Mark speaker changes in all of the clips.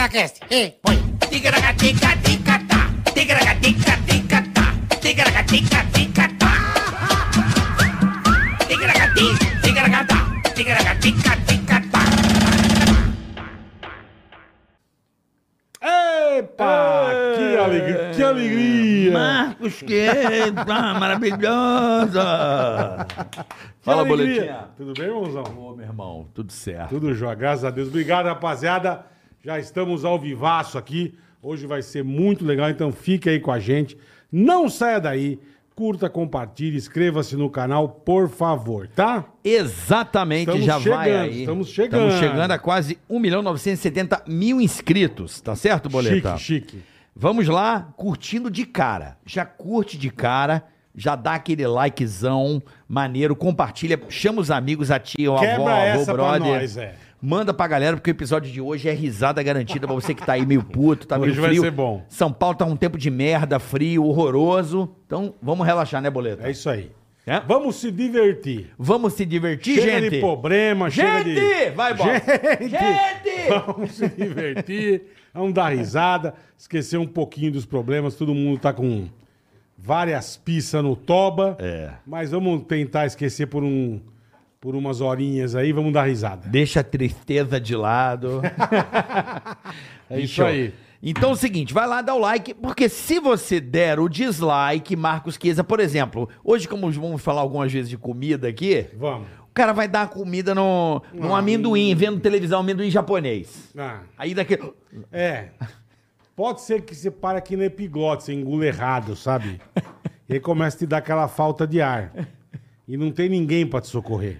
Speaker 1: Itacast. Ei, põe.
Speaker 2: Tigaragatica-ticatá, tigaragatica-ticatá, tigaragatica-ticatá. Tigaragati, tigaragatá, tigaragatica-ticatá.
Speaker 3: Epa!
Speaker 4: É.
Speaker 3: Que alegria! Que alegria!
Speaker 4: Marcos, que ah, maravilhosa!
Speaker 3: Que
Speaker 4: Fala,
Speaker 3: alegria.
Speaker 4: boletinha.
Speaker 3: Tudo bem, irmãozão?
Speaker 4: Ô, meu irmão, tudo certo.
Speaker 3: Tudo jóia, graças a Deus. Obrigado, rapaziada. Já estamos ao vivaço aqui. Hoje vai ser muito legal, então fique aí com a gente. Não saia daí. Curta, compartilhe, inscreva-se no canal, por favor, tá?
Speaker 4: Exatamente,
Speaker 3: Estamos
Speaker 4: já vai
Speaker 3: chegando,
Speaker 4: aí.
Speaker 3: estamos chegando.
Speaker 4: Estamos chegando a quase 1 milhão 970 mil inscritos, tá certo, Boleta?
Speaker 3: Chique, chique.
Speaker 4: Vamos lá, curtindo de cara. Já curte de cara, já dá aquele likezão maneiro, compartilha, chama os amigos, a tia, o avô,
Speaker 3: Quebra
Speaker 4: o avô,
Speaker 3: essa pra
Speaker 4: brother.
Speaker 3: nós, é.
Speaker 4: Manda pra galera, porque o episódio de hoje é risada garantida pra você que tá aí meio puto, tá meio
Speaker 3: Hoje vai
Speaker 4: frio.
Speaker 3: ser bom.
Speaker 4: São Paulo tá um tempo de merda, frio, horroroso. Então, vamos relaxar, né, Boleta?
Speaker 3: É isso aí.
Speaker 4: É?
Speaker 3: Vamos se divertir.
Speaker 4: Vamos se divertir,
Speaker 3: Chega
Speaker 4: gente.
Speaker 3: de problema, chega
Speaker 4: Gente!
Speaker 3: de...
Speaker 4: Vai, Bola.
Speaker 3: Gente!
Speaker 4: Gente!
Speaker 3: Vamos se divertir, vamos dar risada, esquecer um pouquinho dos problemas. Todo mundo tá com várias pistas no toba.
Speaker 4: É.
Speaker 3: Mas vamos tentar esquecer por, um, por umas horinhas aí, vamos dar risada.
Speaker 4: Deixa a tristeza de lado.
Speaker 3: É isso
Speaker 4: Bicho.
Speaker 3: aí.
Speaker 4: Então é o seguinte, vai lá dar o like, porque se você der o dislike, Marcos Queza, por exemplo, hoje como vamos falar algumas vezes de comida aqui,
Speaker 3: Vamos.
Speaker 4: o cara vai dar a comida no, num amendoim, vendo televisão, amendoim japonês.
Speaker 3: Ah,
Speaker 4: Aí daqui...
Speaker 3: é. Pode ser que você pare aqui no epiglote, você engula errado, sabe? E aí começa a te dar aquela falta de ar. E não tem ninguém pra te socorrer.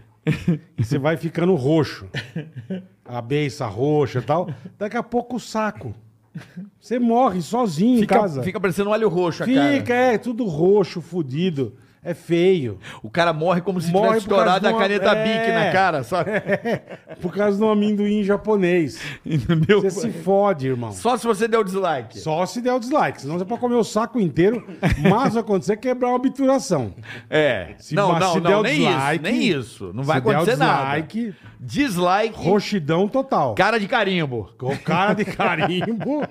Speaker 3: E você vai ficando roxo. A beiça roxa e tal. Daqui a pouco o saco. Você morre sozinho em
Speaker 4: Fica,
Speaker 3: casa.
Speaker 4: fica parecendo um alho roxo, a cara.
Speaker 3: Fica, é, tudo roxo, fudido. É feio.
Speaker 4: O cara morre como se
Speaker 3: Morre
Speaker 4: tivesse
Speaker 3: por causa
Speaker 4: estourado
Speaker 3: de
Speaker 4: a
Speaker 3: uma-
Speaker 4: caneta
Speaker 3: É.
Speaker 4: bique na cara, sabe?
Speaker 3: Por causa do amendoim japonês.
Speaker 4: Entendeu?
Speaker 3: Você se fode, irmão.
Speaker 4: Só se você der o dislike.
Speaker 3: Só se der o dislike, senão você pode comer o saco inteiro, mas vai acontecer é quebrar uma obturação.
Speaker 4: É.
Speaker 3: Se-
Speaker 4: não,
Speaker 3: mas
Speaker 4: não,
Speaker 3: se der
Speaker 4: não,
Speaker 3: o
Speaker 4: nem
Speaker 3: dislike-
Speaker 4: isso, nem isso. Não
Speaker 3: se
Speaker 4: vai
Speaker 3: der o
Speaker 4: acontecer
Speaker 3: dislike-
Speaker 4: nada. Dislike,
Speaker 3: Roxidão total.
Speaker 4: cara de carimbo.
Speaker 3: Com cara de carimbo,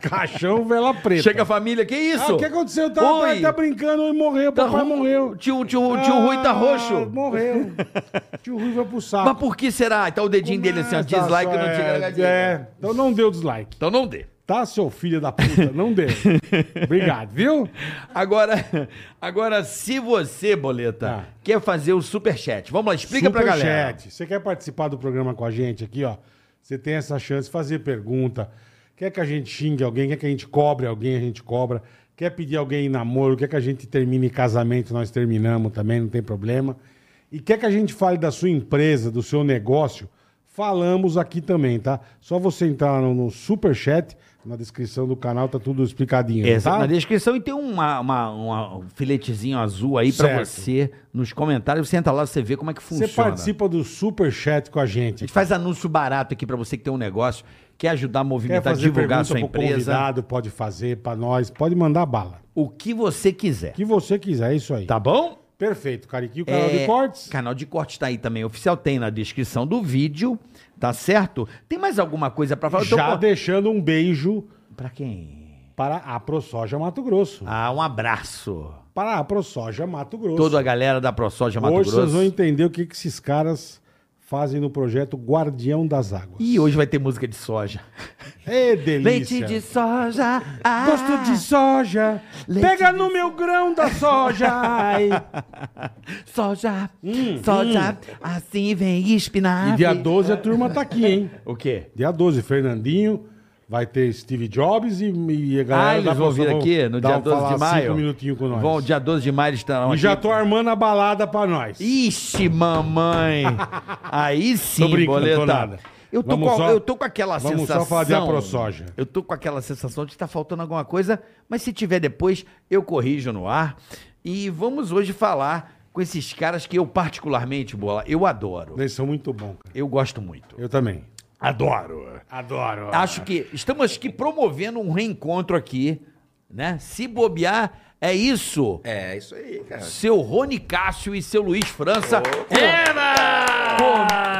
Speaker 3: caixão, vela preta.
Speaker 4: Chega a família, que isso?
Speaker 3: Ah, o que aconteceu? Tá, pai
Speaker 4: Oi.
Speaker 3: tá brincando e morreu,
Speaker 4: Tá
Speaker 3: papai
Speaker 4: ru-
Speaker 3: morreu.
Speaker 4: Tio, tio, tio Rui tá
Speaker 3: Ah,
Speaker 4: roxo.
Speaker 3: Morreu. tio Rui vai pro saco.
Speaker 4: Mas por que será? Então o dedinho dele assim, ó,
Speaker 3: Começa,
Speaker 4: dislike
Speaker 3: só
Speaker 4: não
Speaker 3: é-
Speaker 4: tinha cagadinha.
Speaker 3: É, então não deu dislike.
Speaker 4: Então não dê.
Speaker 3: Tá, seu filho da puta, não deu. Obrigado, viu?
Speaker 4: Agora, agora, se você, Boleta,
Speaker 3: Ah.
Speaker 4: quer fazer o superchat, vamos lá, explica pra
Speaker 3: Superchat. tá?
Speaker 4: galera.
Speaker 3: Você quer participar do programa com a gente aqui, ó? Você tem essa chance de fazer pergunta. Quer que a gente xingue alguém? Quer que a gente cobre alguém? A gente cobra. Quer pedir alguém em namoro? Quer que a gente termine em casamento? Nós terminamos também, não tem problema. E quer que a gente fale da sua empresa, do seu negócio? Falamos aqui também, tá? Só você entrar no, no Superchat, na descrição do canal tá tudo explicadinho,
Speaker 4: Essa
Speaker 3: tá?
Speaker 4: na descrição e tem uma, uma- uma- um filetezinho azul aí pra
Speaker 3: Certo.
Speaker 4: você nos comentários. Você entra lá, você vê como é que
Speaker 3: Você
Speaker 4: funciona.
Speaker 3: participa do Superchat com a
Speaker 4: A
Speaker 3: gente.
Speaker 4: gente faz anúncio barato aqui pra você que tem um negócio, quer ajudar a
Speaker 3: Quer
Speaker 4: movimentar,
Speaker 3: fazer
Speaker 4: divulgar a
Speaker 3: pergunta
Speaker 4: sua
Speaker 3: pro
Speaker 4: empresa,
Speaker 3: convidado, pode fazer pra nós, pode mandar bala.
Speaker 4: o que você quiser.
Speaker 3: que você quiser, é isso aí.
Speaker 4: Tá bom?
Speaker 3: Perfeito, Cariqui. O canal
Speaker 4: É,
Speaker 3: de cortes.
Speaker 4: Canal de cortes tá aí também, oficial tem na descrição do vídeo, tá certo? Tem mais alguma coisa pra falar? Eu tô
Speaker 3: Já
Speaker 4: com-
Speaker 3: deixando um beijo
Speaker 4: Pra quem?
Speaker 3: para a ProSoja Mato Grosso.
Speaker 4: Ah, um abraço.
Speaker 3: Para a ProSoja Mato Grosso.
Speaker 4: Toda a galera da ProSoja Mato
Speaker 3: hoje vocês
Speaker 4: Grosso.
Speaker 3: vão entender o que, que esses caras fazem no projeto Guardião das Águas.
Speaker 4: E hoje vai ter música de soja.
Speaker 3: É delícia.
Speaker 4: Leite de soja. ah.
Speaker 3: Gosto de soja.
Speaker 4: Leite
Speaker 3: Pega no meu grão da soja. Ai.
Speaker 4: Soja, soja, assim vem espinafre.
Speaker 3: Hum, E dia 12 a turma tá aqui, hein?
Speaker 4: O quê?
Speaker 3: Dia 12, Fernandinho. Vai ter Steve Jobs e, e a galera
Speaker 4: Ah, eles
Speaker 3: da
Speaker 4: vão vir
Speaker 3: ProSoja
Speaker 4: aqui no
Speaker 3: dar-
Speaker 4: dia 12
Speaker 3: falar
Speaker 4: de maio.
Speaker 3: Cinco minutinhos com nós.
Speaker 4: Vão, dia 12 de maio eles estarão
Speaker 3: E
Speaker 4: aqui.
Speaker 3: já tô armando a balada pra nós.
Speaker 4: Ixi, mamãe. Aí sim,
Speaker 3: Tô brincando,
Speaker 4: boleta.
Speaker 3: tô nada.
Speaker 4: Eu tô,
Speaker 3: Vamos
Speaker 4: com,
Speaker 3: só-
Speaker 4: eu tô com aquela
Speaker 3: vamos só
Speaker 4: sensação.
Speaker 3: falar de AproSoja.
Speaker 4: Eu tô com aquela sensação de que tá faltando alguma coisa, mas se tiver depois, eu corrijo no ar. E vamos hoje falar com esses caras que eu particularmente, bola, eu adoro.
Speaker 3: Eles são muito bons, cara.
Speaker 4: Eu gosto muito.
Speaker 3: Eu também.
Speaker 4: Adoro.
Speaker 3: Adoro.
Speaker 4: Acho que estamos aqui promovendo um reencontro aqui, né? Se bobear, é isso.
Speaker 2: É, isso aí, cara.
Speaker 4: Seu Rony Cássio e seu Luiz França.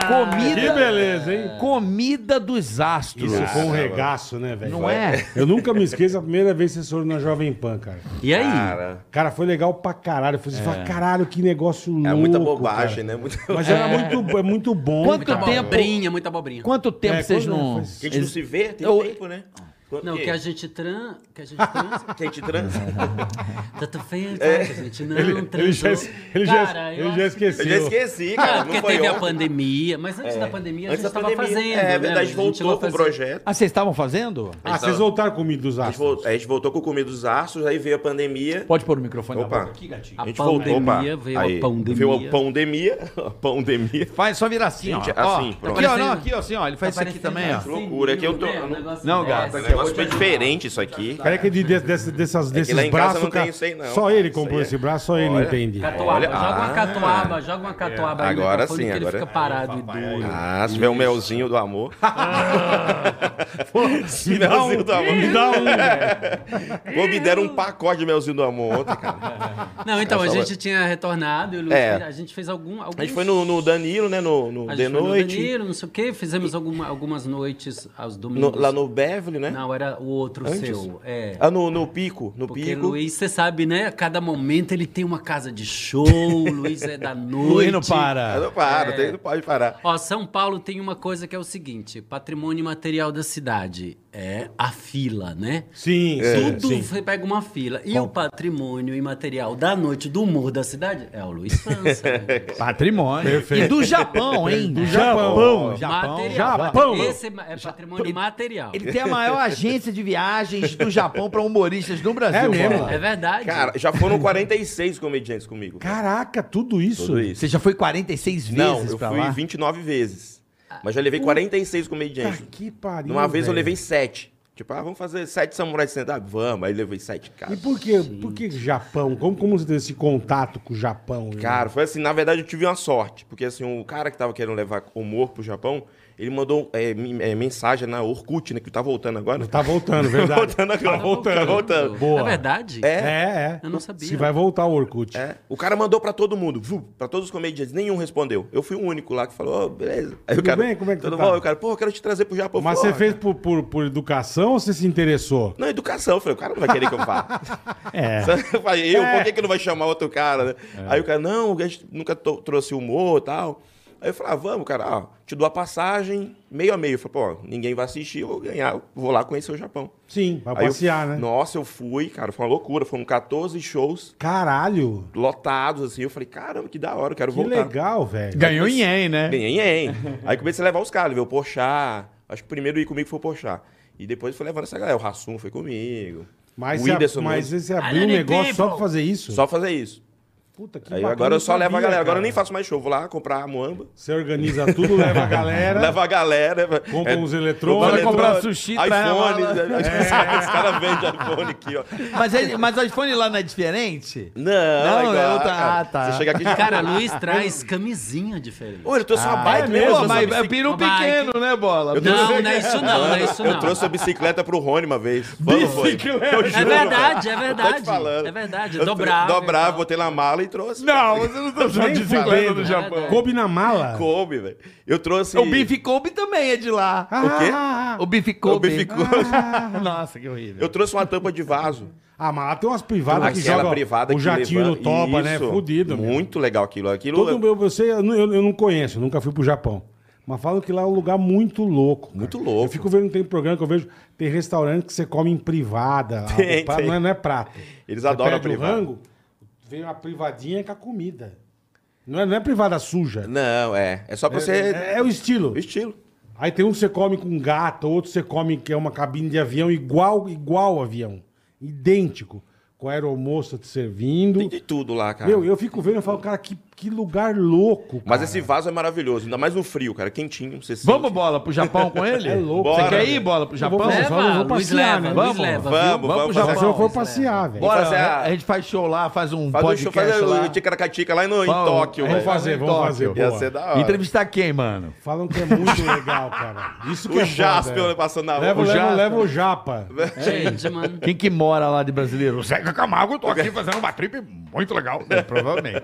Speaker 5: Comida.
Speaker 3: Que beleza, hein?
Speaker 5: Comida dos astros.
Speaker 3: Isso foi um
Speaker 6: é
Speaker 3: regaço, né, velho?
Speaker 5: Não é?
Speaker 3: Eu nunca me esqueço a primeira vez que você soube na Jovem Pan, cara.
Speaker 5: E aí?
Speaker 6: Cara,
Speaker 3: Cara, foi legal pra caralho. Eu falei,
Speaker 4: É.
Speaker 3: assim, fala, caralho, que negócio louco.
Speaker 6: é muita
Speaker 3: cara.
Speaker 6: bobagem, né? Muita...
Speaker 3: Mas era muito, é muito bom.
Speaker 5: Quanto
Speaker 3: cara.
Speaker 6: tá
Speaker 5: tempo?
Speaker 7: Abobrinha, muita abobrinha.
Speaker 5: Quanto tempo
Speaker 3: É,
Speaker 5: vocês
Speaker 3: quando
Speaker 5: não.
Speaker 3: faz-
Speaker 6: Que a gente não se vê, tem
Speaker 5: Eu-
Speaker 6: tempo, né? Quanto
Speaker 7: Não,
Speaker 6: quê?
Speaker 7: que a gente tran... Que a gente transa.
Speaker 6: Quem te transa?
Speaker 7: Tanto feio, tá? que a gente não
Speaker 3: Ele, ele já,
Speaker 7: transou.
Speaker 3: ele já-
Speaker 7: Cara, eu
Speaker 3: ele
Speaker 7: acho
Speaker 3: já
Speaker 7: que-
Speaker 3: esqueceu.
Speaker 6: Eu já esqueci,
Speaker 7: Ah,
Speaker 6: cara. não
Speaker 7: porque
Speaker 6: foi
Speaker 7: teve a
Speaker 6: ontem. É.
Speaker 7: pandemia, mas antes da pandemia a
Speaker 6: Antes
Speaker 7: gente
Speaker 6: da
Speaker 7: estava
Speaker 6: pandemia,
Speaker 7: fazendo.
Speaker 6: É
Speaker 7: né?
Speaker 6: verdade, a
Speaker 7: gente
Speaker 6: gente
Speaker 7: chegou
Speaker 6: voltou
Speaker 7: a
Speaker 6: com o
Speaker 7: fazer-
Speaker 6: projeto.
Speaker 5: Ah, vocês estavam fazendo?
Speaker 3: Ah, vocês voltaram comigo dos
Speaker 6: A gente,
Speaker 3: astros.
Speaker 6: então. voltou, a gente voltou com o Comida dos Astros, aí veio a pandemia.
Speaker 5: Pode pôr o
Speaker 7: tá
Speaker 5: microfone na
Speaker 6: Opa.
Speaker 5: boca aqui, gatinho.
Speaker 7: A
Speaker 6: gente
Speaker 7: pandemia, veio a
Speaker 6: aí,
Speaker 7: pandemia. Tá
Speaker 6: Veio a pandemia. A pandemia.
Speaker 5: Faz só virar assim,
Speaker 6: Gente,
Speaker 5: ó.
Speaker 6: assim,
Speaker 5: Ó,
Speaker 6: pronto.
Speaker 5: aqui, ó, não,
Speaker 7: Parecendo-
Speaker 5: aqui, ó, assim, ó. Ele faz isso aqui também, ó.
Speaker 7: Parecendo
Speaker 6: Loucura, é que eu tô-
Speaker 7: né?
Speaker 6: eu não-
Speaker 7: Um negócio
Speaker 5: Não,
Speaker 7: desse.
Speaker 5: gata,
Speaker 6: O negócio é diferente isso aqui.
Speaker 7: Tá
Speaker 3: Cara, é que de, de, dessas, dessas, desses
Speaker 6: É lá em casa
Speaker 3: braços,
Speaker 6: não tem
Speaker 3: cara,
Speaker 6: isso aí, não.
Speaker 3: só ele
Speaker 6: Isso aí
Speaker 3: comprou
Speaker 6: é-
Speaker 3: esse braço, só ele
Speaker 6: Olha.
Speaker 3: entende.
Speaker 7: Catuaba,
Speaker 6: Olha,
Speaker 7: joga uma
Speaker 6: ah.
Speaker 7: catuaba, joga uma catuaba aí no
Speaker 6: Agora
Speaker 7: microfone
Speaker 6: sim,
Speaker 7: que
Speaker 6: agora- é.
Speaker 7: ele fica parado e doido.
Speaker 6: Ah, se tiver o melzinho do amor.
Speaker 3: Me dá um,
Speaker 6: Finalzinho do amor.
Speaker 3: me dá um.
Speaker 6: Pô, me deram um pacote de melzinho do amor ontem, cara.
Speaker 7: Não, então, a
Speaker 6: Essa
Speaker 7: gente tinha retornado, eu e o Luiz,
Speaker 6: É.
Speaker 7: a gente fez algum, alguns...
Speaker 6: A gente foi no, no Danilo, né? No, no
Speaker 7: a
Speaker 6: de
Speaker 7: gente foi no
Speaker 6: noite.
Speaker 7: Danilo, não sei o quê, fizemos alguma- algumas noites aos
Speaker 6: no-
Speaker 7: domingos.
Speaker 6: lá no Beverly, né?
Speaker 7: Não, era o outro
Speaker 6: Antes?
Speaker 7: seu. É.
Speaker 6: Ah, no, no Pico. No
Speaker 7: Porque
Speaker 6: Pico.
Speaker 7: Luiz, você sabe, né? A cada momento ele tem uma casa de show, o Luiz é da noite.
Speaker 5: Luiz não
Speaker 6: Ah,
Speaker 5: para.
Speaker 6: não para,
Speaker 3: É.
Speaker 6: tem- não pode parar.
Speaker 7: Ó, São Paulo tem uma coisa que é o seguinte: patrimônio imaterial da cidade é a fila, né?
Speaker 3: Sim,
Speaker 6: É.
Speaker 3: sim,
Speaker 7: Tudo
Speaker 3: sim.
Speaker 7: você pega uma fila. E o patrimônio imaterial da noite do humor da cidade é o Luiz França. né?
Speaker 5: Patrimônio. E do Japão, hein? Do
Speaker 3: Japão.
Speaker 5: Japão.
Speaker 7: Material.
Speaker 5: Japão.
Speaker 7: Esse é ma- é patrimônio material.
Speaker 5: Ele tem a maior agência de viagens do Japão pra humoristas no Brasil.
Speaker 3: É mesmo?
Speaker 5: Bola.
Speaker 7: É verdade.
Speaker 6: Cara, já foram 46 comediantes comigo.
Speaker 3: Caraca, tudo isso?
Speaker 6: Tudo isso.
Speaker 5: Você já foi 46 vezes
Speaker 6: Não, eu
Speaker 5: pra
Speaker 6: fui
Speaker 5: lá?
Speaker 6: 29 vezes. Mas já levei 46 comediantes.
Speaker 3: Ah, Puta que pariu,
Speaker 6: Numa vez eu
Speaker 3: velho.
Speaker 6: levei 7. Tipo, ah, vamos fazer 7 samurais de stand-up? Vamos. Aí levei 7, cara.
Speaker 3: E por que, por que Japão? Como, como você teve esse contato com o Japão? né?
Speaker 6: Cara, foi assim, na verdade eu tive uma sorte, porque assim, o cara que tava querendo levar humor pro Japão, ele mandou é, mi- é, mensagem na Orkut, né, que tá voltando agora.
Speaker 3: Tá voltando, verdade.
Speaker 6: voltando agora.
Speaker 7: Tá voltando.
Speaker 6: Tá voltando.
Speaker 3: Boa.
Speaker 7: É verdade?
Speaker 6: É.
Speaker 3: É, é.
Speaker 7: Eu não sabia.
Speaker 3: Se vai voltar o Orkut.
Speaker 6: É, o cara mandou pra todo mundo, vu, pra todos os comediantes, nenhum respondeu. Eu fui o único lá que falou, ô, beleza. Aí o
Speaker 3: Tudo
Speaker 6: cara,
Speaker 3: bem? Como é que tu
Speaker 6: tudo
Speaker 3: tá?
Speaker 6: bom? Aí o cara, pô, eu quero te trazer pro Japão. Eu
Speaker 3: Mas
Speaker 6: falei,
Speaker 3: você
Speaker 6: "Ó,
Speaker 3: fez
Speaker 6: cara."
Speaker 3: por, por, por educação ou você se interessou?
Speaker 6: Não, educação. Eu falei, o cara não vai querer que eu vá.
Speaker 3: É.
Speaker 6: Eu falei, eu, por que, que não vai chamar outro cara, né? Aí o cara, não, a gente nunca to- trouxe humor e tal. Aí eu falei, ah, vamos, cara, ó, te dou a passagem, meio a meio. Eu falei, pô, ninguém vai assistir, eu vou ganhar, eu vou lá conhecer o Japão.
Speaker 3: Sim, vai
Speaker 6: Aí eu-
Speaker 3: passear, né?
Speaker 6: Nossa, eu fui, cara, foi uma loucura. Foram 14 shows
Speaker 3: Caralho,
Speaker 6: lotados, assim. Eu falei, caramba, que da hora, eu quero
Speaker 3: que
Speaker 6: voltar.
Speaker 3: legal, velho.
Speaker 5: Ganhou em ien,
Speaker 3: É.
Speaker 5: né?
Speaker 6: Ganhei, hein? Aí comecei a levar os caras, veio o Porchat. Acho que o primeiro ir comigo foi o Porchat. E depois foi levando essa galera. O Rassum foi comigo.
Speaker 3: Mas,
Speaker 6: o
Speaker 3: você,
Speaker 6: Whindersson
Speaker 3: mas
Speaker 6: Nunes.
Speaker 3: você abriu um
Speaker 7: Alien
Speaker 3: negócio só pra
Speaker 7: people.
Speaker 3: fazer isso?
Speaker 6: Só fazer isso.
Speaker 3: Puta que
Speaker 6: Aí
Speaker 3: bacana,
Speaker 6: agora eu
Speaker 3: não
Speaker 6: só levo a
Speaker 3: sabia,
Speaker 6: galera. Agora
Speaker 3: cara.
Speaker 6: eu nem faço mais show. Vou lá comprar a muamba.
Speaker 3: Você organiza tudo,
Speaker 5: É,
Speaker 3: leva a galera.
Speaker 6: Leva a galera. é,
Speaker 3: Compra uns eletrônicos.
Speaker 6: eletrônicos,
Speaker 3: Vai
Speaker 5: comprar sushi,
Speaker 6: iPhone.
Speaker 5: traz a mala.
Speaker 6: né? Os caras vendem iPhone aqui, ó.
Speaker 5: Mas, ele- mas o iPhone lá não é diferente?
Speaker 6: Não,
Speaker 5: Não,
Speaker 6: igual,
Speaker 5: é outra-
Speaker 6: cara.
Speaker 5: ah, tá.
Speaker 6: Você chega aqui e já-
Speaker 7: Cara, Luiz traz camisinha diferente.
Speaker 6: Olha, eu trouxe uma
Speaker 5: Ah,
Speaker 6: bike mesmo.
Speaker 5: Pô, mas
Speaker 6: eu trouxe uma
Speaker 5: é peru
Speaker 7: Bike.
Speaker 5: pequeno, né, Bola?
Speaker 7: Não, não é isso não, não é
Speaker 6: bici-
Speaker 7: isso não.
Speaker 6: Eu trouxe a bicicleta pro Rony uma vez. Vamos, Rony.
Speaker 5: Bicicleta.
Speaker 6: Eu
Speaker 7: É
Speaker 6: juro,
Speaker 7: verdade, é
Speaker 6: Eu tô
Speaker 7: verdade.
Speaker 6: te falando.
Speaker 7: É verdade, né? é
Speaker 6: Eu
Speaker 7: dobrava.
Speaker 6: Dobrava,
Speaker 7: e tal.
Speaker 6: botei na mala e trouxe.
Speaker 5: Não, você não tá usando
Speaker 3: Nem
Speaker 5: bicicleta
Speaker 3: sabendo.
Speaker 5: do Japão.
Speaker 3: Coube na mala.
Speaker 6: Kobe, velho. Eu trouxe.
Speaker 5: O bife Kobe também é de lá.
Speaker 3: O
Speaker 6: quê?
Speaker 3: ah,
Speaker 5: O bife
Speaker 6: Ah. O
Speaker 5: Kobe.
Speaker 6: bife Kobe.
Speaker 5: Ah, Nossa, que horrível.
Speaker 6: Eu trouxe uma tampa de vaso.
Speaker 3: Ah, mas lá tem umas privadas que
Speaker 6: aquela
Speaker 3: jogam
Speaker 6: privada
Speaker 3: o
Speaker 6: que
Speaker 3: jatinho
Speaker 6: levanta-
Speaker 3: no toba, né?
Speaker 6: Isso.
Speaker 3: Fudido. meu.
Speaker 6: Muito legal aquilo. Aquilo é-
Speaker 3: Todo meu, você, eu, não- eu não conheço, nunca fui pro Japão. Mas falam que lá é um lugar muito louco. cara.
Speaker 6: Muito louco.
Speaker 3: Eu fico vendo, tem programa que eu vejo, tem restaurante que você come em privada. lá,
Speaker 6: Tem,
Speaker 3: o pra-
Speaker 6: tem.
Speaker 3: Não, é, não é prato.
Speaker 6: Eles
Speaker 3: Você
Speaker 6: adoram
Speaker 3: pede o
Speaker 6: privada.
Speaker 3: rango, vem uma privadinha com a comida. Não é, não é privada suja.
Speaker 6: Não, é. É só pra você.
Speaker 3: É, é o estilo.
Speaker 6: O estilo.
Speaker 3: Aí tem um que você come com gato, outro você come que é uma cabine de avião igual, igual avião. Idêntico. Com a aeromoça te servindo.
Speaker 6: Tem de tudo lá, cara.
Speaker 3: Meu, eu fico vendo e falo, cara, que, que lugar louco.
Speaker 6: Mas
Speaker 3: cara.
Speaker 6: esse vaso é maravilhoso, ainda mais no frio, cara. Quentinho, você sente.
Speaker 5: Vamos, Bola, pro Japão com ele?
Speaker 3: É louco.
Speaker 5: Você
Speaker 6: Bora,
Speaker 5: quer ir,
Speaker 6: velho.
Speaker 5: Bola, pro
Speaker 3: Eu vou
Speaker 5: Japão?
Speaker 3: fazer-
Speaker 7: Leva,
Speaker 3: Só não vou
Speaker 7: Luiz
Speaker 3: passear,
Speaker 7: leva,
Speaker 3: né?
Speaker 7: Luiz
Speaker 5: Vamos,
Speaker 7: leva.
Speaker 6: vamos,
Speaker 7: viu?
Speaker 6: vamos, um
Speaker 5: pro
Speaker 6: vamos.
Speaker 3: Só se é eu
Speaker 5: Japão.
Speaker 3: for
Speaker 7: Vamos,
Speaker 3: passear, velho.
Speaker 5: Bora, né?
Speaker 6: Fazer a-
Speaker 5: a gente faz show lá, faz um
Speaker 6: Faz um show,
Speaker 5: podcast
Speaker 6: faz
Speaker 5: lá.
Speaker 6: o ticaracatica lá no, em
Speaker 5: Vamos.
Speaker 6: Tóquio,
Speaker 3: Vamos
Speaker 6: velho.
Speaker 3: fazer, vamos
Speaker 5: Tóquio.
Speaker 3: fazer.
Speaker 6: Ia
Speaker 3: Boa.
Speaker 6: ser da hora.
Speaker 5: Entrevistar quem, mano?
Speaker 3: Falam que é muito legal, cara. Isso que
Speaker 6: O
Speaker 3: é
Speaker 6: Jasper
Speaker 3: foda.
Speaker 6: passando na
Speaker 3: Leva,
Speaker 6: rua.
Speaker 3: o
Speaker 6: O
Speaker 3: leva,
Speaker 5: Jasper.
Speaker 3: leva o Japa.
Speaker 7: Gente, mano.
Speaker 5: Quem que mora lá de brasileiro? O Zeca Camargo, eu tô aqui fazendo uma trip muito legal.
Speaker 6: É,
Speaker 5: né? provavelmente.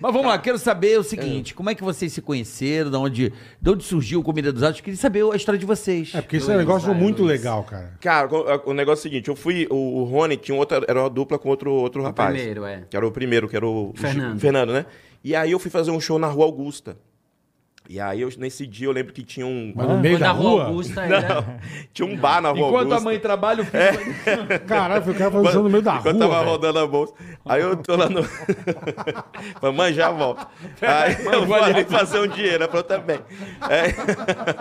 Speaker 5: Mas vamos lá, quero saber o seguinte: como é que vocês se conheceram? De onde, de onde surgiu o Comida dos Atos? Queria saber a história de vocês.
Speaker 3: É porque isso é um
Speaker 7: Luiz,
Speaker 3: negócio
Speaker 7: vai,
Speaker 3: muito
Speaker 7: Luiz.
Speaker 3: legal, cara.
Speaker 6: Cara, o- o negócio é o seguinte, eu fui, o, o Rony tinha outra, era uma dupla com outro, outro rapaz.
Speaker 7: primeiro, é.
Speaker 6: Que era o primeiro, que era o o
Speaker 7: Fernando.
Speaker 6: Gi- Fernando, né? E aí eu fui fazer um show na Rua Augusta. E aí eu, nesse dia eu lembro que tinha um
Speaker 5: Ah,
Speaker 3: Mas no meio
Speaker 7: Foi
Speaker 3: da
Speaker 7: na Rua
Speaker 3: rua.
Speaker 7: Augusta é,
Speaker 6: Não,
Speaker 7: ainda.
Speaker 6: tinha um bar na Rua
Speaker 5: Enquanto
Speaker 6: Augusta. É.
Speaker 5: a mãe trabalha, o filho.
Speaker 3: Caralho, foi o cara fazendo no meio da rua.
Speaker 6: Enquanto tava
Speaker 3: velho.
Speaker 6: rodando a bolsa. Aí eu tô lá no. Falei, mãe, já volto. Aí eu vou ali fazer um dinheiro. Ela falou, também. É.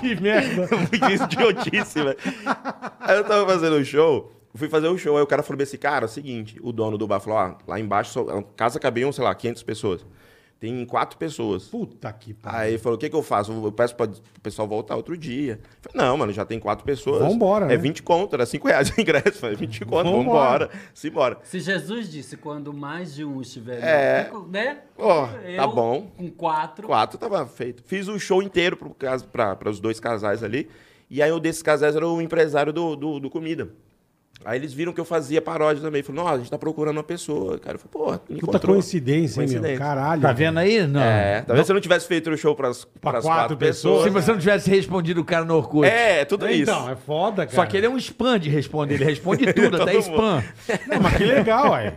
Speaker 3: Que merda.
Speaker 6: Que é idiotice, velho. Aí eu tava fazendo um show, fui fazer um show, aí o cara falou bem assim, cara, é o seguinte, o dono do bar falou, ó, lá embaixo, só, a casa cabiam, sei lá, 500 pessoas. Tem quatro pessoas.
Speaker 3: Puta que pariu.
Speaker 6: Aí ele falou, o que que eu faço? Eu peço pra o pessoal voltar outro dia. Eu falei, não, mano, já tem quatro pessoas.
Speaker 3: Vambora,
Speaker 6: É
Speaker 3: né?
Speaker 6: 20 conto, era 5 reais o ingresso. Eu Falei, 20 conto,
Speaker 3: Vambora.
Speaker 6: vambora. Simbora.
Speaker 7: Se Jesus disse quando mais de um estiver,
Speaker 6: É.
Speaker 7: junto, né?
Speaker 6: Ó, tá
Speaker 7: Eu,
Speaker 6: bom.
Speaker 7: Com quatro.
Speaker 6: Quatro tava feito. Fiz o show inteiro pro caso- pra para os dois casais ali. E aí um desses casais era o empresário do, do, do comida. Aí eles viram que eu fazia paródia também. Falou, nossa, a gente tá procurando uma pessoa. Cara, eu falei, pô, me
Speaker 3: Puta
Speaker 6: Ah, encontrou.
Speaker 3: coincidência, hein, meu?
Speaker 6: Coincidência.
Speaker 3: Caralho.
Speaker 5: Tá vendo aí? Não.
Speaker 6: É, talvez se eu não tivesse feito o show pras,
Speaker 3: quatro
Speaker 6: pras quatro,
Speaker 3: pessoas.
Speaker 6: pessoas.
Speaker 5: Se você não tivesse respondido o cara no Orkut.
Speaker 6: É, é tudo isso.
Speaker 3: Então, é foda, cara.
Speaker 5: Só que ele é um spam de responder. Ele responde tudo, até
Speaker 6: mundo.
Speaker 5: spam.
Speaker 3: Não, mas que legal, ué.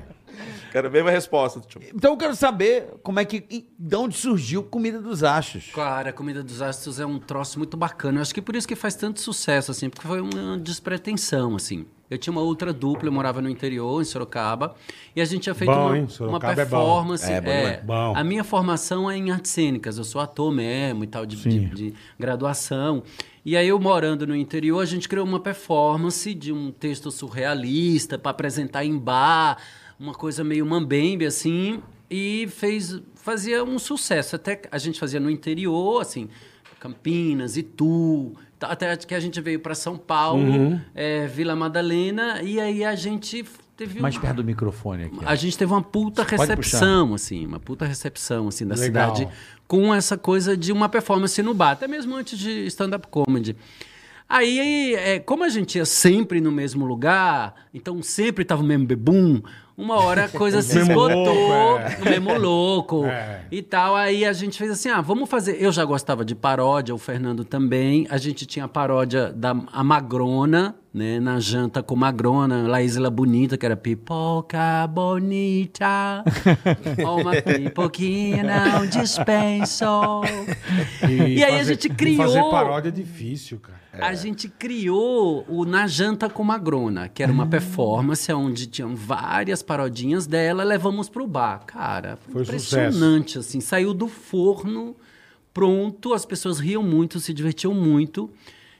Speaker 6: Cara, a mesma resposta. Tipo,
Speaker 5: Então eu quero saber como é que. e De onde surgiu Comida dos Achos.
Speaker 7: Cara, a Comida dos Astros é um troço muito bacana. Eu acho que por isso que faz tanto sucesso, assim, porque foi uma despretensão, assim. Eu tinha uma outra dupla, eu morava no interior, em Sorocaba, e a gente tinha feito
Speaker 3: Bom,
Speaker 7: uma,
Speaker 3: hein?
Speaker 7: uma
Speaker 3: Sorocaba é bom.
Speaker 7: performance.
Speaker 6: É, bom demais.
Speaker 3: Bom.
Speaker 7: A minha formação é em artes cênicas, eu sou ator mesmo e tal, de, de- de graduação. E aí, eu morando no interior, a gente criou uma performance de um texto surrealista para apresentar em bar, uma coisa meio mambembe, assim, e fez, fazia um sucesso. Até que a gente fazia no interior, assim, Campinas, Itu, tá- até que a gente veio para São Paulo, eh, Vila Madalena, e aí a gente teve
Speaker 5: Mais
Speaker 7: um-
Speaker 5: perto do microfone aqui. ó.
Speaker 7: a gente teve uma puta
Speaker 5: Pode puxar.
Speaker 7: recepção, assim, uma puta recepção, assim, da
Speaker 3: Legal.
Speaker 7: cidade, com essa coisa de uma performance no bar, até mesmo antes de stand-up comedy. Aí, é, como a gente ia sempre no mesmo lugar, então sempre tava o mesmo bebum, uma hora a coisa se
Speaker 3: mesmo
Speaker 7: esgotou,
Speaker 3: louco, é.
Speaker 7: o mesmo louco
Speaker 3: É.
Speaker 7: e tal. Aí a gente fez assim, ah, vamos fazer... Eu já gostava de paródia, o Fernando também. A gente tinha a paródia da a Magrona, né? Na janta com Magrona, Laísla Bonita, que era pipoca bonita, uma pipoquinha não dispenso. E, aí a
Speaker 3: fazer-
Speaker 7: gente
Speaker 3: e
Speaker 7: criou...
Speaker 3: Fazer paródia é difícil, cara.
Speaker 7: A gente criou o Na Janta com Magrona, que era
Speaker 3: Hum.
Speaker 7: uma performance onde tinham várias parodinhas dela, levamos pro bar. Cara,
Speaker 3: Foi
Speaker 7: foi
Speaker 3: sucesso.
Speaker 7: impressionante, assim. Saiu do forno, pronto, as pessoas riam muito, se divertiam muito.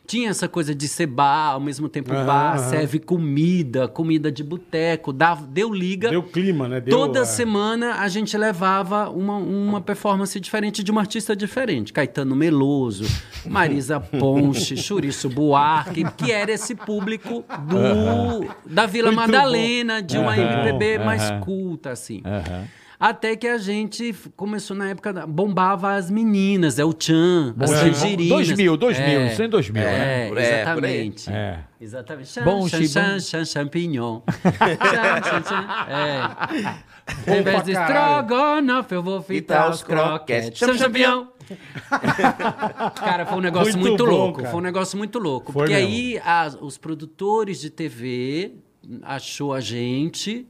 Speaker 7: Tinha essa coisa de ser bar, ao mesmo tempo
Speaker 3: Aham,
Speaker 7: bar,
Speaker 3: aham.
Speaker 7: serve comida, comida de boteco, dava- deu liga.
Speaker 3: Deu clima, né? Deu,
Speaker 7: Toda
Speaker 3: é.
Speaker 7: semana a gente levava uma, uma performance diferente de um artista diferente. Caetano Meloso, Marisa Ponche, Churiço Buarque, que era esse público do, da Vila
Speaker 3: Muito
Speaker 7: Madalena, de uma
Speaker 3: Aham,
Speaker 7: MPB mais
Speaker 5: aham.
Speaker 7: culta, assim.
Speaker 5: Aham.
Speaker 7: Até que a gente f- começou na época, da- bombava as meninas, é o Tchan, as
Speaker 5: Bom,
Speaker 7: Tangerinas.
Speaker 5: 2000, 2000,
Speaker 7: É.
Speaker 5: isso em 2000, né?
Speaker 7: É,
Speaker 6: Por aí, por aí.
Speaker 7: exatamente.
Speaker 5: É.
Speaker 7: Exatamente. Chan,
Speaker 5: Bom,
Speaker 7: chan,
Speaker 5: chi, bom.
Speaker 7: chan, chan, champignon. chan, chan, chan. É.
Speaker 3: Bom
Speaker 7: Em
Speaker 3: pra
Speaker 7: vez de
Speaker 3: caralho.
Speaker 7: estrogonofe, eu vou fritar os croquetes. Chan, champignon. cara, foi um negócio
Speaker 3: Muito
Speaker 7: muito,
Speaker 3: bom,
Speaker 7: louco.
Speaker 3: cara.
Speaker 7: Foi um negócio muito louco.
Speaker 3: Foi
Speaker 7: porque
Speaker 3: mesmo.
Speaker 7: aí as- os produtores de TV achou a gente...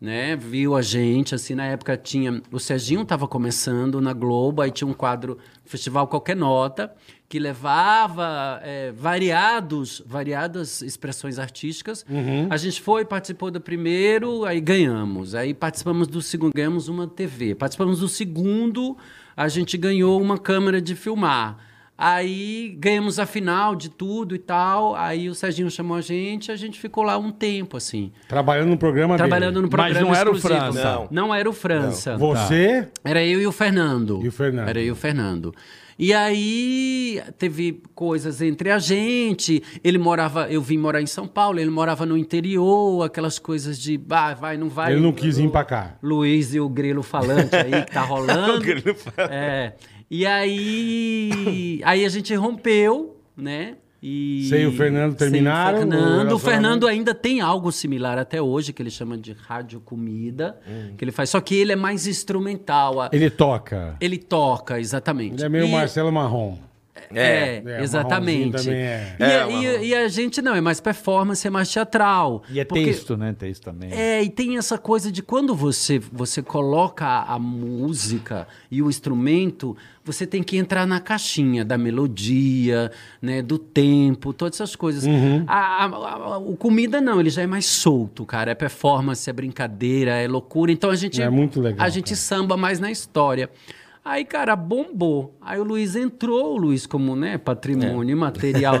Speaker 7: Né, viu a gente, assim, na época tinha. O Serginho tava começando na Globo, aí tinha um quadro Festival Qualquer Nota, que levava é, variados, variadas expressões artísticas.
Speaker 3: Uhum.
Speaker 7: A gente foi, participou do primeiro, aí ganhamos. Aí participamos do segundo, ganhamos uma TV. Participamos do segundo, a gente ganhou uma câmera de filmar. Aí ganhamos a final de tudo e tal. Aí o Serginho chamou a gente, a gente ficou lá um tempo, assim.
Speaker 3: Trabalhando no programa
Speaker 7: Trabalhando no
Speaker 3: dele.
Speaker 7: programa
Speaker 5: Mas não era o
Speaker 7: exclusivo.
Speaker 5: França. Tá.
Speaker 6: Não.
Speaker 7: Não era o França.
Speaker 3: Você...
Speaker 7: Era eu e o Fernando.
Speaker 3: E o Fernando.
Speaker 7: Era eu e o Fernando. E aí teve coisas entre a gente. Ele morava, eu vim morar em São Paulo, ele morava no interior, aquelas coisas de ah, vai, não vai.
Speaker 3: Ele não quis ir pra cá.
Speaker 7: Luiz e o Grilo falante aí que tá rolando.
Speaker 6: O Grilo falante.
Speaker 7: É. E aí, aí a gente rompeu, né? E...
Speaker 3: Sem o Fernando terminaram,
Speaker 7: Sem o
Speaker 3: o
Speaker 7: Fernando. O
Speaker 3: relacionamento?
Speaker 7: Fernando ainda tem algo similar até hoje, que ele chama de rádio comida, que ele faz. Só que ele é mais instrumental. a-
Speaker 3: Hum.
Speaker 7: Ele,
Speaker 3: Ele toca.
Speaker 7: toca, exatamente.
Speaker 3: Ele é meio
Speaker 7: E-
Speaker 3: Marcelo Marrom.
Speaker 7: É,
Speaker 3: É, marronzinho
Speaker 7: exatamente.
Speaker 3: também é.
Speaker 7: E,
Speaker 6: É,
Speaker 7: a- e-
Speaker 6: marrom.
Speaker 7: e a gente não, é mais performance, é mais teatral.
Speaker 5: E é
Speaker 7: Porque-
Speaker 5: texto, né? Texto também.
Speaker 7: É, e tem essa coisa de quando você, você coloca a música e o instrumento, você tem que entrar na caixinha da melodia, né, do tempo, todas essas coisas.
Speaker 3: Uhum.
Speaker 7: A- a- a- o comida não, ele já é mais solto, cara. É performance, é brincadeira, é loucura. Então a gente
Speaker 3: É muito legal,
Speaker 7: a gente
Speaker 3: cara.
Speaker 7: samba mais na história. Aí, cara, bombou. Aí o Luiz entrou, o Luiz, como, né,
Speaker 3: É.
Speaker 7: patrimônio imaterial,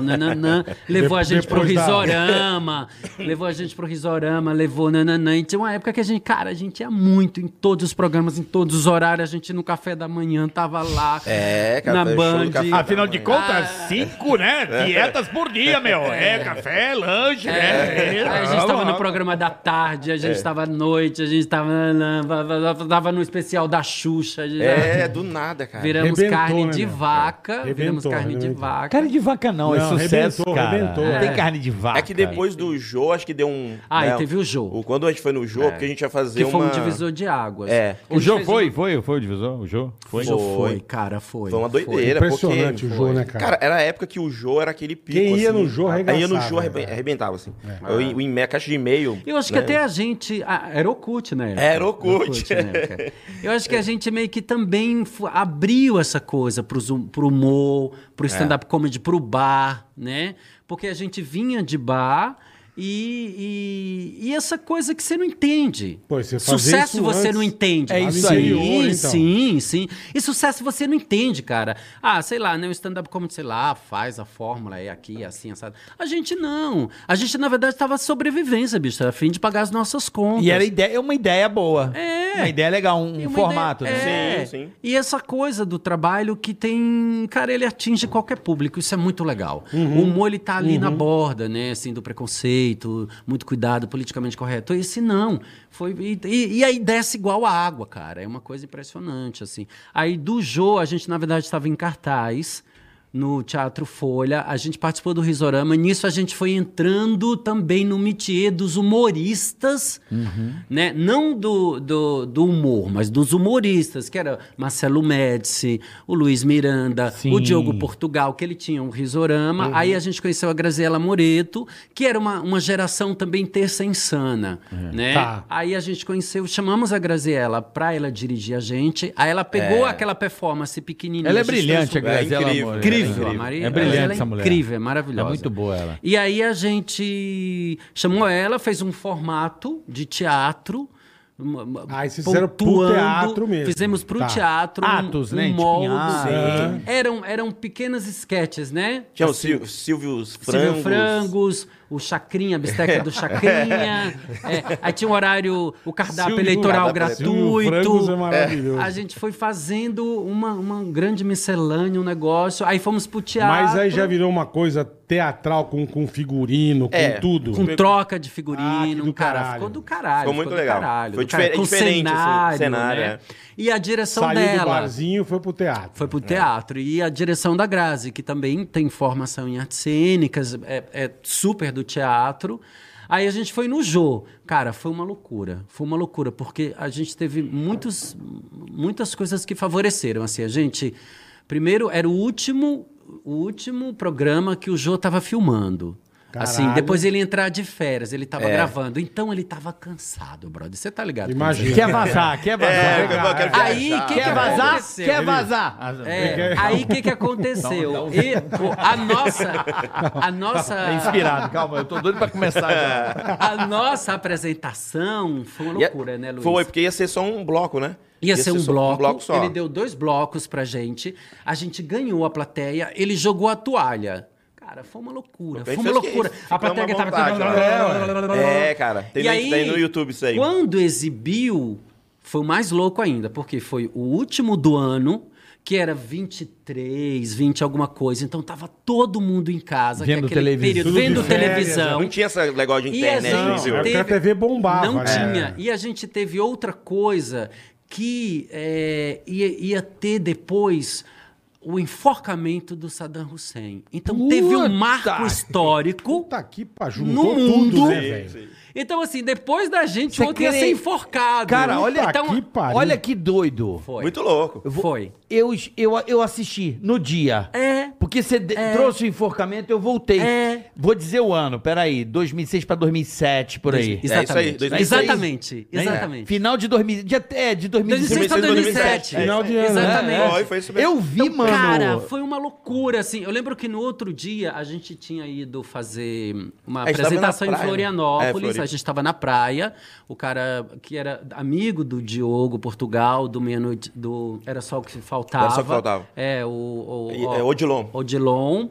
Speaker 7: nananã, levou a gente pro
Speaker 3: Depois da-
Speaker 7: Risorama. Risorama, levou a gente pro Risorama, levou nananã. E tinha uma época que a gente, cara, a gente ia muito em todos os programas, em todos os horários. A gente no café da manhã tava lá.
Speaker 6: É, cara,
Speaker 7: na
Speaker 6: foi show do
Speaker 7: Band.
Speaker 6: café da
Speaker 4: Afinal de
Speaker 6: Ah.
Speaker 4: contas, cinco, né? Dietas por dia, meu. É, café, lanche,
Speaker 3: É,
Speaker 4: né?
Speaker 7: Aí É, a gente tava no programa da tarde, a gente
Speaker 6: É.
Speaker 7: tava à noite, a gente tava, nananã, tava no especial da Xuxa. a gente
Speaker 6: É,
Speaker 7: tava-
Speaker 6: do nada, cara.
Speaker 7: viramos
Speaker 3: Arrebentou,
Speaker 7: carne
Speaker 3: né,
Speaker 7: de
Speaker 3: meu?
Speaker 7: vaca.
Speaker 3: Arrebentou,
Speaker 7: viramos carne de
Speaker 3: arrebentou.
Speaker 7: vaca.
Speaker 5: Carne de vaca não, é
Speaker 3: Não,
Speaker 5: sucesso,
Speaker 3: arrebentou,
Speaker 5: cara.
Speaker 3: arrebentou.
Speaker 5: Não tem
Speaker 7: É.
Speaker 5: carne de
Speaker 6: É
Speaker 5: vaca.
Speaker 3: Ah,
Speaker 6: que depois do Jô, acho que deu um.
Speaker 7: Ah, e
Speaker 6: né,
Speaker 7: teve o Jô.
Speaker 6: o- Quando a gente foi no Jô, porque a gente ia fazer
Speaker 7: que
Speaker 6: uma.
Speaker 7: foi um divisor de águas.
Speaker 6: É.
Speaker 5: O jogo
Speaker 7: um-
Speaker 5: foi, foi, foi o divisor? O jogo?
Speaker 7: O
Speaker 5: Foi.
Speaker 7: Jô
Speaker 6: Foi.
Speaker 7: foi, cara, foi.
Speaker 6: Foi uma
Speaker 7: foi.
Speaker 6: doideira,
Speaker 3: Impressionante
Speaker 6: porque-
Speaker 3: o Jô, né, cara?
Speaker 6: Cara, era a época que o Jô era aquele pico.
Speaker 3: Quem ia no Jô
Speaker 6: arrebentava. Aí ia no
Speaker 3: arregaçava,
Speaker 6: Jô arrebe-
Speaker 3: né?
Speaker 6: arrebentava, assim. Eu, o e-mail, a caixa de e-mail.
Speaker 7: Eu acho que
Speaker 6: né?
Speaker 7: até a gente. ah, era Orkut, né?
Speaker 6: Era Orkut.
Speaker 7: cara? Eu acho que a gente meio que também fu- abriu essa coisa pro, zum- pro humor, pro
Speaker 6: É.
Speaker 7: stand-up comedy, pro bar, né? Porque a gente vinha de bar. E, e- e essa coisa que você não entende.
Speaker 3: Ppô, e você fazer
Speaker 7: sucesso
Speaker 3: isso
Speaker 7: você
Speaker 3: antes-
Speaker 7: não entende.
Speaker 5: É
Speaker 7: cara.
Speaker 5: isso aí.
Speaker 3: Interior, então.
Speaker 7: Sim, sim. E sucesso você não entende, cara. Ah, sei lá, né? O stand-up comedy, sei lá, faz a fórmula, é aqui, é assim, assado. A gente não. A gente, na verdade, tava sobrevivência, bicho. Era a fim de pagar as nossas contas.
Speaker 5: E era ideia, é uma ideia boa.
Speaker 7: É.
Speaker 5: Uma ideia legal, um
Speaker 7: E uma
Speaker 5: formato.
Speaker 7: ideia-
Speaker 5: né?
Speaker 7: é.
Speaker 6: Sim, sim.
Speaker 7: E essa coisa do trabalho que tem. Cara, ele atinge qualquer público, isso é muito legal.
Speaker 6: Uhum.
Speaker 7: O humor, ele tá ali na borda, né? Assim, do preconceito, muito cuidado, politicamente correto. Esse não. Foi, e, e- e aí desce igual a água, cara. É uma coisa impressionante, assim. Aí do Jô, a gente, na verdade, estava em cartaz. No Teatro Folha, a gente participou do Risorama, nisso a gente foi entrando também no métier dos humoristas,
Speaker 5: Uhum.
Speaker 7: né? Não do, do, do humor, mas dos humoristas, que era Marcelo Médici, o Luiz Miranda, o
Speaker 5: Sim. Uhum.
Speaker 7: Diogo Portugal, que ele tinha um risorama. Aí a gente conheceu a Graziela Moreto, que era uma, uma geração também terça insana,
Speaker 5: É.
Speaker 7: né?
Speaker 3: Tá.
Speaker 7: Aí a gente conheceu, chamamos a Graziela pra ela dirigir a gente. Aí ela pegou aquela performance pequenininha.
Speaker 5: É. Ela é
Speaker 7: a gente
Speaker 5: brilhante, a
Speaker 7: transformou-
Speaker 5: Graziela
Speaker 6: incrível,
Speaker 7: é Incrível,
Speaker 5: Moreira.
Speaker 6: Incrível.
Speaker 7: a Maria.
Speaker 5: É brilhante
Speaker 7: ela
Speaker 5: essa mulher.
Speaker 7: Incrível, é
Speaker 5: É
Speaker 7: maravilhosa.
Speaker 5: muito boa ela.
Speaker 7: E aí a gente chamou ela, fez um formato de teatro. uma- uma-
Speaker 3: Ah, e vocês fizeram pro
Speaker 7: pontuando,
Speaker 3: teatro mesmo.
Speaker 7: Fizemos pro
Speaker 3: Tá.
Speaker 7: teatro. um-
Speaker 5: Atos,
Speaker 7: um
Speaker 5: né? Tipo em
Speaker 7: Molde.
Speaker 5: atos.
Speaker 7: Eram, eram pequenas sketches, né?
Speaker 6: Tinha é o Sil- Silvio Frangos.
Speaker 7: Frangos. Frangos, o Chacrinha, a bisteca do Chacrinha. É, aí tinha um horário, o cardápio
Speaker 3: Silvio-
Speaker 7: eleitoral
Speaker 6: cardápio
Speaker 3: Silvio Frangos
Speaker 7: gratuito.
Speaker 3: é maravilhoso.
Speaker 7: a gente foi fazendo uma, uma grande miscelânea, um negócio. Aí fomos pro teatro.
Speaker 3: Mas aí já virou uma coisa teatral com, com figurino, com
Speaker 6: É.
Speaker 3: tudo.
Speaker 7: Com troca
Speaker 3: Ah, que
Speaker 7: de
Speaker 3: do
Speaker 7: figurino, um cara,
Speaker 3: caralho.
Speaker 7: ficou do caralho.
Speaker 6: Ficou muito
Speaker 7: do
Speaker 6: legal.
Speaker 7: caralho,
Speaker 6: Foi
Speaker 7: do caralho,
Speaker 6: difer-
Speaker 7: com
Speaker 6: diferente, assim,
Speaker 7: cenário,
Speaker 6: cenário,
Speaker 7: né?
Speaker 6: é.
Speaker 7: E a direção
Speaker 3: Saiu
Speaker 7: dela.
Speaker 3: do barzinho e foi pro teatro.
Speaker 7: Foi pro teatro. E a direção da Grazi, que também tem formação em artes cênicas, é, é super do teatro. Aí a gente foi no Jô. Cara, foi uma loucura. Foi uma loucura, porque a gente teve muitos, muitas coisas que favoreceram. Assim, a gente. Primeiro, era o último, o último programa que o Jô estava filmando. Assim,
Speaker 3: Caralho.
Speaker 7: depois ele entrar de férias, ele
Speaker 5: É.
Speaker 7: tava gravando. Então ele tava cansado, brother. Você tá ligado? como
Speaker 3: Imagina.
Speaker 5: Quer vazar, quer
Speaker 6: É, eu
Speaker 5: vazar.
Speaker 6: quero viajar.
Speaker 7: Aí, que
Speaker 5: Quer
Speaker 7: que
Speaker 5: vazar?
Speaker 7: aconteceu?
Speaker 5: Quer vazar.
Speaker 7: É,
Speaker 5: um-
Speaker 7: aí o que, que aconteceu? E, pô, a nossa. A nossa.
Speaker 5: É inspirado, calma, eu tô doido pra começar já.
Speaker 7: A nossa apresentação foi uma
Speaker 6: Ia-
Speaker 7: loucura, né, Luiz?
Speaker 6: é- Foi, porque ia ser só um bloco, né?
Speaker 7: Ia, ser um
Speaker 6: só-
Speaker 7: bloco,
Speaker 6: só.
Speaker 7: Ele deu dois blocos pra gente. A gente ganhou a plateia, ele jogou a toalha. Cara, foi uma loucura. Foi
Speaker 6: Bem,
Speaker 7: uma
Speaker 6: fez que
Speaker 7: loucura.
Speaker 6: isso,
Speaker 7: A
Speaker 6: ficamos
Speaker 7: plateia
Speaker 6: à
Speaker 7: tava.
Speaker 6: vontade, né? É, cara, tem
Speaker 7: E
Speaker 6: no- tem no YouTube isso aí.
Speaker 7: Quando exibiu, foi o mais louco ainda, porque foi o último do ano. Que era 23, 20, alguma coisa. Então tava todo mundo em casa. que é
Speaker 5: Vendo
Speaker 7: aquele
Speaker 5: televisão.
Speaker 7: período,
Speaker 3: Tudo de
Speaker 7: vendo
Speaker 3: férias,
Speaker 7: televisão.
Speaker 6: Não tinha essa negócio de
Speaker 7: E um
Speaker 6: internet,
Speaker 7: a
Speaker 6: né,
Speaker 7: gente
Speaker 6: viu?
Speaker 3: É, porque a TV bombava,
Speaker 7: Não
Speaker 3: né?
Speaker 7: tinha. E a gente teve outra coisa que é, ia, ia ter depois o enforcamento do Saddam Hussein. Então
Speaker 3: Puta
Speaker 7: teve um marco histórico.
Speaker 3: Puta aqui, pá,
Speaker 7: No
Speaker 3: juntou tudo,
Speaker 7: mundo-
Speaker 3: né,
Speaker 7: Sim,
Speaker 3: velho?
Speaker 7: Então, assim, depois da gente,
Speaker 5: Você
Speaker 7: o outro ia
Speaker 5: crê-
Speaker 7: ser enforcado.
Speaker 5: Cara, olha,
Speaker 7: então,
Speaker 3: que pariu.
Speaker 5: olha que doido.
Speaker 7: Foi.
Speaker 6: Muito louco.
Speaker 5: Eu vou-
Speaker 7: Foi.
Speaker 5: Eu, eu, eu assisti no dia.
Speaker 7: É.
Speaker 5: Porque você de- trouxe o enforcamento, eu voltei.
Speaker 7: É.
Speaker 5: Vou dizer o ano, peraí. 2006 pra 2007, por aí.
Speaker 6: É isso aí,
Speaker 7: Exatamente.
Speaker 6: 2006.
Speaker 7: exatamente.
Speaker 5: Né?
Speaker 7: Exatamente.
Speaker 5: Final de 2000, dia, é, de 2006.
Speaker 7: 2006 pra 2007.
Speaker 3: Final de ano, né?
Speaker 7: Exatamente.
Speaker 5: É,
Speaker 6: Foi, foi isso mesmo.
Speaker 5: Eu vi,
Speaker 7: Então,
Speaker 5: mano.
Speaker 7: Cara, foi uma loucura, assim. Eu lembro que no outro dia a gente tinha ido fazer uma
Speaker 6: A gente tava na
Speaker 7: apresentação em
Speaker 6: praia, né? É,
Speaker 7: Florianópolis.
Speaker 6: Floripa.
Speaker 7: a gente estava na praia. O cara que era amigo do Diogo Portugal, do meia-noite, do Era Só o que Faltava.
Speaker 6: Era Só o que Faltava.
Speaker 7: É, o. o,
Speaker 6: E- é, Odilon.
Speaker 7: Odilon.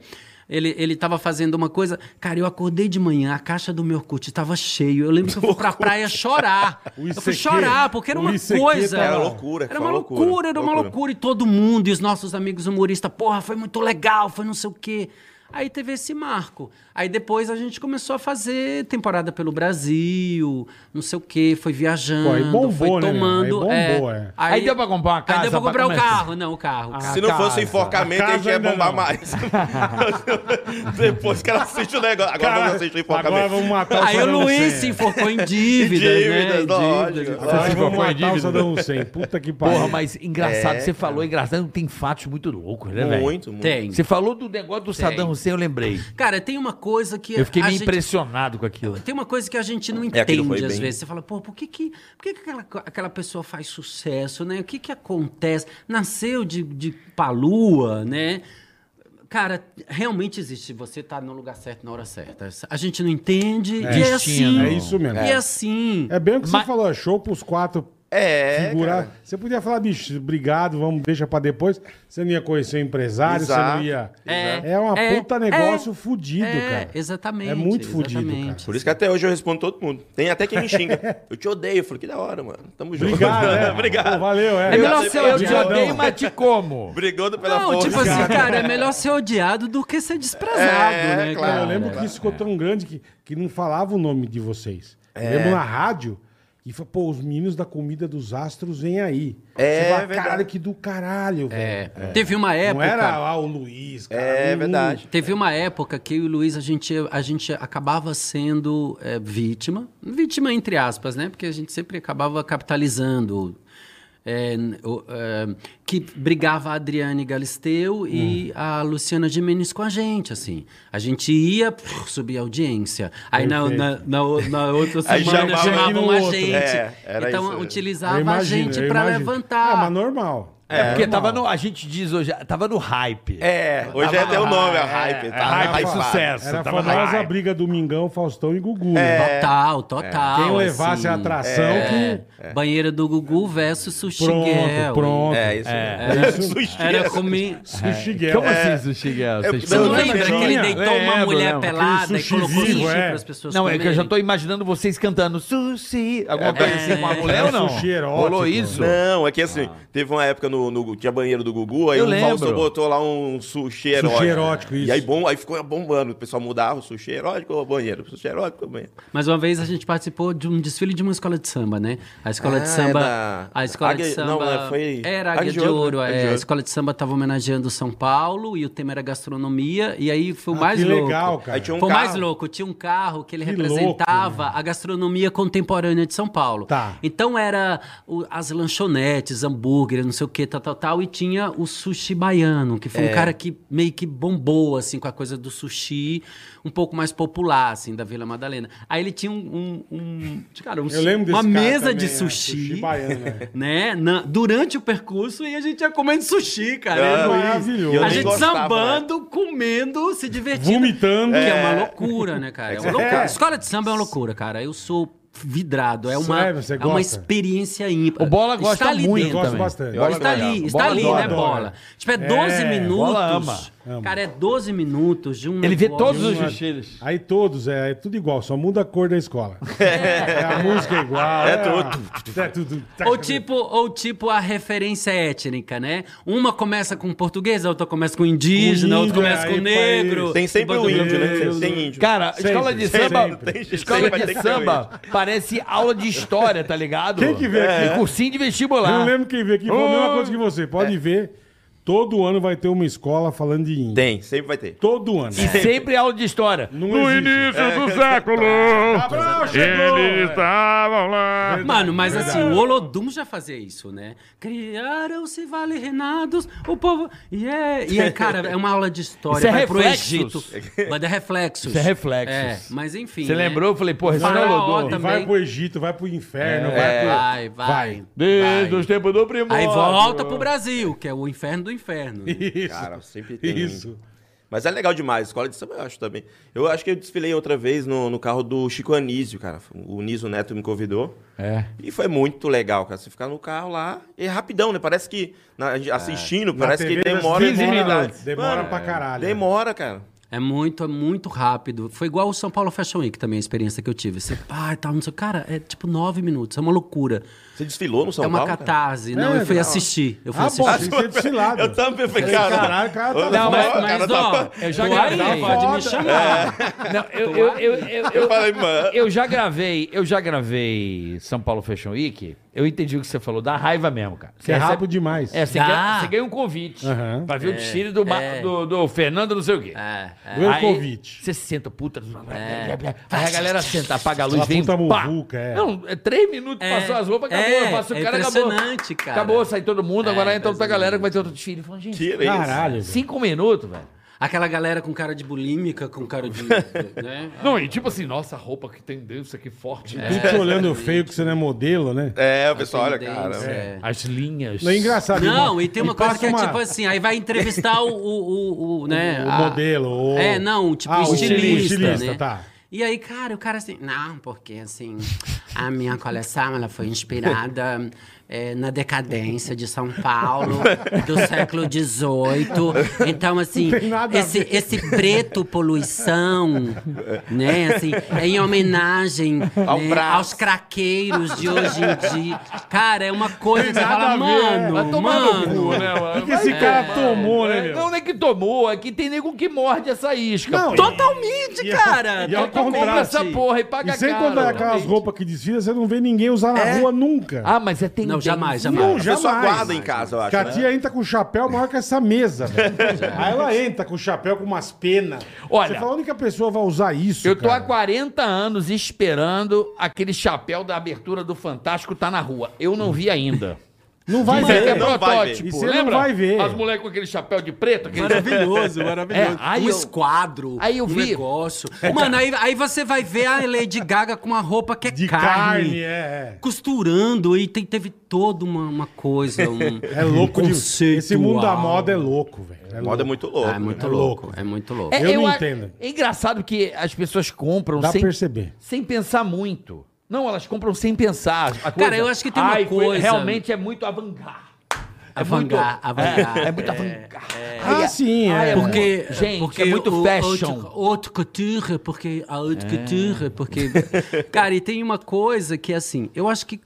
Speaker 7: Ele, ele tava fazendo uma coisa. Cara, eu acordei de manhã, a caixa do meu Orkut tava cheio. Eu lembro que eu fui pra praia chorar.
Speaker 3: O
Speaker 7: eu
Speaker 3: ICQ,
Speaker 7: fui chorar, porque era
Speaker 3: o
Speaker 7: uma
Speaker 3: ICQ
Speaker 7: coisa.
Speaker 3: tava- Era
Speaker 6: loucura,
Speaker 7: Era
Speaker 6: foi
Speaker 7: uma
Speaker 6: uma
Speaker 7: loucura,
Speaker 6: loucura,
Speaker 7: era uma
Speaker 6: loucura.
Speaker 7: loucura loucura e todo mundo, e os nossos amigos humoristas, porra, foi muito legal, foi não sei o quê. Aí teve esse marco. Aí depois a gente começou a fazer temporada pelo Brasil, não sei o quê, foi viajando,
Speaker 3: Pô, aí bombou,
Speaker 7: foi
Speaker 3: né,
Speaker 7: tomando.
Speaker 3: meu? Aí
Speaker 7: é.
Speaker 3: bombou, é.
Speaker 5: Aí deu pra comprar uma
Speaker 7: Aí
Speaker 5: casa
Speaker 7: deu pra
Speaker 5: pra
Speaker 7: comprar o
Speaker 5: começar. Ah.
Speaker 7: carro. Não, o carro. o carro.
Speaker 6: Se não fosse
Speaker 3: casa.
Speaker 6: o enforcamento,
Speaker 3: A
Speaker 6: a gente ia
Speaker 3: casa ainda
Speaker 6: bombar
Speaker 3: não.
Speaker 6: mais. Depois que ela assiste o negócio. Agora
Speaker 3: Cara,
Speaker 6: vamos assistir o enforcamento.
Speaker 3: Agora vamos matar
Speaker 7: Aí o
Speaker 3: Saddam
Speaker 7: Luiz
Speaker 3: Hussein.
Speaker 7: se enforcou em dívidas, né?
Speaker 6: Dívidas, lógico,
Speaker 3: Agora
Speaker 6: Lógico,
Speaker 3: vamos
Speaker 4: foi
Speaker 3: matar
Speaker 4: dívida.
Speaker 3: o Saddam Hussein. Puta que pariu.
Speaker 5: Porra, mas engraçado, você falou, engraçado, tem fatos muito loucos,
Speaker 3: É,
Speaker 5: né, velho?
Speaker 6: Muito, muito.
Speaker 7: Tem.
Speaker 5: Você falou do negócio do Saddam Hussein, eu lembrei.
Speaker 7: Cara, tem uma coisa que
Speaker 5: Eu fiquei
Speaker 7: a
Speaker 5: meio
Speaker 7: gente-
Speaker 5: impressionado com aquilo.
Speaker 7: Tem uma coisa que a gente não
Speaker 6: É, aquilo
Speaker 7: entende
Speaker 6: foi
Speaker 7: às
Speaker 6: bem-
Speaker 7: vezes. Você fala, pô, por que, que, por que, que aquela, co- aquela pessoa faz sucesso, né? O que, que acontece? Nasceu de, de palua, né? Cara, realmente existe. Você tá no lugar certo na hora certa. A gente não entende. e é
Speaker 5: Destino.
Speaker 7: assim.
Speaker 3: É isso mesmo.
Speaker 7: E é assim.
Speaker 3: É bem o que
Speaker 5: Mas-
Speaker 3: você falou, é show pros quatro
Speaker 6: É,
Speaker 3: figurar.
Speaker 6: cara.
Speaker 3: Você podia falar, bicho, obrigado, vamos, deixa pra depois. Você não ia conhecer o empresário, você
Speaker 6: Exato.
Speaker 3: não ia.
Speaker 7: É.
Speaker 3: É, uma
Speaker 7: É.
Speaker 3: puta negócio
Speaker 7: É.
Speaker 3: fudido,
Speaker 7: É,
Speaker 3: cara.
Speaker 7: exatamente.
Speaker 3: É muito fudido,
Speaker 7: exatamente.
Speaker 6: Por isso que é até hoje eu respondo todo mundo. Tem até quem me xinga. Eu te odeio. Eu falo, que da hora, mano. Tamo junto.
Speaker 3: Obrigado, né? Pô,
Speaker 6: Obrigado.
Speaker 3: valeu, é.
Speaker 7: É melhor ser
Speaker 5: Eu te
Speaker 3: Obrigadão.
Speaker 5: odeio, mas te como.
Speaker 6: Obrigado pela
Speaker 7: Não,
Speaker 6: força.
Speaker 7: tipo assim, cara, é melhor ser odiado do que ser desprezado,
Speaker 6: É,
Speaker 7: né,
Speaker 6: claro,
Speaker 7: cara?
Speaker 3: eu lembro que isso ficou tão grande que, que não falava o nome de vocês.
Speaker 6: É.
Speaker 3: Eu lembro na rádio e falou, pô, os meninos da comida dos astros vêm aí.
Speaker 6: É
Speaker 3: Você fala,
Speaker 6: verdade.
Speaker 3: caralho, que do caralho, velho.
Speaker 7: É. Teve uma
Speaker 3: Não
Speaker 7: época.
Speaker 3: era lá o Luiz, cara.
Speaker 6: É
Speaker 3: Não-
Speaker 6: verdade.
Speaker 7: Teve uma época que eu e o Luiz, a gente, a gente acabava sendo é, vítima. Vítima entre aspas, né? Porque a gente sempre acabava capitalizando. é, n- o- é, que brigava a Adriane Galisteu
Speaker 3: Hum.
Speaker 7: e a Luciana Gimenez com a gente, assim. A gente ia pff, subir a audiência. Aí na,
Speaker 3: Perfeito.
Speaker 7: na, na o- na outra
Speaker 6: Aí
Speaker 7: semana
Speaker 6: chamava
Speaker 7: chamavam
Speaker 3: um
Speaker 7: a
Speaker 3: outro.
Speaker 7: gente.
Speaker 6: É, era
Speaker 7: então
Speaker 6: isso mesmo.
Speaker 7: utilizava
Speaker 3: Eu imagino,
Speaker 7: a gente
Speaker 3: eu
Speaker 7: pra
Speaker 3: imagino.
Speaker 7: levantar.
Speaker 3: É, mas normal.
Speaker 5: É, porque tava no, a gente diz hoje, tava no hype.
Speaker 6: É, hoje é até o nome, a hype.
Speaker 3: é,
Speaker 6: Tá
Speaker 4: hype,
Speaker 6: hypado.
Speaker 4: sucesso.
Speaker 3: Era a
Speaker 4: Tava
Speaker 3: famosa
Speaker 4: hype.
Speaker 3: briga do Mingão, Faustão e Gugu.
Speaker 7: É.
Speaker 3: né?
Speaker 7: Total, total.
Speaker 3: Quem levasse a
Speaker 7: assim.
Speaker 3: atração
Speaker 7: É,
Speaker 3: que...
Speaker 7: Banheira do Gugu versus Sushi
Speaker 3: Pronto,
Speaker 7: Girl.
Speaker 3: pronto.
Speaker 6: É, isso. É, é Sushi.
Speaker 7: Era comer...
Speaker 3: Sushi Girl.
Speaker 5: Como
Speaker 3: É.
Speaker 5: assim, Sushi Girl?
Speaker 6: Eu-
Speaker 5: Vocês
Speaker 7: Você não
Speaker 5: falam?
Speaker 7: lembra que ele
Speaker 3: Lembra?
Speaker 7: deitou uma
Speaker 5: Lembro,
Speaker 7: mulher
Speaker 5: lembro.
Speaker 7: pelada
Speaker 3: Aquele
Speaker 7: e
Speaker 3: sushi
Speaker 7: colocou
Speaker 3: vivo,
Speaker 7: sushi
Speaker 3: é.
Speaker 7: para as pessoas
Speaker 5: Não, é
Speaker 7: comerem?
Speaker 5: que eu já tô imaginando vocês cantando sushi, alguma coisa assim com uma
Speaker 7: é.
Speaker 5: mulher ou não?
Speaker 3: Sushi erótico.
Speaker 5: Rolou isso?
Speaker 6: Não, é que assim,
Speaker 3: Ah.
Speaker 6: teve uma época no, no tinha banheiro do Gugu, aí
Speaker 5: Eu
Speaker 6: o
Speaker 5: lembro.
Speaker 6: Faustão botou lá um sushi erótico.
Speaker 3: erótico, isso.
Speaker 6: E aí, bom, aí ficou bombando. O pessoal mudava o sushi erótico ou banheiro. Sushi erótico ou banheiro.
Speaker 7: Mas uma vez a gente participou de um desfile de uma escola de samba, né? A escola
Speaker 6: Ah,
Speaker 7: de
Speaker 6: é
Speaker 7: samba.
Speaker 6: da-
Speaker 7: A escola de
Speaker 6: Águia-
Speaker 7: samba.
Speaker 6: não, é, foi-
Speaker 7: Era Águia de Ouro.
Speaker 6: né?
Speaker 7: é.
Speaker 6: Águia de Ouro.
Speaker 7: A escola de samba estava homenageando São Paulo e o tema era gastronomia. E aí foi o
Speaker 3: Ah,
Speaker 7: mais
Speaker 3: que
Speaker 7: louco.
Speaker 3: legal, cara.
Speaker 6: Aí tinha um
Speaker 7: Foi o
Speaker 6: carro.
Speaker 7: mais louco, tinha um carro que ele
Speaker 3: Que
Speaker 7: representava a gastronomia contemporânea de São Paulo.
Speaker 3: Tá.
Speaker 7: Então era o- as lanchonetes, hambúrguer, não sei o que, tal, tal, tal, e tinha o sushi baiano, que foi
Speaker 3: É.
Speaker 7: um cara que meio que bombou, assim, com a coisa do sushi, um pouco mais popular, assim, da Vila Madalena. Aí ele tinha um, um- um- cara, um-
Speaker 3: Eu lembro desse
Speaker 7: uma
Speaker 3: cara
Speaker 7: mesa
Speaker 3: também,
Speaker 7: de
Speaker 3: é,
Speaker 7: sushi,
Speaker 3: sushi baiano, é.
Speaker 7: né, na- durante o percurso, e a gente ia comendo sushi, cara.
Speaker 6: Ah,
Speaker 7: Eu e o Luiz.
Speaker 3: é maravilhoso.
Speaker 6: Eu
Speaker 7: É. A
Speaker 6: nem
Speaker 7: gente
Speaker 6: gostava,
Speaker 7: sambando, comendo, se divertindo.
Speaker 3: Vomitando.
Speaker 7: Que é uma loucura, né, cara? É uma loucura. Escola de samba é uma loucura, cara. Eu sou vidrado. É uma,
Speaker 3: Sério? Você
Speaker 7: é
Speaker 3: gosta?
Speaker 7: uma experiência ímpar.
Speaker 5: O Bola gosta
Speaker 7: Está ali
Speaker 3: Eu
Speaker 5: muito
Speaker 7: dentro.
Speaker 3: gosto
Speaker 5: também.
Speaker 3: bastante.
Speaker 6: Eu acho
Speaker 7: Está
Speaker 6: que
Speaker 7: ali,
Speaker 6: eu
Speaker 7: está
Speaker 5: Bola
Speaker 7: ali,
Speaker 5: adora,
Speaker 7: né,
Speaker 3: adora.
Speaker 7: Bola? Tipo, é
Speaker 3: É,
Speaker 7: 12 minutos.
Speaker 5: Bola ama.
Speaker 3: Ama.
Speaker 7: Cara, é 12 minutos de um.
Speaker 5: Ele vê
Speaker 7: negócio-
Speaker 5: todos os
Speaker 7: de um-
Speaker 5: sushis.
Speaker 3: Aí todos, é, é tudo igual, só muda a cor da escola. É, a música é igual. a-
Speaker 6: É
Speaker 3: É tudo.
Speaker 7: Ou tipo, ou tipo a referência étnica, né? Uma começa com português, a outra começa com indígena, a outra
Speaker 3: índio,
Speaker 7: começa
Speaker 3: aí,
Speaker 7: com
Speaker 3: pra
Speaker 7: negro.
Speaker 3: isso.
Speaker 6: Tem sempre o
Speaker 7: Bota-
Speaker 6: índio, né?
Speaker 3: Deus.
Speaker 6: Sempre Tem índio.
Speaker 5: tá- Cara,
Speaker 3: Sempre,
Speaker 5: escola de
Speaker 3: sempre.
Speaker 5: samba,
Speaker 6: Tem jeito,
Speaker 5: escola
Speaker 6: sempre
Speaker 5: de
Speaker 6: tem que
Speaker 5: samba parece aula de história, tá ligado?
Speaker 3: Quem que vê aqui?
Speaker 5: E cursinho de
Speaker 3: Eu
Speaker 4: ah.
Speaker 5: vestibular.
Speaker 3: lembro quem veio aqui, foi a mesma coisa que você. Pode ver. Todo ano vai ter uma escola falando de índio.
Speaker 6: Tem, sempre vai ter.
Speaker 3: Todo ano.
Speaker 4: E sempre aula de história.
Speaker 3: Não
Speaker 8: No
Speaker 3: existe.
Speaker 8: início do século,
Speaker 3: Cabral chegou!
Speaker 8: eles estavam lá.
Speaker 7: Mano, mas assim, o Olodum já fazia isso, né? Criaram-se vale renados, o povo. E é. E é, cara, é uma aula de história.
Speaker 4: Isso é
Speaker 7: vai pro Egito.
Speaker 4: reflexos.
Speaker 7: Mas é reflexos.
Speaker 4: Isso é reflexos.
Speaker 7: É, mas enfim.
Speaker 4: Você
Speaker 7: né?
Speaker 4: lembrou? Eu falei, porra, isso não é
Speaker 7: Faraó
Speaker 4: Lodô.
Speaker 7: também.
Speaker 3: Vai pro Egito, vai pro inferno, vai
Speaker 4: "É,
Speaker 7: Vai, vai.
Speaker 3: pro...
Speaker 4: Desde os tempos do primor.
Speaker 7: Aí volta pro Brasil, que é o inferno do inferno. né?
Speaker 3: Isso.
Speaker 6: Cara, sempre tem.
Speaker 3: Isso.
Speaker 6: Mas é legal demais. Escola de samba, eu acho também. Eu acho que eu desfilei outra vez no, no carro do Chico Anísio, cara. O Niso Neto me convidou.
Speaker 4: É.
Speaker 6: E foi muito legal, cara. Você ficar no carro lá. E é rapidão, né? Parece que. na- assistindo,
Speaker 3: É. Na
Speaker 6: parece que
Speaker 3: TV das
Speaker 6: demora.
Speaker 3: 15
Speaker 6: demora-
Speaker 3: minutos. Demora
Speaker 6: Mano,
Speaker 3: pra caralho.
Speaker 6: Demora, cara.
Speaker 7: É muito, é muito rápido. Foi igual o São Paulo Fashion Week também, a experiência que eu tive. Você pá e tal, não sei. Cara, é tipo nove minutos, é uma loucura.
Speaker 6: Você desfilou no São
Speaker 7: é uma
Speaker 6: Paulo? cara?
Speaker 7: catarse. Não,
Speaker 3: É,
Speaker 7: eu fui
Speaker 3: não.
Speaker 7: assistir. Eu fui
Speaker 3: Ah, bom,
Speaker 7: assistir.
Speaker 3: tem que ser desfilado.
Speaker 6: Eu também falei, cara.
Speaker 3: Caralho, cara, tá-
Speaker 6: Ô,
Speaker 4: Não,
Speaker 7: mas,
Speaker 6: o cara
Speaker 7: mas,
Speaker 6: tá-
Speaker 7: ó,
Speaker 4: Eu já
Speaker 7: tô aí,
Speaker 4: gravei.
Speaker 7: pode
Speaker 3: Foda.
Speaker 7: me chamar.
Speaker 4: Não, eu, eu, eu, eu,
Speaker 6: Eu falei, mano.
Speaker 4: eu já gravei, eu já gravei São Paulo Fashion Week. Eu entendi o que você falou, dá raiva mesmo, cara.
Speaker 3: Você é rápido demais.
Speaker 4: É, você,
Speaker 7: Dá.
Speaker 4: ganha, você ganha um convite
Speaker 3: Aham.
Speaker 4: pra ver o desfile do, Ma-
Speaker 7: é.
Speaker 4: do, do Fernando não sei o quê.
Speaker 7: É, é.
Speaker 3: Ganha um
Speaker 4: Aí,
Speaker 3: convite.
Speaker 4: Você senta, puta. Aí a galera senta, apaga a luz,
Speaker 3: Ela
Speaker 4: vem.
Speaker 3: puta
Speaker 4: pá.
Speaker 3: muvuca, é.
Speaker 4: Não, é três minutos,
Speaker 7: É,
Speaker 4: passou as roupas, acabou.
Speaker 7: é,
Speaker 4: passa o
Speaker 7: é
Speaker 4: cara, acabou.
Speaker 7: impressionante, cara.
Speaker 4: Acabou, sai todo mundo,
Speaker 7: É,
Speaker 4: agora entra outra
Speaker 7: impressionante.
Speaker 4: galera que vai ter outro desfile. Falando, gente,
Speaker 6: Tira isso.
Speaker 3: Caralho. velho.
Speaker 4: cinco minutos, velho.
Speaker 7: Aquela galera com cara de bulímica, com cara de. né?
Speaker 8: Não, e tipo assim, nossa, a roupa que tendência, que forte.
Speaker 7: É.
Speaker 8: né?
Speaker 3: Fica te olhando feio que você não é modelo, né?
Speaker 6: É, o pessoal, olha,
Speaker 7: Tendência,
Speaker 6: cara. né?
Speaker 7: é.
Speaker 4: As linhas.
Speaker 3: Não é engraçado.
Speaker 7: Não,
Speaker 3: irmão.
Speaker 7: e tem uma coisa
Speaker 3: passa
Speaker 7: que é
Speaker 3: uma-
Speaker 7: tipo assim, aí vai entrevistar o, o, o, o, né,
Speaker 3: o
Speaker 7: a-
Speaker 3: modelo, o-
Speaker 7: É, não, tipo
Speaker 3: Ah, o
Speaker 7: estilista,
Speaker 3: estilista,
Speaker 7: né?
Speaker 3: tá.
Speaker 7: E aí, cara, o cara assim, não, porque assim, a minha coleção, ela foi inspirada eh, na decadência de São Paulo do século XVIII. Então, assim,
Speaker 3: Não tem nada a
Speaker 7: esse,
Speaker 3: ver.
Speaker 7: esse preto poluição, né, assim, é em homenagem
Speaker 6: Ao
Speaker 7: né,
Speaker 6: Brás.
Speaker 7: aos craqueiros de hoje em dia. Cara, é uma coisa que você
Speaker 3: nada a
Speaker 7: fala,
Speaker 3: ver, é.
Speaker 7: mano,
Speaker 3: vai
Speaker 7: mano.
Speaker 8: né,
Speaker 3: O que,
Speaker 8: mano?
Speaker 3: que esse cara tomou, né,
Speaker 4: É,
Speaker 3: meu?
Speaker 4: não, não é que tomou, é que tem nego que morde essa isca.
Speaker 3: Não,
Speaker 4: pô.
Speaker 7: Totalmente,
Speaker 3: E- é
Speaker 7: cara!
Speaker 3: e ao
Speaker 7: Total-
Speaker 3: contrário.
Speaker 4: compra essa porra e paga
Speaker 3: E sem
Speaker 4: caro.
Speaker 3: contar aquelas roupas que desfila, você não vê ninguém usar na rua nunca.
Speaker 4: Ah, mas é tendência.
Speaker 7: Não, jamais, jamais.
Speaker 3: não,
Speaker 6: A
Speaker 3: jamais.
Speaker 6: pessoa guarda em casa, eu
Speaker 3: Que a
Speaker 6: acho. né?
Speaker 3: tia entra com o chapéu maior que essa mesa, velho. Aí ela entra com o chapéu com umas penas.
Speaker 4: Olha,
Speaker 3: Você fala, onde que a pessoa vai usar isso,
Speaker 4: Eu tô há
Speaker 3: cara?
Speaker 4: 40 anos esperando aquele chapéu da abertura do Fantástico tá na rua. Eu não vi ainda.
Speaker 3: Não vai
Speaker 4: Dizem que
Speaker 3: ver.
Speaker 4: é
Speaker 6: não vai
Speaker 4: protótipo,
Speaker 3: ver. E você não
Speaker 4: lembra?
Speaker 3: vai ver.
Speaker 4: As mulheres com aquele chapéu de preto, aquele
Speaker 7: Maravilhoso, maravilhoso.
Speaker 4: É, aí
Speaker 7: um
Speaker 4: eu-
Speaker 7: esquadro,
Speaker 4: aí eu
Speaker 7: um
Speaker 4: vi-
Speaker 7: negócio. Mano, aí, aí você vai ver a Lady Gaga com uma roupa que é
Speaker 3: De carne,
Speaker 7: carne.
Speaker 3: é.
Speaker 7: Costurando, e tem- teve toda uma, uma coisa. Um,
Speaker 3: É louco
Speaker 7: um
Speaker 3: de...
Speaker 7: conceitual.
Speaker 3: Esse mundo da moda é louco, velho. É
Speaker 6: Moda é
Speaker 3: louco.
Speaker 6: muito louco.
Speaker 7: Ah, é muito
Speaker 6: né?
Speaker 7: louco,
Speaker 3: louco.
Speaker 7: é muito louco.
Speaker 4: É,
Speaker 3: Eu não
Speaker 4: a-
Speaker 3: entendo.
Speaker 4: É engraçado que as pessoas compram
Speaker 3: Dá
Speaker 4: sem,
Speaker 3: pra perceber.
Speaker 4: sem pensar muito. Não, elas compram sem pensar. A
Speaker 7: Cara, eu acho que tem uma
Speaker 4: Ai, foi-
Speaker 7: coisa-
Speaker 4: Realmente é muito avangar.
Speaker 7: Avangar, avangar.
Speaker 4: É, é muito avangar.
Speaker 3: Ah, sim, é.
Speaker 7: Porque,
Speaker 4: gente,
Speaker 7: porque
Speaker 4: é muito
Speaker 7: o-
Speaker 4: fashion. É.
Speaker 7: Haute, haute couture, porque a haute couture, porque... cara, e tem uma coisa que, assim, eu acho que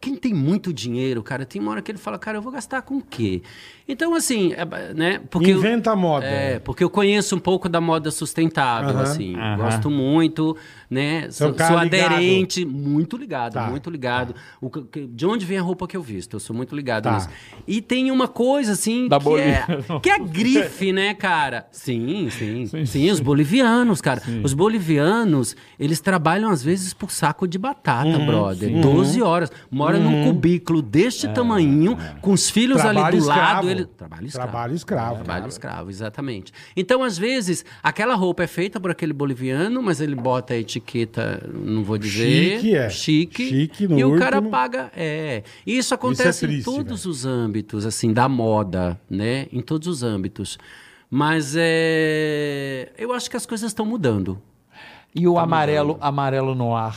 Speaker 7: quem tem muito dinheiro, cara, tem uma hora que ele fala, cara, eu vou gastar com o quê? Então, assim, é ba- né? Porque eu-
Speaker 3: Inventa a moda.
Speaker 7: É, porque eu conheço um pouco da moda sustentável,
Speaker 3: Aham.
Speaker 7: assim. Gosto muito, né?
Speaker 3: Você é um
Speaker 7: Sou,
Speaker 3: cara
Speaker 7: sou
Speaker 3: ligado.
Speaker 7: aderente, muito ligado,
Speaker 3: Tá.
Speaker 7: muito ligado. O que- que- de onde vem a roupa que eu visto? Eu sou muito ligado
Speaker 3: Tá.
Speaker 7: nisso. E tem uma coisa, assim,
Speaker 4: Da
Speaker 7: que
Speaker 4: Bolívia,
Speaker 7: é, que é grife, né, cara? Sim, sim. Sim, os bolivianos, cara. Os bolivianos, eles trabalham, às vezes, por saco de batata,
Speaker 3: Uhum,
Speaker 7: brother. 12 horas. Mora num cubículo deste tamanhinho, com os filhos ali
Speaker 3: É. Trabalho
Speaker 7: do
Speaker 3: escravo.
Speaker 7: lado. Ele... Trabalho escravo.
Speaker 3: Trabalho escravo,
Speaker 7: Trabalho
Speaker 3: cara.
Speaker 7: escravo, exatamente. Então, às vezes, aquela roupa é feita por aquele boliviano, mas ele bota a etiqueta, não vou dizer.
Speaker 3: Chique, é.
Speaker 7: Chique.
Speaker 3: Chique, no
Speaker 7: e o cara
Speaker 3: último.
Speaker 7: paga. É. E isso acontece em
Speaker 3: triste, né?
Speaker 7: todos os âmbitos, assim, da moda, né? Em todos os âmbitos. Mas é... eu acho que as coisas estão mudando.
Speaker 4: E o amarelo, amarelo no ar.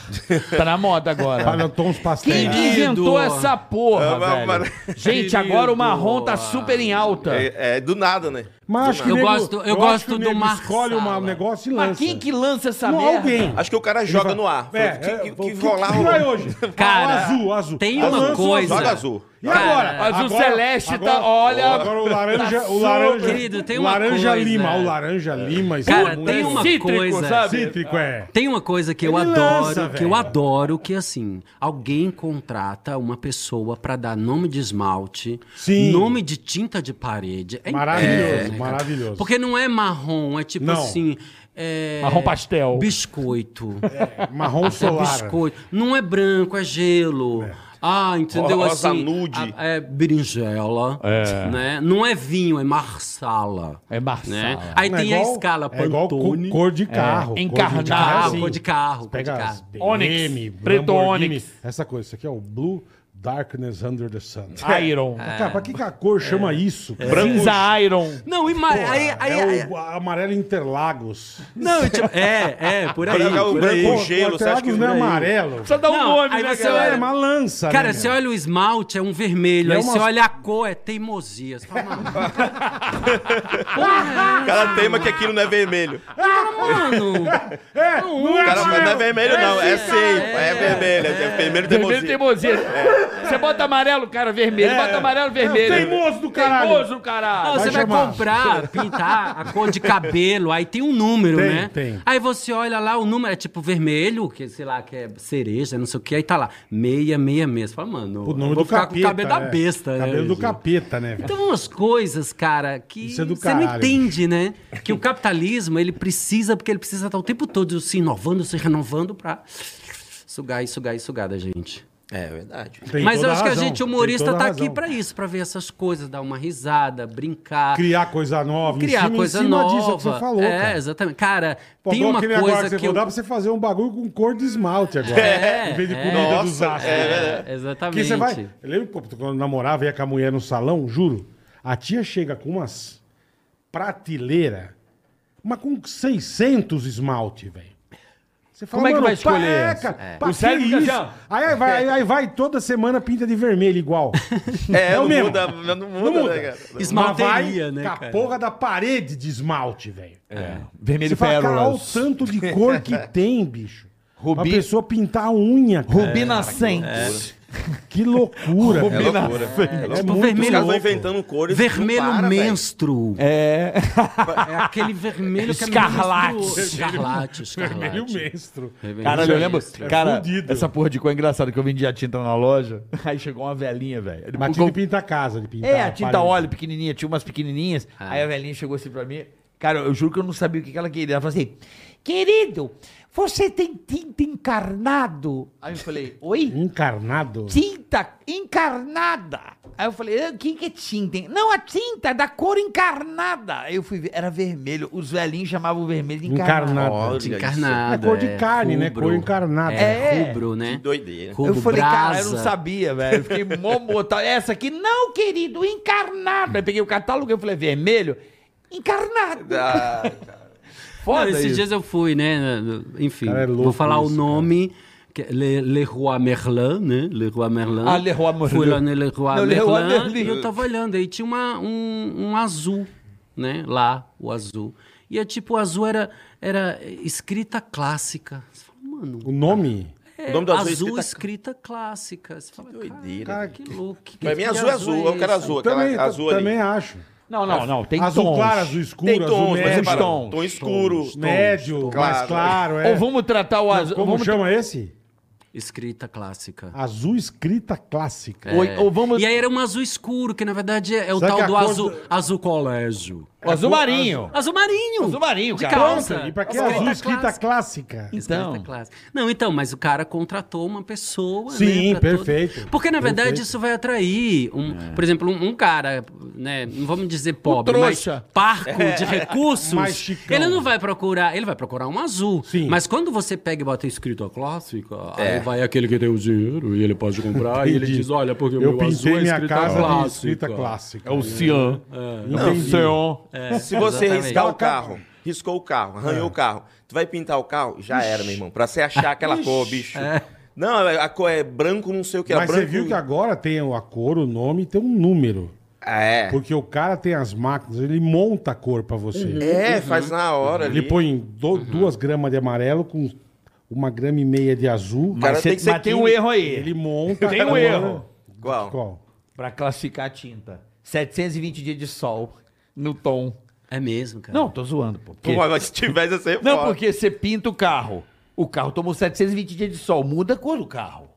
Speaker 4: Tá na moda agora.
Speaker 3: Panetons
Speaker 4: Quem
Speaker 3: pastéis.
Speaker 4: que inventou essa porra,
Speaker 6: É, mas-
Speaker 4: velho?
Speaker 6: mas-
Speaker 3: é.
Speaker 4: Gente, agora o marrom tá super em alta.
Speaker 6: É, é do nada, né?
Speaker 3: Mas acho que
Speaker 7: Eu
Speaker 3: o nego-
Speaker 7: gosto- eu
Speaker 3: acho
Speaker 7: gosto
Speaker 3: que o
Speaker 7: do
Speaker 3: nego
Speaker 7: Marsala.
Speaker 3: escolhe uma- um negócio e lança.
Speaker 5: Mas quem que lança essa
Speaker 3: Não,
Speaker 5: merda?
Speaker 3: Um alguém.
Speaker 6: Acho que Ah, o cara joga no ar.
Speaker 3: É,
Speaker 6: Fala, que, que, que,
Speaker 3: é,
Speaker 6: rolar
Speaker 3: que vai
Speaker 6: rolou.
Speaker 3: hoje?
Speaker 7: Cara,
Speaker 3: Ah, o azul, o azul.
Speaker 7: tem
Speaker 3: Eu
Speaker 7: uma
Speaker 3: lanço o azul.
Speaker 7: coisa-
Speaker 6: Joga azul.
Speaker 3: E
Speaker 7: Cara,
Speaker 3: agora?
Speaker 5: azul
Speaker 3: Agora-
Speaker 5: celeste tá-
Speaker 3: agora-
Speaker 5: olha-
Speaker 3: Agora o laranja,
Speaker 5: tá
Speaker 3: o laranja,
Speaker 7: su- Querido, tem
Speaker 3: o
Speaker 7: uma
Speaker 3: laranja
Speaker 7: coisa.
Speaker 3: lima, o laranja lima. isso
Speaker 7: Cara,
Speaker 3: é muito
Speaker 7: tem
Speaker 3: bom.
Speaker 7: uma
Speaker 5: Cítrico,
Speaker 7: coisa.
Speaker 5: sabe?
Speaker 3: cítrico é.
Speaker 7: Tem uma coisa que eu
Speaker 3: Ele
Speaker 7: adoro,
Speaker 3: lança,
Speaker 7: que
Speaker 3: velho.
Speaker 7: eu adoro, que assim, alguém contrata uma pessoa pra dar nome de esmalte,
Speaker 3: Sim.
Speaker 7: nome de tinta de parede. É
Speaker 3: Maravilhoso,
Speaker 7: incrível, né, cara?
Speaker 3: maravilhoso.
Speaker 7: Porque não é marrom, é tipo
Speaker 3: Não.
Speaker 7: assim, é
Speaker 4: Marrom pastel.
Speaker 7: biscoito.
Speaker 3: É, Marrom
Speaker 7: Até
Speaker 3: solar.
Speaker 7: biscoito. Não é branco, é gelo. Ah, entendeu
Speaker 6: Rosa
Speaker 7: assim?
Speaker 6: nude.
Speaker 7: a- é berinjela,
Speaker 4: É.
Speaker 7: né? Não é vinho, é marsala.
Speaker 4: É Marçal.
Speaker 7: Né? Aí
Speaker 3: Não, é
Speaker 7: tem
Speaker 3: igual-
Speaker 7: a escala
Speaker 3: É igual co-
Speaker 7: Pantone.
Speaker 3: cor de carro. cor de
Speaker 4: encarnado,
Speaker 7: Ah,
Speaker 3: carro,
Speaker 7: cor de carro, cor de
Speaker 3: Pega
Speaker 7: carro.
Speaker 4: Onix,
Speaker 3: BM,
Speaker 4: preto
Speaker 3: Lamborghini,
Speaker 4: Onix.
Speaker 3: Essa coisa, isso aqui é o Blue Darkness Under the Sun.
Speaker 4: Iron.
Speaker 3: Mas, Cara, pra que, que a
Speaker 7: É.
Speaker 3: cor chama isso? cara?
Speaker 4: Cinza Iron.
Speaker 7: Não, e ma- aí, aí, aí-
Speaker 3: é o amarelo Interlagos.
Speaker 7: não, e tipo, é, é, por aí.
Speaker 6: Jogar o
Speaker 7: por aí.
Speaker 6: branco
Speaker 3: Pô,
Speaker 6: com gelo, você acha que
Speaker 3: Interlagos não é amarelo?
Speaker 4: Precisa dar um
Speaker 7: Não,
Speaker 4: nome,
Speaker 7: aí
Speaker 4: né,
Speaker 7: você
Speaker 4: cara?
Speaker 7: olha-
Speaker 3: É uma lança,
Speaker 7: Cara,
Speaker 3: né,
Speaker 7: você
Speaker 3: meu?
Speaker 7: olha o esmalte, é um vermelho.
Speaker 3: E é
Speaker 7: Aí
Speaker 3: uma-
Speaker 7: você olha a cor, é teimosia. Você fala, mano,
Speaker 6: O
Speaker 7: Ah.
Speaker 6: cara tema que aquilo não é vermelho.
Speaker 7: mano,
Speaker 3: É, não é
Speaker 6: O cara mas não é
Speaker 3: amarelo.
Speaker 6: vermelho, não. É
Speaker 7: sim,
Speaker 6: seio. É vermelho. É vermelho
Speaker 4: Vermelho
Speaker 6: teimosia.
Speaker 4: teimosia.
Speaker 3: É.
Speaker 4: Você bota amarelo, cara, vermelho. Bota amarelo, vermelho.
Speaker 3: teimoso do caralho.
Speaker 4: Teimoso, caralho.
Speaker 7: Não,
Speaker 3: Ah, Vai
Speaker 7: ah, você vai
Speaker 3: chamar.
Speaker 7: comprar, pintar a cor de cabelo, aí tem um número,
Speaker 3: Tem,
Speaker 7: né?
Speaker 3: tem.
Speaker 7: Aí você olha lá, o número é tipo vermelho, que sei lá, que é cereja, não sei o que, aí tá lá, meia, meia mesmo. Fala, mano,
Speaker 3: O
Speaker 7: eu
Speaker 3: nome
Speaker 7: vou
Speaker 3: do
Speaker 7: ficar
Speaker 3: capeta.
Speaker 7: com o cabelo da
Speaker 3: né?
Speaker 7: besta, né?
Speaker 3: Cabelo do
Speaker 7: gente?
Speaker 3: capeta, né, velho?
Speaker 7: Então, umas coisas, cara, que
Speaker 3: Isso é do
Speaker 7: você não
Speaker 3: caralho,
Speaker 7: entende, né? Que o capitalismo, ele precisa, porque ele precisa estar o tempo todo se inovando, se renovando pra sugar e sugar e sugar da gente.
Speaker 6: É verdade.
Speaker 3: Tem
Speaker 7: Mas eu
Speaker 3: toda
Speaker 7: acho que a
Speaker 3: razão,
Speaker 7: gente
Speaker 3: tem
Speaker 7: humorista
Speaker 3: toda
Speaker 7: tá
Speaker 3: razão.
Speaker 7: aqui pra isso, pra ver essas coisas, dar uma risada, brincar.
Speaker 3: Criar coisa nova. em
Speaker 7: criar
Speaker 3: cima- em
Speaker 7: coisa
Speaker 3: cima
Speaker 7: nova.
Speaker 3: disso que você falou,
Speaker 7: é,
Speaker 3: cara.
Speaker 7: exatamente. Cara,
Speaker 3: Pô,
Speaker 7: tem
Speaker 3: igual
Speaker 7: uma
Speaker 3: aquele
Speaker 7: coisa
Speaker 3: agora
Speaker 7: que,
Speaker 3: você falou,
Speaker 7: eu...
Speaker 3: dá pra você fazer um bagulho com cor de esmalte agora.
Speaker 7: É,
Speaker 3: em vez de
Speaker 7: é.
Speaker 3: comida dos
Speaker 6: Nossa,
Speaker 3: astros.
Speaker 6: é
Speaker 7: É,
Speaker 3: Porque
Speaker 7: exatamente.
Speaker 3: você vai. Eu lembro pô, quando eu namorava ia com a mulher no salão, juro. A tia chega com umas prateleira, mas com 600 esmalte, velho. Você fala,
Speaker 4: Como é que
Speaker 3: "Mano,
Speaker 4: vai escolher
Speaker 3: pra- É,
Speaker 4: essa?"
Speaker 3: cara, pra
Speaker 4: O
Speaker 3: que
Speaker 4: cérebro fica
Speaker 3: isso?
Speaker 4: assim,
Speaker 3: Aí, vai, aí- aí vai toda semana pinta de vermelho igual.
Speaker 6: É,
Speaker 3: o
Speaker 6: não
Speaker 3: mesmo.
Speaker 6: muda, não muda, né, cara?
Speaker 7: Esmalteria,
Speaker 3: Mas vai
Speaker 7: né,
Speaker 3: Com a
Speaker 7: cara?
Speaker 3: porra da parede de esmalte, velho. Você
Speaker 4: É. Vermelho
Speaker 3: fala, cara, olha o
Speaker 4: pérolas.
Speaker 3: tanto de cor que tem, bicho. Uma
Speaker 4: Rubi-
Speaker 3: pessoa pintar a unha, cara.
Speaker 4: Rubina Saints.
Speaker 3: Que loucura,
Speaker 6: É
Speaker 3: velho.
Speaker 6: loucura. É loucura.
Speaker 7: tipo,
Speaker 6: Os caras
Speaker 7: vermelho
Speaker 6: vão
Speaker 7: louco.
Speaker 6: inventando cores. que não
Speaker 7: Vermelho
Speaker 6: para, velho.
Speaker 7: menstruo. É. aquele vermelho que é
Speaker 4: Escarlate.
Speaker 7: menstruo. Escarlate, escarlate.
Speaker 3: Vermelho menstro.
Speaker 7: Vermelho
Speaker 4: Caralho, eu lembro.
Speaker 7: menstruo.
Speaker 4: cara,
Speaker 3: é fudido.
Speaker 4: essa porra de cor é engraçada que eu vendia tinta na loja. Aí chegou uma velhinha, velho. Ele
Speaker 3: Mas tinha
Speaker 4: pegou-
Speaker 3: que tá pintar a casa, de pintar
Speaker 4: É, a tinta
Speaker 3: parede.
Speaker 4: óleo pequenininha, tinha umas pequenininhas. Aí a velhinha chegou assim pra mim. Cara, eu juro que eu não sabia o que que ela queria. Ela falou assim: Querido, você tem tinta encarnado? Aí eu falei: Oi?
Speaker 3: Encarnado?
Speaker 4: tinta encarnada. Aí eu falei, "Ah, o que que é tinta? hein?" Não, a tinta é da cor encarnada. Aí eu fui ver, era vermelho. Os velhinhos chamavam o vermelho de encarnado.
Speaker 3: Encarnado.
Speaker 6: Olha isso.
Speaker 7: Encarnado.
Speaker 3: É cor de carne, né? Cor encarnada.
Speaker 7: É,
Speaker 4: É.
Speaker 7: rubro, né?
Speaker 6: Que doideira.
Speaker 7: Rubro,
Speaker 4: Eu falei, cara, eu não
Speaker 7: brasa.
Speaker 4: sabia, velho. Eu Fiquei mó mortal. Essa aqui, não, querido, encarnado. Aí peguei o catálogo e falei, vermelho, encarnado.
Speaker 6: Ah,
Speaker 4: Foda
Speaker 7: Não, esses
Speaker 4: isso.
Speaker 7: dias eu fui, né? no- no- Enfim,
Speaker 3: Cara, é louco
Speaker 7: vou falar
Speaker 3: isso,
Speaker 7: o nome. que é Le, Leroy Merlin, né? Leroy Merlin.
Speaker 4: Ah, Leroy Merlin.
Speaker 7: Fui lá no Leroy
Speaker 4: Não,
Speaker 7: Merlin,
Speaker 4: Leroy Merlin.
Speaker 7: e eu tava olhando. Aí tinha uma- um, um azul, né? Lá, o azul. E é tipo, o azul era, era escrita clássica. Você fala, mano...
Speaker 3: O nome?
Speaker 7: é
Speaker 6: O nome do azul é
Speaker 7: escrita...
Speaker 6: escrita-
Speaker 7: clássica. Você fala, que
Speaker 6: doideira.
Speaker 7: Cara, que louco. Que,
Speaker 6: Pra mim,
Speaker 7: que
Speaker 6: azul é azul. É o cara
Speaker 7: esse?
Speaker 6: azul.
Speaker 3: Também,
Speaker 6: Aquela azul ali.
Speaker 3: também acho.
Speaker 4: Não, não, não. Tem
Speaker 3: azul
Speaker 4: tons.
Speaker 3: claro, azul escuro,
Speaker 6: Tem
Speaker 3: azul
Speaker 6: tons, mas
Speaker 3: médio.
Speaker 4: os
Speaker 6: repara,
Speaker 4: tons,
Speaker 6: tom escuro.
Speaker 3: médio, mais
Speaker 6: claro.
Speaker 3: claro. É.
Speaker 4: Ou vamos tratar o azul.
Speaker 3: Como
Speaker 4: vamos-
Speaker 3: chama esse?
Speaker 7: Escrita clássica.
Speaker 3: Azul escrita clássica.
Speaker 7: É.
Speaker 4: Ou, ou vamos.
Speaker 7: E aí era um azul escuro, que na verdade é o
Speaker 3: Sabe que a
Speaker 7: tal do
Speaker 3: cor
Speaker 7: azul,
Speaker 3: do-
Speaker 7: azul colégio.
Speaker 4: o
Speaker 3: É
Speaker 4: azul marinho.
Speaker 7: Azul marinho.
Speaker 4: Azul marinho,
Speaker 7: de
Speaker 4: cara.
Speaker 7: calça.
Speaker 3: E pra que
Speaker 7: Escrita
Speaker 3: azul escrita
Speaker 7: clássica.
Speaker 3: clássica?
Speaker 7: Escrita
Speaker 4: Então.
Speaker 7: clássica. Não, então, mas o cara contratou uma pessoa.
Speaker 3: Sim,
Speaker 7: né, pra todo-
Speaker 3: perfeito.
Speaker 7: Porque, na verdade,
Speaker 3: Perfeito. É.
Speaker 7: isso vai atrair, um, por exemplo, um, um cara, né? Não vamos dizer pobre, mas
Speaker 4: trouxa.
Speaker 7: parco de recursos.
Speaker 3: É. Mais chicão.
Speaker 7: Ele não vai procurar, ele vai procurar um azul.
Speaker 3: Sim.
Speaker 7: Mas quando você pega e bota escrita clássica,
Speaker 6: É.
Speaker 7: aí vai aquele que tem o dinheiro e ele pode comprar e ele
Speaker 3: Entendi.
Speaker 7: diz: olha, porque o
Speaker 3: Eu
Speaker 7: meu azul
Speaker 3: pintei
Speaker 7: é
Speaker 3: minha
Speaker 7: escrita
Speaker 3: casa
Speaker 7: clássica.
Speaker 3: de escrita clássica.
Speaker 4: Cian. É
Speaker 3: Entendi.
Speaker 6: Se você
Speaker 7: É, Exatamente.
Speaker 6: riscar o carro, riscou o carro, arranhou
Speaker 3: É.
Speaker 6: o carro, tu vai pintar o carro, já era, meu irmão. Pra você achar aquela cor, bicho. Não, a cor é branco, não sei o que.
Speaker 3: Mas
Speaker 6: branco...
Speaker 3: você viu que agora tem a cor, o nome e tem um número.
Speaker 6: É.
Speaker 3: Porque o cara tem as máquinas, ele monta a cor pra você.
Speaker 6: É, faz na hora ali.
Speaker 3: Uhum. Ele põe do-
Speaker 4: Uhum.
Speaker 3: duas gramas de amarelo com uma grama e meia de azul.
Speaker 6: cara
Speaker 4: Mas,
Speaker 6: tem
Speaker 4: tem,
Speaker 6: que ser
Speaker 4: mas tem um
Speaker 6: químico.
Speaker 4: erro aí.
Speaker 3: Ele monta.
Speaker 4: Tem um
Speaker 3: a
Speaker 4: erro.
Speaker 6: Qual?
Speaker 3: Qual?
Speaker 4: Pra classificar a tinta. 720 dias de sol no tom.
Speaker 7: É mesmo, cara.
Speaker 4: Não, tô zoando, pô. Porque-
Speaker 6: Pô, mas se tivesse ia ser
Speaker 4: Não,
Speaker 6: foda.
Speaker 4: porque você pinta o carro. O carro tomou 720 dias de sol. Muda a cor do carro.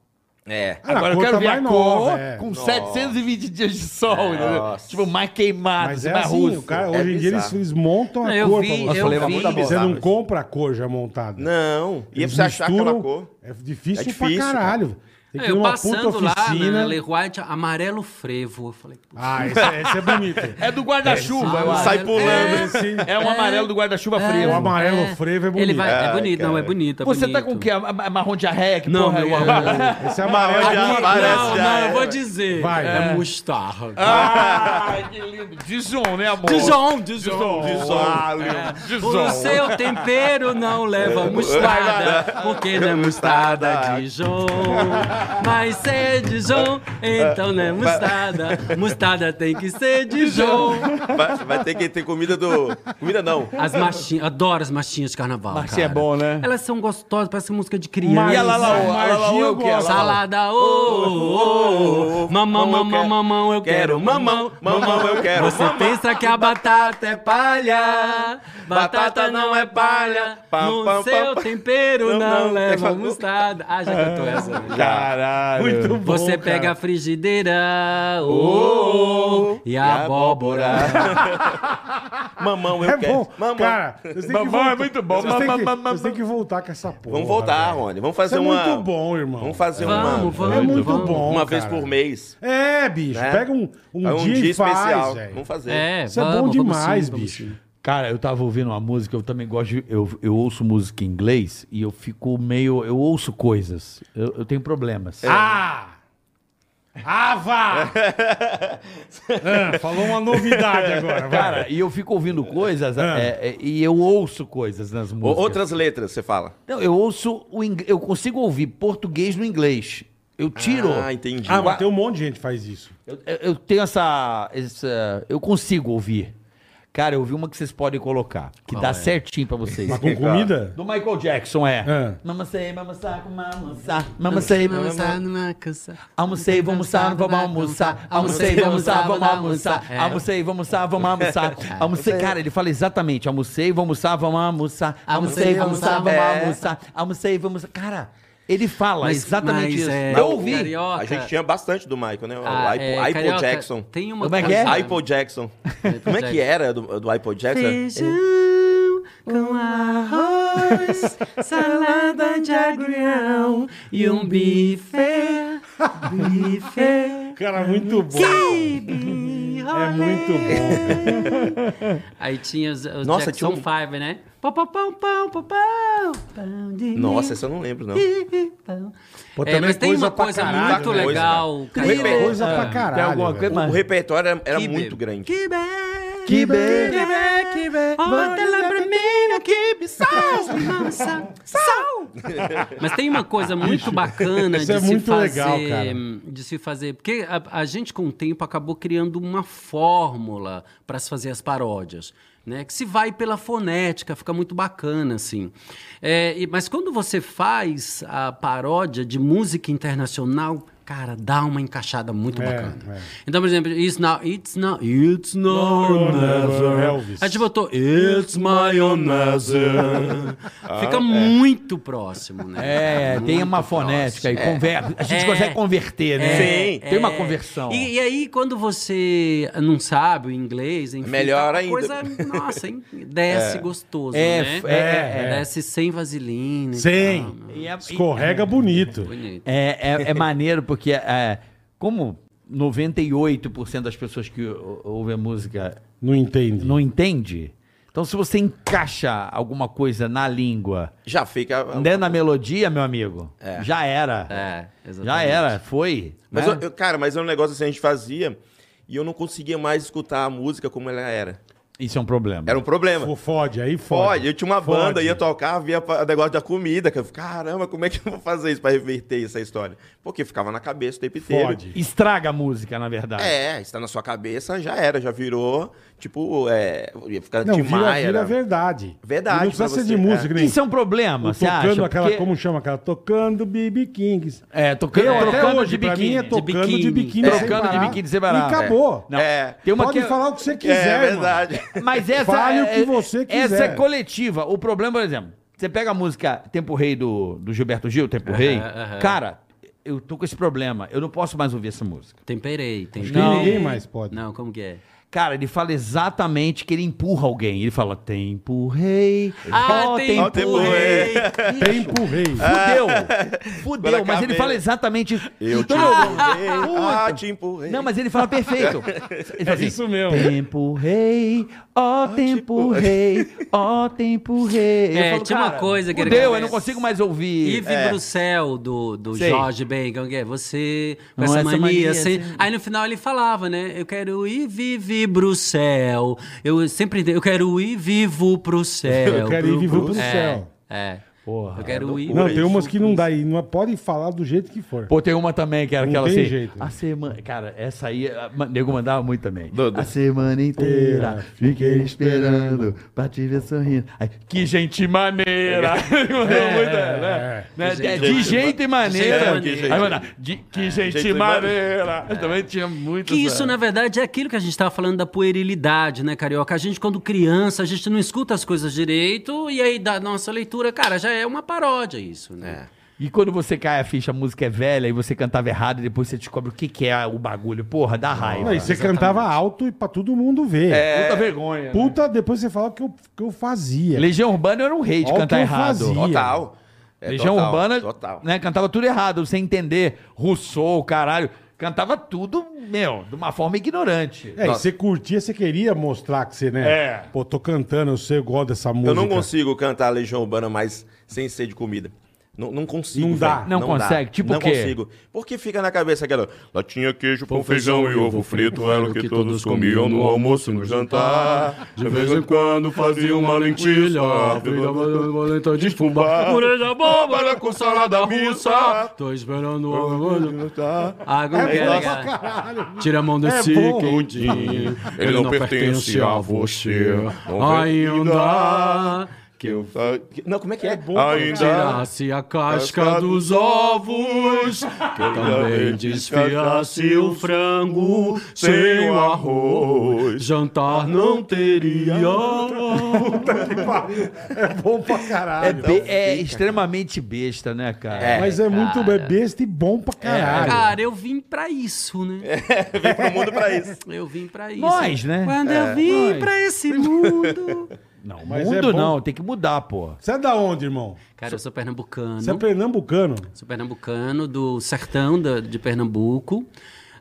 Speaker 6: É.
Speaker 3: Ah, a
Speaker 4: Agora eu
Speaker 3: cor
Speaker 4: quero
Speaker 3: tá
Speaker 4: ver a
Speaker 3: mais
Speaker 4: cor
Speaker 3: nova, é.
Speaker 4: com 720 dias de sol. entendeu? Tipo, mais queimado,
Speaker 3: Mas
Speaker 4: assim,
Speaker 3: é
Speaker 4: mais
Speaker 3: assim,
Speaker 4: russo.
Speaker 3: o cara,
Speaker 6: É
Speaker 3: hoje em dia eles,
Speaker 6: bizarro.
Speaker 3: eles montam a
Speaker 7: Não, eu
Speaker 3: cor
Speaker 7: vi,
Speaker 3: pra você.
Speaker 7: eu
Speaker 6: Falei, mas
Speaker 7: vi.
Speaker 6: muda a
Speaker 3: Você
Speaker 6: bola.
Speaker 3: não compra a cor já montada.
Speaker 6: Não. E
Speaker 3: Eles
Speaker 6: pra você achar aquela
Speaker 3: misturam-
Speaker 6: cor.
Speaker 3: É difícil,
Speaker 6: É difícil,
Speaker 3: pra
Speaker 6: cara.
Speaker 3: caralho. Tem que
Speaker 4: É,
Speaker 3: ir
Speaker 7: É, eu
Speaker 3: numa puta
Speaker 7: passando lá,
Speaker 3: oficina.
Speaker 7: na Le White, amarelo frevo. Eu falei, pô,
Speaker 3: Ah, esse, esse é bonito.
Speaker 4: É do guarda-chuva.
Speaker 7: É,
Speaker 4: eu acho.
Speaker 6: Sai pulando.
Speaker 3: Esse,
Speaker 4: É um amarelo do guarda-chuva
Speaker 3: o
Speaker 4: frio.
Speaker 3: amarelo frevo é bonito.
Speaker 7: ele vai,
Speaker 6: Ai,
Speaker 7: é bonito, não, é
Speaker 6: cara.
Speaker 7: bonito. é
Speaker 4: Você tá
Speaker 7: bonito.
Speaker 4: com o quê? A- a- Marrom diarreia? Que
Speaker 7: Não,
Speaker 4: porra é?
Speaker 7: meu amor.
Speaker 3: Esse é amarelo
Speaker 6: Amarelo
Speaker 3: de
Speaker 6: de
Speaker 3: água.
Speaker 6: água. Parece
Speaker 7: não,
Speaker 6: já
Speaker 7: não, eu
Speaker 6: era.
Speaker 7: vou dizer.
Speaker 3: Vai.
Speaker 7: É, mostarda.
Speaker 4: Ah, que lindo. Dijon, né, amor?
Speaker 7: Dijon, Dijon.
Speaker 4: Dijon.
Speaker 7: O seu tempero não leva mostarda, porque não é mostarda Dijon. Mas se é Dijon, então não é mostarda. Mostarda tem que ser Dijon.
Speaker 6: Vai, vai ter que ter comida do. Comida não.
Speaker 7: As marchinhas, adoro as marchinhas de carnaval,
Speaker 4: Marchinha
Speaker 7: cara.
Speaker 4: é bom, né?
Speaker 7: Elas são gostosas, parece música de criança.
Speaker 4: E a Lalaô? A
Speaker 3: Marginho
Speaker 4: Lalaô é o quê? A
Speaker 3: gosta.
Speaker 4: Lalaô?
Speaker 7: Salada, ô, ô, ô, ô. mamão,
Speaker 6: Mamão,
Speaker 7: mamão,
Speaker 6: quero-
Speaker 7: mamão, eu quero mamão,
Speaker 6: mamão, eu quero
Speaker 7: Você
Speaker 6: mamão.
Speaker 7: pensa que a batata é palha, batata não é palha,
Speaker 6: Pam,
Speaker 7: no
Speaker 6: pam,
Speaker 7: seu
Speaker 6: pam.
Speaker 7: tempero
Speaker 6: Não,
Speaker 7: não,
Speaker 6: não, tem que
Speaker 7: leva
Speaker 6: falar-
Speaker 7: mostarda. Ah, já cantou essa.
Speaker 6: Caralho.
Speaker 7: né?
Speaker 3: Muito bom, cara.
Speaker 7: Você pega a frigideira, ô, ô, e a abóbora.
Speaker 6: Mamão, eu
Speaker 3: É
Speaker 6: quero.
Speaker 3: bom.
Speaker 6: Mamão.
Speaker 3: Cara, vocês têm que
Speaker 4: Mamão é
Speaker 3: voltar-
Speaker 4: muito bom.
Speaker 3: Vocês têm, que,
Speaker 4: Mamão,
Speaker 3: vocês têm que voltar com essa porra.
Speaker 6: Vamos voltar,
Speaker 3: velho.
Speaker 6: Rony. Vamos fazer
Speaker 3: Isso é
Speaker 6: uma.
Speaker 3: muito bom, irmão.
Speaker 6: Vamos fazer
Speaker 7: Vamos,
Speaker 6: uma.
Speaker 7: vamos.
Speaker 3: É muito
Speaker 7: vamos.
Speaker 3: bom, cara.
Speaker 6: Uma vez por mês.
Speaker 3: É, bicho.
Speaker 6: né?
Speaker 3: Pega um, um,
Speaker 6: É
Speaker 3: dia, e faz, velho.
Speaker 6: Vamos fazer.
Speaker 7: É,
Speaker 3: Isso é
Speaker 7: vamos,
Speaker 3: bom
Speaker 7: vamos
Speaker 3: demais,
Speaker 7: sim, vamos
Speaker 3: bicho.
Speaker 7: sim.
Speaker 4: Cara, eu tava ouvindo uma música, eu também gosto de. Eu, eu ouço música em inglês e eu fico meio. Eu ouço coisas. Eu, eu tenho problemas.
Speaker 3: Ah! Ava! Ah, falou uma novidade agora, vai.
Speaker 4: Cara, e eu fico ouvindo coisas
Speaker 3: Ah.
Speaker 4: é, é, e eu ouço coisas nas
Speaker 6: O-
Speaker 4: músicas.
Speaker 6: Outras letras, você fala.
Speaker 4: Não, eu ouço o ing... eu consigo ouvir português no inglês. Eu tiro.
Speaker 6: Ah, entendi.
Speaker 3: Ah, mas tem um monte de gente que faz isso.
Speaker 4: Eu, eu- eu tenho essa, essa. Eu consigo ouvir. Cara, eu ouvi uma que vocês podem colocar, que
Speaker 3: é?
Speaker 4: dá certinho pra vocês.
Speaker 3: Mas com comida?
Speaker 4: Do Michael Jackson é.
Speaker 3: Ah.
Speaker 4: Mama say, mama saco, mama sa, mama say, mama sa.
Speaker 7: numa canção.
Speaker 4: Almocei, vamos almoçar, vamos almoçar. Almocei, vamos almoçar, vamos
Speaker 7: É.
Speaker 4: almoçar. Almocei, vamos almoçar, vamos almoçar. Almocei, cara, ele fala exatamente. Almocei, vamos almoçar, vamos almoçar. Almocei, vamos almoçar, vamos almoçar. Almocei, vamos. Cara, ele fala
Speaker 7: é. Mas-
Speaker 4: exatamente
Speaker 7: mas
Speaker 4: isso.
Speaker 7: é-
Speaker 4: Eu ouvi.
Speaker 7: Carioca.
Speaker 6: A gente tinha bastante do Michael, né? O
Speaker 7: Ah,
Speaker 6: Ipo,
Speaker 7: é,
Speaker 6: Ipo
Speaker 7: carioca,
Speaker 6: Jackson.
Speaker 7: Tem uma
Speaker 4: Como é que
Speaker 7: coisa-
Speaker 4: é?
Speaker 6: Ipo Jackson. Como é que
Speaker 7: Jackson.
Speaker 6: era do, do Ipo Jackson?
Speaker 7: Feijão com arroz, salada de agrião e um bife. Bife.
Speaker 3: Cara, muito bom.
Speaker 7: Kibe,
Speaker 3: É muito bom. cara.
Speaker 7: Aí tinha os, os
Speaker 6: Nossa,
Speaker 7: Jackson
Speaker 6: tinha um-
Speaker 7: Five, né? Pão, pão, pão, pão, pão, pão, pão de
Speaker 6: Nossa, essa eu não lembro, não.
Speaker 7: milho, pão.
Speaker 3: Pô,
Speaker 7: É, mas tem uma
Speaker 3: pra
Speaker 7: coisa
Speaker 3: caralho,
Speaker 7: muito
Speaker 6: né?
Speaker 7: legal,
Speaker 3: Tem
Speaker 7: carioca.
Speaker 3: coisa
Speaker 6: Ah,
Speaker 3: pra caralho.
Speaker 4: Tem alguma
Speaker 3: velho.
Speaker 4: coisa
Speaker 6: O
Speaker 4: mais?
Speaker 6: repertório era, era
Speaker 7: Kibe.
Speaker 6: muito grande.
Speaker 7: Kibe,
Speaker 4: Que bem.
Speaker 7: kibe, kibe. Bota lá pra Oh, mim o kibe, sal, limão, sal, sal. Mas tem uma coisa muito bacana
Speaker 3: isso
Speaker 7: de
Speaker 3: é
Speaker 7: se
Speaker 3: muito
Speaker 7: fazer,
Speaker 3: legal, cara.
Speaker 7: de se fazer, porque a, a gente com o tempo acabou criando uma fórmula para se fazer as paródias, né? Que se vai pela fonética, fica muito bacana assim. É, e- mas quando você faz a paródia de música internacional Cara, dá uma encaixada muito
Speaker 3: É,
Speaker 7: bacana.
Speaker 3: é.
Speaker 7: Então, por exemplo, It's Now, It's Now, It's Now,
Speaker 3: Now,
Speaker 7: Never.
Speaker 3: Elvis.
Speaker 7: A gente botou It's Mayonnaise.
Speaker 3: Ah,
Speaker 7: Fica
Speaker 3: é.
Speaker 7: muito próximo, né?
Speaker 4: É, tem
Speaker 7: Muito
Speaker 4: uma
Speaker 7: próximo.
Speaker 4: fonética aí. conver- A gente
Speaker 7: É.
Speaker 4: consegue converter, né?
Speaker 6: Sim.
Speaker 4: Tem uma
Speaker 7: É.
Speaker 4: conversão.
Speaker 7: E, e aí, quando você não sabe o inglês, enfim,
Speaker 6: Melhor
Speaker 7: tá, a
Speaker 6: ainda.
Speaker 7: coisa, nossa, hein? desce gostoso,
Speaker 4: É,
Speaker 7: né?
Speaker 4: é,
Speaker 3: é.
Speaker 7: Desce sem vaselina. e tal,
Speaker 3: Sem.
Speaker 7: né?
Speaker 4: E é-
Speaker 3: Escorrega bonito.
Speaker 7: Bonito.
Speaker 4: É, é, é maneiro porque é, como 98% das pessoas que ou- ouvem a música
Speaker 3: Não entende.
Speaker 4: não entende, então se você encaixa alguma coisa na língua,
Speaker 6: Já fica.
Speaker 4: né, na melodia, meu amigo, já era.
Speaker 7: É, exatamente.
Speaker 4: já era, foi.
Speaker 6: Mas,
Speaker 4: né?
Speaker 6: eu- eu- cara, mas é um negócio assim, a gente fazia e eu não conseguia mais escutar a música como ela era.
Speaker 4: Isso é um problema.
Speaker 6: Era um problema.
Speaker 3: Fo- Fode, aí fode.
Speaker 6: Pode, eu tinha uma
Speaker 3: Fode.
Speaker 6: banda, ia tocar, via pa- negócio da comida. que eu, Caramba, como é que eu vou fazer isso pra reverter essa história? Porque ficava na cabeça o tempo inteiro.
Speaker 3: Fode.
Speaker 4: Estraga a música, na verdade.
Speaker 6: É, está na sua cabeça, já era, já virou. Tipo, é. Ia ficar
Speaker 3: Não,
Speaker 6: de
Speaker 3: vira,
Speaker 6: Maia. né?
Speaker 3: vira
Speaker 6: era-
Speaker 3: verdade.
Speaker 6: Verdade
Speaker 3: E Não precisa
Speaker 6: pra
Speaker 3: ser
Speaker 6: você,
Speaker 3: de música, que nem...
Speaker 4: Isso é um problema,
Speaker 3: o
Speaker 4: você
Speaker 3: tocando
Speaker 4: acha?
Speaker 3: aquela,
Speaker 4: Porque-
Speaker 3: como chama aquela? Tocando BB Kings.
Speaker 4: É, tocando,
Speaker 3: Eu, até
Speaker 4: trocando
Speaker 3: hoje,
Speaker 4: de
Speaker 3: pra
Speaker 4: biquíni.
Speaker 3: mim, é tocando de biquíni,
Speaker 4: É,
Speaker 3: sem
Speaker 4: Trocando de
Speaker 3: parar.
Speaker 4: biquíni separado.
Speaker 3: E acabou.
Speaker 4: Não.
Speaker 6: É.
Speaker 4: Tem uma
Speaker 3: Pode
Speaker 4: que...
Speaker 3: falar o que você quiser,
Speaker 6: É
Speaker 3: mano.
Speaker 6: verdade.
Speaker 4: Mas essa
Speaker 3: Fale o que
Speaker 4: é-
Speaker 3: você quiser.
Speaker 4: Essa é coletiva. O problema, por exemplo, você pega a música Tempo Rei do, do Gilberto Gil, Tempo Rei.
Speaker 7: aham.
Speaker 4: Cara, eu tô com esse problema. Eu não posso mais ouvir essa música.
Speaker 7: Temperei,
Speaker 3: Acho
Speaker 7: temperei.
Speaker 3: que
Speaker 4: Não.
Speaker 3: ninguém mais pode.
Speaker 7: Não, como que é?
Speaker 4: Cara, ele fala exatamente que ele empurra alguém. Ele fala Tempo Rei.
Speaker 7: Ah,
Speaker 4: ó
Speaker 6: Ó, Tempo Rei.
Speaker 3: Tempo rei.
Speaker 4: Fudeu.
Speaker 6: Pela
Speaker 4: Fudeu, mas ele
Speaker 6: cabeça.
Speaker 4: fala exatamente isso.
Speaker 6: Eu te
Speaker 4: Então,
Speaker 6: empurrei,
Speaker 4: Puta.
Speaker 6: ah, te empurrei.
Speaker 4: Não, mas ele fala perfeito. Ele fala assim,
Speaker 3: isso mesmo.
Speaker 4: Tempo rei, ó tempo
Speaker 6: tipo-
Speaker 4: rei, ó tempo rei.
Speaker 7: É, tinha uma coisa que era
Speaker 4: Deu,
Speaker 7: que-
Speaker 4: eu não consigo mais ouvir.
Speaker 7: Ive Bruxel, do, do
Speaker 4: Sei.
Speaker 7: Jorge Ben, como que é? Você, com
Speaker 4: Não,
Speaker 7: essa,
Speaker 4: essa
Speaker 7: mania,
Speaker 4: mania,
Speaker 7: assim.
Speaker 4: assim.
Speaker 7: Aí no final ele falava, né? Eu quero ir vive pro céu. Eu sempre eu quero ir vivo pro
Speaker 4: É,
Speaker 7: céu.
Speaker 3: Eu quero ir vivo pro
Speaker 7: É,
Speaker 3: céu.
Speaker 7: É.
Speaker 4: Porra.
Speaker 7: Eu quero ir.
Speaker 3: Não,
Speaker 6: Por
Speaker 3: tem
Speaker 6: isso,
Speaker 3: umas que não dá. E não podem falar do jeito que for.
Speaker 4: Pô, tem uma também que era
Speaker 3: Não
Speaker 4: aquela
Speaker 3: tem
Speaker 4: assim.
Speaker 3: jeito.
Speaker 4: A semana. Cara, essa aí, a- ma- nego mandava muito também.
Speaker 6: Do- do-
Speaker 4: A semana inteira fiquei esperando pra te ver sorrindo. Aí, que gente maneira! Mandou muito, né? Né?
Speaker 7: É, Que
Speaker 4: É,
Speaker 7: gente
Speaker 4: de
Speaker 6: ma-
Speaker 4: jeito e maneira.
Speaker 6: É, que gente-
Speaker 4: Aí manda, de- que gente
Speaker 6: Gente maneira.
Speaker 4: maneira! Também tinha muito.
Speaker 7: Que isso,
Speaker 4: essa-
Speaker 7: na verdade, é aquilo que a gente estava falando da puerilidade, né, Carioca? A gente, quando criança, a gente não escuta as coisas direito, e aí da nossa leitura, cara, já é uma paródia isso, né?
Speaker 4: E quando você cai a ficha, a música é velha e você cantava errado e depois você descobre o que, que é o bagulho. Porra, dá raiva.
Speaker 3: Não, e você cantava alto e pra todo mundo ver.
Speaker 6: É.
Speaker 4: Puta vergonha.
Speaker 3: Puta, depois você fala o que eu, que eu fazia.
Speaker 4: Legião Urbana era um rei de
Speaker 3: Olha o
Speaker 4: cantar
Speaker 3: que eu
Speaker 4: errado.
Speaker 3: fazia.
Speaker 6: Total. É,
Speaker 4: Legião
Speaker 6: total,
Speaker 4: Urbana,
Speaker 6: Total.
Speaker 4: né, cantava tudo errado, sem entender. Rousseau, caralho. Cantava tudo, meu, de uma forma ignorante.
Speaker 3: É, e você curtia, você queria mostrar que você, né?
Speaker 4: É.
Speaker 3: Pô, tô cantando, eu sei, eu gosto dessa música.
Speaker 6: Eu não consigo cantar Legião Urbana mais sem ser de comida. Não, não consigo.
Speaker 3: Não dá.
Speaker 6: velho.
Speaker 4: Não consegue.
Speaker 6: dá.
Speaker 4: Tipo
Speaker 6: Não
Speaker 4: o quê?
Speaker 6: consigo. Porque fica na cabeça aquela. Lá tinha queijo, pão, feijão e ovo frito. Era o que todos comiam no almoço e no jantar. De vez em quando fazia uma lentilha.
Speaker 9: Valenta de fubá.
Speaker 7: Moreira
Speaker 6: Bárbara com salada russa.
Speaker 7: Tô esperando Água
Speaker 3: É
Speaker 7: é
Speaker 3: bom pra caralho.
Speaker 7: Tira a mão desse
Speaker 3: bom.
Speaker 7: quentinho.
Speaker 6: Ele não pertence a você. Não
Speaker 7: Ainda que eu
Speaker 6: Não, como é que é? bom? Ainda.
Speaker 7: tirasse a casca dos ovos, que eu também desfiasse o frango sem o arroz. Ah, Jantar não teria.
Speaker 3: É bom pra
Speaker 4: É,
Speaker 3: caralho.
Speaker 4: be- é extremamente besta, né, cara?
Speaker 6: então É.
Speaker 3: Mas é muito be- besta e bom
Speaker 7: É,
Speaker 3: pra caralho.
Speaker 7: Cara, eu vim pra isso, né?
Speaker 6: Vem pro mundo pra isso.
Speaker 7: Eu vim pra isso.
Speaker 4: Nós, né?
Speaker 3: é
Speaker 7: Quando eu vim pra esse mundo.
Speaker 4: Não,
Speaker 3: Mas
Speaker 4: mundo
Speaker 3: é bom.
Speaker 4: não, tem que mudar, pô.
Speaker 3: Você é da onde, irmão?
Speaker 7: Cara, eu sou pernambucano.
Speaker 3: Você é pernambucano?
Speaker 7: Sou pernambucano, do sertão da- de Pernambuco.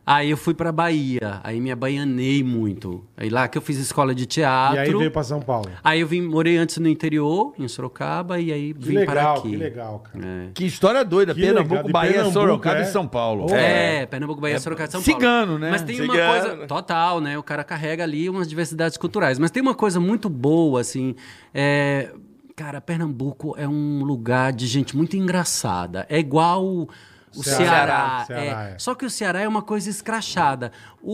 Speaker 7: Aí eu fui pra Bahia, aí me abaianei muito. Aí lá que eu fiz escola de teatro.
Speaker 3: E aí veio pra São Paulo.
Speaker 7: Aí eu vim, morei antes no interior, em Sorocaba, e aí
Speaker 3: Que
Speaker 7: vim para
Speaker 3: legal,
Speaker 7: aqui. É.
Speaker 3: que legal, cara.
Speaker 4: Que história doida.
Speaker 3: Que
Speaker 4: Pernambuco,
Speaker 3: legal, de
Speaker 4: Bahia,
Speaker 3: Pernambuco,
Speaker 4: Sorocaba
Speaker 3: é.
Speaker 4: e São Paulo.
Speaker 3: Porra.
Speaker 7: É, Pernambuco, Bahia, Sorocaba, São Paulo.
Speaker 4: Cigano, né?
Speaker 7: Mas tem uma
Speaker 6: Cigano.
Speaker 7: coisa total, né? O cara carrega ali umas diversidades culturais. Mas tem uma coisa muito boa, assim. é, Cara, Pernambuco é um lugar de gente muito engraçada. É igual o o
Speaker 3: Ceará.
Speaker 7: Ceará.
Speaker 3: Ceará,
Speaker 7: é.
Speaker 3: é.
Speaker 7: Só que o Ceará é uma coisa escrachada. O,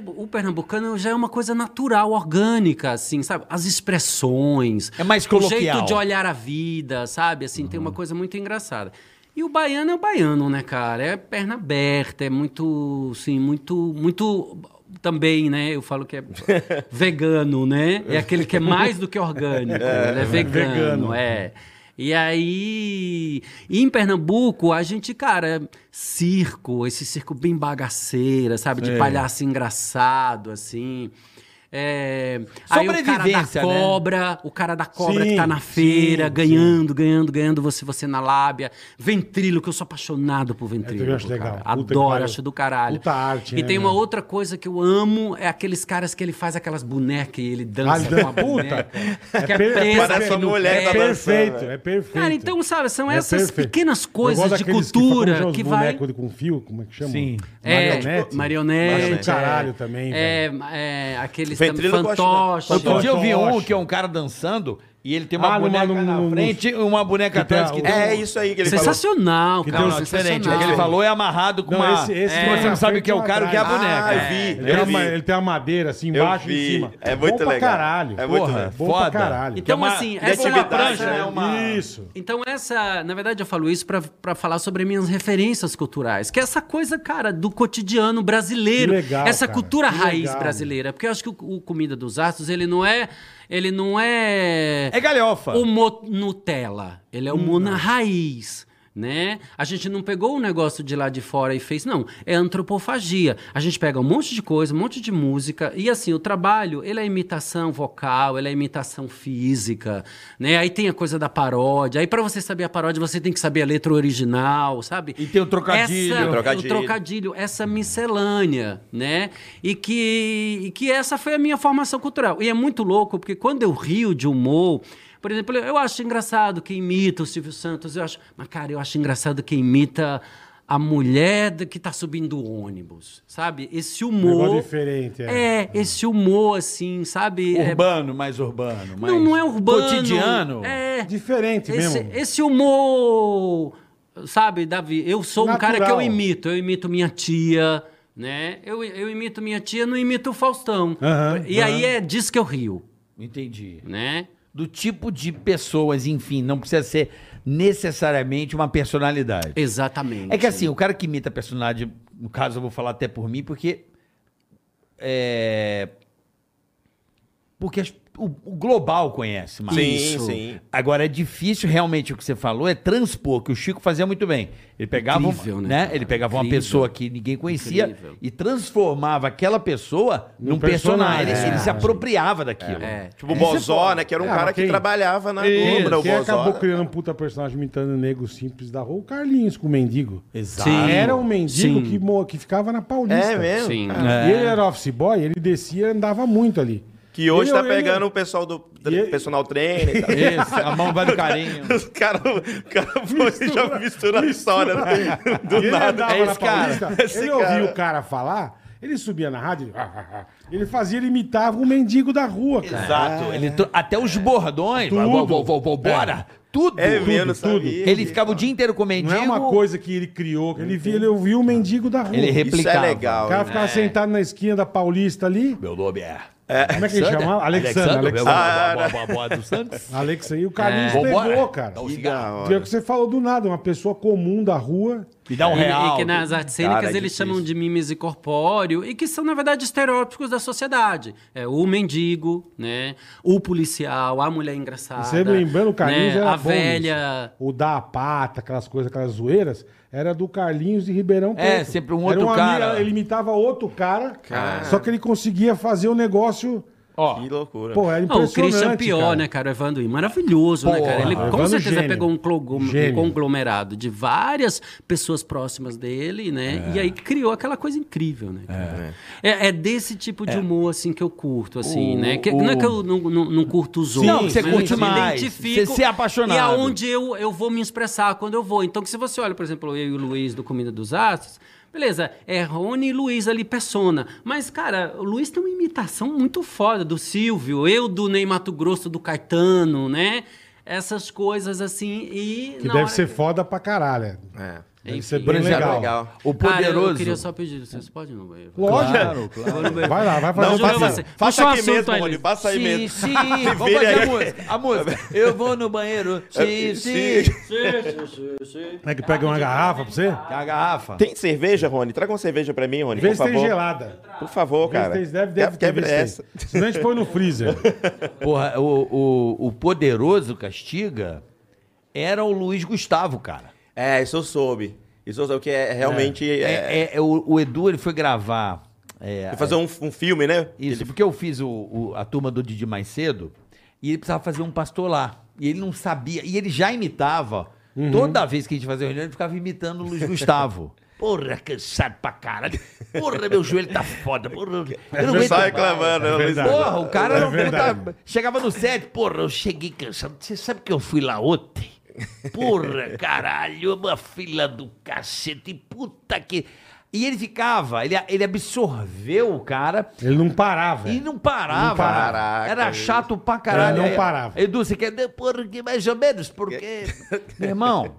Speaker 7: o, o pernambucano já é uma coisa natural, orgânica, assim, sabe? As expressões.
Speaker 4: É mais
Speaker 7: O
Speaker 4: coloquial.
Speaker 7: jeito de olhar a vida, sabe? Assim, tem uma coisa muito engraçada. E o baiano é o baiano, né, cara? É perna aberta, é muito, sim, muito, muito também, né? Eu falo que é vegano, né? É aquele que é mais do que orgânico, ele é vegano,
Speaker 3: Vegano.
Speaker 7: é. E aí, e em Pernambuco, a gente, cara, é circo, esse circo bem bagaceira, sabe? De palhaço engraçado, assim. É, aí o cara
Speaker 4: Sobrevivência,
Speaker 7: da
Speaker 4: né?
Speaker 7: cobra, o cara da cobra
Speaker 3: Sim,
Speaker 7: que tá na
Speaker 3: sim,
Speaker 7: feira,
Speaker 3: sim.
Speaker 7: ganhando, ganhando, ganhando você, você na lábia. Ventrilo, que eu sou apaixonado por ventrilo.
Speaker 3: também É, acho legal. Puta que
Speaker 7: Adoro,
Speaker 3: pariu.
Speaker 7: acho do caralho.
Speaker 3: Puta arte,
Speaker 7: E
Speaker 3: né,
Speaker 7: tem uma
Speaker 3: meu?
Speaker 7: outra coisa que eu amo, é aqueles caras que ele faz aquelas bonecas e ele dança
Speaker 3: Ah,
Speaker 7: com a
Speaker 3: puta.
Speaker 7: é boneca. Que é
Speaker 3: per-
Speaker 7: presa
Speaker 6: parece
Speaker 7: aqui
Speaker 6: uma
Speaker 7: no
Speaker 6: mulher
Speaker 7: pé.
Speaker 6: da
Speaker 3: É perfeito,
Speaker 6: dançando,
Speaker 3: é perfeito.
Speaker 7: tá Cara, então, sabe, são
Speaker 3: É
Speaker 7: essas
Speaker 3: perfeito.
Speaker 7: pequenas
Speaker 3: Eu
Speaker 7: coisas
Speaker 3: gosto
Speaker 7: de
Speaker 3: daqueles que,
Speaker 7: cultura que, vai...
Speaker 3: boneco com fio, como é que chama?
Speaker 4: Sim.
Speaker 7: É,
Speaker 3: Marionete.
Speaker 7: marionete.
Speaker 3: Acho do caralho também,
Speaker 7: É, é, aqueles
Speaker 6: Ventríloco, acho que-
Speaker 7: fantoche.
Speaker 4: Outro dia eu vi um
Speaker 3: fantoche.
Speaker 4: que é um cara dançando e ele tem uma
Speaker 3: Ah, numa-
Speaker 4: boneca
Speaker 3: num- num-
Speaker 4: na frente e uma boneca
Speaker 3: que
Speaker 4: atrás.
Speaker 3: tá-
Speaker 4: Que um
Speaker 6: É isso aí que ele falou.
Speaker 7: Sensacional,
Speaker 3: Que
Speaker 7: cara.
Speaker 3: tem um
Speaker 4: diferente. O
Speaker 7: sensacional.
Speaker 4: que ele falou é amarrado com
Speaker 3: Não,
Speaker 4: uma.
Speaker 3: esse- esse
Speaker 4: é,
Speaker 3: que
Speaker 4: você
Speaker 3: tá
Speaker 4: não sabe o que é o
Speaker 3: frente e
Speaker 4: cara o que é a
Speaker 3: atrás.
Speaker 6: Ah,
Speaker 4: boneca.
Speaker 6: eu vi.
Speaker 3: Ele, tem
Speaker 6: eu
Speaker 3: uma,
Speaker 6: vi.
Speaker 3: ele tem uma madeira assim
Speaker 6: Eu
Speaker 3: embaixo e
Speaker 6: vi.
Speaker 3: em cima.
Speaker 6: É muito
Speaker 3: Bom pra
Speaker 6: legal.
Speaker 3: caralho.
Speaker 6: É muito
Speaker 3: Porra,
Speaker 6: legal.
Speaker 3: Bom
Speaker 4: Foda.
Speaker 3: pra caralho.
Speaker 4: Que é
Speaker 7: Então,
Speaker 4: uma-
Speaker 7: assim,
Speaker 4: que é
Speaker 7: essa
Speaker 4: uma
Speaker 7: é uma
Speaker 6: atividade,
Speaker 7: prancha,
Speaker 6: né?
Speaker 7: né?
Speaker 3: Isso.
Speaker 7: Então, essa, na verdade, eu falo isso para falar sobre minhas referências culturais, que é essa coisa, cara, do cotidiano brasileiro.
Speaker 3: Que legal,
Speaker 7: essa
Speaker 3: cara.
Speaker 7: cultura
Speaker 3: Que
Speaker 7: raiz
Speaker 3: legal.
Speaker 7: brasileira. Porque eu acho que o, o Comida dos Astros, ele não é. Ele não é.
Speaker 4: É galhofa.
Speaker 7: O mo- Nutella. Ele é o
Speaker 4: Hum.
Speaker 7: Mona Raiz. Né? A gente não pegou o negócio de lá de fora e fez, não. É antropofagia. A gente pega um monte de coisa, um monte de música. E assim, o trabalho, ele é imitação vocal, ele é imitação física. Né? Aí tem a coisa da paródia. Aí, para você saber a paródia, você tem que saber a letra original, sabe?
Speaker 4: E tem o trocadilho.
Speaker 7: Essa-
Speaker 6: O trocadilho.
Speaker 7: O trocadilho, essa miscelânea, né? E que, e que essa foi a minha formação cultural. E é muito louco, porque quando eu rio de humor, por exemplo, eu acho engraçado quem imita o Silvio Santos, eu acho. Mas, cara, eu acho engraçado quem imita a mulher da- que tá subindo o ônibus, sabe? Esse humor.
Speaker 3: Negócio diferente, é.
Speaker 7: é. esse humor, assim, sabe? É-
Speaker 4: Urbano, mais urbano. Mais
Speaker 7: não, não é urbano.
Speaker 4: Cotidiano.
Speaker 7: É.
Speaker 3: Diferente
Speaker 7: Esse,
Speaker 3: mesmo.
Speaker 7: esse humor, sabe, Davi? Eu sou um cara que
Speaker 3: Natural.
Speaker 7: eu imito. Eu imito minha tia, né? Eu, eu imito minha tia, não imito o Faustão.
Speaker 3: Aham,
Speaker 7: e aí é disso que eu rio,
Speaker 4: Entendi.
Speaker 7: né?
Speaker 4: Do tipo de pessoas, enfim, não precisa ser necessariamente uma personalidade.
Speaker 7: Exatamente.
Speaker 4: É que assim, o cara que imita personagem, no caso eu vou falar até por mim, porque. É. Porque as- o, o global conhece mais.
Speaker 6: Sim, sim.
Speaker 4: Agora é difícil realmente o que você falou é transpor, que o Chico fazia muito bem. Ele pegava,
Speaker 7: Incrível,
Speaker 4: né,
Speaker 7: né,
Speaker 4: ele
Speaker 7: cara?
Speaker 4: pegava uma
Speaker 7: Incrível.
Speaker 4: pessoa que ninguém conhecia
Speaker 7: Incrível.
Speaker 4: e transformava aquela pessoa
Speaker 3: Num
Speaker 4: num, personagem.
Speaker 3: personagem.
Speaker 4: Ele, ele se apropriava daquilo.
Speaker 7: É.
Speaker 6: Tipo o Bozó, né? Que era um
Speaker 3: É,
Speaker 6: cara
Speaker 3: mas
Speaker 6: que
Speaker 3: quem- é
Speaker 6: trabalhava na Globo, né? O
Speaker 3: Quem acabou
Speaker 6: Bozó.
Speaker 3: criando um puta personagem imitando o nego simples da rua? O Carlinhos com o mendigo.
Speaker 4: Exato.
Speaker 7: Sim.
Speaker 3: Era um mendigo
Speaker 7: Sim.
Speaker 3: que, mo- que ficava na Paulista.
Speaker 6: É mesmo?
Speaker 7: Sim.
Speaker 4: Ah.
Speaker 3: E ele era office boy, ele descia e andava muito ali.
Speaker 6: Que hoje
Speaker 3: Ele-
Speaker 6: tá
Speaker 3: ele-
Speaker 6: pegando o é- pessoal do
Speaker 3: E-
Speaker 6: personal trainer e tal.
Speaker 4: Isso, a mão vai do carinho.
Speaker 6: Os caras cara foi já misturando a história né? do
Speaker 3: E ele
Speaker 6: nada.
Speaker 3: andava
Speaker 4: É
Speaker 3: na
Speaker 4: esse cara.
Speaker 3: Paulista,
Speaker 6: Esse
Speaker 3: ele ouvia
Speaker 6: cara.
Speaker 3: o cara falar, ele subia na rádio, ele, "Ah, ah, ah", ele fazia, ele imitava um mendigo da rua, cara.
Speaker 4: Exato. Ele tro- Até os bordões.
Speaker 3: Tudo.
Speaker 4: Vó, vó, vó, vó, Bora. Tudo.
Speaker 6: É mesmo,
Speaker 3: tudo.
Speaker 6: sabia?
Speaker 4: Ele ficava o dia inteiro com o mendigo.
Speaker 3: Não é uma coisa que ele criou, que ele, via, ele ouviu o mendigo da rua.
Speaker 4: Ele
Speaker 6: Isso
Speaker 4: replicava.
Speaker 6: é
Speaker 3: O
Speaker 6: legal.
Speaker 3: cara
Speaker 6: né?
Speaker 3: ficava sentado na esquina da Paulista ali.
Speaker 4: Meu nome é.
Speaker 3: Como é que ele chamava? Alexandre.
Speaker 4: Alexandre.
Speaker 3: Alexandre.
Speaker 4: Vó, vó, vó, vó, vó, do Santos.
Speaker 3: Alexandre. E o Carlinhos
Speaker 4: É.
Speaker 3: pegou,
Speaker 4: Vambora.
Speaker 3: cara.
Speaker 4: Dá um
Speaker 6: Que
Speaker 4: cigarro.
Speaker 6: da hora.
Speaker 3: Pior que você falou do nada, uma pessoa comum da rua.
Speaker 4: Me dá um
Speaker 7: E-
Speaker 4: real.
Speaker 7: E que nas artes
Speaker 6: Cara,
Speaker 7: cênicas
Speaker 6: é
Speaker 7: eles
Speaker 6: difícil.
Speaker 7: chamam de mimes e corpóreo, e que são, na verdade, estereótipos da sociedade. É, o mendigo, né? O policial, a mulher engraçada.
Speaker 3: Você lembrando, o Carlinhos
Speaker 7: Ah, né?
Speaker 3: era
Speaker 7: A
Speaker 3: é bom
Speaker 7: velha.
Speaker 3: nisso. O da pata, aquelas coisas, aquelas zoeiras, era do Carlinhos de Ribeirão Preto.
Speaker 4: É, sempre um
Speaker 3: Era
Speaker 4: outro cara.
Speaker 3: Ele imitava outro cara, só que ele conseguia fazer o negócio...
Speaker 6: Que loucura.
Speaker 3: Pô, era
Speaker 7: Não, o
Speaker 3: impressionante,
Speaker 7: Christian Pior,
Speaker 3: cara.
Speaker 7: né, cara? O Evandro I, maravilhoso, né, cara? Ele
Speaker 3: Porra,
Speaker 7: com
Speaker 3: Evandro
Speaker 7: certeza
Speaker 3: gênio.
Speaker 7: pegou um, clogo- um
Speaker 3: Gênio.
Speaker 7: conglomerado de várias pessoas próximas dele, né?
Speaker 4: É.
Speaker 7: E aí criou aquela coisa incrível, né, cara? É, é desse tipo de humor, assim, que eu curto, assim,
Speaker 4: O-
Speaker 7: né? Que-
Speaker 4: o-
Speaker 7: Não é que eu não, não, não curto os
Speaker 4: Sim,
Speaker 7: outros.
Speaker 4: você
Speaker 7: mas
Speaker 4: curte
Speaker 7: eu
Speaker 4: mais.
Speaker 7: identifico
Speaker 4: Você se é apaixonado.
Speaker 7: E aonde eu, eu vou me expressar quando eu vou. Então, que se você olha, por exemplo, eu e o Luiz do Comida dos Astros... Beleza, é Rony e Luiz ali, persona. Mas, cara, o Luiz tem uma imitação muito foda do Silvio, eu do Ney Mato Grosso, do Caetano, né? Essas coisas assim e.
Speaker 3: Que
Speaker 7: na
Speaker 3: deve
Speaker 7: hora
Speaker 3: ser foda pra caralho.
Speaker 6: É.
Speaker 3: Deve
Speaker 7: Enfim.
Speaker 3: ser
Speaker 4: Por
Speaker 3: bem
Speaker 4: exemplo,
Speaker 3: legal.
Speaker 4: o
Speaker 7: Cara, eu
Speaker 4: poderoso.
Speaker 7: queria só pedir, vocês podem não banheiro?
Speaker 3: Lógico.
Speaker 4: Claro,
Speaker 3: Vai lá, vai fazer
Speaker 6: Não,
Speaker 3: o
Speaker 7: Júlio,
Speaker 6: faça,
Speaker 3: passeio.
Speaker 7: você-
Speaker 6: faça
Speaker 7: puxa um
Speaker 6: aqui
Speaker 7: assunto
Speaker 6: mesmo,
Speaker 7: aí,
Speaker 6: Rony.
Speaker 7: Luiz.
Speaker 6: Faça aí
Speaker 4: Sim,
Speaker 6: mesmo.
Speaker 4: sim.
Speaker 6: Se
Speaker 4: Vamos
Speaker 6: vira
Speaker 4: fazer a
Speaker 6: aí.
Speaker 4: música. A música. Eu vou no banheiro. Sim, sim.
Speaker 3: Como é que pega uma garrafa pra você?
Speaker 4: A garrafa.
Speaker 6: Tem cerveja, Rony? Traga uma cerveja pra mim, Rony,
Speaker 3: Vê
Speaker 6: por
Speaker 3: se tem
Speaker 6: favor.
Speaker 3: gelada.
Speaker 6: Por favor,
Speaker 3: Vê se
Speaker 6: cara.
Speaker 3: tem, deve, deve ter.
Speaker 6: Quebra
Speaker 3: Vê se
Speaker 6: essa.
Speaker 3: tem. Senão a gente põe no freezer.
Speaker 4: Porra, o, o, o poderoso Castiga era o Luiz Gustavo, cara.
Speaker 6: É, isso eu soube. Isso eu soube que é realmente...
Speaker 4: É,
Speaker 6: é-
Speaker 4: é- é o, o Edu ele foi gravar. é,
Speaker 6: fazer um, um filme, né?
Speaker 4: Isso, porque eu fiz o- o- a turma do Didi mais cedo e ele precisava fazer um pastor lá. E ele não sabia. E ele já imitava. Toda vez que a gente fazia reunião, ele ficava imitando o Luiz Gustavo. Porra, cansado pra caralho. Porra, meu joelho tá foda. Porra, eu não
Speaker 6: Não
Speaker 4: aguento mais.
Speaker 6: sai reclamando. né, Luiz?
Speaker 4: Porra, o cara era um
Speaker 3: É verdade.
Speaker 4: puta- Chegava no set, porra, eu cheguei cansado. Você sabe que eu fui lá ontem? Porra, caralho, uma fila do cacete, puta que. E ele ficava, ele, ele absorveu o cara
Speaker 3: Ele não parava.
Speaker 4: e não parava.
Speaker 3: É. Não parava.
Speaker 6: Caraca,
Speaker 4: Era
Speaker 6: velho.
Speaker 4: chato pra caralho.
Speaker 3: Ele não
Speaker 4: Aí,
Speaker 3: parava.
Speaker 4: Edu, você quer dizer, porra, que mais ou menos, porque... Meu irmão,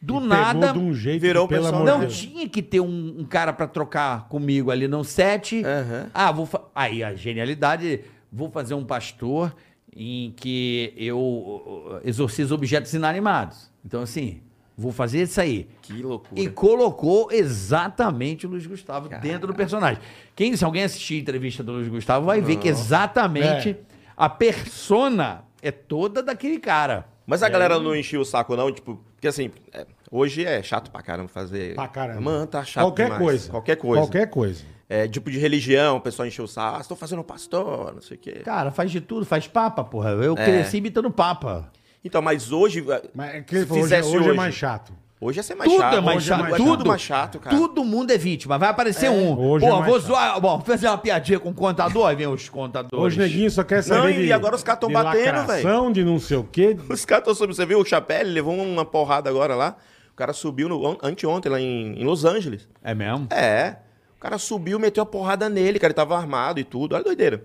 Speaker 4: do
Speaker 3: Pegou
Speaker 4: nada...
Speaker 3: de um jeito
Speaker 6: virou um
Speaker 3: que, pelo amor de
Speaker 4: Não
Speaker 3: Deus.
Speaker 4: tinha que ter um, um cara pra trocar comigo ali, não sete.
Speaker 6: Aham.
Speaker 4: Ah, vou fa- aí a genialidade, vou fazer um pastor em que eu uh, uh, exorcizo objetos inanimados. Então assim, vou fazer isso aí.
Speaker 6: Que loucura.
Speaker 4: E colocou exatamente o Luiz Gustavo dentro do personagem. Quem, se alguém assistir a entrevista do Luiz Gustavo, vai ver que exatamente
Speaker 3: É.
Speaker 4: a persona é toda daquele cara.
Speaker 6: Mas a galera não enchia o saco, não? Tipo, porque assim, é, hoje é chato pra caramba fazer.
Speaker 3: Pra caramba.
Speaker 6: Mano, tá chato
Speaker 3: Qualquer
Speaker 6: demais.
Speaker 3: coisa.
Speaker 6: Qualquer coisa.
Speaker 3: Qualquer coisa.
Speaker 6: É, tipo de religião, o pessoal encheu o saco. Ah, estou fazendo pastor, não sei o quê.
Speaker 4: Cara, faz de tudo, faz papa, porra. Eu cresci imitando papa.
Speaker 6: Então, mas hoje.
Speaker 3: Mas é
Speaker 6: Mas
Speaker 3: que ele falou, hoje, hoje, é mais chato.
Speaker 6: Hoje ia ser mais
Speaker 4: Tudo
Speaker 6: chato.
Speaker 4: é mais
Speaker 6: Hoje
Speaker 4: chato.
Speaker 6: mais
Speaker 4: tudo,
Speaker 6: Tudo mais chato, cara.
Speaker 4: Todo mundo é vítima. Vai aparecer um.
Speaker 3: hoje
Speaker 4: Pô,
Speaker 3: é mais
Speaker 4: vou
Speaker 3: chato.
Speaker 4: zoar. Bom, fazer uma piadinha com o contador, aí vem os contadores.
Speaker 3: Hoje neguinho só quer saber
Speaker 6: Não, e
Speaker 3: de
Speaker 6: agora os caras tão
Speaker 3: de
Speaker 6: batendo, velho.
Speaker 3: lacração, De não sei o quê.
Speaker 6: Os caras estão subindo. Você viu o Chapéu? Ele levou uma porrada agora lá. O cara subiu no, an- anteontem lá em, em Los Angeles.
Speaker 4: É mesmo?
Speaker 6: É. O cara subiu, meteu a porrada nele, cara. Ele tava armado e tudo. Olha a doideira.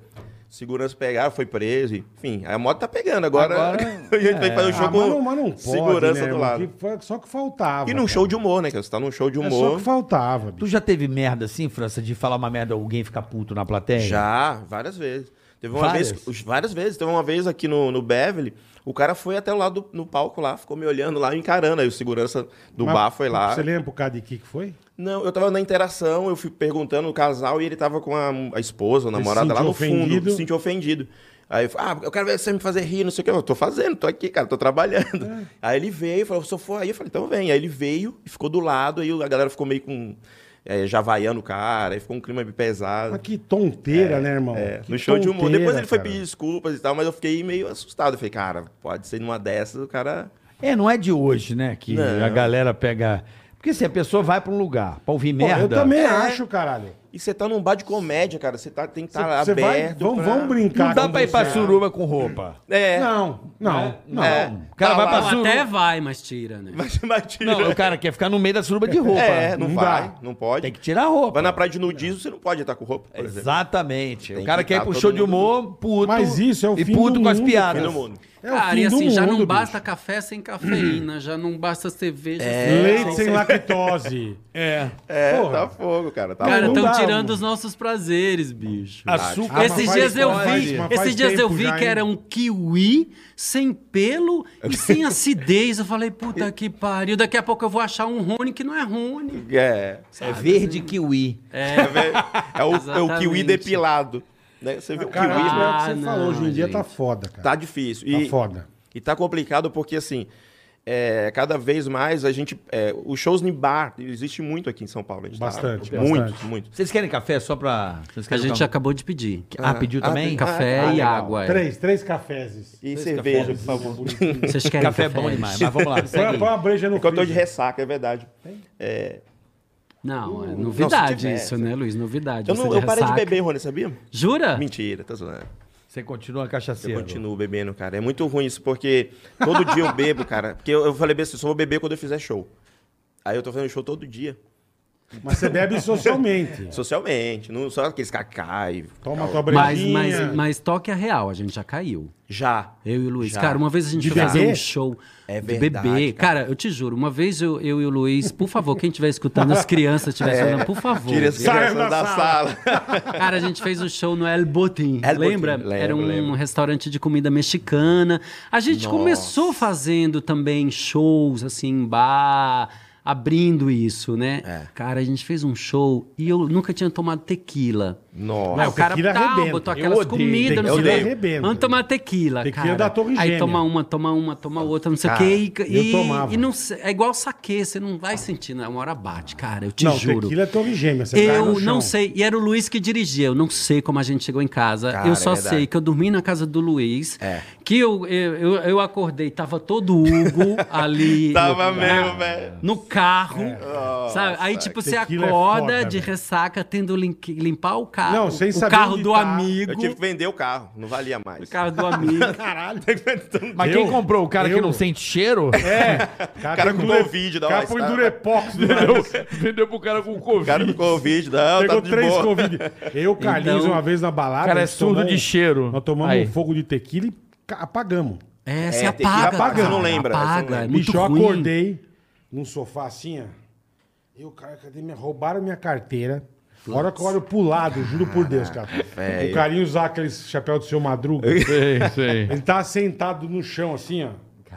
Speaker 6: Segurança pegaram, foi preso. e- Enfim, a moto tá pegando. Agora,
Speaker 4: Agora,
Speaker 6: a gente vai fazer um show
Speaker 3: Ah,
Speaker 6: com
Speaker 3: mas não, mas não pode,
Speaker 6: segurança
Speaker 3: né,
Speaker 6: do
Speaker 3: irmão?
Speaker 6: lado.
Speaker 3: Que foi só que faltava.
Speaker 6: E num
Speaker 3: cara.
Speaker 6: show de humor, né? cara? Você tá num show de
Speaker 3: É só
Speaker 6: humor.
Speaker 3: que faltava.
Speaker 4: Tu
Speaker 3: bicho.
Speaker 4: já teve merda assim, França, de falar uma merda alguém ficar puto na plateia?
Speaker 6: Já, várias vezes. Teve uma
Speaker 4: Várias?
Speaker 6: vez, os- várias vezes. Teve uma vez aqui no, no Beverly, o cara foi até o lado do, no palco lá, ficou me olhando lá, encarando. Aí o segurança do
Speaker 3: Mas
Speaker 6: bar foi lá.
Speaker 3: Você lembra por causa de que que foi?
Speaker 6: Não, eu tava na interação, eu fui perguntando o casal e ele tava com a, a esposa, a namorada lá
Speaker 3: sentiu
Speaker 6: no
Speaker 3: ofendido?
Speaker 6: fundo, se sentiu ofendido. Aí eu falei, ah, eu quero ver você me fazer rir, não sei o que. Eu tô fazendo, tô aqui, cara, tô trabalhando.
Speaker 3: É.
Speaker 6: Aí ele veio, falou, se eu for aí, eu falei, então vem. Aí ele veio e ficou do lado, aí a galera ficou meio com. É, javaiando o cara, aí ficou um clima meio pesado.
Speaker 3: Mas que tonteira, né, irmão?
Speaker 6: É,
Speaker 3: Que
Speaker 6: no show de humor.
Speaker 3: tonteira,
Speaker 6: Depois ele foi
Speaker 3: cara.
Speaker 6: pedir desculpas e tal, mas eu fiquei meio assustado. Eu falei, cara, pode ser numa dessas, o cara.
Speaker 4: É, não é de hoje, né? Que
Speaker 6: Não.
Speaker 4: a galera pega. Porque assim, a pessoa vai pra um lugar pra ouvir
Speaker 3: Pô,
Speaker 4: merda.
Speaker 3: Eu também
Speaker 6: É.
Speaker 3: acho, caralho.
Speaker 6: E você tá num bar de comédia, cara. Você tá, tem que
Speaker 3: Cê-
Speaker 6: estar
Speaker 3: cê vai-
Speaker 6: aberto.
Speaker 3: vamos,
Speaker 6: pra-
Speaker 3: vamos brincar.
Speaker 4: Não dá
Speaker 3: com
Speaker 4: pra ir pra
Speaker 3: você.
Speaker 4: suruba com roupa.
Speaker 7: né?
Speaker 6: É.
Speaker 3: Não, não, não.
Speaker 6: É.
Speaker 4: O cara vai pra
Speaker 7: Ou
Speaker 4: suruba.
Speaker 3: um-
Speaker 7: até vai, mas tira, né?
Speaker 6: Mas imagina.
Speaker 4: Não, o cara quer ficar no meio da suruba de roupa.
Speaker 6: é, não,
Speaker 3: Não
Speaker 6: vai,
Speaker 3: dá.
Speaker 6: não pode.
Speaker 4: Tem que tirar a roupa.
Speaker 6: Vai na praia de nudismo, você não pode estar com roupa, por exemplo.
Speaker 4: Exatamente.
Speaker 6: Tem
Speaker 4: o cara
Speaker 6: que
Speaker 4: quer ir
Speaker 6: tá
Speaker 4: pro
Speaker 6: todo
Speaker 4: show de
Speaker 6: mundo
Speaker 4: humor, puto.
Speaker 3: Mas isso é o
Speaker 4: E
Speaker 3: fim
Speaker 4: puto
Speaker 3: do
Speaker 4: com as
Speaker 3: mundo,
Speaker 4: piadas.
Speaker 6: Fim do mundo.
Speaker 3: É o
Speaker 7: Cara,
Speaker 3: fim
Speaker 7: e
Speaker 3: do
Speaker 7: assim, já
Speaker 3: mundo,
Speaker 7: não
Speaker 3: bicho.
Speaker 7: basta café sem cafeína, já não basta cerveja sem
Speaker 3: Leite sem lactose.
Speaker 4: É.
Speaker 6: É,
Speaker 3: Porra.
Speaker 6: tá fogo, cara. Tá
Speaker 7: Cara,
Speaker 3: não
Speaker 6: fogo.
Speaker 7: estão
Speaker 3: dá,
Speaker 7: tirando
Speaker 3: mano.
Speaker 7: os nossos prazeres, bicho.
Speaker 4: Açúcar.
Speaker 3: Ah, mas
Speaker 7: esses
Speaker 3: faz-
Speaker 7: dias eu vi,
Speaker 3: faz- mas faz
Speaker 7: esses dias eu
Speaker 3: tempo
Speaker 7: vi
Speaker 3: já,
Speaker 7: que
Speaker 3: hein?
Speaker 7: era um kiwi sem pelo e sem acidez. Eu falei, puta que pariu, daqui a pouco eu vou achar um Rony que não é Rony.
Speaker 6: É.
Speaker 4: É verde kiwi.
Speaker 6: É, velho. É o, é o kiwi
Speaker 7: Exatamente.
Speaker 6: depilado. né? Você viu o
Speaker 3: Cara,
Speaker 6: kiwi?
Speaker 3: é
Speaker 7: Ah,
Speaker 3: o que você
Speaker 7: não,
Speaker 3: falou. Hoje em dia tá
Speaker 7: gente.
Speaker 3: foda, cara.
Speaker 6: Tá difícil.
Speaker 3: Tá
Speaker 6: E,
Speaker 3: foda.
Speaker 6: E tá complicado porque, assim, é, cada vez mais a gente. é, os shows em bar, existe muito aqui em São Paulo. a gente tá-
Speaker 3: Bastante,
Speaker 6: muito,
Speaker 3: bastante.
Speaker 6: muito.
Speaker 4: Vocês querem café só pra. Vocês
Speaker 7: A
Speaker 4: querem
Speaker 7: gente
Speaker 4: café?
Speaker 7: acabou de pedir.
Speaker 4: Ah, pediu também?
Speaker 6: ah,
Speaker 7: Café
Speaker 6: ah,
Speaker 7: e
Speaker 6: legal.
Speaker 7: água. é.
Speaker 3: Três, três cafés.
Speaker 6: E cerveja, por favor.
Speaker 7: Vocês querem
Speaker 4: Café é bom demais, mas vamos lá.
Speaker 3: Põe
Speaker 4: segue
Speaker 3: põe
Speaker 4: aí.
Speaker 3: uma breja no
Speaker 6: Porque eu tô de
Speaker 3: freezer.
Speaker 6: ressaca, é verdade.
Speaker 7: Não, é
Speaker 6: não, se
Speaker 7: novidade
Speaker 6: tiver,
Speaker 7: isso, né, Luiz? Novidade.
Speaker 6: Eu,
Speaker 7: Você
Speaker 6: não,
Speaker 3: é
Speaker 7: de
Speaker 6: eu parei de
Speaker 7: ressaca.
Speaker 6: beber, Rony, sabia?
Speaker 7: Jura?
Speaker 6: Mentira, tá zoando.
Speaker 4: Você continua
Speaker 6: Eu
Speaker 4: cachaceiro.
Speaker 6: continuo bebendo, cara. É muito ruim isso, porque todo dia eu bebo, cara. Porque eu, eu falei assim, só vou beber quando eu fizer show. Aí eu tô fazendo show todo dia.
Speaker 3: Mas você bebe socialmente.
Speaker 6: Socialmente, não só aqueles cacá e...
Speaker 3: Toma tua
Speaker 7: Mas,
Speaker 3: brejinha.
Speaker 7: mas, mas toque a real, a gente já caiu.
Speaker 6: Já.
Speaker 7: Eu e o Luiz.
Speaker 6: Já.
Speaker 7: Cara, uma vez a gente
Speaker 3: De
Speaker 7: foi fazer
Speaker 3: beber?
Speaker 7: um show
Speaker 6: É
Speaker 7: de
Speaker 6: verdade,
Speaker 7: bebê.
Speaker 6: cara.
Speaker 7: Cara. eu te juro, uma vez eu, eu e o Luiz, por favor, quem estiver escutando, as crianças estiver escutando, por favor.
Speaker 6: É. Tira as
Speaker 3: Saiam
Speaker 6: crianças
Speaker 3: da
Speaker 6: da, sala.
Speaker 7: Cara, a gente fez o show no El Botin.
Speaker 6: El Botín,
Speaker 7: lembra?
Speaker 6: lembro,
Speaker 7: Era um
Speaker 6: lembro.
Speaker 7: restaurante de comida mexicana. A gente
Speaker 6: Nossa.
Speaker 7: começou fazendo também shows, assim, em bar, abrindo isso, né?
Speaker 6: É.
Speaker 7: Cara, a gente fez um show e eu nunca tinha tomado tequila.
Speaker 6: Nossa.
Speaker 7: Aí o cara
Speaker 3: tequila
Speaker 7: tá,
Speaker 3: arrebenta.
Speaker 7: botou
Speaker 3: Eu
Speaker 7: aquelas
Speaker 4: odeio
Speaker 7: comidas, não sei o
Speaker 6: tequila
Speaker 7: quê.
Speaker 3: arrebenta.
Speaker 7: Vamos tomar tequila,
Speaker 3: Tequila
Speaker 7: cara.
Speaker 3: da Torre
Speaker 7: Aí
Speaker 3: Gêmea.
Speaker 7: toma uma, toma uma, toma outra, não sei o
Speaker 6: Cara,
Speaker 7: quê. E,
Speaker 3: eu
Speaker 7: e-
Speaker 3: tomava.
Speaker 7: e não, se- é igual saquê, você não vai sentindo. Uma hora bate, cara, eu te
Speaker 3: Não,
Speaker 7: juro.
Speaker 3: tequila é torre gêmea. Você cai no
Speaker 7: Eu
Speaker 3: chão.
Speaker 7: não sei. E era o Luiz que dirigia. Eu não sei como a gente chegou em casa.
Speaker 6: Cara,
Speaker 7: eu
Speaker 6: é
Speaker 7: só
Speaker 6: verdade.
Speaker 7: sei que eu dormi na casa do Luiz.
Speaker 6: É.
Speaker 7: Que eu, eu, eu, eu acordei, tava todo Hugo ali.
Speaker 6: Tava
Speaker 7: no,
Speaker 6: mesmo, velho.
Speaker 7: No carro. Sabe? Aí, tipo, você
Speaker 3: Tequila é
Speaker 7: acorda
Speaker 3: foda,
Speaker 7: de
Speaker 3: velho.
Speaker 7: ressaca, tendo lim- que limpar o a,
Speaker 3: Não,
Speaker 7: o,
Speaker 3: sem
Speaker 7: o
Speaker 3: saber
Speaker 7: carro
Speaker 3: onde
Speaker 7: do
Speaker 3: tá.
Speaker 7: amigo.
Speaker 6: Eu tive que vender o carro, não valia mais.
Speaker 7: O carro do amigo.
Speaker 3: Caralho.
Speaker 4: Mas
Speaker 3: Eu?
Speaker 4: quem comprou? O cara que
Speaker 3: Eu?
Speaker 4: não sente cheiro?
Speaker 3: É.
Speaker 6: cara
Speaker 3: com
Speaker 6: com
Speaker 3: dure-
Speaker 6: Covid tá? da
Speaker 3: cara
Speaker 6: All
Speaker 3: põe
Speaker 6: Star.
Speaker 3: durepox do nariz.
Speaker 4: Vendeu pro cara com Covid.
Speaker 6: O cara do Covid, não,
Speaker 3: Pegou
Speaker 6: tá de
Speaker 3: três
Speaker 6: boa.
Speaker 3: Covid. Eu, Carlinhos,
Speaker 7: Então,
Speaker 3: uma vez na balada.
Speaker 4: cara é
Speaker 3: a gente
Speaker 4: surdo
Speaker 3: tomou
Speaker 4: de cheiro.
Speaker 3: né? Nós tomamos
Speaker 4: Aí.
Speaker 3: um fogo de tequila e ca- apagamos.
Speaker 7: É, se
Speaker 6: É, tem que
Speaker 7: apaga.
Speaker 6: apagar,
Speaker 7: cara,
Speaker 6: você não lembra, você não
Speaker 7: Apaga,
Speaker 6: lembra.
Speaker 7: é muito
Speaker 3: Bicho, eu
Speaker 7: ruim.
Speaker 3: acordei num sofá assim, ó. Eu, cara, cadê minha... Roubaram minha carteira. A hora que eu olho pro lado, juro por Deus, cara.
Speaker 6: velho.
Speaker 3: O carinho usar aquele chapéu do seu madruga.
Speaker 4: Sei, sei.
Speaker 3: Ele tava sentado no chão, assim, ó.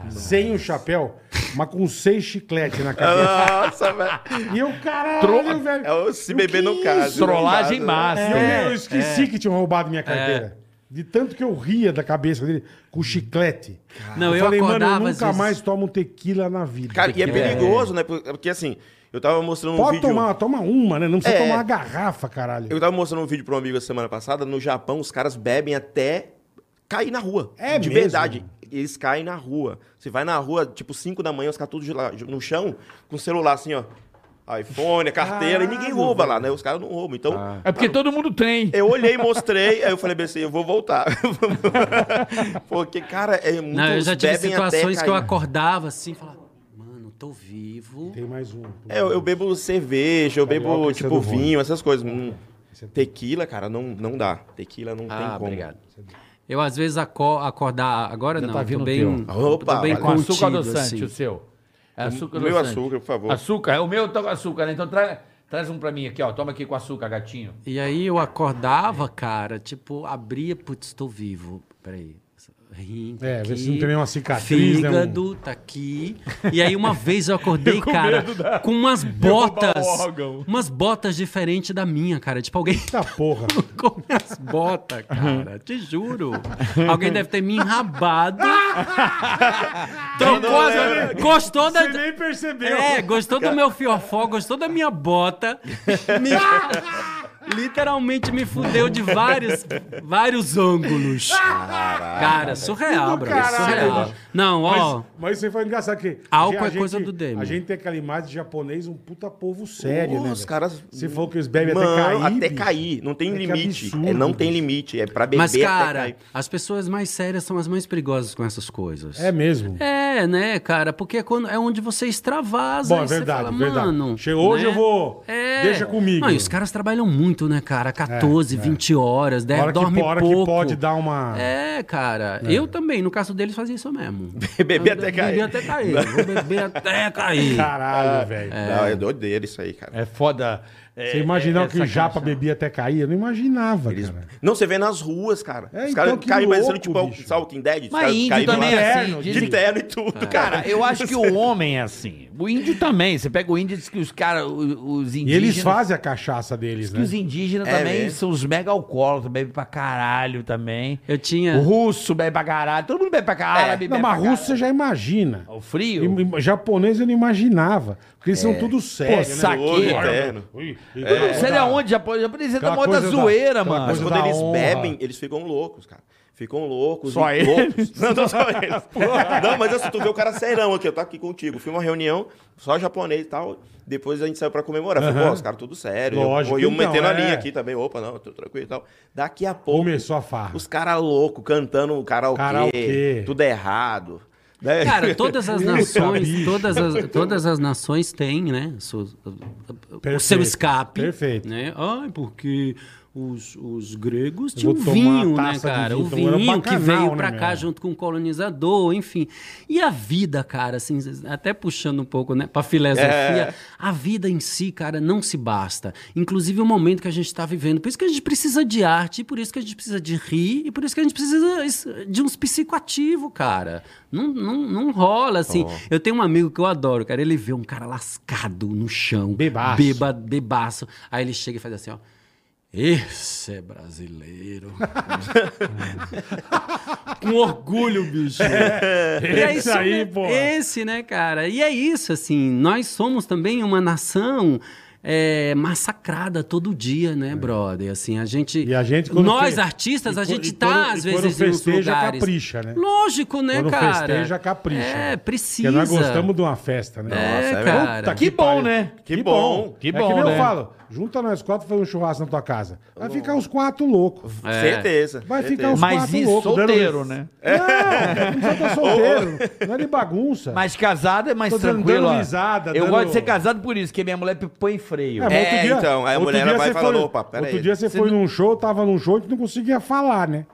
Speaker 3: Sem o chapéu, mas com seis chicletes na cabeça.
Speaker 6: Nossa, velho.
Speaker 3: E eu, caralho, velho.
Speaker 6: É o se
Speaker 3: o
Speaker 6: beber
Speaker 3: que
Speaker 6: no
Speaker 3: isso?
Speaker 6: caso.
Speaker 4: Trollagem
Speaker 6: Não
Speaker 4: massa.
Speaker 3: É, eu, eu esqueci que tinham roubado
Speaker 7: É.
Speaker 3: minha carteira. De tanto que eu ria da cabeça dele com chiclete.
Speaker 7: Não, eu acordava,
Speaker 3: mano, eu
Speaker 7: às
Speaker 3: nunca
Speaker 7: vezes-
Speaker 3: mais tomo tequila na vida.
Speaker 6: Cara, e é perigoso, né? Porque porque, assim, eu tava mostrando um
Speaker 3: Pode
Speaker 6: vídeo.
Speaker 3: tomar, toma uma, né? Não precisa
Speaker 6: É.
Speaker 3: tomar uma garrafa, caralho.
Speaker 6: Eu tava mostrando um vídeo pra um amigo semana passada. No Japão, os caras bebem até cair na rua.
Speaker 3: É
Speaker 6: De
Speaker 3: mesmo?
Speaker 6: verdade. Eles caem na rua. Você vai na rua, tipo, 5 da manhã, os caras todos de lá- no chão, com o celular assim, ó. iPhone, carteira, e ninguém rouba lá, né? Os caras não roubam. Então,
Speaker 3: Ah.
Speaker 4: É porque todo mundo tem.
Speaker 6: eu olhei, mostrei, aí eu falei bem assim, eu vou voltar. Porque, cara, é muito...
Speaker 7: Não, eu já tive
Speaker 6: bebem até
Speaker 7: situações que eu
Speaker 6: cair.
Speaker 7: acordava assim e falava, mano, tô vivo.
Speaker 3: Tem mais um.
Speaker 6: É, eu, eu bebo cerveja, eu
Speaker 3: Carioca,
Speaker 6: bebo,
Speaker 3: esse é
Speaker 6: tipo,
Speaker 3: do é Rony.
Speaker 6: vinho, essas coisas. Hum, Tequila, cara, não, não dá. Tequila não tem
Speaker 7: Ah,
Speaker 6: como.
Speaker 7: obrigado. Eu às vezes aco- acordar, agora
Speaker 4: Já
Speaker 7: não,
Speaker 4: tá
Speaker 7: eu
Speaker 4: vindo
Speaker 7: tô
Speaker 4: o
Speaker 7: bem,
Speaker 4: teu.
Speaker 6: Opa,
Speaker 7: tô bem
Speaker 6: valeu.
Speaker 4: Com
Speaker 7: contido,
Speaker 4: açúcar adoçante,
Speaker 7: assim.
Speaker 4: o seu. É açúcar
Speaker 6: Meu
Speaker 4: adoçante.
Speaker 6: açúcar, por favor.
Speaker 4: Açúcar? O meu tá com açúcar, né? Então tra- traz um pra mim aqui, ó. Toma aqui com açúcar, gatinho.
Speaker 7: E aí eu acordava, cara, tipo, abria, putz, tô vivo. Peraí. Rim, tá
Speaker 3: É, vê se
Speaker 7: aqui,
Speaker 3: não tem nenhuma cicatriz, né, um-
Speaker 7: Fígado, tá aqui. E aí uma vez eu acordei, cara, com umas botas. Umas botas diferentes da minha, cara. Tipo, alguém
Speaker 3: Eita porra.
Speaker 7: com minhas botas, cara. Te juro. Alguém deve ter me enrabado. Trocou as- Gostou da.
Speaker 3: Você nem percebeu.
Speaker 7: É, gostou do meu fiofó, gostou da minha bota. Me- Literalmente me fudeu de vários, vários ângulos. cara, surreal,
Speaker 3: Que Ah, do
Speaker 7: bro.
Speaker 3: caralho,
Speaker 7: Surreal.
Speaker 3: bicho.
Speaker 7: Não, ó.
Speaker 3: Mas, mas isso aí foi engraçado, que
Speaker 7: Álcool
Speaker 3: a
Speaker 7: é coisa do Demi.
Speaker 3: A gente tem aquela imagem de japonês, um puta povo sério,
Speaker 6: Pô,
Speaker 3: né?
Speaker 6: Os
Speaker 3: velho?
Speaker 6: caras.
Speaker 3: Você falou que eles bebem até
Speaker 6: Mano,
Speaker 3: cair.
Speaker 6: Até
Speaker 3: bicho.
Speaker 6: cair. Não tem
Speaker 3: É que
Speaker 6: limite.
Speaker 3: absurdo,
Speaker 6: É, não tem
Speaker 3: bicho.
Speaker 6: limite. É pra beber
Speaker 3: tá
Speaker 7: Mas,
Speaker 6: até
Speaker 7: cara,
Speaker 6: cair.
Speaker 7: as pessoas mais sérias são as mais perigosas com essas coisas.
Speaker 3: É mesmo.
Speaker 7: É, né, cara? Porque é, quando, é onde você extravasa.
Speaker 3: Bom, é
Speaker 7: e você
Speaker 3: verdade,
Speaker 7: fala,
Speaker 3: verdade.
Speaker 7: Mano, né? É.
Speaker 3: Chegou hoje, eu vou- deixa comigo. É,
Speaker 7: Não, e os caras trabalham muito, né, cara? 14, 20 horas,
Speaker 3: A
Speaker 7: deve,
Speaker 3: hora,
Speaker 7: dorme
Speaker 3: que, a hora
Speaker 7: pouco.
Speaker 3: que pode dar uma...
Speaker 7: É, cara. Eu também, no caso deles, fazia isso mesmo.
Speaker 6: Beber até
Speaker 7: Beber
Speaker 6: cair.
Speaker 7: até cair. Vou beber até cair.
Speaker 3: Caralho, velho.
Speaker 6: Não, é doideira isso aí, cara.
Speaker 4: É foda.
Speaker 3: Você
Speaker 7: É,
Speaker 3: imaginar que o japa bebia até cair? Eu não imaginava, cara.
Speaker 6: Não, você vê nas ruas, cara.
Speaker 3: É,
Speaker 6: os caras
Speaker 3: então, que
Speaker 6: caem parecendo
Speaker 3: louco,
Speaker 6: tipo o
Speaker 3: bicho.
Speaker 6: Walking Dead. os
Speaker 4: Mas
Speaker 6: caras
Speaker 4: índio
Speaker 6: caem lá,
Speaker 4: também é assim.
Speaker 6: De
Speaker 4: dizem-
Speaker 6: terno e tudo, cara.
Speaker 4: Cara, Ah, eu acho que o homem é assim. O índio também. Você pega o índio e diz que os caras, o- os
Speaker 3: E
Speaker 4: indígenas...
Speaker 3: eles fazem a cachaça deles,
Speaker 4: diz
Speaker 3: né?
Speaker 4: que os indígenas
Speaker 6: É
Speaker 4: também
Speaker 6: mesmo.
Speaker 4: são os mega alcoólatras, bebem pra caralho também.
Speaker 7: Eu tinha.
Speaker 4: O russo bebe pra caralho, todo mundo bebe pra caralho. bebe
Speaker 3: É. Não,
Speaker 7: né,
Speaker 4: pra
Speaker 3: mas russo você
Speaker 4: caralho.
Speaker 3: já imagina.
Speaker 4: É O frio?
Speaker 3: Im- im- Japonês eu não imaginava. Porque eles são tudo sérios, né?
Speaker 4: saque.
Speaker 6: Olho
Speaker 4: Cara,
Speaker 6: terno.
Speaker 3: Ui,
Speaker 4: É. Sério, aonde? Japonês, japonês é da
Speaker 3: Aquela
Speaker 4: moda
Speaker 3: coisa da-
Speaker 4: zoeira,
Speaker 3: aquela
Speaker 4: mano.
Speaker 6: Mas
Speaker 3: coisa
Speaker 6: quando
Speaker 3: da
Speaker 6: eles
Speaker 3: honra.
Speaker 6: bebem, eles ficam loucos, cara. Ficam loucos.
Speaker 4: Só
Speaker 6: e
Speaker 4: eles?
Speaker 6: loucos. Não, não só eles. não, mas assim, tu vê o cara serão aqui, eu tô aqui contigo. Fui uma reunião, só japonês e tal. Depois a gente saiu pra comemorar. Falei, pô, os caras tudo sério. Eu-
Speaker 3: Lógico, então,
Speaker 6: eu, metendo a
Speaker 3: é.
Speaker 6: linha aqui também. Opa, não, tô tranquilo e tal. Daqui a pouco,
Speaker 3: Começou a farra.
Speaker 6: os caras loucos, cantando o karaokê,
Speaker 3: Karaokê.
Speaker 6: tudo errado. Né?
Speaker 7: Cara, todas as nações,
Speaker 3: bicho.
Speaker 7: todas as, todas as nações têm, né? su- o
Speaker 3: Perfeito,
Speaker 7: seu escape.
Speaker 3: perfeito.
Speaker 7: Né? Ai, porque os, os gregos
Speaker 3: Eu
Speaker 7: tinham
Speaker 3: vou tomar
Speaker 7: vinho,
Speaker 3: uma
Speaker 7: né,
Speaker 3: taça de
Speaker 7: cara?
Speaker 3: vinho,
Speaker 7: O
Speaker 3: então era um
Speaker 7: vinho que
Speaker 3: bacanal,
Speaker 7: veio
Speaker 3: né,
Speaker 7: pra cá
Speaker 3: meu?
Speaker 7: junto com o colonizador, enfim. E a vida, cara, assim, até puxando um pouco, né, pra filosofia, a vida em si, cara, não se basta. Inclusive o momento que a gente tá vivendo. Por isso que a gente precisa de arte, por isso que a gente precisa de rir, e por isso que a gente precisa es- de uns psicoativos, cara. Não, não, não rola, assim. Eu tenho um amigo que eu adoro, cara. Ele vê um cara lascado no chão.
Speaker 3: Bebaço.
Speaker 7: Beba, bebaço. Aí ele chega e faz assim, ó. Esse é brasileiro. Com orgulho, bicho. É, E
Speaker 3: Esse
Speaker 7: isso,
Speaker 3: É aí,
Speaker 7: né?
Speaker 3: pô.
Speaker 7: Esse, né, cara? E é isso, assim. Nós somos também uma nação é, massacrada todo dia, né, brother? Assim, a gente.
Speaker 3: É. E a gente, quando
Speaker 7: nós,
Speaker 3: fe-
Speaker 7: artistas, a
Speaker 3: e quando-
Speaker 7: gente
Speaker 3: e
Speaker 7: tá,
Speaker 3: quando-
Speaker 7: às
Speaker 3: e quando
Speaker 7: vezes, nos
Speaker 3: festeja,
Speaker 7: lugares.
Speaker 3: capricha, né?
Speaker 7: Lógico, né,
Speaker 3: Quando
Speaker 7: cara?
Speaker 3: festeja, capricha.
Speaker 7: É,
Speaker 3: Porque
Speaker 7: precisa.
Speaker 3: nós gostamos de uma festa,
Speaker 7: É,
Speaker 3: né?
Speaker 6: é
Speaker 7: cara.
Speaker 3: Puta
Speaker 4: Que bom,
Speaker 3: pariu.
Speaker 4: né?
Speaker 6: Que bom.
Speaker 3: Que
Speaker 4: Que
Speaker 3: bom. É
Speaker 4: bom,
Speaker 3: que nem eu
Speaker 4: né?
Speaker 3: falo, junta nós quatro pra fazer um churrasco na tua casa. Vai ficar uns quatro loucos.
Speaker 6: Certeza.
Speaker 3: Vai
Speaker 6: certeza.
Speaker 3: ficar uns
Speaker 4: Mas
Speaker 3: quatro
Speaker 4: e
Speaker 3: loucos.
Speaker 4: solteiro,
Speaker 3: dando-
Speaker 4: né?
Speaker 3: Não, não precisa estar solteiro. não é de bagunça.
Speaker 4: Mas casado é mais
Speaker 3: Tô dando-
Speaker 4: tranquilo.
Speaker 3: dando
Speaker 4: ó.
Speaker 3: risada,
Speaker 4: eu
Speaker 3: dando-
Speaker 4: gosto de ser casado por isso, porque minha mulher põe freio.
Speaker 3: mas outro
Speaker 6: É, então, aí a
Speaker 3: outro
Speaker 6: mulher
Speaker 3: dia
Speaker 6: vai
Speaker 3: você
Speaker 6: e fala,
Speaker 3: foi-
Speaker 6: opa, pera
Speaker 3: Outro
Speaker 6: aí.
Speaker 3: dia você, foi num show, tava num show e não conseguia falar, né?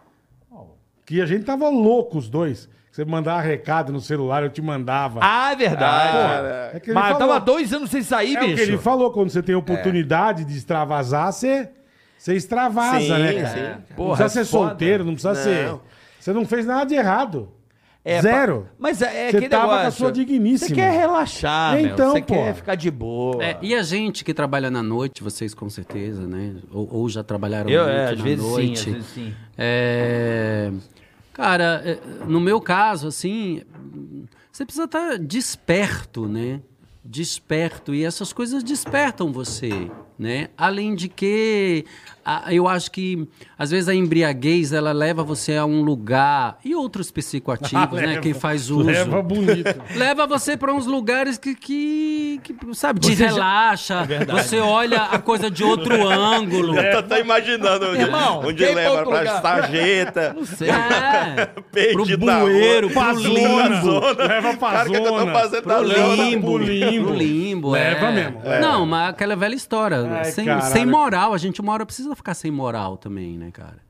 Speaker 3: Que a gente tava louco os dois. Você mandava recado no celular, eu te mandava.
Speaker 4: Ah, é verdade.
Speaker 6: Ah,
Speaker 3: É que ele
Speaker 4: mas eu
Speaker 3: falou.
Speaker 4: tava dois anos sem sair,
Speaker 3: É o que
Speaker 4: bicho.
Speaker 3: ele falou, quando você tem oportunidade de extravasar, você, você extravasa,
Speaker 6: Sim,
Speaker 3: né, cara?
Speaker 6: sim.
Speaker 3: Não
Speaker 4: Porra,
Speaker 3: precisa ser
Speaker 4: é foda.
Speaker 3: solteiro, não precisa
Speaker 6: Não.
Speaker 3: ser... Você não fez nada de errado.
Speaker 4: É,
Speaker 3: Zero.
Speaker 4: pa- Mas é, é
Speaker 3: Você
Speaker 4: aquele
Speaker 3: tava com a
Speaker 4: negócio.
Speaker 3: sua digníssima.
Speaker 4: Você quer relaxar,
Speaker 3: Então,
Speaker 4: meu. Você
Speaker 3: pô.
Speaker 4: quer ficar de boa.
Speaker 7: É, e a gente que trabalha na noite, vocês com certeza, né? Ou, ou já trabalharam
Speaker 4: Eu,
Speaker 7: muito
Speaker 4: é, às
Speaker 7: na
Speaker 4: vezes sim,
Speaker 7: noite.
Speaker 4: às vezes sim.
Speaker 7: É, Cara, é, no meu caso, assim, você precisa estar desperto, né? Desperto. E essas coisas despertam você, né? Além de que a- eu acho que, às vezes, a embriaguez, ela leva você a um lugar... E outros psicoativos, né?
Speaker 4: Ah,
Speaker 3: Leva-
Speaker 7: Quem faz uso.
Speaker 3: Leva É, bonito.
Speaker 7: Leva você para uns lugares que, que, que, sabe,
Speaker 4: Você
Speaker 7: te
Speaker 4: já-
Speaker 3: É
Speaker 7: relaxa, você olha a coisa de outro
Speaker 3: um
Speaker 7: ângulo.
Speaker 6: Eu tô, tô imaginando onde,
Speaker 4: Irmão,
Speaker 6: onde
Speaker 4: quem pra
Speaker 6: leva
Speaker 4: outro
Speaker 6: pra
Speaker 4: lugar?
Speaker 6: sarjeta.
Speaker 4: Não sei.
Speaker 7: É, pro
Speaker 6: Peide na
Speaker 7: bueiro,
Speaker 6: rua,
Speaker 7: pro limbo.
Speaker 3: Leva pra
Speaker 6: Cara, o que eu tô
Speaker 3: zona.
Speaker 6: fazendo na
Speaker 7: Pro
Speaker 6: zona?
Speaker 7: limbo,
Speaker 3: pro limbo.
Speaker 7: pro limbo, é.
Speaker 3: Leva mesmo, é.
Speaker 7: Não, mas aquela velha história.
Speaker 3: Ai,
Speaker 7: sem,
Speaker 3: caralho.
Speaker 7: sem moral, a gente uma hora precisa ficar sem moral também, né, cara?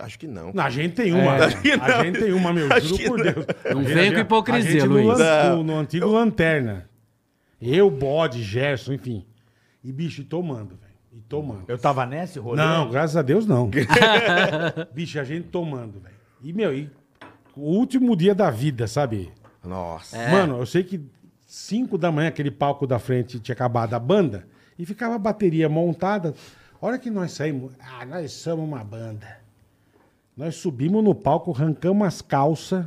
Speaker 6: Acho que não.
Speaker 3: A gente tem uma.
Speaker 6: Acho que
Speaker 3: A
Speaker 6: não.
Speaker 3: gente tem uma, meu.
Speaker 6: Acho
Speaker 3: Juro
Speaker 6: que
Speaker 3: por
Speaker 6: não.
Speaker 3: Deus.
Speaker 7: É. Não
Speaker 3: A gente-
Speaker 7: vem com
Speaker 3: a
Speaker 7: hipocrisia,
Speaker 3: gente no
Speaker 7: Luiz.
Speaker 3: lan-
Speaker 6: Não.
Speaker 3: No, no antigo Lanterna. Eu, Bode, Gerson, enfim. E, bicho, e tomando, velho. E tomando.
Speaker 4: Eu tava nesse rolê?
Speaker 3: Não, graças a Deus, não. bicho, a gente tomando, velho. E, meu, e o último dia da vida, sabe?
Speaker 6: Nossa.
Speaker 3: Mano, eu sei que 5 da manhã aquele palco da frente tinha acabado a banda e ficava a bateria montada. A hora que nós saímos, ah, nós somos uma banda. Nós subimos no palco, arrancamos as calças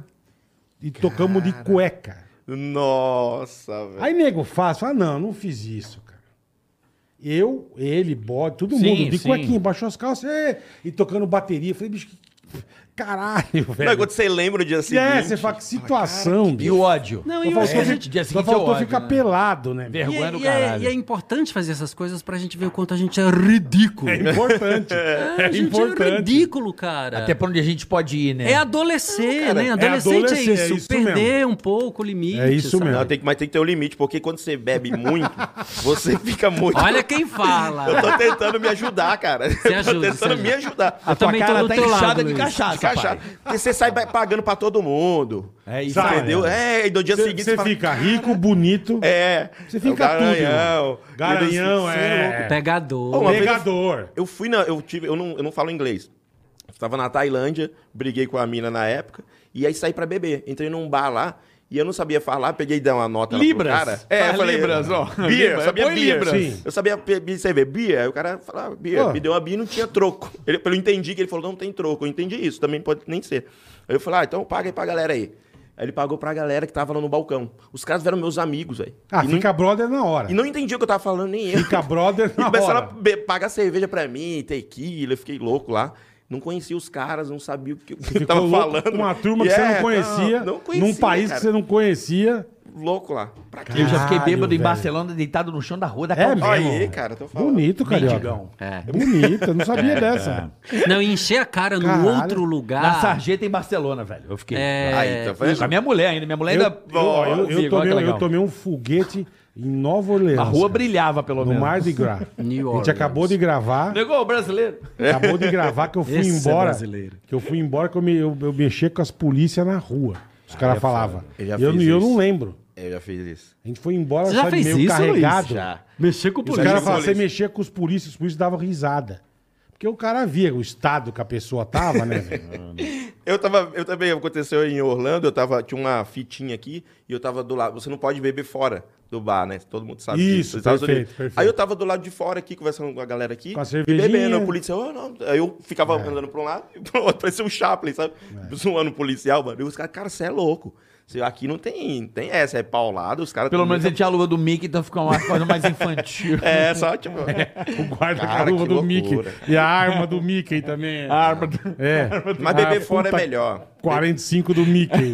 Speaker 3: e tocamos de cueca.
Speaker 6: Nossa, velho.
Speaker 3: Aí nego faz, fala, não, não fiz isso, cara. Eu, ele, bode, todo
Speaker 4: Sim,
Speaker 3: mundo, de
Speaker 4: sim.
Speaker 3: cuequinha, baixou as calças ê, e tocando bateria. Eu Falei, bicho, que... caralho,
Speaker 6: Não, é
Speaker 3: velho.
Speaker 6: quando você lembra o dia seguinte.
Speaker 3: é, você fala, que situação, bicho.
Speaker 4: E o ódio?
Speaker 7: Não,
Speaker 3: Só
Speaker 7: e,
Speaker 3: faltou,
Speaker 4: É,
Speaker 3: fi-
Speaker 4: dia
Speaker 3: só
Speaker 4: seguinte
Speaker 3: faltou
Speaker 4: é ódio,
Speaker 3: ficar
Speaker 4: né?
Speaker 3: pelado, né? meu?
Speaker 7: e,
Speaker 4: Vergonha do
Speaker 7: e é,
Speaker 4: caralho.
Speaker 7: e é importante fazer essas coisas pra gente ver o quanto a gente é ridículo.
Speaker 3: É importante.
Speaker 7: a gente é ridículo, cara.
Speaker 4: Até É, pra onde a gente pode ir, né?
Speaker 7: É adolescer, né? Adolescente é,
Speaker 3: adolescer, é
Speaker 7: isso.
Speaker 3: isso
Speaker 7: perder um pouco o limite.
Speaker 3: É isso
Speaker 7: sabe?
Speaker 6: Não,
Speaker 3: mesmo.
Speaker 6: tem que, mas tem que ter um limite, porque quando você bebe muito, você fica muito.
Speaker 7: Olha quem fala.
Speaker 6: Eu tô tentando me ajudar, cara.
Speaker 7: Se ajuda,
Speaker 6: tô
Speaker 7: se
Speaker 6: tentando
Speaker 7: ajuda.
Speaker 6: me ajudar.
Speaker 3: Ah,
Speaker 4: A tua
Speaker 7: Também tô
Speaker 4: cara
Speaker 7: do
Speaker 4: tá
Speaker 7: teu
Speaker 4: inchada
Speaker 7: lado,
Speaker 4: de
Speaker 7: Luiz.
Speaker 4: cachaça,
Speaker 6: De cachaça.
Speaker 4: pai.
Speaker 6: Porque você sai ba- pagando pra todo mundo.
Speaker 4: É isso.
Speaker 3: Sabe?
Speaker 6: Entendeu? É, e do dia seguinte
Speaker 3: Você
Speaker 6: fala,
Speaker 3: fica rico, bonito.
Speaker 6: É.
Speaker 3: Você
Speaker 6: é
Speaker 3: fica
Speaker 6: o garanhão.
Speaker 3: tudo. Garanhão,
Speaker 6: Você
Speaker 3: é.
Speaker 7: Pegador.
Speaker 6: Ô, uma vez eu-
Speaker 3: Pegador.
Speaker 6: Eu fui na. Eu, tive, eu, não, eu não falo inglês. Eu tava na Tailândia, briguei com a mina na época, e aí saí pra beber. Entrei num bar lá. E eu não sabia falar, peguei e dei uma nota lá
Speaker 4: Libras.
Speaker 6: pro cara. É,
Speaker 4: Faz
Speaker 6: eu falei,
Speaker 4: libras, ó.
Speaker 6: Beer, eu
Speaker 4: Libra,
Speaker 6: sabia
Speaker 4: põe
Speaker 6: beer.
Speaker 4: libras.
Speaker 3: Sim.
Speaker 6: Eu sabia beber cerveja. Beer, aí o cara falava, beer.
Speaker 3: Pô.
Speaker 6: Me deu uma beer e não tinha troco. Ele, eu entendi que ele falou, não tem troco. Eu entendi isso, também pode nem ser. Aí eu falei, ah, então paga aí pra galera aí. Aí ele pagou pra galera que tava lá no balcão. Os caras eram meus amigos, velho.
Speaker 3: Ah,
Speaker 6: e,
Speaker 3: fica brother na hora.
Speaker 6: não, e não entendia o que eu tava falando, nem eu.
Speaker 3: Fica brother
Speaker 6: E
Speaker 3: na
Speaker 6: começaram
Speaker 3: hora.
Speaker 6: a be- pagar cerveja pra mim, tequila, eu fiquei louco lá. Não conhecia os caras, não sabia o que, o que eu
Speaker 3: Ficou
Speaker 6: tava
Speaker 3: louco
Speaker 6: falando.
Speaker 3: com uma turma que você
Speaker 6: Yeah,
Speaker 3: não conhecia,
Speaker 6: não conhecia,
Speaker 3: num país
Speaker 6: cara.
Speaker 3: que você não conhecia.
Speaker 6: Louco lá. Pra quê?
Speaker 4: Eu já fiquei
Speaker 3: Caralho,
Speaker 4: bêbado em
Speaker 3: velho.
Speaker 4: Barcelona, deitado no chão da rua da
Speaker 3: É
Speaker 4: calçada.
Speaker 3: mesmo?
Speaker 6: Olha Tá um aí, cara, tô falando. É.
Speaker 3: Bonito, carioca.
Speaker 4: Mendigão.
Speaker 7: É.
Speaker 3: Bonito, eu não sabia dessa.
Speaker 7: Não, e encher a cara num
Speaker 3: Caralho.
Speaker 7: outro lugar.
Speaker 4: Na sarjeta em Barcelona, velho. Eu fiquei.
Speaker 7: É.
Speaker 6: Aí, tá vendo?
Speaker 4: Com a minha mulher ainda. Minha mulher
Speaker 3: Eu,
Speaker 4: ainda.
Speaker 3: eu-
Speaker 4: Ó,
Speaker 3: eu- eu
Speaker 4: Zico, olha
Speaker 3: tomei,
Speaker 4: que
Speaker 3: eu
Speaker 4: legal.
Speaker 3: tomei um foguete em Nova Orleans.
Speaker 4: A rua
Speaker 3: cara,
Speaker 4: brilhava, pelo
Speaker 3: No
Speaker 4: menos.
Speaker 3: Mar de Gras.
Speaker 7: New
Speaker 3: A gente
Speaker 7: Orleans.
Speaker 3: acabou de gravar.
Speaker 4: Negou o brasileiro.
Speaker 3: Acabou de gravar que eu fui
Speaker 7: Esse é
Speaker 3: embora.
Speaker 7: brasileiro.
Speaker 3: que eu fui embora que eu, me, eu, eu mexia com as polícias na rua. Os caras falavam.
Speaker 6: Eu já
Speaker 3: E eu,
Speaker 6: fiz
Speaker 3: e eu não
Speaker 6: isso.
Speaker 3: lembro.
Speaker 6: Eu já fiz isso.
Speaker 3: A gente foi embora,
Speaker 7: Você já
Speaker 3: sabe,
Speaker 7: fez
Speaker 3: meio
Speaker 7: isso,
Speaker 3: carregado.
Speaker 7: Luiz?
Speaker 6: Já.
Speaker 7: Mexer com o
Speaker 3: E os caras falavam, você mexia com os polícias, os polícias davam risada. Porque o cara via o estado que a pessoa tava, né, velho?
Speaker 6: Eu tava. Eu também aconteceu em Orlando, eu tava. Tinha uma fitinha aqui e eu tava do lado. Você não pode beber fora. do bar, né? Todo mundo sabe
Speaker 3: Isso,
Speaker 6: dos Estados
Speaker 3: perfeito,
Speaker 6: Unidos.
Speaker 3: perfeito.
Speaker 6: Aí eu tava do lado de fora aqui, conversando com a galera aqui.
Speaker 3: Com a
Speaker 6: e
Speaker 3: cervejinha. É.
Speaker 6: Bebendo, a polícia, "Ô, não. Aí eu ficava andando pra um lado e pro outro, parecia um Chaplin, sabe? Zoando o policial, mano. E os caras, cara, você é louco. Você- Aqui não tem, não tem essa, é paulado, os caras...
Speaker 4: Pelo menos ele tinha a luva do Mickey, então fica uma coisa mais infantil.
Speaker 6: É, só tipo...
Speaker 3: O guarda-caluva
Speaker 6: Cara, que
Speaker 3: do Mickey.
Speaker 6: loucura.
Speaker 3: E a arma do Mickey também. A arma do... É.
Speaker 6: Mas beber
Speaker 3: A
Speaker 6: fora é
Speaker 3: puta
Speaker 6: melhor.
Speaker 3: 45 do Mickey.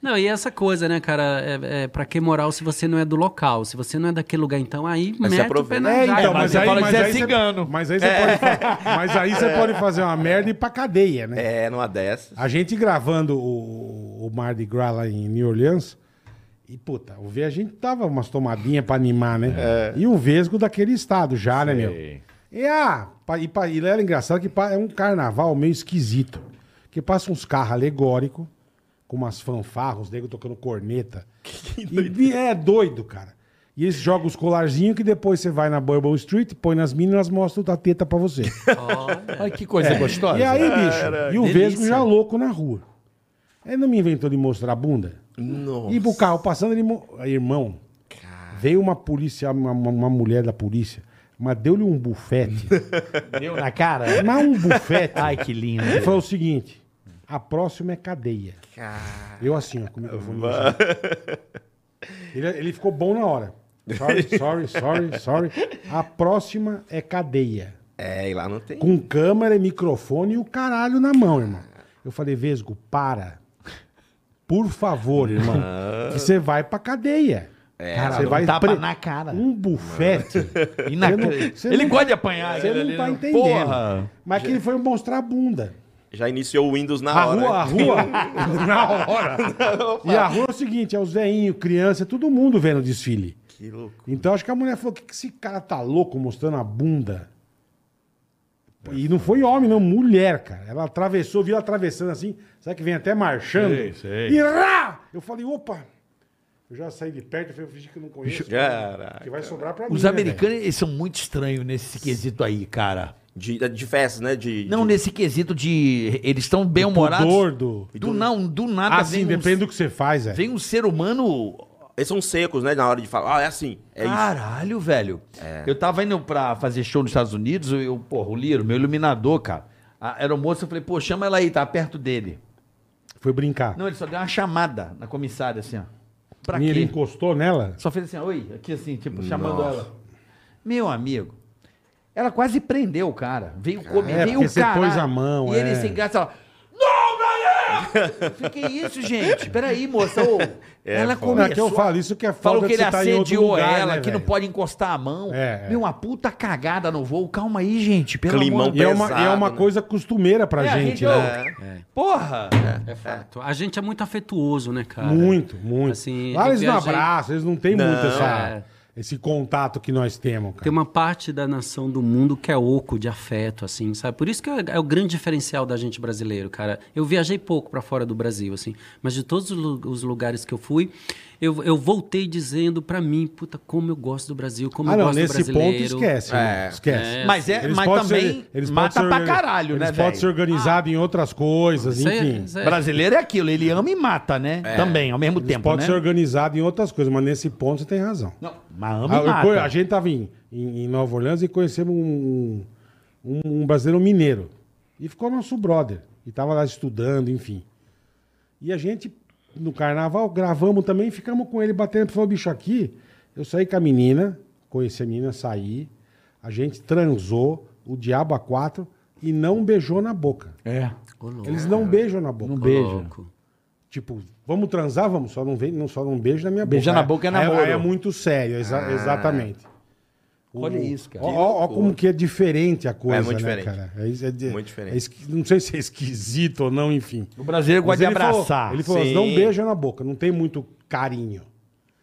Speaker 7: Não, e essa coisa, né, cara? É, é, pra que moral se você não é do local? Se você não é daquele lugar, então aí
Speaker 6: você
Speaker 7: mete o pé
Speaker 6: aproveita.
Speaker 7: na
Speaker 3: É,
Speaker 7: jaca.
Speaker 3: então, mas,
Speaker 4: mas você
Speaker 3: aí,
Speaker 4: fala que
Speaker 3: mas,
Speaker 4: você é
Speaker 3: aí você-
Speaker 4: cigano.
Speaker 3: mas aí você
Speaker 6: É.
Speaker 3: pode fa- mas aí você pode fazer uma merda e ir pra cadeia, né?
Speaker 6: É, numa dessas.
Speaker 3: A gente gravando o, o Mardi Gras lá em New Orleans. E, puta, o V a gente tava umas tomadinhas pra animar, né? E o Vesgo daquele estado já, né, meu? E, ah, pa- e, pa- e era engraçado que pa- é um carnaval meio esquisito. Que passa uns carros alegóricos, com umas fanfarras, os negros tocando corneta. e, e é doido, cara. E eles jogam os colarzinhos que depois você vai na Bourbon Street, põe nas minas e elas mostram a teta pra você.
Speaker 4: Olha que coisa gostosa.
Speaker 3: É. E aí, bicho, e o
Speaker 7: delícia.
Speaker 3: Vesgo já louco na rua. Ele não me inventou de mostrar a bunda?
Speaker 6: Nossa.
Speaker 3: E pro carro passando, ele. mo- Aí, Irmão, veio uma policial, uma, uma- uma mulher da polícia, mas deu-lhe um bufete.
Speaker 4: Deu na cara?
Speaker 3: mas um bufete.
Speaker 4: Ai, que lindo.
Speaker 3: E Foi o seguinte: a próxima é cadeia. Eu assim, ó, comigo. Ele, ele ficou bom na hora. Sorry, sorry, sorry, sorry. A próxima é cadeia.
Speaker 6: É, e lá não tem.
Speaker 3: Com câmera e microfone e o caralho na mão, irmão. Eu falei, Vesgo, para. Por favor, irmão. Que você vai pra cadeia.
Speaker 4: Cara,
Speaker 3: você
Speaker 4: um
Speaker 3: vai
Speaker 4: tapa
Speaker 3: pre-
Speaker 4: na cara.
Speaker 3: Um bufete.
Speaker 4: Inacre-
Speaker 3: você
Speaker 4: Ele
Speaker 3: não-
Speaker 4: gosta de apanhar.
Speaker 3: Você
Speaker 4: ele
Speaker 3: não
Speaker 4: ali,
Speaker 3: tá
Speaker 4: né?
Speaker 3: entendendo.
Speaker 4: Porra.
Speaker 3: Mas que ele foi mostrar a bunda.
Speaker 6: Já iniciou o Windows na
Speaker 3: A
Speaker 6: hora.
Speaker 3: rua, a rua, na hora. E a rua é o seguinte, é o Zeinho, criança, é todo mundo vendo o desfile.
Speaker 6: Que louco.
Speaker 3: Então acho que a mulher falou, o que, que esse cara tá louco mostrando a bunda? E não foi homem, não, mulher, cara. Ela atravessou, viu ela atravessando assim, sabe que vem até marchando?
Speaker 4: Sei, sei.
Speaker 3: E rá! Eu falei, opa! Eu já saí de perto, eu falei, eu fingi que eu não conheço.
Speaker 6: Caraca.
Speaker 3: Que vai sobrar pra mim.
Speaker 4: Os
Speaker 3: né,
Speaker 4: americanos, eles são muito estranhos nesse quesito aí, cara.
Speaker 6: De, de festas, né? De,
Speaker 4: Não
Speaker 6: de...
Speaker 4: nesse quesito de... Eles estão
Speaker 3: velho?
Speaker 4: bem-humorados.
Speaker 3: Gordo.
Speaker 4: Do, não, do nada
Speaker 3: Assim,
Speaker 4: vem,
Speaker 3: depende
Speaker 4: um,
Speaker 3: do que você faz, é.
Speaker 4: vem um ser humano
Speaker 6: Eles são secos, né? Na hora de falar. Ah, é assim. É isso.
Speaker 4: Caralho, velho. Eu tava indo pra fazer show nos Estados Unidos, eu, porra, o Liro, meu iluminador, cara. a- Era o moço, eu falei, pô, chama ela aí, tá perto dele.
Speaker 3: Foi brincar.
Speaker 4: Não, ele só deu uma chamada na comissária, assim, ó. Pra
Speaker 3: E ele
Speaker 4: quê?
Speaker 3: encostou nela.
Speaker 4: Só fez assim, ó, oi, aqui assim, tipo, chamando ela. Meu amigo, ela quase prendeu o cara. Veio comer,
Speaker 3: É,
Speaker 4: veio
Speaker 3: porque
Speaker 4: o
Speaker 3: você
Speaker 4: cara.
Speaker 3: pôs a mão,
Speaker 4: E
Speaker 3: é.
Speaker 4: ele sem graça, ela. Não, galera! Fiquei isso, gente. Peraí, moça. ô." ela
Speaker 3: Não, é
Speaker 4: começou.
Speaker 3: que eu falo, isso que é
Speaker 4: Falou
Speaker 3: falta
Speaker 4: que ele
Speaker 3: você tá em outro
Speaker 4: assediou
Speaker 3: lugar,
Speaker 4: ela,
Speaker 3: né,
Speaker 4: que não
Speaker 3: velho?
Speaker 4: pode encostar a mão.
Speaker 3: É, é.
Speaker 4: Meu, uma puta cagada no voo. Calma aí, gente. Pelo
Speaker 6: Climão
Speaker 4: amor
Speaker 3: E
Speaker 4: de
Speaker 3: é uma, e é uma
Speaker 6: Pesado, né?
Speaker 3: coisa costumeira pra
Speaker 4: É,
Speaker 3: gente,
Speaker 4: a
Speaker 3: né?
Speaker 4: gente, ô, Porra!
Speaker 7: Fato. A gente é muito afetuoso, né, cara?
Speaker 3: Muito, muito.
Speaker 7: Assim,
Speaker 3: Lá
Speaker 7: eu
Speaker 3: eles não
Speaker 7: viajei-
Speaker 3: abraçam, eles não têm muito essa-
Speaker 7: é.
Speaker 3: esse contato que nós temos, cara.
Speaker 7: Tem uma parte da nação do mundo que é oco de afeto, assim, sabe? Por isso que é, é o grande diferencial da gente brasileiro, cara. Eu viajei pouco pra fora do Brasil, assim, mas de todos os lu- os lugares que eu fui, eu, eu voltei dizendo pra mim, puta, como eu gosto do Brasil, como
Speaker 3: Ah,
Speaker 7: eu
Speaker 3: não,
Speaker 7: gosto do
Speaker 3: nesse ponto
Speaker 7: brasileiro.
Speaker 3: esquece. né? esquece.
Speaker 4: Mas, é,
Speaker 3: Eles
Speaker 4: mas
Speaker 3: podem
Speaker 4: também
Speaker 3: ser- eles
Speaker 4: mata
Speaker 3: podem ser
Speaker 4: pra
Speaker 3: organi-
Speaker 4: caralho, né,
Speaker 3: Eles
Speaker 4: velho?
Speaker 3: podem ser organizados em outras coisas,
Speaker 7: Isso aí- é
Speaker 3: enfim.
Speaker 7: isso aí-
Speaker 4: Brasileiro é aquilo, ele ama e mata, né? Também, ao mesmo tempo,
Speaker 3: Pode
Speaker 4: né?
Speaker 3: É. ser organizado em outras coisas, mas nesse ponto você tem razão.
Speaker 4: Não, mas ama
Speaker 3: Ah,
Speaker 4: e
Speaker 3: eu
Speaker 4: mata.
Speaker 3: co- a gente estava em, em, em Nova Orleans e conhecemos um, um, um brasileiro mineiro. E ficou nosso brother. E tava lá estudando, enfim. E a gente, no carnaval, gravamos também, ficamos com ele batendo. Falou, bicho, aqui, eu saí com a menina, conheci a menina, saí. A gente transou o diabo a quatro e não beijou na boca.
Speaker 4: É.
Speaker 7: Ô, louco,
Speaker 3: Eles não beijam na boca.
Speaker 4: Não
Speaker 7: ô,
Speaker 4: beijam.
Speaker 7: louco.
Speaker 3: Tipo, vamos transar? Vamos, só não, vem, não, só não beijo na minha boca.
Speaker 4: Beijar na boca é
Speaker 3: Aí-
Speaker 4: namoro. Ah.
Speaker 3: Aí é muito sério, exa- exatamente.
Speaker 4: Olha isso, cara.
Speaker 3: Ó, ó como que é diferente a coisa,
Speaker 6: É muito
Speaker 3: né,
Speaker 6: diferente.
Speaker 3: cara? É, is- é de-
Speaker 6: Muito diferente.
Speaker 3: é esqui- não sei se é esquisito ou não, enfim.
Speaker 4: O brasileiro gosta de
Speaker 3: Mas ele falou-
Speaker 4: abraçar.
Speaker 3: ele falou,
Speaker 6: Sim.
Speaker 3: não beija na boca, não tem muito carinho.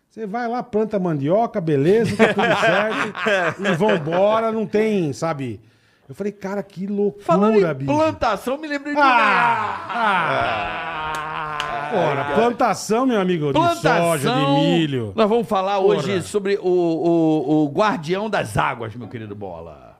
Speaker 3: Você vai lá, planta mandioca, beleza, tá tudo certo. e vambora, não tem, sabe? Eu falei, cara, que loucura,
Speaker 4: Falando em
Speaker 3: bicho.
Speaker 4: plantação, me lembrei de
Speaker 3: Ah! Ora, plantação, meu amigo, de soja, de milho.
Speaker 4: Nós vamos falar
Speaker 3: Porra.
Speaker 4: hoje sobre o, o, o guardião das águas, meu querido Bola.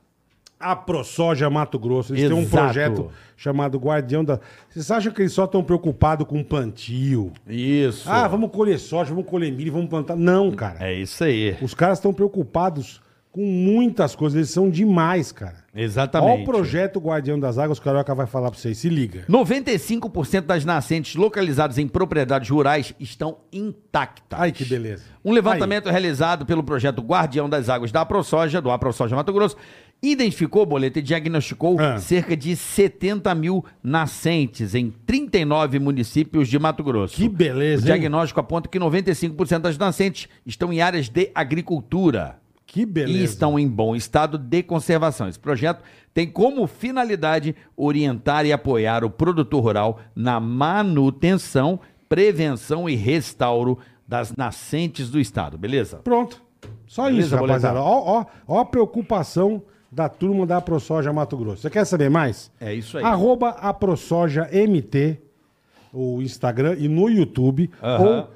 Speaker 3: A ProSoja Mato Grosso, eles têm um
Speaker 4: Exato.
Speaker 3: projeto chamado Guardião da... Vocês acham que eles só estão preocupados com plantio?
Speaker 4: Isso.
Speaker 3: Ah, vamos colher soja, vamos colher milho, vamos plantar... Não, cara.
Speaker 4: É isso aí.
Speaker 3: Os caras estão preocupados com muitas coisas, eles são demais, cara.
Speaker 4: Exatamente.
Speaker 3: Olha o projeto Guardião das Águas, o Carioca vai falar pra vocês, se liga.
Speaker 4: 95% das nascentes localizadas em propriedades rurais estão intactas.
Speaker 3: Ai, que beleza.
Speaker 4: Um levantamento realizado pelo projeto Guardião das Águas da AproSoja, do AproSoja Mato Grosso, identificou, boleto, e diagnosticou
Speaker 3: Ah.
Speaker 4: cerca de 70 mil nascentes em 39 municípios de Mato Grosso.
Speaker 3: Que beleza,
Speaker 4: O
Speaker 3: hein?
Speaker 4: diagnóstico aponta que 95% das nascentes estão em áreas de agricultura
Speaker 3: Que beleza.
Speaker 4: e estão em bom estado de conservação. Esse projeto tem como finalidade orientar e apoiar o produtor rural na manutenção, prevenção e restauro das nascentes do estado, beleza?
Speaker 3: Pronto. Só
Speaker 4: Beleza,
Speaker 3: isso, rapaziada.
Speaker 4: boletar?
Speaker 3: Ó, ó, ó a preocupação da turma da ProSoja Mato Grosso. Você quer saber mais?
Speaker 4: É isso aí.
Speaker 3: Arroba a ProSoja MT, o Instagram e no YouTube,
Speaker 4: Aham.
Speaker 3: ou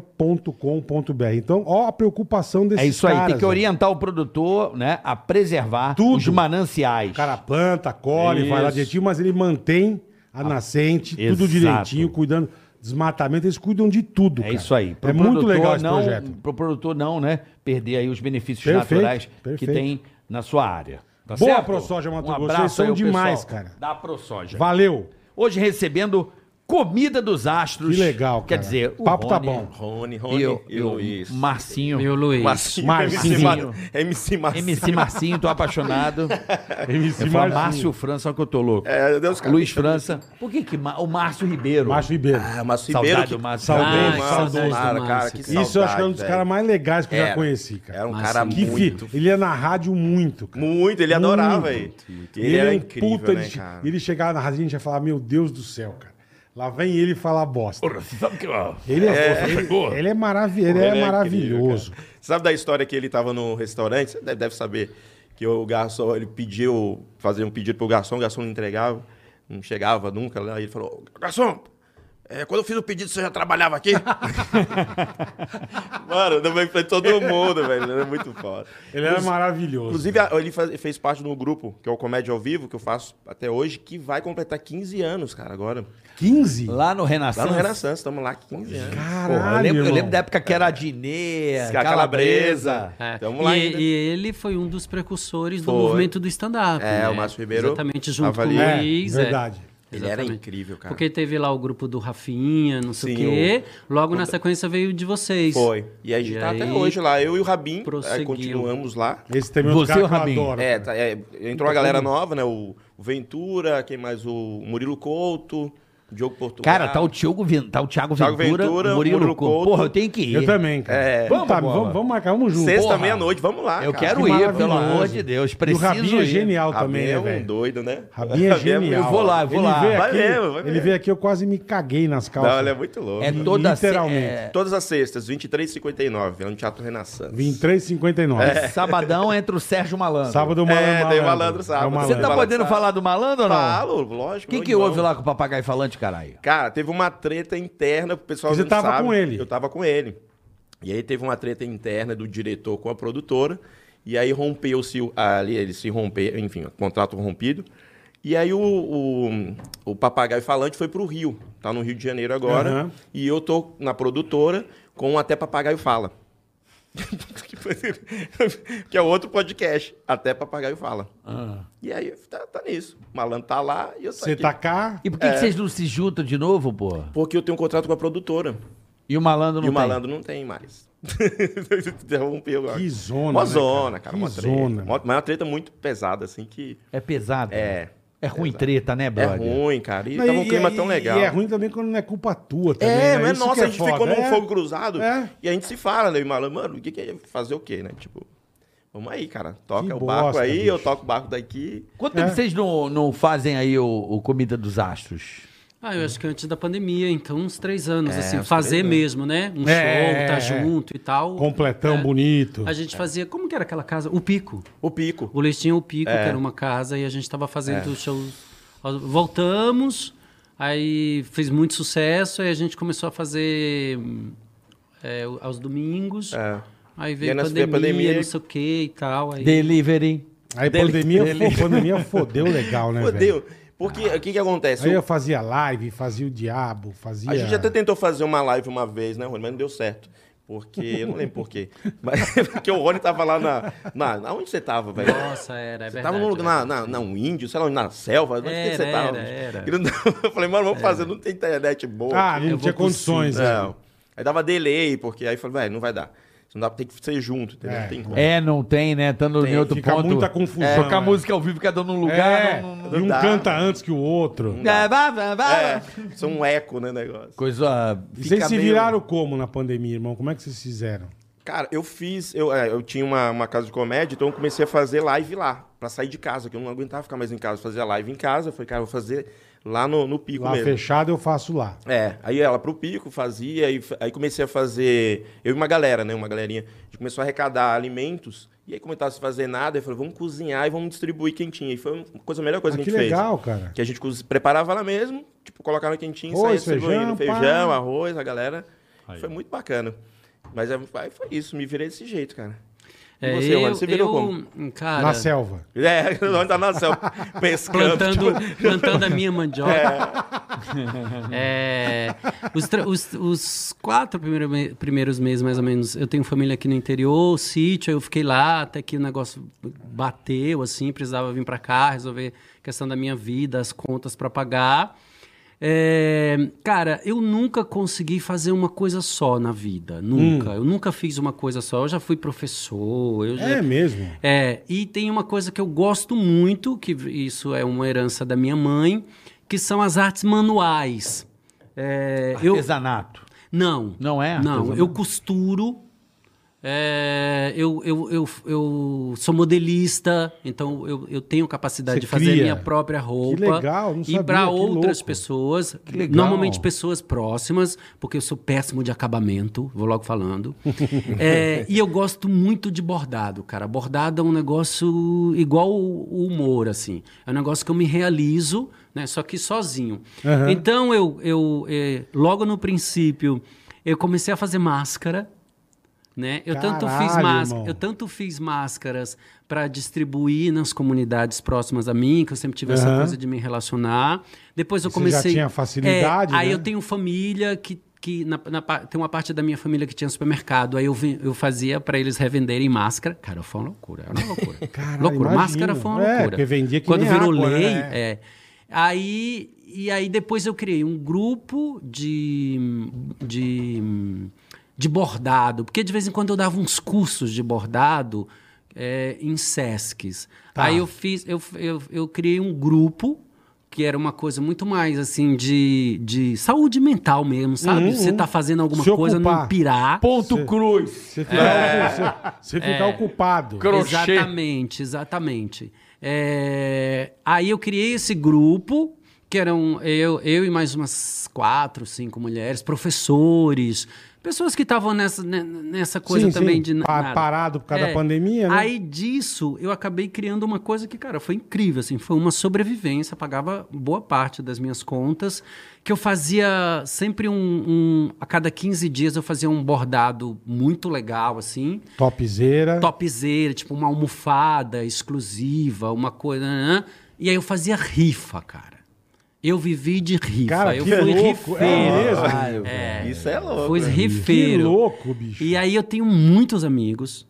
Speaker 3: aprosoja.com.br. Então, ó a preocupação desses
Speaker 4: É isso aí, tem
Speaker 3: caras,
Speaker 4: que
Speaker 3: ó.
Speaker 4: orientar o produtor, né, a preservar
Speaker 3: Tudo.
Speaker 4: os mananciais.
Speaker 3: O cara planta, colhe, vai lá
Speaker 4: Isso. Ah,
Speaker 3: direitinho, mas ele mantém a nascente, tudo
Speaker 4: Exato.
Speaker 3: direitinho, cuidando desmatamento, eles cuidam de tudo,
Speaker 4: é isso aí. Pro
Speaker 3: é muito
Speaker 4: produtor
Speaker 3: legal esse
Speaker 4: não,
Speaker 3: projeto.
Speaker 4: Pro produtor não, né, perder aí os benefícios
Speaker 3: Perfeito,
Speaker 4: naturais
Speaker 3: perfeito.
Speaker 4: que tem na sua área. Tá
Speaker 3: Boa,
Speaker 4: certo?
Speaker 3: ProSoja Mato
Speaker 4: um
Speaker 3: Grosso,
Speaker 4: abraço
Speaker 3: vocês são
Speaker 4: aí ao
Speaker 3: demais,
Speaker 4: pessoal
Speaker 3: cara.
Speaker 4: Da ProSoja.
Speaker 3: Valeu!
Speaker 4: Hoje recebendo Comida dos Astros.
Speaker 3: Que legal,
Speaker 4: Quer
Speaker 3: cara.
Speaker 4: dizer, o
Speaker 3: Papo tá
Speaker 4: Rony
Speaker 3: bom.
Speaker 6: Rony, Rony
Speaker 4: E eu,
Speaker 6: e Luiz.
Speaker 4: Marcinho.
Speaker 7: E o Luiz.
Speaker 6: Marcinho,
Speaker 3: Marcinho.
Speaker 6: MC, Mar... MC Marcinho.
Speaker 4: MC Marcinho, tô apaixonado.
Speaker 3: MC
Speaker 4: Eu falo Márcio França, olha que eu tô louco.
Speaker 6: É, Deus
Speaker 4: Luiz França. Por que que Ma- o Márcio Ribeiro?
Speaker 3: Márcio Ribeiro.
Speaker 6: Ah, Márcio
Speaker 4: Saudade
Speaker 6: Ribeiro. que-
Speaker 4: do Márcio.
Speaker 3: Saudade,
Speaker 6: Ai,
Speaker 3: saudade
Speaker 6: saudade
Speaker 3: do
Speaker 6: cara, cara, que
Speaker 7: Márcio, cara.
Speaker 6: saudade,
Speaker 3: Isso eu acho que é um dos
Speaker 6: velho.
Speaker 3: caras mais legais que eu já
Speaker 6: Era.
Speaker 3: conheci, cara.
Speaker 6: Era um
Speaker 7: Márcio
Speaker 6: cara
Speaker 3: que
Speaker 7: Ribeiro.
Speaker 3: fi-
Speaker 6: muito.
Speaker 3: Ele ia na rádio muito, cara.
Speaker 6: Muito, ele adorava, velho. Ele, era
Speaker 3: é um
Speaker 6: incrível,
Speaker 3: puta
Speaker 6: né,
Speaker 3: de-
Speaker 6: cara?
Speaker 3: Ele chegava na rádio e a gente ia falar, meu Deus do céu, cara. Lá vem ele falar bosta.
Speaker 4: Sabe que, ó,
Speaker 3: Ele é, ele, ele é, maravi ele é
Speaker 6: Ele
Speaker 3: maravilhoso.
Speaker 6: incrível, cara. Sabe da história que ele tava no restaurante? Você deve, deve saber. Que o garçom, ele pediu, fazia um pedido pro garçom, o garçom não entregava, não chegava nunca lá. Ele falou, garçom, é, quando eu fiz o pedido, você já trabalhava aqui? Mano, também pra todo mundo, velho. Ele era muito foda.
Speaker 3: Ele era maravilhoso.
Speaker 6: Inclusive, a- ele faz- fez parte do grupo, que é o Comédia ao Vivo, que eu faço até hoje, que vai completar 15 anos, cara, agora.
Speaker 3: 15?
Speaker 4: lá no
Speaker 6: Lá
Speaker 4: Renaissance.
Speaker 6: no Renaissance, estamos lá 15 anos.
Speaker 3: Caralho,
Speaker 4: Porra, eu, lembro, eu
Speaker 3: irmão.
Speaker 4: lembro da época que era Diné, Calabresa.
Speaker 6: A Calabresa.
Speaker 7: É,
Speaker 6: Tamo
Speaker 7: e,
Speaker 6: lá
Speaker 7: e
Speaker 6: ainda.
Speaker 7: ele foi um dos precursores do
Speaker 6: Foi.
Speaker 7: movimento do stand-up.
Speaker 6: É,
Speaker 7: né?
Speaker 6: o Márcio Ribeiro
Speaker 7: Exatamente, junto
Speaker 6: avaliou.
Speaker 7: com o
Speaker 3: É,
Speaker 7: Luiz. é.
Speaker 3: verdade.
Speaker 6: Ele era
Speaker 7: Exatamente.
Speaker 6: incrível, cara.
Speaker 7: Porque teve lá o grupo do Rafinha, não sei o
Speaker 6: Sim,
Speaker 7: quê. Logo na sequência veio o de vocês.
Speaker 6: Foi. E a gente
Speaker 7: E
Speaker 6: tá
Speaker 7: aí,
Speaker 6: até hoje lá. Eu e o Rabin
Speaker 7: prosseguiu.
Speaker 6: eh, continuamos lá.
Speaker 3: Esse também é um
Speaker 4: Você
Speaker 3: cara
Speaker 4: e o
Speaker 3: que eu
Speaker 4: Rabin.
Speaker 3: adoro.
Speaker 6: É,
Speaker 3: cara.
Speaker 6: tá- é, entrou uma galera nova, né? O o Ventura, quem mais? O Murilo Couto, o Diogo Portugal.
Speaker 4: Cara, tá o Thiago, Ven- tá o Thiago
Speaker 6: Thiago
Speaker 4: Ventura,
Speaker 6: Ventura,
Speaker 4: Murilo,
Speaker 6: Murilo
Speaker 4: Couto.
Speaker 6: Couto.
Speaker 4: Porra, eu tenho que ir.
Speaker 3: Eu também, cara.
Speaker 6: É.
Speaker 3: Vamos, tá,
Speaker 4: Bola.
Speaker 3: vamos, vamos marcar, vamos junto.
Speaker 6: Sexta,
Speaker 4: porra.
Speaker 6: meia-noite, vamos lá.
Speaker 4: Eu
Speaker 6: cara.
Speaker 4: quero
Speaker 3: que
Speaker 4: é ir, pelo
Speaker 3: maravilhoso.
Speaker 4: amor de Deus.
Speaker 3: E o
Speaker 4: Preciso
Speaker 3: Rabin é
Speaker 4: ir.
Speaker 3: genial
Speaker 6: Rabin
Speaker 3: também,
Speaker 6: é
Speaker 3: né,
Speaker 6: um
Speaker 3: velho?
Speaker 6: doido, né?
Speaker 3: Rabin é genial.
Speaker 4: um- Eu vou lá, eu vou
Speaker 3: ele
Speaker 4: lá.
Speaker 3: Veio
Speaker 6: Vai
Speaker 3: aqui,
Speaker 6: mesmo, vai
Speaker 3: ele
Speaker 6: mesmo.
Speaker 3: veio aqui, eu quase me caguei nas calças.
Speaker 6: Não, ele é muito louco.
Speaker 4: É toda se-
Speaker 3: Literalmente.
Speaker 4: é,
Speaker 6: Todas as sextas, 23h59, lá no Teatro Renaissance.
Speaker 3: 23,59.
Speaker 4: Sabadão entra o Sérgio Malandro.
Speaker 3: Sábado malandro.
Speaker 6: É, tem o malandro sábado.
Speaker 3: É o
Speaker 4: Você
Speaker 3: malandro.
Speaker 4: tá
Speaker 6: Fala,
Speaker 4: podendo
Speaker 6: sabe?
Speaker 4: falar do malandro ou não?
Speaker 6: Falo,
Speaker 4: O
Speaker 6: lógico.
Speaker 4: que,
Speaker 6: meu
Speaker 4: que
Speaker 6: irmão.
Speaker 4: houve lá com o papagaio falante, caralho?
Speaker 6: Cara, teve uma treta interna, o pessoal
Speaker 3: Você
Speaker 6: não
Speaker 3: tava
Speaker 6: sabe.
Speaker 3: com ele?
Speaker 6: Eu tava com ele. E aí teve uma treta interna do diretor com a produtora. E aí rompeu-se o- ali, ele se rompeu, enfim, o contrato rompido. E aí o, o, o papagaio falante foi pro Rio. Tá no Rio de Janeiro agora.
Speaker 3: Aham.
Speaker 6: E eu tô na produtora com o Até Papagaio Fala. que é outro podcast. Até Papagaio Fala.
Speaker 4: Ah.
Speaker 6: E aí tá, tá nisso. O malandro tá lá e eu tô
Speaker 3: Você
Speaker 6: aqui.
Speaker 3: tá cá?
Speaker 4: E por que, que vocês não se juntam de novo, pô?
Speaker 6: Porque eu tenho um contrato com a produtora.
Speaker 4: E o malandro não
Speaker 6: e o
Speaker 4: tem?
Speaker 6: malandro não tem mais. Interrompeu agora.
Speaker 3: Que zona,
Speaker 6: Uma
Speaker 3: né,
Speaker 6: zona,
Speaker 3: cara?
Speaker 6: cara.
Speaker 3: Que
Speaker 6: uma
Speaker 3: zona.
Speaker 6: treta. Uma, mas é uma treta muito pesada, assim, que
Speaker 4: É pesado.
Speaker 6: é.
Speaker 4: É ruim treta, né,
Speaker 6: É
Speaker 4: brother?
Speaker 6: ruim, cara. E
Speaker 3: Não,
Speaker 6: tava um clima tão legal.
Speaker 3: E é ruim também quando não é culpa tua também. né?
Speaker 6: É, mas
Speaker 3: Isso que
Speaker 6: nossa,
Speaker 3: é
Speaker 6: a gente
Speaker 3: foda.
Speaker 6: ficou num
Speaker 3: É.
Speaker 6: fogo cruzado
Speaker 3: É.
Speaker 6: e a gente se fala, né? E malandro, mano, o que, que é fazer o quê, né? Tipo, vamos aí, cara. Toca
Speaker 3: Que
Speaker 6: o barco
Speaker 3: bosta,
Speaker 6: aí,
Speaker 3: bicho.
Speaker 6: eu toco o barco daqui.
Speaker 4: Quanto tempo
Speaker 3: É.
Speaker 4: vocês não, não fazem aí o, o Comida dos Astros?
Speaker 7: Ah, eu acho que antes da pandemia, então uns três anos, assim,
Speaker 6: É, uns
Speaker 7: fazer
Speaker 6: três anos.
Speaker 7: mesmo, né? Um
Speaker 3: É,
Speaker 7: show, tá
Speaker 3: é, é.
Speaker 7: junto e tal.
Speaker 3: Completão,
Speaker 6: É.
Speaker 3: bonito.
Speaker 7: A gente fazia, como que era aquela casa? O Pico.
Speaker 6: O pico.
Speaker 7: O Luiz tinha o Pico,
Speaker 6: É.
Speaker 7: que era uma casa, e a gente tava fazendo os shows. Voltamos, aí fez muito sucesso, aí a gente começou a fazer hum, é, o- aos domingos.
Speaker 6: É.
Speaker 7: Aí
Speaker 3: Né,
Speaker 6: E
Speaker 7: veio
Speaker 6: aí
Speaker 7: a
Speaker 6: nós veio a
Speaker 7: pandemia,
Speaker 6: pandemia.
Speaker 7: não sei o que e tal. Aí...
Speaker 4: Delivery.
Speaker 3: Aí pandemia, fo- pandemia fodeu legal, né, velho?
Speaker 6: Fodeu. Porque o que que acontece?
Speaker 3: Aí
Speaker 6: O-
Speaker 3: eu fazia live, fazia o diabo, fazia...
Speaker 6: A gente até tentou fazer uma live uma vez, né, Rony? Mas não deu certo. Porque, eu não lembro por quê. Mas porque o Rony tava lá na. na, na onde você tava, velho?
Speaker 7: Nossa, era, é
Speaker 6: Você
Speaker 7: verdade.
Speaker 6: tava num lugar, na, na, na- um índio, sei lá, onde, na selva, onde é que
Speaker 7: Era,
Speaker 6: você tava?
Speaker 7: era, era.
Speaker 6: Que não dava- Eu falei, mano, vamos fazer, não tem internet boa.
Speaker 3: Ah,
Speaker 6: aqui.
Speaker 3: não
Speaker 7: Eu
Speaker 3: tinha
Speaker 7: vou
Speaker 3: condições, né?
Speaker 6: Não. Aí dava delay, porque aí eu falei, velho, não vai dar. Isso não dá, tem que ser junto, entendeu?
Speaker 3: É.
Speaker 6: Não tem como.
Speaker 4: É, não tem, né? Tando em outro
Speaker 3: Fica
Speaker 4: ponto.
Speaker 3: muita confusão.
Speaker 4: É, tocar
Speaker 3: né?
Speaker 4: música ao vivo, cada um num lugar.
Speaker 3: É,
Speaker 4: não- não-
Speaker 6: não
Speaker 3: e um
Speaker 6: dá.
Speaker 3: canta antes que o outro.
Speaker 6: dá.
Speaker 4: É, vá, vá, vá.
Speaker 6: É, são um eco, né, negócio.
Speaker 4: Coisa. ah,
Speaker 3: E
Speaker 4: fica
Speaker 3: vocês se
Speaker 4: meio-
Speaker 3: viraram como na pandemia, irmão? Como é que vocês fizeram?
Speaker 6: Cara, eu fiz. Eu, é, eu tinha uma, uma casa de comédia, então eu comecei a fazer live lá, pra sair de casa, que eu não aguentava ficar mais em casa. Fazia live em casa. Eu falei, cara, eu vou fazer lá no, no pico
Speaker 3: Lá
Speaker 6: mesmo.
Speaker 3: fechado eu faço lá.
Speaker 6: É, aí ela pro pico fazia, aí, fa- aí comecei a fazer. Eu e uma galera, né? Uma galerinha. A gente começou a arrecadar alimentos. E aí, como eu tava sem fazer nada, eu falei, vamos cozinhar e vamos distribuir quentinha. E foi uma coisa, a melhor coisa
Speaker 3: Ah,
Speaker 6: que a
Speaker 3: que
Speaker 6: gente fez.
Speaker 3: legal, cara.
Speaker 6: Que a gente cozi- preparava lá mesmo, tipo, colocava quentinha e saía
Speaker 3: Arroz,
Speaker 6: distribuindo.
Speaker 3: feijão,
Speaker 6: Feijão,
Speaker 3: pá.
Speaker 6: arroz, a galera. Foi muito bacana. Mas é- aí foi isso, me virei desse jeito, cara. E
Speaker 7: É,
Speaker 6: você,
Speaker 7: eu,
Speaker 6: Rony, você virou
Speaker 7: eu,
Speaker 6: como?
Speaker 7: Cara,
Speaker 3: Na selva.
Speaker 6: É, onde tá na céu, pescando.
Speaker 7: plantando,
Speaker 6: tipo,
Speaker 7: plantando a minha mandioca. É, os, tra- os- os quatro primeiro me- primeiros meses, mais ou menos, eu tenho família aqui no interior, sítio, aí eu fiquei lá até que o negócio bateu, assim, precisava vir pra cá, resolver a questão da minha vida, as contas pra pagar. É, cara, eu nunca consegui fazer uma coisa só na vida,
Speaker 6: Hum.
Speaker 7: nunca. Eu nunca fiz uma coisa só. Eu já fui professor, eu já
Speaker 3: É mesmo.
Speaker 7: é, e tem uma coisa que eu gosto muito, que isso é uma herança da minha mãe, que são as artes manuais. É, eu,
Speaker 4: Artesanato.
Speaker 7: não.
Speaker 4: Não é
Speaker 7: Não,
Speaker 4: artesanato?
Speaker 7: eu costuro. é, eu, eu, eu, eu sou modelista, então eu, eu tenho capacidade
Speaker 3: Você
Speaker 7: de fazer
Speaker 3: cria?
Speaker 7: minha própria roupa.
Speaker 3: legal, não sabia,
Speaker 7: E para
Speaker 3: que
Speaker 7: outras
Speaker 3: louco.
Speaker 7: pessoas,
Speaker 4: legal.
Speaker 7: normalmente pessoas próximas, porque eu sou péssimo de acabamento, vou logo falando. É, e eu gosto muito de bordado, cara. Bordado é um negócio igual o o humor, assim. É um negócio que eu me realizo, né? Só que sozinho.
Speaker 3: Aham.
Speaker 7: Então, eu, eu eh, logo no princípio, eu comecei a fazer máscara, né? Eu tanto fiz
Speaker 3: Caralho,
Speaker 7: máscara,
Speaker 3: irmão.
Speaker 7: eu tanto fiz máscaras para distribuir nas comunidades próximas a mim, que eu sempre tive essa
Speaker 3: Aham.
Speaker 7: coisa de me relacionar. Depois eu
Speaker 3: E você já
Speaker 7: comecei
Speaker 3: tinha facilidade,
Speaker 7: É, aí
Speaker 3: né?
Speaker 7: eu tenho família que que na- na pa- tem uma parte da minha família que tinha supermercado, aí eu, vi- eu fazia para eles revenderem máscara. Cara, foi uma loucura, era uma loucura.
Speaker 3: Caralho,
Speaker 7: loucura,
Speaker 3: imagino.
Speaker 7: máscara foi uma
Speaker 3: É,
Speaker 7: loucura.
Speaker 3: porque vendia que
Speaker 7: Quando
Speaker 3: nem
Speaker 7: virou
Speaker 3: água, né?
Speaker 7: lei, é, é. Aí, e aí depois eu criei um grupo de, de, de bordado, porque de vez em quando eu dava uns cursos de bordado é, em SESCs.
Speaker 3: Tá.
Speaker 7: Aí eu fiz, eu, eu, eu criei um grupo que era uma coisa muito mais assim de, de saúde mental mesmo, sabe? Você tá fazendo alguma
Speaker 3: Uhum. Se
Speaker 7: coisa,
Speaker 3: ocupar.
Speaker 7: não pirar.
Speaker 4: Ponto cruz.
Speaker 3: Você ficar,
Speaker 7: É.
Speaker 3: você- você ficar ocupado.
Speaker 4: Crochê.
Speaker 7: Exatamente, exatamente. É, aí eu criei esse grupo, que eram eu, eu e mais umas quatro, cinco mulheres, professores, pessoas que estavam nessa, ne- nessa coisa
Speaker 3: Sim,
Speaker 7: também
Speaker 3: sim.
Speaker 7: de na-
Speaker 3: Pa- né?
Speaker 7: nada.
Speaker 3: Parado por causa
Speaker 7: É.
Speaker 3: da pandemia, né?
Speaker 7: Aí disso eu acabei criando uma coisa que, cara, foi incrível, assim, foi uma sobrevivência, pagava boa parte das minhas contas, que eu fazia sempre um, um- a cada 15 dias eu fazia um bordado muito legal, assim,
Speaker 3: Topzeira.
Speaker 7: topzera, tipo uma almofada exclusiva, uma coisa. né? E aí eu fazia rifa, cara. Eu vivi de rifa.
Speaker 3: Cara,
Speaker 7: eu
Speaker 3: que
Speaker 7: fui
Speaker 3: louco. É
Speaker 7: rifeiro.
Speaker 3: mesmo?
Speaker 4: Ah,
Speaker 6: Isso é louco.
Speaker 7: Fui
Speaker 6: né?
Speaker 3: que
Speaker 7: rifeiro.
Speaker 3: louco, bicho.
Speaker 7: E aí eu tenho muitos amigos,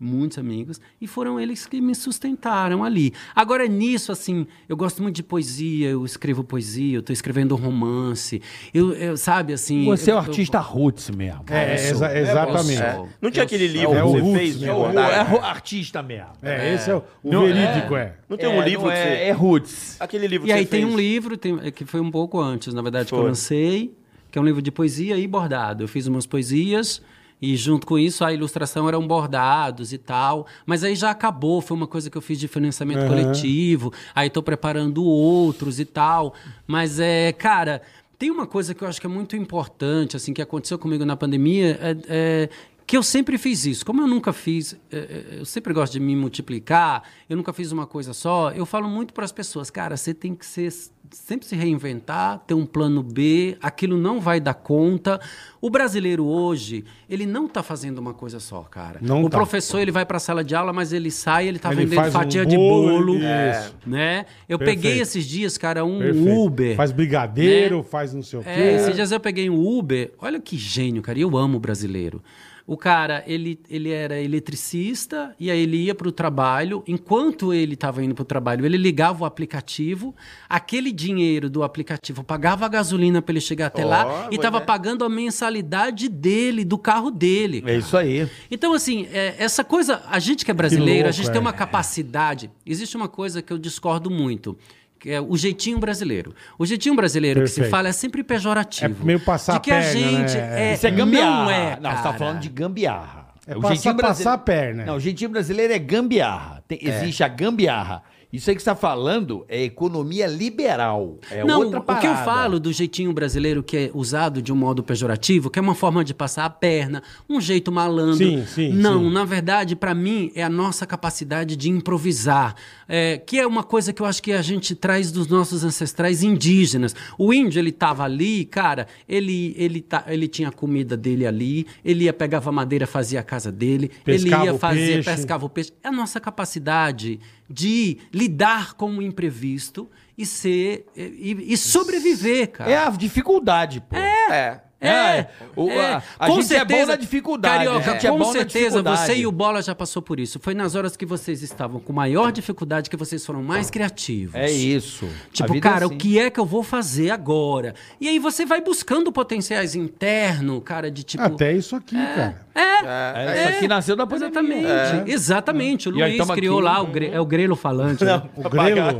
Speaker 7: muitos amigos, e foram eles que me sustentaram ali. Agora nisso, assim, eu gosto muito de poesia, eu escrevo poesia, eu tô escrevendo romance, eu, eu- sabe, assim...
Speaker 4: Você é
Speaker 7: eu-
Speaker 4: um
Speaker 7: eu-
Speaker 4: artista roots mesmo.
Speaker 3: É,
Speaker 7: sou.
Speaker 3: exa- exatamente.
Speaker 7: Eu sou.
Speaker 6: Não tinha
Speaker 7: Eu
Speaker 6: aquele
Speaker 7: sou.
Speaker 6: livro
Speaker 3: É
Speaker 6: que
Speaker 3: o
Speaker 6: você
Speaker 3: Roots,
Speaker 6: fez de
Speaker 3: né?
Speaker 4: ro-
Speaker 6: bordado?
Speaker 4: ro- artista mesmo.
Speaker 3: É, esse é o, o
Speaker 4: Não,
Speaker 3: verídico, é.
Speaker 6: Não tem um livro
Speaker 4: não
Speaker 6: que
Speaker 4: é,
Speaker 6: você.
Speaker 4: é roots.
Speaker 6: Aquele livro
Speaker 7: E
Speaker 6: que
Speaker 7: aí
Speaker 6: você
Speaker 7: tem
Speaker 6: fez.
Speaker 7: um livro tem- é, que foi um pouco antes, na verdade, que eu
Speaker 6: Foi.
Speaker 7: lancei, que é um livro de poesia e bordado. Eu fiz umas poesias e junto com isso a ilustração eram bordados e tal. Mas aí já acabou, foi uma coisa que eu fiz de financiamento
Speaker 3: Aham.
Speaker 7: coletivo. Aí tô preparando outros e tal. Mas é, cara, tem uma coisa que eu acho que é muito importante, assim, que aconteceu comigo na pandemia, é- é que eu sempre fiz isso. Como eu nunca fiz, eh, eh, eu sempre gosto de me multiplicar, eu nunca fiz uma coisa só, eu falo muito para as pessoas, cara, você tem que ser, sempre se reinventar, ter um plano B, aquilo não vai dar conta. O brasileiro hoje, ele não está fazendo uma coisa só, cara.
Speaker 3: Não
Speaker 7: o
Speaker 3: tá.
Speaker 7: professor, ele vai para a sala de aula, mas ele sai, ele está
Speaker 3: Ele
Speaker 7: vendendo
Speaker 3: faz um
Speaker 7: fatia de
Speaker 3: bolo,
Speaker 7: bolo,
Speaker 3: isso.
Speaker 7: né? Eu
Speaker 3: Perfeito.
Speaker 7: peguei esses dias, cara, um
Speaker 3: Perfeito.
Speaker 7: Uber.
Speaker 3: Faz brigadeiro, faz não sei o quê.
Speaker 7: É, esses dias eu peguei um Uber. Olha que gênio, cara. e Eu amo o brasileiro. O cara, ele, ele era eletricista e aí ele ia para o trabalho. Enquanto ele estava indo para o trabalho, ele ligava o aplicativo. Aquele dinheiro do aplicativo pagava a gasolina para ele chegar até lá
Speaker 6: Ó,
Speaker 7: e estava
Speaker 6: pois é.
Speaker 7: pagando a mensalidade dele, do carro dele.
Speaker 4: É isso aí.
Speaker 7: Então, assim, é, essa coisa, a gente que é brasileiro,
Speaker 3: louco,
Speaker 7: a gente
Speaker 3: é.
Speaker 7: tem uma capacidade. Existe uma coisa que eu discordo muito, que é o jeitinho brasileiro. O jeitinho brasileiro que
Speaker 3: Perfeito.
Speaker 7: se fala é sempre pejorativo.
Speaker 3: É meio passar
Speaker 7: De que a
Speaker 3: a perna,
Speaker 7: gente
Speaker 3: né?
Speaker 7: é,
Speaker 4: Isso é gambiarra.
Speaker 7: não é,
Speaker 4: Não, você tá
Speaker 7: cara.
Speaker 4: falando de gambiarra.
Speaker 3: É passar-
Speaker 4: jeitinho
Speaker 3: passar a perna.
Speaker 4: Não, o jeitinho brasileiro é gambiarra. Tem- Existe a gambiarra. Isso aí que você tá falando é economia liberal. É
Speaker 7: não,
Speaker 4: outra
Speaker 7: o
Speaker 4: parada.
Speaker 7: que eu falo do jeitinho brasileiro que é usado de um modo pejorativo, que é uma forma de passar a perna, um jeito malandro.
Speaker 3: Sim, sim,
Speaker 7: Não,
Speaker 3: sim.
Speaker 7: na verdade, pra mim, é a nossa capacidade de improvisar, é, que é uma coisa que eu acho que a gente traz dos nossos ancestrais indígenas. O índio, ele tava ali, cara, ele, ele, ta- ele tinha a comida dele ali, ele ia, pegava madeira, fazia a casa dele,
Speaker 3: Pescava
Speaker 7: ele
Speaker 3: o
Speaker 7: ia fazer,
Speaker 3: peixe.
Speaker 7: pescava o peixe. É a nossa capacidade de lidar com o imprevisto e ser e, e sobreviver, cara.
Speaker 4: É a dificuldade, pô. É.
Speaker 6: É.
Speaker 4: É, o- a- a gente é bom na dificuldade,
Speaker 7: Carioca,
Speaker 4: a gente é
Speaker 7: com
Speaker 4: bom na
Speaker 7: certeza
Speaker 4: dificuldade.
Speaker 7: você e o Bola já passou por isso. Foi nas horas que vocês estavam com maior dificuldade que vocês foram mais criativos.
Speaker 4: É isso. A
Speaker 7: Tipo,
Speaker 4: vida é
Speaker 7: cara,
Speaker 4: assim.
Speaker 7: o que é que eu vou fazer agora? E aí você vai buscando potenciais interno, cara, de tipo.
Speaker 3: Até isso aqui, cara.
Speaker 4: É, isso aqui nasceu da pandemia.
Speaker 7: Exatamente,
Speaker 4: É.
Speaker 7: exatamente. O
Speaker 4: E aí,
Speaker 7: Luiz
Speaker 4: tamo
Speaker 7: criou
Speaker 4: aqui.
Speaker 7: lá, o gre- é o grelo falante. né?
Speaker 3: O grelo.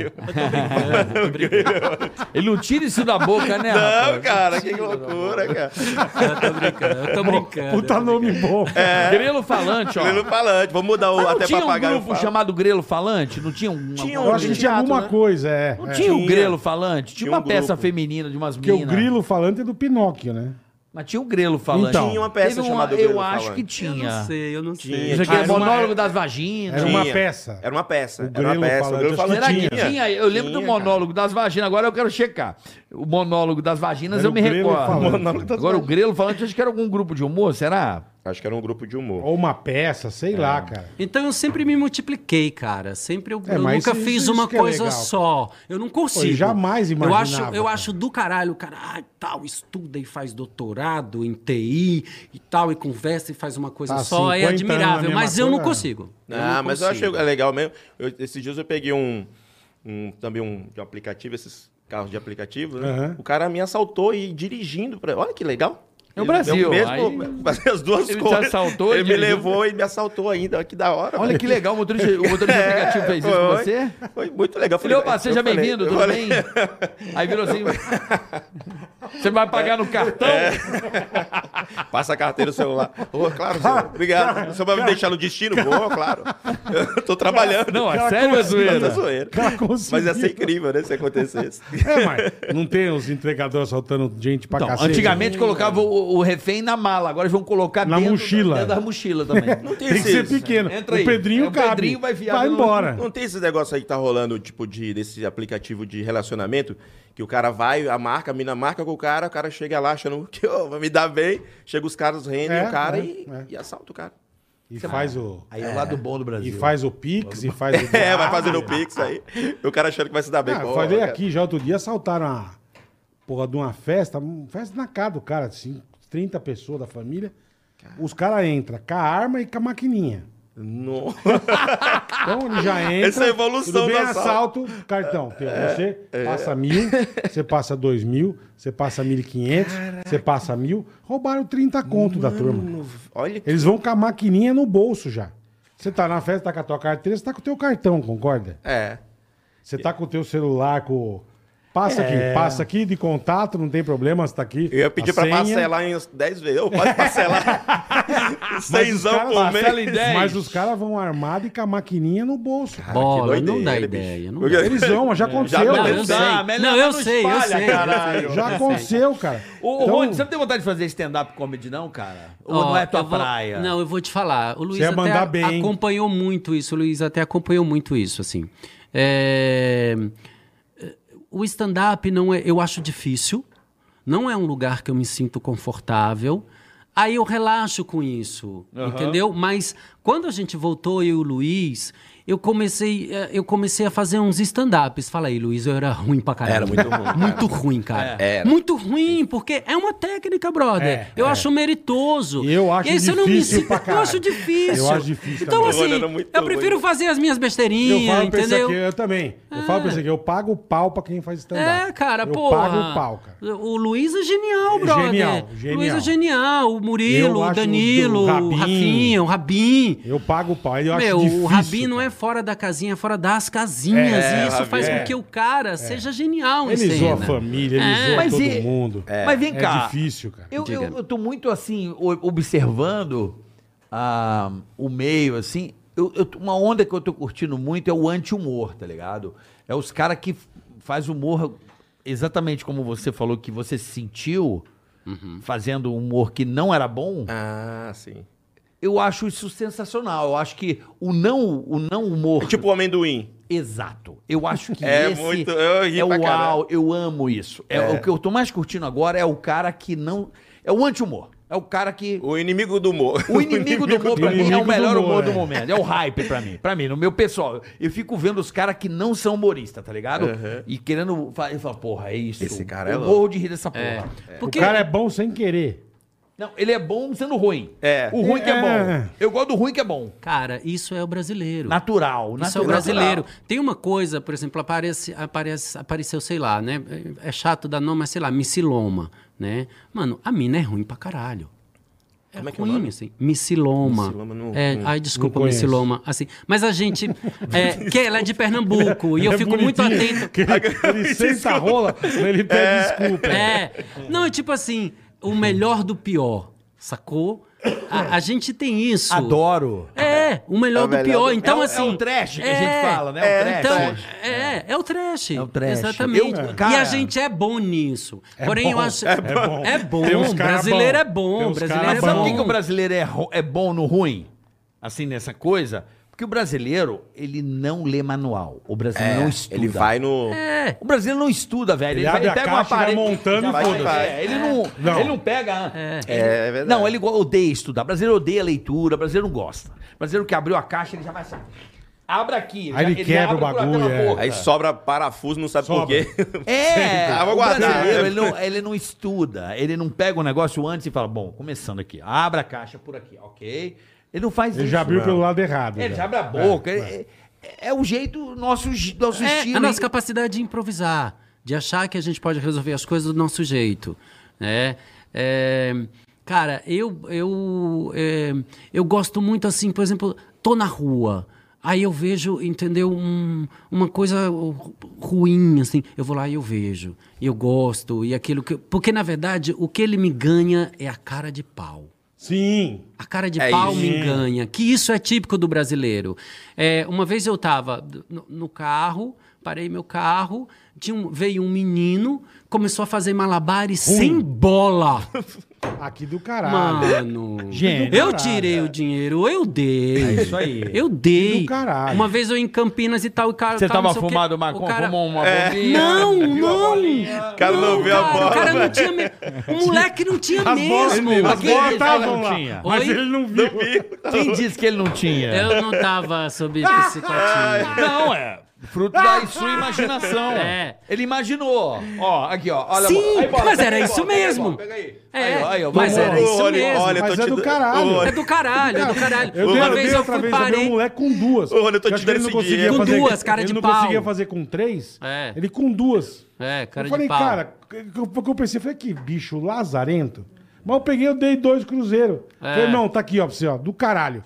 Speaker 4: Ele não tira isso da boca, né?
Speaker 6: Não,
Speaker 4: rapaz?
Speaker 6: cara, que loucura, cara.
Speaker 7: Eu tô brincando, eu tô brincando.
Speaker 3: Puta nome bom.
Speaker 4: Grelo É. falante, Então, ó.
Speaker 6: Grilo falante, vamos mudar o
Speaker 4: Mas não
Speaker 6: até
Speaker 4: tinha um
Speaker 6: papagaio.
Speaker 4: grupo
Speaker 6: fala.
Speaker 4: chamado Grelo Falante? Não tinha um.
Speaker 6: Tinha
Speaker 3: Eu acho que tinha
Speaker 6: Teatro,
Speaker 3: alguma
Speaker 6: né?
Speaker 3: coisa, é.
Speaker 4: Não
Speaker 3: é.
Speaker 4: tinha o
Speaker 6: Tinha.
Speaker 4: Grelo Falante? Tinha,
Speaker 6: Tinha
Speaker 4: uma
Speaker 6: um
Speaker 4: peça
Speaker 6: grupo.
Speaker 4: feminina de umas
Speaker 3: Porque o
Speaker 4: meninas.
Speaker 3: grilo falante é do Pinóquio, né?
Speaker 4: Mas tinha o Grelo Falante.
Speaker 3: Então.
Speaker 6: Tinha uma peça
Speaker 4: Teve um
Speaker 6: chamada
Speaker 4: Eu
Speaker 6: Grelo
Speaker 4: acho
Speaker 6: Falante.
Speaker 4: que
Speaker 7: Eu
Speaker 4: tinha.
Speaker 7: não sei, eu não sei.
Speaker 4: Isso aqui é
Speaker 3: Era uma-
Speaker 4: monólogo das vaginas.
Speaker 3: Era uma
Speaker 6: Tinha.
Speaker 3: peça.
Speaker 6: Era uma peça.
Speaker 3: O
Speaker 6: era
Speaker 3: Grilo
Speaker 6: uma peça.
Speaker 3: falante,
Speaker 6: o
Speaker 3: acho
Speaker 6: Grilo
Speaker 3: que
Speaker 6: falante
Speaker 4: Será que
Speaker 6: tinha.
Speaker 4: tinha? Eu lembro do
Speaker 6: Tinha,
Speaker 4: monólogo das vaginas, agora eu quero checar. O monólogo das vaginas
Speaker 3: Era
Speaker 4: eu
Speaker 3: o
Speaker 4: me
Speaker 3: Grelo
Speaker 4: recordo.
Speaker 3: Falante.
Speaker 6: Monólogo das
Speaker 4: Agora o grelo falante, acho que era algum grupo de humor, será?
Speaker 6: cara. Acho que era um grupo de humor.
Speaker 3: Ou uma peça, sei lá, cara.
Speaker 7: Então eu sempre me multipliquei, cara. Sempre eu,
Speaker 3: É,
Speaker 7: eu
Speaker 3: mas
Speaker 7: nunca
Speaker 3: isso-
Speaker 7: fiz
Speaker 3: isso
Speaker 7: uma
Speaker 3: que é
Speaker 7: coisa
Speaker 3: legal.
Speaker 7: só. Eu não consigo.
Speaker 3: Pô, eu jamais
Speaker 7: Eu
Speaker 3: imaginava,
Speaker 7: acho, eu
Speaker 3: cara.
Speaker 7: acho do caralho, o cara, ah, tal, estuda e faz doutorado em TI e tal, e conversa e faz uma coisa
Speaker 3: Tá
Speaker 7: só.
Speaker 3: 50 anos
Speaker 7: É
Speaker 3: na
Speaker 7: admirável,
Speaker 3: mesma
Speaker 7: mas eu não
Speaker 3: coisa.
Speaker 7: consigo.
Speaker 6: Ah,
Speaker 4: é
Speaker 7: não
Speaker 6: mas eu achei
Speaker 7: consigo.
Speaker 6: legal mesmo. Eu- esses dias eu peguei um, um- também um de um aplicativo, esses carros de aplicativo. né?
Speaker 3: Aham.
Speaker 6: O cara me assaltou e dirigindo pra. Olha que legal.
Speaker 4: É o
Speaker 6: Ele
Speaker 4: Brasil,
Speaker 6: deu Mesmo,
Speaker 4: aí-
Speaker 6: fazer as duas
Speaker 4: Ele te
Speaker 6: coisas.
Speaker 4: assaltou e
Speaker 6: Ele me
Speaker 4: dirigiu.
Speaker 6: levou e me assaltou ainda. Olha que da hora.
Speaker 4: Olha que legal, o motorista, o motorista
Speaker 6: É,
Speaker 4: aplicativo fez isso com
Speaker 6: foi.
Speaker 4: você?
Speaker 6: Foi muito legal. Eu
Speaker 4: Falei,
Speaker 6: falei,
Speaker 4: opa,
Speaker 6: eu
Speaker 4: seja
Speaker 6: falei-
Speaker 4: bem-vindo,
Speaker 6: eu
Speaker 4: tudo
Speaker 6: falei-
Speaker 4: bem? Aí virou assim. Você vai pagar no cartão?
Speaker 6: Passa a carteira e o celular. Ô, claro, senhor. Obrigado. O senhor vai me deixar no destino? Vou, claro. Eu tô trabalhando.
Speaker 4: Não, é sério, é
Speaker 6: Tá
Speaker 4: zoeira.
Speaker 6: zoeira.
Speaker 3: Cara,
Speaker 7: é
Speaker 3: assim? conseguiu.
Speaker 6: Mas ia ser incrível, né? Se acontecesse.
Speaker 3: É, mas não tem os entregadores soltando gente pra
Speaker 4: Então,
Speaker 3: cacete? né?
Speaker 4: antigamente colocava o, o refém na mala, agora eles vão colocar
Speaker 3: Na
Speaker 4: dentro,
Speaker 3: mochila.
Speaker 4: dentro da mochila também.
Speaker 6: tem
Speaker 3: Tem que ser
Speaker 6: esses-
Speaker 3: pequeno.
Speaker 4: Entra
Speaker 3: O
Speaker 4: aí.
Speaker 3: Pedrinho
Speaker 4: É, o
Speaker 3: cabe.
Speaker 4: Pedrinho vai viado no-
Speaker 3: embora.
Speaker 6: Não tem esse negócio aí que tá rolando, tipo, de, desse aplicativo de relacionamento, que o cara vai, a marca, a mina marca com o cara, o cara chega lá achando que "Ô, vai me dar bem, chega os caras, rendem
Speaker 3: É,
Speaker 6: o cara
Speaker 3: é,
Speaker 6: e,
Speaker 3: é.
Speaker 6: e assalta o cara.
Speaker 3: E faz o...
Speaker 4: Aí é o lado bom do
Speaker 3: E
Speaker 4: Brasil.
Speaker 3: faz o Pix, e faz o...
Speaker 6: É, vai fazendo o pix aí. O cara achando que vai se dar bem
Speaker 3: Ah,
Speaker 6: com
Speaker 3: falei
Speaker 6: ela, cara.
Speaker 3: aqui já outro dia, assaltaram a porra de uma festa, um- festa na casa do cara, assim, 30 pessoas da família. Os caras entram com a arma e com a maquininha.
Speaker 6: Não.
Speaker 3: Então ele já entra.
Speaker 6: Essa é a evolução É,
Speaker 3: tudo bem,
Speaker 6: do
Speaker 3: assalto. cartão. Tem você passa mil, você passa dois mil, você passa mil e quinhentos, você passa mil. Roubaram 30 conto da turma.
Speaker 6: Olha que.
Speaker 3: Eles vão com a maquininha no bolso já. Você tá na festa, tá com a tua carteira, você tá com o teu cartão, concorda?
Speaker 6: É.
Speaker 3: Você tá com o teu celular, com. Passa aqui, passa aqui de contato, não tem problema, você tá aqui.
Speaker 6: Eu ia pedir
Speaker 3: A
Speaker 6: pra
Speaker 3: senha.
Speaker 6: parcelar em 10 vezes. Eu posso parcelar.
Speaker 3: Os
Speaker 6: Seisão
Speaker 3: caras-
Speaker 6: por
Speaker 3: Marcelo
Speaker 6: mês.
Speaker 3: e dez. Mas os caras vão armados e com a maquininha no bolso. cara.
Speaker 7: Bola, não
Speaker 6: doideira,
Speaker 7: dá
Speaker 6: bicho.
Speaker 7: ideia. Não
Speaker 6: Porque-
Speaker 7: dá.
Speaker 3: Eles vão, mas já aconteceu. né?
Speaker 6: não
Speaker 7: Não, eu
Speaker 6: dá,
Speaker 7: sei.
Speaker 4: melhor
Speaker 7: Não,
Speaker 4: não
Speaker 7: eu sei, eu
Speaker 4: espalha,
Speaker 7: sei.
Speaker 4: caralho.
Speaker 7: eu sei.
Speaker 3: Já aconteceu, cara.
Speaker 4: Ô,
Speaker 3: Então,
Speaker 4: Rony, você não tem vontade de fazer stand-up comedy, não, cara? Ou
Speaker 7: Ó,
Speaker 4: não é tua
Speaker 7: eu vou-
Speaker 4: praia?
Speaker 7: Não, eu vou te falar. O Luiz
Speaker 3: ia
Speaker 7: até
Speaker 3: mandar
Speaker 7: a-
Speaker 3: bem.
Speaker 7: acompanhou muito isso. O Luiz até acompanhou muito isso, assim. É, é, O stand-up não é... Eu acho difícil. Não é um lugar que eu me sinto confortável. Aí eu relaxo com isso, entendeu? Mas quando a gente voltou, eu e o Luiz... Eu comecei, é, eu comecei a fazer uns stand-ups. Fala aí, Luiz, eu era ruim pra caralho.
Speaker 6: Era muito ruim, cara.
Speaker 7: Muito ruim, cara.
Speaker 4: É.
Speaker 6: Era.
Speaker 7: Muito ruim, porque é uma técnica, brother.
Speaker 3: É,
Speaker 7: eu
Speaker 3: é.
Speaker 7: acho meritoso.
Speaker 3: E eu acho
Speaker 7: E aí, se não me
Speaker 3: difícil
Speaker 7: sinto-
Speaker 3: pra
Speaker 7: Eu
Speaker 3: caralho.
Speaker 7: acho difícil.
Speaker 3: Eu acho difícil
Speaker 7: Então,
Speaker 3: também.
Speaker 6: Olha,
Speaker 7: assim,
Speaker 6: era muito
Speaker 7: eu prefiro
Speaker 6: ruim.
Speaker 7: fazer as minhas
Speaker 3: eu
Speaker 7: besteirinhas,
Speaker 3: falo pra esse
Speaker 7: entendeu? Ah.
Speaker 3: aqui, eu também. Eu falo pra esse aqui, eu pago o pau pra quem faz stand-up.
Speaker 7: É, cara,
Speaker 3: eu
Speaker 7: porra.
Speaker 3: pago o pau, cara.
Speaker 7: O Luiz é genial,
Speaker 3: É
Speaker 7: brother.
Speaker 3: genial,
Speaker 7: Luiz
Speaker 3: genial.
Speaker 7: é genial. O Murilo,
Speaker 3: Eu
Speaker 7: o
Speaker 3: acho
Speaker 7: Danilo,
Speaker 3: o do
Speaker 7: o
Speaker 3: Rabin.
Speaker 7: Rafinha, o Rabin.
Speaker 3: Eu pago o pau. Eu acho
Speaker 7: Meu,
Speaker 3: difícil,
Speaker 7: o Rabin não
Speaker 3: cara.
Speaker 7: é fora da casinha, é fora das casinhas.
Speaker 6: É,
Speaker 7: e isso
Speaker 6: Rabin,
Speaker 7: faz
Speaker 3: é.
Speaker 7: com que o cara seja genial em
Speaker 3: Ele zoa a
Speaker 7: cena.
Speaker 3: família, ele
Speaker 7: É.
Speaker 3: zoa
Speaker 4: Mas
Speaker 3: todo
Speaker 4: e-
Speaker 3: mundo.
Speaker 4: Mas vem
Speaker 3: É
Speaker 4: cá.
Speaker 3: difícil, cara.
Speaker 4: Eu, eu,
Speaker 7: Diga.
Speaker 4: eu tô muito assim, o- observando ah, o meio, assim. Eu, eu- uma onda que eu tô curtindo muito é o anti-humor, tá ligado? É os caras que f- faz humor exatamente como você falou, que você se sentiu
Speaker 6: Uhum.
Speaker 4: fazendo um humor que não era bom.
Speaker 6: Ah, sim.
Speaker 4: Eu acho isso sensacional. Eu acho que o não, o não humor.
Speaker 6: É tipo o amendoim.
Speaker 4: Exato. Eu acho que
Speaker 6: É
Speaker 4: esse
Speaker 6: muito- eu ri
Speaker 4: é
Speaker 6: pra
Speaker 4: o
Speaker 6: caralho.
Speaker 4: uau, eu amo isso. É, o que eu tô mais curtindo agora é o cara que não é o anti-humor. É o cara que
Speaker 6: O inimigo do humor.
Speaker 4: o inimigo do humor pra mim é
Speaker 3: inimigo
Speaker 4: o
Speaker 3: do
Speaker 4: melhor
Speaker 3: humor,
Speaker 4: humor, do
Speaker 3: é.
Speaker 4: momento. É o hype pra mim. Pra mim, no meu pessoal, eu fico vendo os caras que não são humoristas, tá ligado? E querendo fa- eu falo, porra, é isso.
Speaker 6: Esse cara é
Speaker 4: eu
Speaker 6: louco.
Speaker 4: morro de rir dessa porra.
Speaker 7: É.
Speaker 3: O
Speaker 7: Porque
Speaker 3: cara é bom sem querer.
Speaker 4: Não, ele é bom sendo ruim.
Speaker 6: É.
Speaker 4: O ruim que é
Speaker 3: É.
Speaker 4: bom. Eu gosto do ruim que é bom.
Speaker 7: Cara, isso é o brasileiro.
Speaker 4: Natural, natural.
Speaker 7: Isso é o brasileiro. Tem uma coisa, por exemplo, aparece, aparece, apareceu, sei lá, né? É chato dar nome, mas sei lá, miciloma, né? Mano, a mina é ruim pra caralho. É
Speaker 6: Como é que é o
Speaker 7: ruim,
Speaker 6: nome?
Speaker 7: assim. Miciloma.
Speaker 6: Miciloma, não-
Speaker 7: É,
Speaker 6: não-
Speaker 7: ai, desculpa,
Speaker 3: não conheço.
Speaker 7: miciloma. Assim, mas a gente... é, que ela é de Pernambuco e eu
Speaker 3: É
Speaker 7: fico muito
Speaker 3: bonitinho,
Speaker 7: atento.
Speaker 3: que ele ele senta a rola, ele pede desculpa.
Speaker 7: É. Não, é tipo assim, o melhor do pior, sacou? A, a gente tem isso.
Speaker 4: Adoro.
Speaker 7: É, o
Speaker 6: É
Speaker 7: melhor
Speaker 6: o
Speaker 7: do
Speaker 6: melhor
Speaker 7: pior.
Speaker 6: do-
Speaker 7: Então,
Speaker 4: é o- é
Speaker 7: assim.
Speaker 4: o trash que a gente fala, né? O
Speaker 7: é,
Speaker 4: trash.
Speaker 7: Então,
Speaker 4: Trash.
Speaker 7: é, é o trash. É
Speaker 4: o trash.
Speaker 7: Exatamente.
Speaker 4: Eu, cara-
Speaker 7: e a gente é bom nisso. Porém, eu
Speaker 3: bom,
Speaker 7: acho.
Speaker 3: é bom.
Speaker 7: É
Speaker 3: Tem uns cara
Speaker 7: brasileiro é
Speaker 3: bom. Tem
Speaker 7: bom.
Speaker 3: uns
Speaker 7: Brasileiro
Speaker 3: cara
Speaker 7: é
Speaker 4: Mas sabe
Speaker 7: bom.
Speaker 4: por que, que o brasileiro é, ru- é bom no ruim? Assim, nessa coisa? Porque o brasileiro, ele não lê manual. O
Speaker 7: É,
Speaker 4: brasileiro não estuda.
Speaker 6: É, Ele vai no.
Speaker 4: O brasileiro não estuda, velho.
Speaker 3: Ele abre a caixa e vai
Speaker 4: parede-
Speaker 3: montando
Speaker 4: Já
Speaker 3: e
Speaker 4: vai-
Speaker 6: foda-se.
Speaker 4: é, ele não,
Speaker 3: Não.
Speaker 4: Ele não pega. É,
Speaker 6: É verdade.
Speaker 4: Não, ele go- odeia estudar. O brasileiro odeia leitura, o brasileiro não gosta. O brasileiro que abriu a caixa, ele já vai assim. Abre aqui.
Speaker 3: Aí
Speaker 4: já-
Speaker 3: ele quebra
Speaker 4: abre
Speaker 3: o
Speaker 4: pela-
Speaker 3: bagulho,
Speaker 4: pela
Speaker 3: é.
Speaker 4: boca.
Speaker 6: Aí sobra parafuso, não sabe por
Speaker 3: Sobra.
Speaker 6: quê.
Speaker 4: É,
Speaker 6: Ah, vou
Speaker 4: o
Speaker 6: guardar.
Speaker 4: brasileiro, ele não, ele não estuda, ele não pega o negócio antes e fala, bom, começando aqui, abra a caixa por aqui, ok? Ele não faz
Speaker 3: Ele já abriu pelo lado errado.
Speaker 4: Ele
Speaker 3: já.
Speaker 4: já abre a
Speaker 3: É,
Speaker 4: boca, é, é- é o jeito, nosso, gi- nosso
Speaker 7: É,
Speaker 4: estilo.
Speaker 7: a nossa
Speaker 4: hein?
Speaker 7: capacidade de improvisar, de achar que a gente pode resolver as coisas do nosso jeito, né? É, cara, eu eu é, eu gosto muito assim, por exemplo, tô na rua, aí eu vejo, entendeu, um- uma coisa ru- ruim assim, eu vou lá e eu vejo, e eu gosto e aquilo que, porque na verdade o que ele me ganha é a cara de pau.
Speaker 3: Sim.
Speaker 7: A cara de
Speaker 6: É
Speaker 7: pau
Speaker 6: isso.
Speaker 7: me enganha. Que isso é típico do brasileiro. É, uma vez eu estava no, no carro, parei meu carro, tinha um- veio um menino, começou a fazer malabares sem bola.
Speaker 3: Aqui do caralho.
Speaker 7: Mano.
Speaker 3: Gente,
Speaker 7: eu
Speaker 3: caralho.
Speaker 7: tirei o dinheiro, eu dei. É isso
Speaker 4: aí.
Speaker 7: Eu dei.
Speaker 3: Do caralho.
Speaker 7: Uma vez eu em Campinas e tal, e cara.
Speaker 4: Você
Speaker 7: tal, tá não
Speaker 4: tava
Speaker 7: sei o quê.
Speaker 4: fumado
Speaker 7: O
Speaker 4: maconha,
Speaker 7: cara- É.
Speaker 4: fumou uma bombinha?
Speaker 7: Não, não.
Speaker 6: O cara não, vê a
Speaker 7: cara,
Speaker 6: bola.
Speaker 7: O cara não
Speaker 6: velho.
Speaker 7: tinha me... O moleque não tinha
Speaker 3: As bolas,
Speaker 7: mesmo.
Speaker 3: as
Speaker 4: Aquele
Speaker 3: bolas
Speaker 4: ele
Speaker 3: estavam
Speaker 4: não
Speaker 3: lá,
Speaker 4: tinha.
Speaker 3: mas
Speaker 7: Oi?
Speaker 3: ele não viu.
Speaker 4: Quem disse que ele não tinha?
Speaker 7: Eu não tava sob psicotinha.
Speaker 4: Não, é. Fruto
Speaker 5: Ah!
Speaker 4: da sua imaginação.
Speaker 7: É.
Speaker 4: Ele imaginou. Ó, aqui, ó. Olha a
Speaker 7: Sim,
Speaker 4: bola. Aí, bola,
Speaker 7: mas
Speaker 4: pega
Speaker 7: era
Speaker 4: aí,
Speaker 7: isso
Speaker 4: bola, pega aí,
Speaker 7: mesmo.
Speaker 4: bola, Pega aí.
Speaker 7: É,
Speaker 4: Aí, ó, aí, ó,
Speaker 7: mas
Speaker 4: vamos.
Speaker 7: era isso
Speaker 6: Olha,
Speaker 7: mesmo.
Speaker 6: olha,
Speaker 3: Mas
Speaker 6: tô
Speaker 3: é
Speaker 6: te
Speaker 3: do
Speaker 6: dando-
Speaker 3: caralho.
Speaker 6: Olha,
Speaker 7: É do caralho, é do caralho.
Speaker 3: Eu dei
Speaker 7: Uma
Speaker 3: eu
Speaker 7: vez
Speaker 3: dei
Speaker 7: eu
Speaker 3: outra
Speaker 7: fui,
Speaker 3: vez, eu dei um
Speaker 7: parei.
Speaker 3: moleque com duas.
Speaker 6: Ô, Rony, eu tô
Speaker 3: Já
Speaker 6: te
Speaker 3: que ele
Speaker 6: dando
Speaker 3: não
Speaker 4: um
Speaker 6: esse
Speaker 3: conseguia
Speaker 6: dinheiro.
Speaker 7: Com
Speaker 3: fazer-
Speaker 7: duas, cara
Speaker 3: ele
Speaker 7: de
Speaker 3: não
Speaker 7: pau.
Speaker 3: conseguia fazer com três,
Speaker 7: É.
Speaker 3: ele com duas.
Speaker 7: É, cara
Speaker 3: eu falei,
Speaker 7: de pau.
Speaker 3: cara, o que eu- que eu pensei, falei, que bicho lazarento. Mas eu peguei, eu dei dois cruzeiros.
Speaker 7: É.
Speaker 3: Falei, não, tá aqui, ó, pra você, ó, do caralho.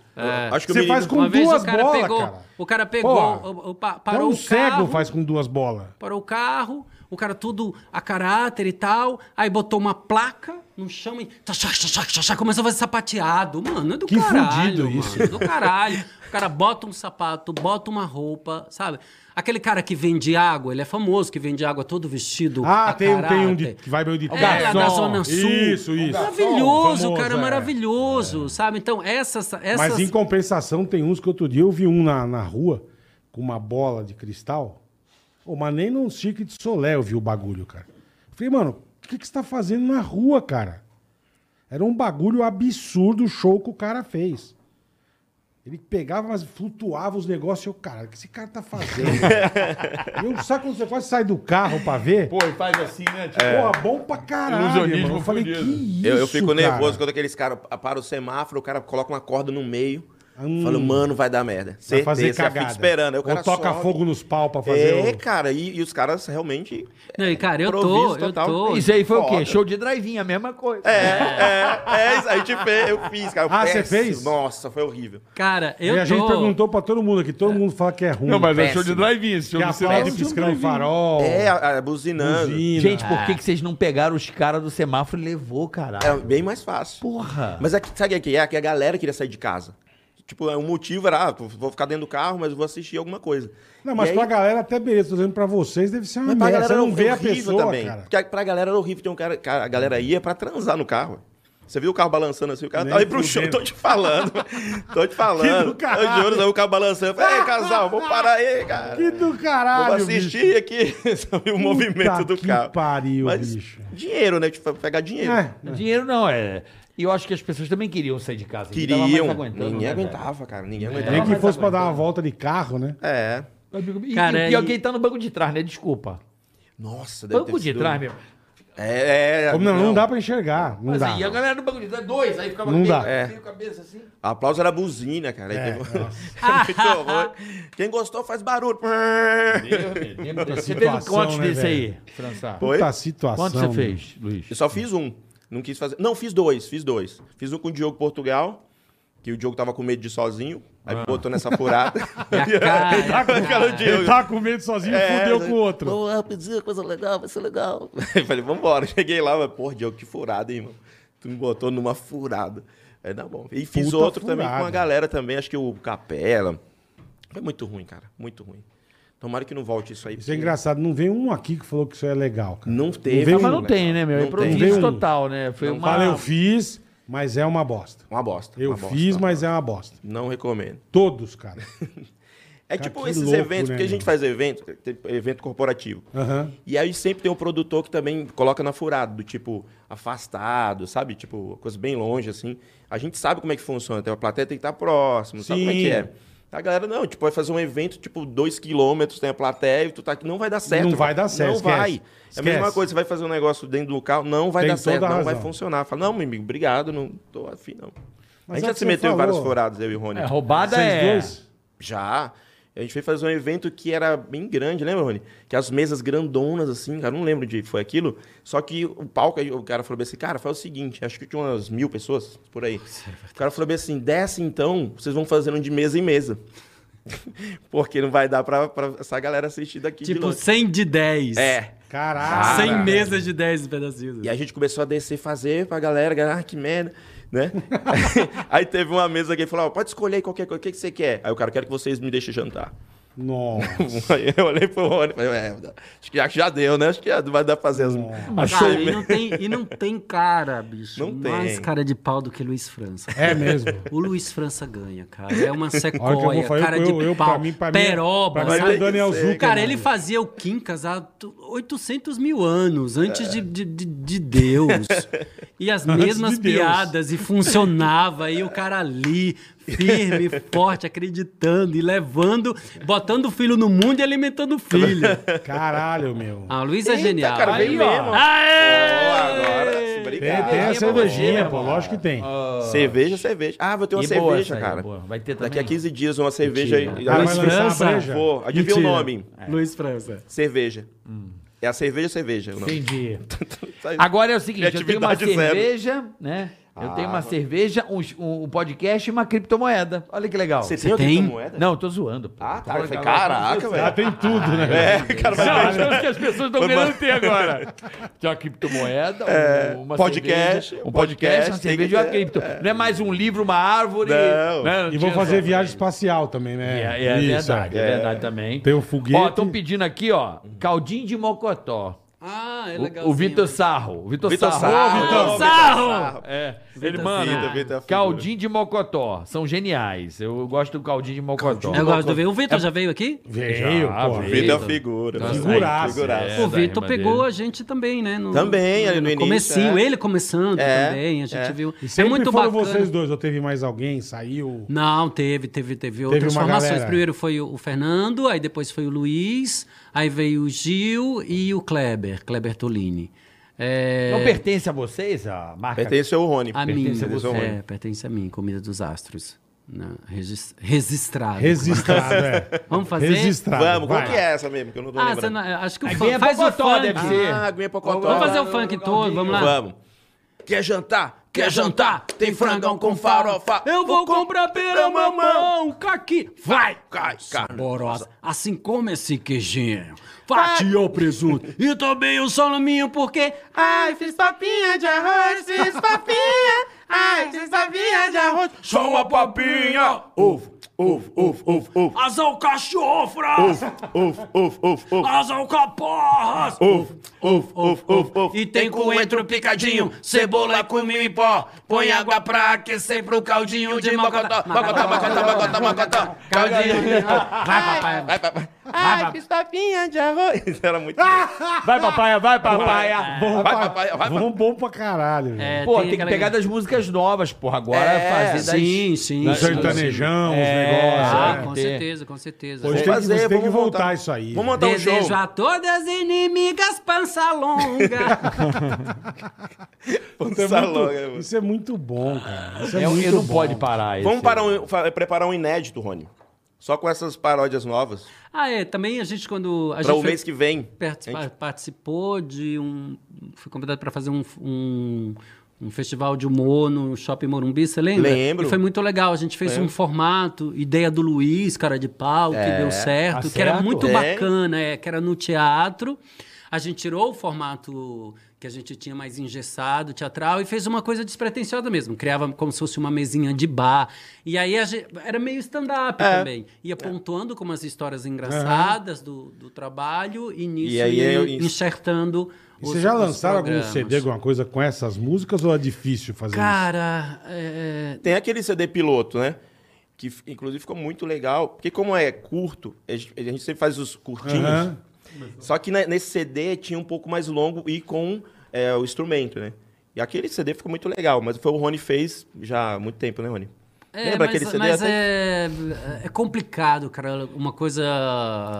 Speaker 6: Acho que o
Speaker 3: Você
Speaker 6: menino-
Speaker 3: faz com
Speaker 7: Uma vez
Speaker 3: duas
Speaker 7: o cara
Speaker 3: bolas,
Speaker 7: pegou,
Speaker 3: cara.
Speaker 7: o cara pegou,
Speaker 3: Porra.
Speaker 7: o- o pa-
Speaker 3: Então
Speaker 7: parou
Speaker 3: um
Speaker 7: o
Speaker 3: cego
Speaker 7: carro,
Speaker 3: faz com duas bolas.
Speaker 7: parou o carro, o cara tudo a caráter e tal. Aí botou uma placa no chão e. tchachac, tchachac, tchachac, Começou a fazer sapateado. Mano, é do
Speaker 3: Que
Speaker 7: caralho.
Speaker 3: fudido isso.
Speaker 7: mano, é do caralho. O cara bota um sapato, bota uma roupa, sabe? Aquele cara que vende água, ele é famoso, que vende água todo vestido.
Speaker 3: Ah,
Speaker 7: a
Speaker 3: tem, um- tem um de,
Speaker 7: caráter.
Speaker 3: que vai meio de
Speaker 7: É, garçom.
Speaker 3: garçom.
Speaker 7: Zona Sul. É
Speaker 3: Isso, isso.
Speaker 7: Maravilhoso, o cara é
Speaker 3: Famoso,
Speaker 7: maravilhoso, sabe? Então, essas. essas...
Speaker 3: Mas em compensação, tem uns que outro dia eu vi um na, na rua com uma bola de cristal. Ô, mas nem num circo de solé eu vi o bagulho, cara. Falei, mano, o que, que você tá fazendo na rua, cara? Era um bagulho absurdo o show que o cara fez. Ele pegava, mas flutuava os negócios. e Eu, cara, o que esse cara tá fazendo? eu, sabe quando você quase sai do carro pra ver? Pô,
Speaker 4: Pô, e faz assim, né? Tipo,
Speaker 3: bom pra caralho,
Speaker 4: Ilusionismo
Speaker 3: irmão. Eu falei, que
Speaker 4: fudido.
Speaker 3: isso,
Speaker 6: Eu, eu fico
Speaker 3: cara?
Speaker 6: nervoso quando aqueles caras param o semáforo, o cara coloca uma corda no meio. Fala, mano, vai dar merda.
Speaker 3: Pra
Speaker 6: Certeza,
Speaker 3: Hum. fazer
Speaker 6: já
Speaker 3: cagada.
Speaker 6: fica esperando. Aí o
Speaker 3: Ou
Speaker 6: cara
Speaker 3: toca
Speaker 6: sobe.
Speaker 3: fogo nos pau pra fazer
Speaker 6: É,
Speaker 3: o...
Speaker 6: cara, e, e os caras realmente.
Speaker 7: Não, e, cara, eu tô,
Speaker 6: improviso
Speaker 7: eu tô.
Speaker 5: Isso aí foi o
Speaker 6: Foda.
Speaker 5: quê? Show de drive-in, a mesma coisa.
Speaker 6: É, é, é, isso aí te fez, eu fiz, cara.
Speaker 3: Ah, você
Speaker 6: péssimo.
Speaker 3: fez?
Speaker 6: Nossa, foi horrível.
Speaker 7: Cara, eu
Speaker 3: e a
Speaker 7: tô.
Speaker 3: gente perguntou pra todo mundo aqui, todo mundo fala que é ruim.
Speaker 4: Não, mas é show
Speaker 6: Péssimo.
Speaker 4: de drive-in, esse show
Speaker 3: que
Speaker 4: de
Speaker 3: a fala de
Speaker 4: cinema.
Speaker 3: piscando farol,
Speaker 6: É, a- a- buzinando.
Speaker 3: buzina.
Speaker 5: Gente, por que, que vocês não pegaram os caras do semáforo e levou, caralho?
Speaker 6: É bem mais fácil.
Speaker 5: Porra!
Speaker 6: Mas aqui, sabe o que é? Que a galera queria sair de casa. Tipo, o motivo era, ah, vou ficar dentro do carro, mas vou assistir alguma coisa.
Speaker 3: Não, mas
Speaker 6: E aí-
Speaker 3: pra galera até beleza, tô dizendo pra vocês, deve ser uma
Speaker 6: Mas pra
Speaker 3: merda. Você
Speaker 6: galera
Speaker 3: não
Speaker 6: era
Speaker 3: vê a
Speaker 6: horrível
Speaker 3: pessoa,
Speaker 6: também.
Speaker 3: cara.
Speaker 6: Porque a- pra galera era horrível. Tem um cara, cara, a galera ia pra transar no carro. Você viu o carro balançando assim, o cara
Speaker 3: Nem
Speaker 6: tá aí pro show,
Speaker 3: fudendo.
Speaker 6: tô te falando. tô te
Speaker 3: Que do
Speaker 6: falando.
Speaker 3: caralho.
Speaker 6: Eu juro, saiu o carro balançando. Eu falei, ei, casal, vamos parar aí, cara.
Speaker 3: Que do caralho,
Speaker 6: Vamos assistir aqui. Sabe o movimento do
Speaker 3: que
Speaker 6: carro.
Speaker 3: pariu,
Speaker 6: Mas
Speaker 3: bicho.
Speaker 6: dinheiro, né? Tipo, pegar dinheiro.
Speaker 3: É,
Speaker 5: Dinheiro não, é. E eu acho que as pessoas também queriam sair de casa. ninguém tava mais
Speaker 6: Queriam.
Speaker 5: aguentando,
Speaker 6: Ninguém
Speaker 5: né,
Speaker 6: aguentava, cara. Ninguém aguentava.
Speaker 3: nem que fosse
Speaker 5: é
Speaker 3: pra dar uma volta de carro, né?
Speaker 6: É.
Speaker 5: velho? E,
Speaker 7: Cara,
Speaker 5: e o pior
Speaker 7: e-
Speaker 5: que ele tá no banco de trás, né? Desculpa.
Speaker 6: Nossa, deve
Speaker 5: Banco
Speaker 6: ter
Speaker 5: de
Speaker 6: sido- um
Speaker 5: trás, meu.
Speaker 6: É, é.
Speaker 3: Como não, não, dá pra enxergar, não
Speaker 5: Mas
Speaker 3: dá.
Speaker 5: aí a galera do banco de trás, dois, aí ficava
Speaker 3: Não
Speaker 5: meio,
Speaker 3: dá.
Speaker 6: É.
Speaker 5: meio cabeça assim.
Speaker 6: Aplauso era buzina, cara. Aí
Speaker 3: É,
Speaker 6: teve- um-
Speaker 3: nossa.
Speaker 6: Muito horror. Quem gostou faz barulho.
Speaker 5: Você fez
Speaker 3: situação,
Speaker 5: quantos
Speaker 3: né,
Speaker 5: desse
Speaker 3: velho?
Speaker 5: aí, Françá?
Speaker 6: Oi?
Speaker 3: Puta situação.
Speaker 5: Quantos você fez, Luiz?
Speaker 6: Eu só fiz um. Não quis fazer. Não, fiz dois, fiz dois. Fiz um com o Diogo Portugal, que o Diogo tava com medo de ir sozinho. Aí botou nessa furada.
Speaker 3: tá
Speaker 7: E a cara,
Speaker 6: Aquela
Speaker 7: cara.
Speaker 6: Diogo.
Speaker 3: Ele tá com medo sozinho, fudeu
Speaker 6: né?
Speaker 3: com o outro.
Speaker 6: É, Vamos lá, pedir uma coisa legal, vai ser legal. Eu falei, vambora. Cheguei lá, mas, porra, Diogo, que furada, hein, irmão. Tu me botou numa furada. Aí, tá bom. E fiz
Speaker 3: Puta
Speaker 6: outro também com
Speaker 3: furada.
Speaker 6: a galera também, acho que o Capela. Foi muito ruim, cara, muito ruim. Tomara que não volte isso aí.
Speaker 3: Isso é
Speaker 6: porque
Speaker 3: engraçado, não veio um aqui que falou que isso é legal, cara.
Speaker 6: Não teve.
Speaker 3: veio
Speaker 5: Mas não
Speaker 6: moleque.
Speaker 5: tem, né, meu? É
Speaker 6: Não tem.
Speaker 5: improviso
Speaker 3: Veio um.
Speaker 5: total, né? Foi uma...
Speaker 3: Fala, eu fiz, mas é uma bosta.
Speaker 6: Uma bosta.
Speaker 3: Eu
Speaker 6: uma bosta,
Speaker 3: fiz,
Speaker 6: uma
Speaker 3: mas
Speaker 6: bosta.
Speaker 3: é uma bosta.
Speaker 6: Não recomendo.
Speaker 3: Todos, cara.
Speaker 6: É
Speaker 3: Cara,
Speaker 6: tipo
Speaker 3: que
Speaker 6: esses
Speaker 3: louco,
Speaker 6: eventos,
Speaker 3: né,
Speaker 6: porque a gente
Speaker 3: meu?
Speaker 6: faz evento, tem evento corporativo.
Speaker 3: Aham.
Speaker 6: E aí sempre tem um produtor que também coloca na furada, do tipo afastado, sabe? Tipo, coisa bem longe, assim. A gente sabe como é que funciona, tem a plateia tem que estar próximo, sabe como é que
Speaker 3: Sim.
Speaker 6: é. A galera, não, tipo, vai fazer um evento, tipo, dois quilômetros, tem a plateia, e tu tá aqui, não vai dar certo.
Speaker 3: Não vai
Speaker 6: mano.
Speaker 3: dar certo,
Speaker 6: Não
Speaker 3: esquece.
Speaker 6: vai. É a mesma
Speaker 3: Esquece.
Speaker 6: coisa, você vai fazer um negócio dentro do carro, não vai
Speaker 3: Tem
Speaker 6: dar certo,
Speaker 3: toda a
Speaker 6: não vai
Speaker 3: razão.
Speaker 6: funcionar. Fala, não, meu amigo, obrigado, não tô afim, não.
Speaker 3: Mas é
Speaker 6: a gente
Speaker 3: o
Speaker 6: já
Speaker 3: que você
Speaker 6: se meteu em vários
Speaker 3: falou.
Speaker 6: furados, eu e o Rony.
Speaker 5: É, roubada
Speaker 3: Vocês
Speaker 5: é...
Speaker 3: dois?
Speaker 6: Já. A gente foi fazer um evento que era bem grande, lembra, Rony? Que as mesas grandonas, assim, cara, não lembro de foi aquilo. Só que o palco, aí o cara falou bem assim, cara, faz o seguinte, acho que tinha umas mil pessoas por aí. O cara falou bem assim, desce então, vocês vão fazendo de mesa em mesa. Porque não vai dar pra, pra essa galera assistir daqui de
Speaker 7: Tipo,
Speaker 6: longe.
Speaker 7: 100 de 10.
Speaker 6: É.
Speaker 3: Caralho.
Speaker 7: 100
Speaker 6: cara.
Speaker 7: mesas de 10 pedacinhos.
Speaker 6: E a gente começou a descer, fazer pra galera, galera, ah, que merda, né? aí teve uma mesa que falou, ó, pode escolher aí qualquer coisa, o que, que você quer? Aí o cara, quero que vocês me deixem jantar.
Speaker 3: Nossa.
Speaker 6: Aí eu olhei pro Rony e falei, é, acho que já, já deu, né? Acho que já vai dar pra fazer as...
Speaker 5: Mas
Speaker 7: Cara,
Speaker 5: show-
Speaker 7: e, não tem, e não tem cara, bicho.
Speaker 6: é Não
Speaker 7: mais
Speaker 6: tem.
Speaker 7: cara de pau do que Luiz França.
Speaker 3: É mesmo.
Speaker 7: O Luiz França ganha, cara. É uma
Speaker 3: Olha que eu
Speaker 7: sequoia,
Speaker 3: vou falar, eu-
Speaker 7: cara
Speaker 3: eu-
Speaker 7: de
Speaker 3: eu, pra
Speaker 7: pau,
Speaker 3: mim- pra mim-
Speaker 7: peroba.
Speaker 3: pra mim é
Speaker 7: sabe?
Speaker 3: o Daniel
Speaker 6: Sei,
Speaker 3: Zucca,
Speaker 7: Cara,
Speaker 3: né?
Speaker 7: ele fazia o Kim casar 800 mil anos antes de, de, de, de Deus. E as
Speaker 3: Antes
Speaker 7: mesmas
Speaker 3: de Deus.
Speaker 7: piadas, e funcionava, e o cara ali, firme, forte, acreditando, e levando, botando o filho no mundo e alimentando o filho.
Speaker 3: Caralho, meu.
Speaker 7: Ah, o Luiz é
Speaker 6: Eita,
Speaker 7: genial.
Speaker 6: cara, veio
Speaker 7: Aí, ó.
Speaker 6: mesmo.
Speaker 5: Ah, é.
Speaker 7: Aê!
Speaker 6: Ó, agora, se
Speaker 3: Tem,
Speaker 6: brigar.
Speaker 3: tem a
Speaker 5: pra você,
Speaker 3: cervejinha,
Speaker 5: né,
Speaker 3: pô.
Speaker 5: mano?
Speaker 3: Lógico que tem.
Speaker 6: Ah, Cerveja, cerveja. Ah, vou ter uma
Speaker 5: E boa
Speaker 6: cerveja,
Speaker 5: essa aí,
Speaker 6: cara.
Speaker 5: boa. Vai ter
Speaker 6: Daqui a
Speaker 5: também?
Speaker 6: 15 dias uma cerveja aí.
Speaker 7: Mentira.
Speaker 6: Ah,
Speaker 7: Luiz
Speaker 6: mas-
Speaker 3: lançar a
Speaker 7: França,
Speaker 3: breja?
Speaker 6: Vou, adivinha o
Speaker 3: Mentira.
Speaker 6: nome.
Speaker 7: É. Luiz França.
Speaker 6: Cerveja. É a cerveja, cerveja. o nome.
Speaker 5: Entendi.
Speaker 6: Sai-
Speaker 5: Agora é o seguinte, eu tenho uma
Speaker 6: Criatividade zero. Ah,
Speaker 5: cerveja, né?
Speaker 4: Eu tenho uma cerveja, um, um podcast e uma criptomoeda. Olha que legal.
Speaker 6: Você tem,
Speaker 7: tem?
Speaker 6: tem? moeda?
Speaker 4: Não, eu tô zoando. pô.
Speaker 6: Ah,
Speaker 4: Tô
Speaker 6: tá.
Speaker 4: falando
Speaker 6: Eu falei,
Speaker 4: que agora-
Speaker 6: caraca,
Speaker 3: Ah,
Speaker 6: velho.
Speaker 3: tem tudo, né?
Speaker 6: É, cara, vai
Speaker 4: Não,
Speaker 6: ver.
Speaker 4: acho que é o que as pessoas estão
Speaker 6: Foi uma-
Speaker 4: querendo ter agora. Tem uma criptomoeda, um- uma
Speaker 6: É, podcast,
Speaker 4: cerveja,
Speaker 6: um
Speaker 4: um
Speaker 6: podcast,
Speaker 4: podcast, uma
Speaker 6: tem
Speaker 4: cerveja e
Speaker 6: que
Speaker 4: uma
Speaker 6: ter,
Speaker 4: cripto. Não é mais um livro, uma árvore.
Speaker 6: Não.
Speaker 4: né?
Speaker 3: E vou
Speaker 4: tinha
Speaker 3: fazer
Speaker 4: essa-
Speaker 3: viagem espacial também, né?
Speaker 4: É, é
Speaker 3: Isso,
Speaker 4: verdade, é verdade também.
Speaker 3: Tem o foguete.
Speaker 4: Ó, estão pedindo aqui, ó, caldinho de mocotó.
Speaker 7: Ah, é
Speaker 4: O-
Speaker 7: legal.
Speaker 4: O, Vitor Sarro. O Vitor,
Speaker 6: Vitor
Speaker 4: Sarro.
Speaker 6: Sarro.
Speaker 4: Ô,
Speaker 6: Vitor.
Speaker 4: Vitor Sarro! É, ele
Speaker 7: Vitor
Speaker 4: manda.
Speaker 7: Sarro.
Speaker 6: Vitor, Vitor é figura.
Speaker 4: caldinho de mocotó. São geniais. Eu gosto do caldinho de mocotó.
Speaker 7: Eu gosto de ver. O Vitor já veio aqui?
Speaker 3: Veio,
Speaker 4: Já,
Speaker 3: pô.
Speaker 4: veio.
Speaker 6: Vitor é figura.
Speaker 4: Nossa,
Speaker 3: figuraça.
Speaker 6: Figuraça.
Speaker 4: É, da
Speaker 7: o Vitor
Speaker 4: irmã
Speaker 7: pegou
Speaker 4: dele.
Speaker 7: a gente também, né? no-
Speaker 6: Também, ali no início,
Speaker 7: Comecinho,
Speaker 6: é.
Speaker 7: ele começando
Speaker 6: É,
Speaker 7: também, a gente
Speaker 6: é.
Speaker 7: viu.
Speaker 3: E
Speaker 7: É
Speaker 3: sempre
Speaker 7: muito
Speaker 3: foram
Speaker 7: bacana.
Speaker 3: vocês dois, ou teve mais alguém, saiu.
Speaker 7: Não, teve, teve, teve, outras
Speaker 3: uma
Speaker 7: formações.
Speaker 3: galera.
Speaker 7: Primeiro foi o o Fernando, aí depois foi o Luiz, aí veio o Gil e o Kleber, Kleber Tolini. É,
Speaker 4: Não pertence a vocês a marca?
Speaker 6: Pertence ao Rony.
Speaker 7: a mim,
Speaker 6: Pertence ao Rony.
Speaker 7: é, pertence a mim, Comida dos Astros. Na, regis- registrado.
Speaker 3: Registrado, é.
Speaker 7: Vamos fazer?
Speaker 3: Registrado.
Speaker 6: Vamos, qual
Speaker 3: vai.
Speaker 6: que é essa mesmo? Que eu não tô
Speaker 7: Ah, você
Speaker 6: lembrando.
Speaker 7: não, acho que o
Speaker 4: Aí
Speaker 7: fã,
Speaker 4: vem a
Speaker 7: faz o
Speaker 4: Bocotó,
Speaker 7: funk.
Speaker 4: deve ser.
Speaker 6: Ah, aguinha pocotó.
Speaker 7: Vamos fazer o funk todo, vamos lá.
Speaker 6: Vamos. Quer jantar? Quer jantar? Tem frangão com farofa.
Speaker 7: Eu vou comprar pera, mamão, caqui. Vai!
Speaker 6: Cai, cara.
Speaker 7: Saborosa. Assim como esse queijinho. Fatia o presunto. E também o salaminho, um porque... Ai, fiz papinha de arroz, fiz papinha. Ai, fiz papinha de arroz.
Speaker 6: Só uma papinha. Ovo, ovo, ovo, ovo, ovo.
Speaker 7: As alcachofras.
Speaker 6: Ovo, ovo, ovo, ovo.
Speaker 7: As alcaporras.
Speaker 6: Ovo, ovo, ovo, ovo, ovo.
Speaker 7: E tem coentro picadinho, cebola é com milho em pó. Põe água pra aquecer pro caldinho de mocotó. Mocotó, mocotó, mocotó, mocotó. Caldinho de mocotó. Vai, papai.
Speaker 6: Vai, vai, vai.
Speaker 7: Ai,
Speaker 6: fiz papinha de arroz. Isso era muito...
Speaker 4: Vai, papaya, vai, papaya.
Speaker 3: Bom,
Speaker 6: Vai,
Speaker 3: pra,
Speaker 6: papai, vai,
Speaker 3: bom, bom pra caralho. velho.
Speaker 7: É,
Speaker 4: Pô, tem, que
Speaker 7: aquela-
Speaker 4: pegar das músicas novas, porra. Agora
Speaker 6: É,
Speaker 4: fazer das...
Speaker 7: Sim, sim.
Speaker 3: Um
Speaker 7: sim.
Speaker 3: sertanejão,
Speaker 4: É.
Speaker 3: os
Speaker 7: Ah,
Speaker 3: negócios.
Speaker 7: com
Speaker 4: ter.
Speaker 7: certeza, com certeza.
Speaker 3: Hoje tem que- você tem que voltar isso aí.
Speaker 6: Vamos montar um show.
Speaker 7: Desejo a todas inimigas pança longa.
Speaker 6: Vamos
Speaker 3: Isso, é
Speaker 6: dançar
Speaker 3: muito,
Speaker 6: logo, é, mano.
Speaker 3: isso é muito bom, cara. Isso
Speaker 4: É,
Speaker 3: é, muito
Speaker 4: ele não
Speaker 3: bom.
Speaker 4: pode parar isso.
Speaker 6: Vamos parar um- fa- preparar um inédito, Rony. Só com essas paródias novas.
Speaker 7: ah, é, também a gente quando... A
Speaker 6: Pra
Speaker 7: gente
Speaker 6: o
Speaker 7: foi-
Speaker 6: mês que vem.
Speaker 7: participa-
Speaker 6: A gente-
Speaker 7: participou de um... Fui convidado para fazer um... um um festival de humor no Shopping Morumbi, você lembra?
Speaker 6: Lembro.
Speaker 7: E foi muito legal. A gente fez um formato, ideia do Luiz, cara de pau, que deu certo,
Speaker 4: Tá
Speaker 7: que era
Speaker 4: certo?
Speaker 7: muito
Speaker 6: É.
Speaker 7: bacana, é, que era no teatro. A gente tirou o formato que a gente tinha mais engessado, teatral, e fez uma coisa despretensiosa mesmo. Criava como se fosse uma mesinha de bar. E aí a gente, era meio stand-up também. Ia pontuando como as histórias engraçadas do, do trabalho e nisso
Speaker 6: E aí
Speaker 7: ia
Speaker 6: eu-
Speaker 7: enxertando
Speaker 3: é E
Speaker 7: os-
Speaker 3: vocês já
Speaker 7: os
Speaker 3: lançaram algum
Speaker 7: programas.
Speaker 3: CD, alguma coisa com essas músicas ou é difícil fazer
Speaker 7: Cara, é,
Speaker 6: Tem aquele CD piloto, né? Que f- inclusive ficou muito legal. Porque como é curto, a gente a gente sempre faz os
Speaker 3: isso?
Speaker 6: curtinhos.
Speaker 3: Aham.
Speaker 6: Só que né, nesse CD tinha um pouco mais longo e com é, o instrumento, né? E aquele CD ficou muito legal, mas foi o Rony fez já há muito tempo, né, Rony?
Speaker 7: É,
Speaker 6: Lembra
Speaker 7: mas,
Speaker 6: aquele CD?
Speaker 7: mas
Speaker 6: Até
Speaker 7: é, é complicado, cara. Uma coisa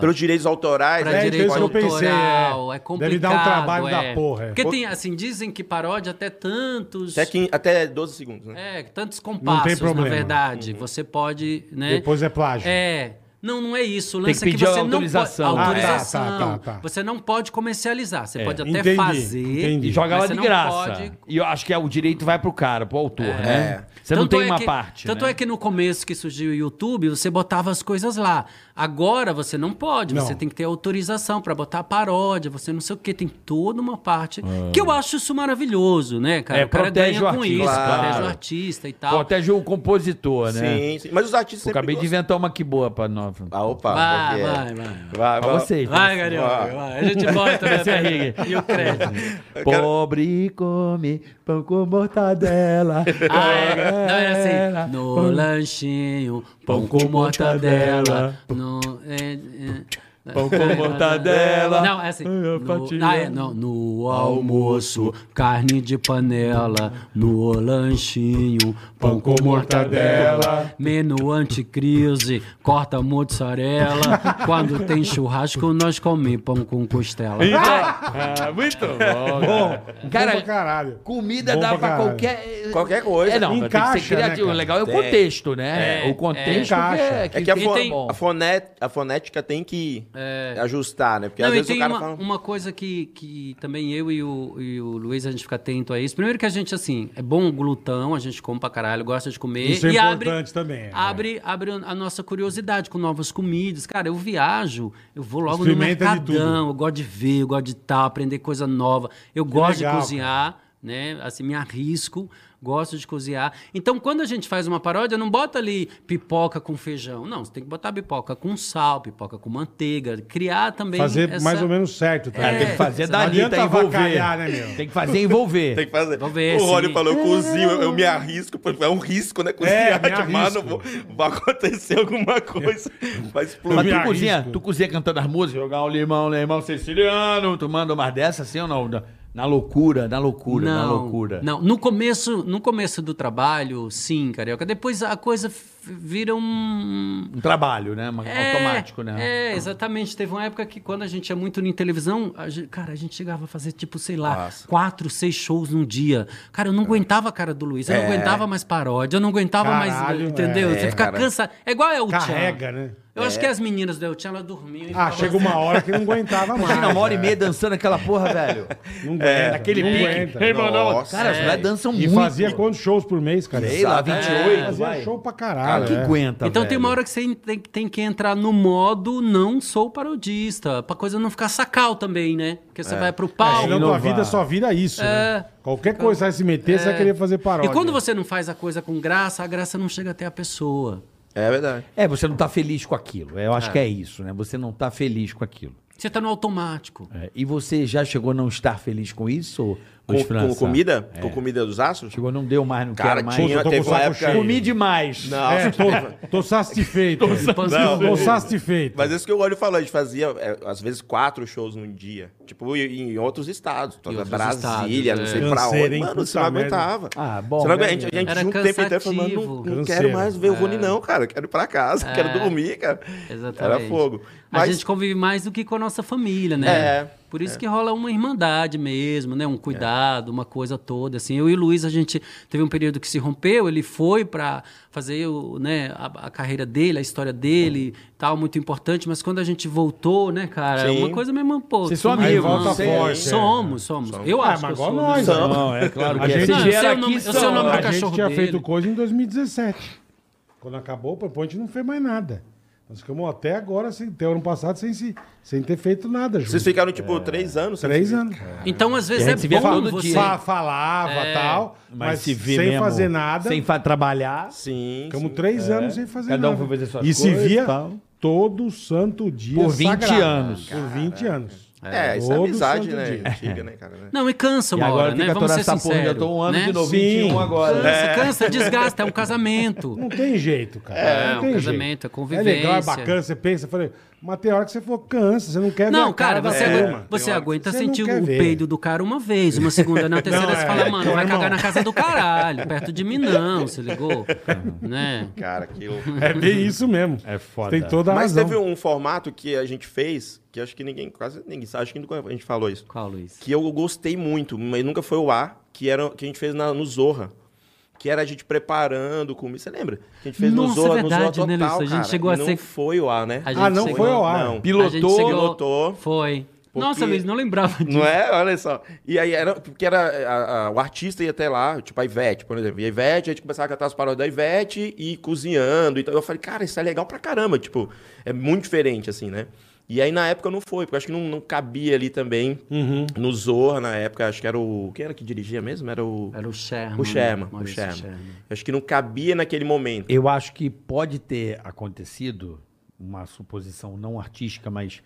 Speaker 6: Pelos direitos autorais,
Speaker 7: é pra
Speaker 6: a gente
Speaker 3: direito
Speaker 7: direito
Speaker 3: isso que eu
Speaker 6: pode...
Speaker 3: autoral. pensei, é.
Speaker 7: autoral, é. complicado.
Speaker 3: Deve dar um trabalho
Speaker 7: é.
Speaker 3: da porra, é.
Speaker 7: Porque tem, assim, dizem que paródia até tantos...
Speaker 6: Até, quin- até 12 segundos, né?
Speaker 7: É, tantos compassos, na
Speaker 3: problema. Uhum.
Speaker 7: verdade. Você pode, né?
Speaker 3: Depois é plágio.
Speaker 7: É. Não, não é isso. O
Speaker 4: que
Speaker 7: lance é
Speaker 4: pedir
Speaker 7: você
Speaker 4: autorização.
Speaker 7: não
Speaker 4: Ah,
Speaker 7: pode...
Speaker 4: tá,
Speaker 7: Autorização.
Speaker 3: tá, tá, tá.
Speaker 7: Você não pode comercializar. Você pode até
Speaker 3: Entendi,
Speaker 7: fazer.
Speaker 3: entendi.
Speaker 4: E joga
Speaker 7: mas
Speaker 4: lá
Speaker 7: você
Speaker 4: de
Speaker 7: não
Speaker 4: graça.
Speaker 7: pode É.
Speaker 4: E eu acho que é, o direito vai pro cara, pro autor, né? Você não
Speaker 7: Tanto
Speaker 4: tem
Speaker 7: é
Speaker 4: uma
Speaker 7: que-
Speaker 4: parte.
Speaker 7: Tanto
Speaker 4: né?
Speaker 7: é que no começo que surgiu o YouTube, você botava as coisas lá. Agora você não pode, você
Speaker 3: Não.
Speaker 7: tem que ter autorização pra botar paródia, você não sei o quê, tem toda uma parte. Que eu acho isso maravilhoso, né, cara?
Speaker 4: Ah. É,
Speaker 7: o cara
Speaker 4: protege o
Speaker 7: ganha com
Speaker 4: artista,
Speaker 7: isso,
Speaker 6: claro.
Speaker 7: protege o artista e tal.
Speaker 4: Protege o
Speaker 7: É.
Speaker 4: compositor, né?
Speaker 6: Sim, sim. Mas os artistas
Speaker 4: Eu
Speaker 6: sempre
Speaker 4: acabei de
Speaker 6: gostam.
Speaker 4: inventar uma que boa pra nós.
Speaker 6: Ah, opa.
Speaker 7: Vai,
Speaker 6: porque-
Speaker 7: vai, vai.
Speaker 6: Vai,
Speaker 4: Pra
Speaker 6: vai.
Speaker 4: vocês. né? pra
Speaker 7: Vai,
Speaker 4: vocês.
Speaker 7: Carioca, vai. A gente bota, né?
Speaker 4: Essa é a riga.
Speaker 7: E o crédito.
Speaker 4: Pobre come pão com mortadela.
Speaker 7: Ah, é. Não, era assim. No lanchinho, pão com mortadela. No, pão
Speaker 4: com mortadela.
Speaker 7: Não, é assim.
Speaker 4: É,
Speaker 7: No,
Speaker 4: fatia.
Speaker 7: ah, é, não, no almoço, carne de panela. No lanchinho, pão com mortadela. Menu anticrise, corta mozzarella. Quando tem churrasco, nós comemos pão com costela.
Speaker 4: Ah, muito bom.
Speaker 3: Bom,
Speaker 4: Cara,
Speaker 3: bom pra caralho.
Speaker 4: Comida
Speaker 3: Bom
Speaker 4: dá
Speaker 3: pra
Speaker 4: pra
Speaker 3: caralho.
Speaker 4: qualquer.
Speaker 6: Qualquer coisa.
Speaker 4: É, não, mas tem que
Speaker 3: Encaixa,
Speaker 4: ser
Speaker 3: né,
Speaker 4: criativo.
Speaker 3: cara?
Speaker 4: o legal é o
Speaker 6: Tem.
Speaker 4: contexto, né?
Speaker 7: É,
Speaker 4: o contexto
Speaker 3: é.
Speaker 4: que é,
Speaker 6: É que a,
Speaker 4: que
Speaker 6: fo-
Speaker 4: é bom.
Speaker 6: a foné- a fonética tem que ajustar, né? Porque
Speaker 7: É. Não,
Speaker 6: às
Speaker 7: e
Speaker 6: vezes
Speaker 7: tem
Speaker 6: o cara
Speaker 7: uma,
Speaker 6: fala.
Speaker 7: uma coisa que, que também eu e o, e o Luiz, a gente fica atento a isso. Primeiro que a gente, assim, é bom glutão, a gente come pra caralho, gosta de comer.
Speaker 3: Isso é
Speaker 7: e
Speaker 3: importante
Speaker 7: abre,
Speaker 3: também, é.
Speaker 7: Abre, abre a nossa curiosidade com novas comidas. Cara, eu viajo, eu vou logo no
Speaker 3: Experimenta de
Speaker 7: mercadão,
Speaker 3: tudo.
Speaker 7: eu gosto de ver, eu gosto de tal, aprender coisa nova. Eu gosto
Speaker 3: legal,
Speaker 7: de cozinhar, né? Assim, me arrisco, gosto de cozinhar. Então, quando a gente faz uma paródia, não bota ali pipoca com feijão. Não, você tem que botar pipoca com sal, pipoca com manteiga, criar também
Speaker 3: Fazer
Speaker 7: essa-
Speaker 3: mais ou menos certo, tá?
Speaker 7: É,
Speaker 3: ligado?
Speaker 4: Tem que fazer
Speaker 7: Não
Speaker 4: dali,
Speaker 3: adianta
Speaker 4: tá envolver.
Speaker 3: avacalhar, né, meu?
Speaker 4: Tem que fazer envolver.
Speaker 6: Tem que fazer.
Speaker 7: Vamos ver,
Speaker 6: o Rony
Speaker 7: sim.
Speaker 6: falou, eu cozinho, eu, eu me arrisco. pô, É um risco, né?
Speaker 3: É,
Speaker 6: Cozinhar
Speaker 3: me
Speaker 6: de mano,
Speaker 3: arrisco.
Speaker 6: vou- vai acontecer alguma coisa. Vai
Speaker 4: Mas
Speaker 6: explodir.
Speaker 3: me
Speaker 4: tu cozinha,
Speaker 3: arrisco.
Speaker 4: tu cozinha cantando as músicas, jogar um limão, limão siciliano, tu manda umas dessas assim ou não? Na- Na loucura, na loucura, na loucura.
Speaker 7: Não, no começo, no começo do trabalho, sim, carioca. Depois a coisa f- vira um
Speaker 4: Um trabalho, né? Uma-
Speaker 7: É,
Speaker 4: automático, né?
Speaker 7: É, exatamente. Teve uma época que quando a gente ia muito em televisão, a gente- cara, a gente chegava a fazer tipo, sei lá, quatro, seis shows num dia. Cara, eu não aguentava a cara do Luiz,
Speaker 4: É.
Speaker 7: eu não aguentava mais paródia, eu não aguentava
Speaker 3: Caralho,
Speaker 7: mais, entendeu?
Speaker 6: é.
Speaker 7: Você fica
Speaker 6: cara.
Speaker 7: cansado. É igual a El Chan.
Speaker 3: Carrega, né?
Speaker 7: Eu
Speaker 4: É.
Speaker 7: acho que as meninas do El Chan, elas dormiam. e
Speaker 3: Ah,
Speaker 7: ficavam
Speaker 3: chega uma hora que não aguentava mais. né?
Speaker 4: Imagina uma hora e meia dançando aquela porra, velho.
Speaker 3: Não aguenta.
Speaker 4: naquele
Speaker 3: não
Speaker 4: pique.
Speaker 3: aguenta.
Speaker 6: Nossa,
Speaker 7: É.
Speaker 4: Cara, as mulheres dançam
Speaker 3: E
Speaker 4: muito.
Speaker 3: fazia quantos shows por mês, cara?
Speaker 4: Sei lá, 28,
Speaker 3: Fazia
Speaker 4: vai.
Speaker 3: show pra
Speaker 4: Cara,
Speaker 3: caralho.
Speaker 4: que
Speaker 3: é.
Speaker 4: aguenta,
Speaker 7: Então
Speaker 4: Tá velho.
Speaker 7: tem uma hora que você en- tem, tem que entrar no modo não sou parodista, pra coisa não ficar sacal também, né? Porque você vai pro
Speaker 3: É,
Speaker 7: palco.
Speaker 3: senão tua
Speaker 4: Inovar.
Speaker 3: vida só vira isso, né? Qualquer coisa que você se meter, você vai querer fazer paródia.
Speaker 7: É. e quando você não faz a coisa com graça, a graça não chega até a pessoa.
Speaker 6: É verdade.
Speaker 4: É, você não tá feliz com aquilo. Eu acho que é isso, né? Você não tá feliz com aquilo.
Speaker 7: Você tá no automático.
Speaker 4: É, E você já chegou a não estar feliz com isso,
Speaker 6: Com,
Speaker 4: Luiz
Speaker 6: com
Speaker 4: França?
Speaker 3: assim,
Speaker 6: comida?
Speaker 3: é.
Speaker 6: Com comida dos astros?
Speaker 4: Chegou, não deu mais, não
Speaker 6: Cara,
Speaker 4: quero mais.
Speaker 3: Puta,
Speaker 6: tinha,
Speaker 3: eu tô
Speaker 6: teve
Speaker 3: com
Speaker 6: uma
Speaker 3: saco
Speaker 6: época...
Speaker 3: cheio.
Speaker 4: Comi demais.
Speaker 3: É, tô, tô satisfeito. tô
Speaker 6: Não.
Speaker 3: tô satisfeito.
Speaker 6: Mas é isso que o Olho falou, a gente fazia, é, às vezes, quatro shows num dia. Tipo, em, em outros estados. Toda
Speaker 7: outros
Speaker 6: Brasília,
Speaker 7: estados,
Speaker 6: não
Speaker 7: é.
Speaker 6: sei pra
Speaker 3: Canseira,
Speaker 6: onde.
Speaker 3: hein?
Speaker 6: Mano, você
Speaker 3: Puta
Speaker 6: não
Speaker 3: merda.
Speaker 6: aguentava.
Speaker 4: Ah, bom,
Speaker 6: Você não aguenta-
Speaker 4: né?
Speaker 6: a gente
Speaker 7: Era
Speaker 6: tinha um tempo inteiro falando, não,
Speaker 7: cansativo. É.
Speaker 6: não
Speaker 3: Canseira.
Speaker 6: quero mais ver o Rony, não, cara. Quero ir pra casa, quero dormir, cara.
Speaker 7: Exatamente.
Speaker 6: Era fogo.
Speaker 7: A
Speaker 6: Mas-
Speaker 7: gente convive mais do que com a nossa família, né?
Speaker 6: É.
Speaker 7: Por isso que rola uma irmandade mesmo, né? Um cuidado, uma coisa toda, assim. Eu e o Luiz, a gente teve um período que se rompeu, ele foi para fazer o, né, a, a carreira dele, a história dele, e tal, muito importante, mas quando a gente voltou, né, cara,
Speaker 6: Sim.
Speaker 7: uma coisa mesmo, pô...
Speaker 4: Vocês são
Speaker 7: somos
Speaker 4: amigos,
Speaker 7: irmãos,
Speaker 3: volta
Speaker 7: somos,
Speaker 3: forte, é.
Speaker 7: Somos, somos. Eu
Speaker 3: Ah, mas
Speaker 7: acho que eu
Speaker 3: igual
Speaker 7: sou.
Speaker 3: nós.
Speaker 6: São.
Speaker 3: né?
Speaker 4: Não, é claro
Speaker 3: A
Speaker 4: que é.
Speaker 3: gente-
Speaker 4: Esse
Speaker 3: Não,
Speaker 7: eu sei
Speaker 4: gera
Speaker 7: o nome-
Speaker 4: aqui
Speaker 7: eu sei o
Speaker 4: são-
Speaker 7: nome do
Speaker 3: A
Speaker 7: cachorro.
Speaker 3: gente tinha
Speaker 7: dele.
Speaker 3: feito coisa em 2017. Quando acabou o Pampoint, a gente não fez mais nada. Nós ficamos até agora, sem, até o ano passado, sem, se- sem ter feito nada, Júlio.
Speaker 6: Vocês ficaram,
Speaker 7: É.
Speaker 6: tipo, três anos? sem
Speaker 3: Três
Speaker 6: se ver.
Speaker 3: anos.
Speaker 7: Então, às
Speaker 4: E
Speaker 7: vezes,
Speaker 4: a
Speaker 7: é
Speaker 4: gente se via
Speaker 7: bom
Speaker 4: todo
Speaker 7: você...
Speaker 4: dia,
Speaker 3: Fa- falava tal, mas,
Speaker 4: Mas se vê
Speaker 3: sem
Speaker 4: mesmo,
Speaker 3: fazer nada.
Speaker 4: Sem fa- trabalhar.
Speaker 6: Sim.
Speaker 3: Ficamos
Speaker 6: sim.
Speaker 3: três anos sem fazer
Speaker 4: Cada um
Speaker 3: nada.
Speaker 4: foi fazer suas
Speaker 3: e se
Speaker 4: coisas e
Speaker 3: via
Speaker 4: tal.
Speaker 3: todo santo dia.
Speaker 4: Por 20
Speaker 3: sagrado.
Speaker 4: anos.
Speaker 3: Por 20 anos.
Speaker 6: É, isso é
Speaker 3: Todo
Speaker 6: amizade,
Speaker 3: santo
Speaker 6: né?
Speaker 3: um dia.
Speaker 6: Antiga, né, cara? né?
Speaker 7: Não, e cansa
Speaker 4: E
Speaker 7: uma
Speaker 4: agora
Speaker 7: hora, né?
Speaker 4: fica
Speaker 7: Vamos
Speaker 4: toda
Speaker 7: ser
Speaker 4: essa porra.
Speaker 7: sinceros.
Speaker 4: Já tô um ano
Speaker 7: né?
Speaker 4: de novo,
Speaker 3: Sim.
Speaker 4: 21 agora.
Speaker 7: Cansa, cansa, desgasta, é um casamento.
Speaker 3: Não tem jeito, cara.
Speaker 7: É,
Speaker 3: não
Speaker 7: um
Speaker 3: tem
Speaker 7: casamento, é
Speaker 3: É
Speaker 7: convivência.
Speaker 3: legal, é bacana, você pensa, falei, mas tem hora que você for cansa, você não quer ver
Speaker 7: Não,
Speaker 3: a cara,
Speaker 7: cara,
Speaker 3: da
Speaker 7: você,
Speaker 3: turma.
Speaker 7: aguenta, você aguenta
Speaker 3: Você não
Speaker 7: sentir o
Speaker 3: quer ver.
Speaker 7: peido do cara uma vez, uma segunda, na terceira
Speaker 3: Não,
Speaker 7: você
Speaker 3: é.
Speaker 7: fala, mano, vai
Speaker 3: Irmão.
Speaker 7: cagar na casa do caralho, perto de mim não, você ligou? né?
Speaker 6: Cara, que eu...
Speaker 3: É bem isso mesmo.
Speaker 4: É foda.
Speaker 3: Tem toda a
Speaker 6: Mas
Speaker 3: razão.
Speaker 6: teve um formato que a gente fez, que acho que ninguém, quase ninguém sabe, acho que nunca a gente falou isso.
Speaker 7: Qual, Luiz?
Speaker 6: que eu gostei muito, mas nunca foi o ar, que era que a gente fez na, no Zorra. Que era a gente preparando comida. Você lembra? Que a gente fez no
Speaker 7: Nossa,
Speaker 6: Zorra,
Speaker 7: verdade,
Speaker 6: no Zorra
Speaker 7: né,
Speaker 6: Total,
Speaker 7: Luiz? A gente
Speaker 6: cara.
Speaker 7: chegou a
Speaker 6: não
Speaker 7: ser-
Speaker 6: foi o ar, né?
Speaker 7: A gente
Speaker 3: Ah, não
Speaker 7: chegou-
Speaker 3: foi ao ar.
Speaker 6: Não.
Speaker 7: A gente
Speaker 4: Pilotou,
Speaker 7: chegou-
Speaker 6: pilotou.
Speaker 7: Foi.
Speaker 6: Porque-
Speaker 7: Nossa, Luiz, não lembrava disso.
Speaker 6: Não é? Olha só. E aí era. Porque era, a- a- o artista ia até lá, tipo a Ivete, por exemplo. E a Ivete, a gente começava a cantar as paródias da Ivete e ir cozinhando. Então eu falei, cara, isso é legal pra caramba. Tipo, é muito diferente, assim, né? E aí na época não foi, porque eu acho que não, não cabia ali também.
Speaker 3: Hum. Uhum.
Speaker 6: No Zorra, na época, acho que era o. Quem era que dirigia mesmo? Era o.
Speaker 7: Era o Sherman.
Speaker 6: O Sherman, o
Speaker 7: Maurício
Speaker 6: Sherman. Eu Acho que não cabia naquele momento.
Speaker 4: Eu acho que pode ter acontecido uma suposição não artística, mas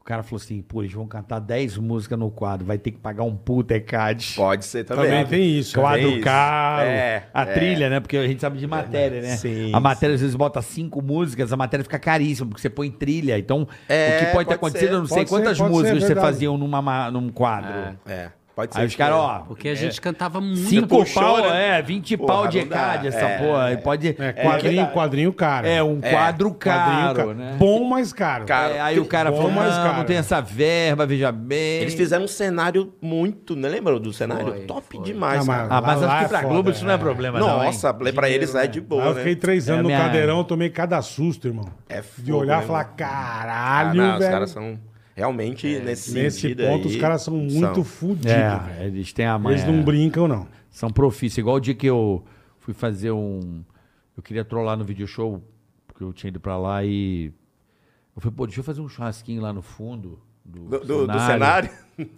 Speaker 4: o cara falou assim: pô, eles vão cantar 10 músicas no quadro, vai ter que pagar um puta ECAD.
Speaker 6: Pode ser
Speaker 3: Também tem isso. Ah,
Speaker 6: Tem
Speaker 4: Quadro
Speaker 6: isso.
Speaker 4: caro,
Speaker 6: É,
Speaker 4: a
Speaker 6: é.
Speaker 4: trilha, né? Porque a gente sabe de matéria, né?
Speaker 6: Sim,
Speaker 4: a matéria às vezes bota cinco músicas, a matéria fica caríssima, porque você põe trilha. Então,
Speaker 6: É,
Speaker 4: o que pode ter
Speaker 6: pode
Speaker 4: acontecido,
Speaker 6: ser.
Speaker 4: eu não sei
Speaker 3: Pode ser,
Speaker 4: quantas
Speaker 3: pode ser,
Speaker 4: músicas você
Speaker 3: verdade.
Speaker 4: faziam numa, ma- num quadro.
Speaker 6: É. Pode ser.
Speaker 4: Aí os caras, ó.
Speaker 7: Porque a gente cantava muito.
Speaker 4: É. Cinco
Speaker 6: puxou,
Speaker 4: pau,
Speaker 6: né?
Speaker 4: é, 20
Speaker 6: Porra,
Speaker 4: pau de
Speaker 6: não dá.
Speaker 4: ECAD, essa
Speaker 6: É,
Speaker 4: porra. aí Pode.
Speaker 3: É, quadrinho, quadrinho caro.
Speaker 4: É, um quadro
Speaker 3: Quadrinho
Speaker 4: caro, né?
Speaker 3: Bom, mas caro.
Speaker 6: Caro.
Speaker 4: É, aí o cara
Speaker 3: Bom,
Speaker 4: falou,
Speaker 3: mas
Speaker 4: não,
Speaker 3: caro.
Speaker 4: não tem essa verba, veja bem.
Speaker 6: Eles fizeram um cenário muito, né? Lembra do cenário?
Speaker 7: Foi,
Speaker 6: Top
Speaker 7: foi.
Speaker 6: demais,
Speaker 3: Ah, mas-
Speaker 6: cara.
Speaker 4: Ah, mas
Speaker 3: Lá
Speaker 4: acho
Speaker 3: é
Speaker 4: que pra
Speaker 3: foda,
Speaker 4: Globo isso não
Speaker 3: é.
Speaker 4: é problema, não. hein?
Speaker 6: Nossa, pra eles lá é de
Speaker 3: Aí eu
Speaker 6: boa, né?
Speaker 3: fiquei três anos
Speaker 4: É,
Speaker 3: no
Speaker 4: minha-
Speaker 3: cadeirão, tomei cada susto, irmão.
Speaker 6: É
Speaker 3: de
Speaker 6: fogo,
Speaker 3: olhar
Speaker 6: né,
Speaker 3: e falar,
Speaker 6: mano? Ah,
Speaker 3: caralho,
Speaker 6: não, os
Speaker 3: velho. É,
Speaker 6: caras são realmente nesse
Speaker 3: Nesse
Speaker 6: sentido
Speaker 3: ponto,
Speaker 6: aí,
Speaker 3: os caras são muito fudidos. velho.
Speaker 4: É, eles têm a mãe.
Speaker 3: Eles não brincam, não.
Speaker 4: São profícios. Igual o dia que eu fui fazer um. Eu queria trollar no video show, porque eu tinha ido pra lá e. Eu falei, pô, deixa eu fazer um churrasquinho lá no fundo. Do,
Speaker 6: do, do- do cenário.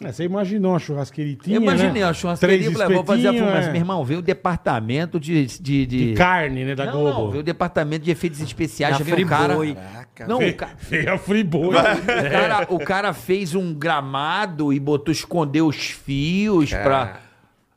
Speaker 3: É, você imaginou uma churrasqueirinha,
Speaker 4: Eu imaginei,
Speaker 3: né?
Speaker 4: ó, churrasqueria, eu
Speaker 3: Três
Speaker 4: falei, "Ah, vou fazer a
Speaker 3: espetinhos,
Speaker 4: fumaça.
Speaker 3: é.
Speaker 4: Meu irmão, veio o departamento de. de, de...
Speaker 3: De carne, né, da
Speaker 4: não,
Speaker 3: Globo.
Speaker 4: não, veio o departamento de efeitos especiais,
Speaker 7: Da
Speaker 4: já veio o cara.
Speaker 7: Friboi.
Speaker 4: Não, o cara.
Speaker 3: Veio a Friboi.
Speaker 4: O cara, o cara fez um gramado e botou esconder os fios pra.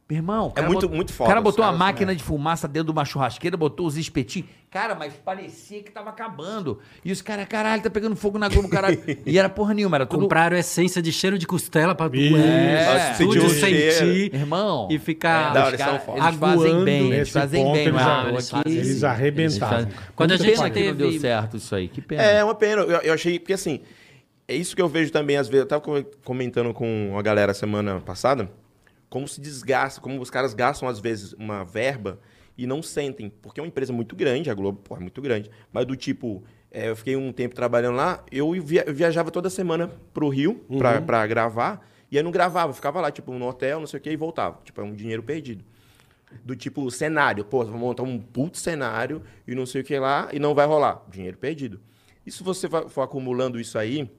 Speaker 4: Meu irmão, o cara
Speaker 6: É. muito-
Speaker 4: botou-
Speaker 6: muito
Speaker 4: O
Speaker 6: foda,
Speaker 4: cara
Speaker 6: os
Speaker 4: botou uma
Speaker 6: caras-
Speaker 4: máquina de fumaça dentro de uma churrasqueira, botou os espetinhos. Cara, mas parecia que tava acabando. E os caras, caralho, tá pegando fogo na Globo, caralho. E era porra nenhuma, era tudo.
Speaker 7: Compraram essência de cheiro de costela pra
Speaker 3: Isso.
Speaker 4: É.
Speaker 6: Sentiu o
Speaker 7: estúdio
Speaker 6: cheiro.
Speaker 7: sentir.
Speaker 4: Irmão. é,
Speaker 7: E ficar
Speaker 4: os
Speaker 6: Da hora, eles
Speaker 4: caras-
Speaker 6: são
Speaker 4: eles fazem
Speaker 7: aguando
Speaker 4: bem, eles
Speaker 3: Nesse
Speaker 4: fazem
Speaker 3: ponto,
Speaker 4: bem,
Speaker 3: eles,
Speaker 4: mas-
Speaker 7: ar-
Speaker 4: eles
Speaker 7: aqui-
Speaker 3: eles,
Speaker 7: eles
Speaker 3: arrebentaram.
Speaker 7: Quando a
Speaker 4: Muito
Speaker 7: gente
Speaker 4: pena que não
Speaker 7: teve-
Speaker 4: deu certo isso aí, que pena.
Speaker 6: É uma pena. Eu, eu achei, porque assim, é isso que eu vejo também, às vezes. Eu tava com- comentando com a galera semana passada, como se desgasta, como os caras gastam, às vezes, uma verba e não sentem. Porque é uma empresa muito grande, a Globo, pô, é muito grande. Mas do tipo, é, eu fiquei um tempo trabalhando lá, eu via- eu viajava toda semana pro Rio pra, pra gravar, e eu não gravava, eu ficava lá, tipo, no hotel, não sei o quê, e voltava. Tipo, é um dinheiro perdido do tipo cenário, pô, vamos montar um puto cenário e não sei o que lá e não vai rolar, dinheiro perdido. E se você va- for acumulando isso aí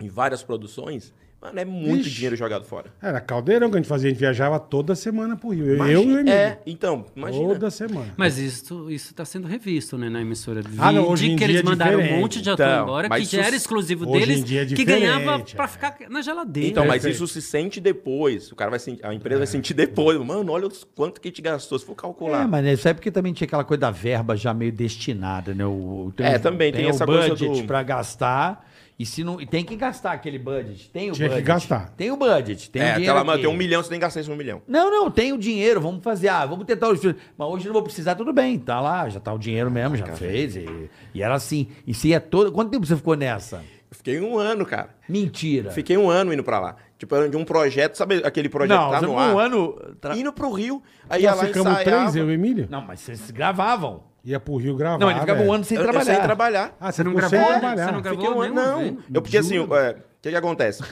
Speaker 6: em várias produções, mano, é muito
Speaker 3: Ixi.
Speaker 6: dinheiro jogado fora.
Speaker 3: Era caldeirão que a gente fazia, a gente viajava toda semana pro Rio. Eu, eu e o Emílio.
Speaker 6: É, então, imagina.
Speaker 3: Toda semana.
Speaker 7: Mas isso está sendo revisto, né, na emissora.
Speaker 3: Ah, não,
Speaker 7: Vi
Speaker 3: hoje em
Speaker 7: que
Speaker 3: dia
Speaker 7: eles
Speaker 3: é
Speaker 7: mandaram um
Speaker 3: diferente.
Speaker 7: monte de ator
Speaker 6: Então,
Speaker 7: embora, que
Speaker 6: mas
Speaker 7: já
Speaker 6: isso-
Speaker 7: era exclusivo
Speaker 3: hoje em
Speaker 7: deles,
Speaker 3: dia é
Speaker 7: que ganhava
Speaker 3: diferente,
Speaker 7: pra
Speaker 3: é.
Speaker 7: ficar na geladeira.
Speaker 6: Então, mas
Speaker 3: Perfeito.
Speaker 6: isso se sente depois. O cara vai sentir, a empresa vai sentir depois. Mano, olha os- quanto que te gastou, se for
Speaker 4: É,
Speaker 6: calcular.
Speaker 4: mas né, isso é porque também tinha aquela coisa da verba já meio destinada, né? O, o-
Speaker 6: É, também tem
Speaker 4: o
Speaker 6: essa coisa
Speaker 4: budget
Speaker 6: do-
Speaker 4: pra gastar. E se não, e tem que gastar aquele budget. Tem o
Speaker 3: Tinha que
Speaker 4: budget.
Speaker 3: gastar.
Speaker 4: Tem o budget. Tem
Speaker 6: É,
Speaker 4: o
Speaker 6: até
Speaker 4: dinheiro.
Speaker 6: lá, mano,
Speaker 4: aqui.
Speaker 6: tem um milhão, você tem que gastar esse um milhão.
Speaker 4: Não, não, tem o dinheiro, vamos fazer. Ah, vamos tentar os. Mas hoje não vou precisar, tudo bem. Tá lá, já tá o dinheiro mesmo,
Speaker 6: Ah,
Speaker 4: já fez. E, e era assim. E se é todo. Quanto tempo você ficou nessa?
Speaker 6: Eu fiquei um ano, cara.
Speaker 4: Mentira.
Speaker 6: Fiquei um ano indo pra lá. Tipo, era de um projeto, sabe aquele projeto
Speaker 4: Não,
Speaker 6: tá
Speaker 4: você
Speaker 6: no
Speaker 4: ficou
Speaker 6: ar?
Speaker 4: um ano. tra-
Speaker 6: Indo pro Rio, aí ia
Speaker 3: Nós
Speaker 6: lá
Speaker 3: ficamos três,
Speaker 6: ensaiava.
Speaker 3: eu e o Emílio.
Speaker 4: Não, mas vocês gravavam.
Speaker 3: Ia pro Rio gravar.
Speaker 4: Não, ele ficava
Speaker 3: velho.
Speaker 4: um ano
Speaker 5: é.
Speaker 4: sem
Speaker 6: Eu- eu
Speaker 4: trabalhar.
Speaker 6: saí trabalhar.
Speaker 3: Ah, você
Speaker 7: não
Speaker 3: não
Speaker 7: gravou?
Speaker 3: consegue
Speaker 7: É,
Speaker 3: trabalhar.
Speaker 7: você não gravou?
Speaker 6: Fiquei um ano,
Speaker 7: nenhuma
Speaker 6: não.
Speaker 7: vez?
Speaker 6: Eu, porque assim, o é, que, que acontece?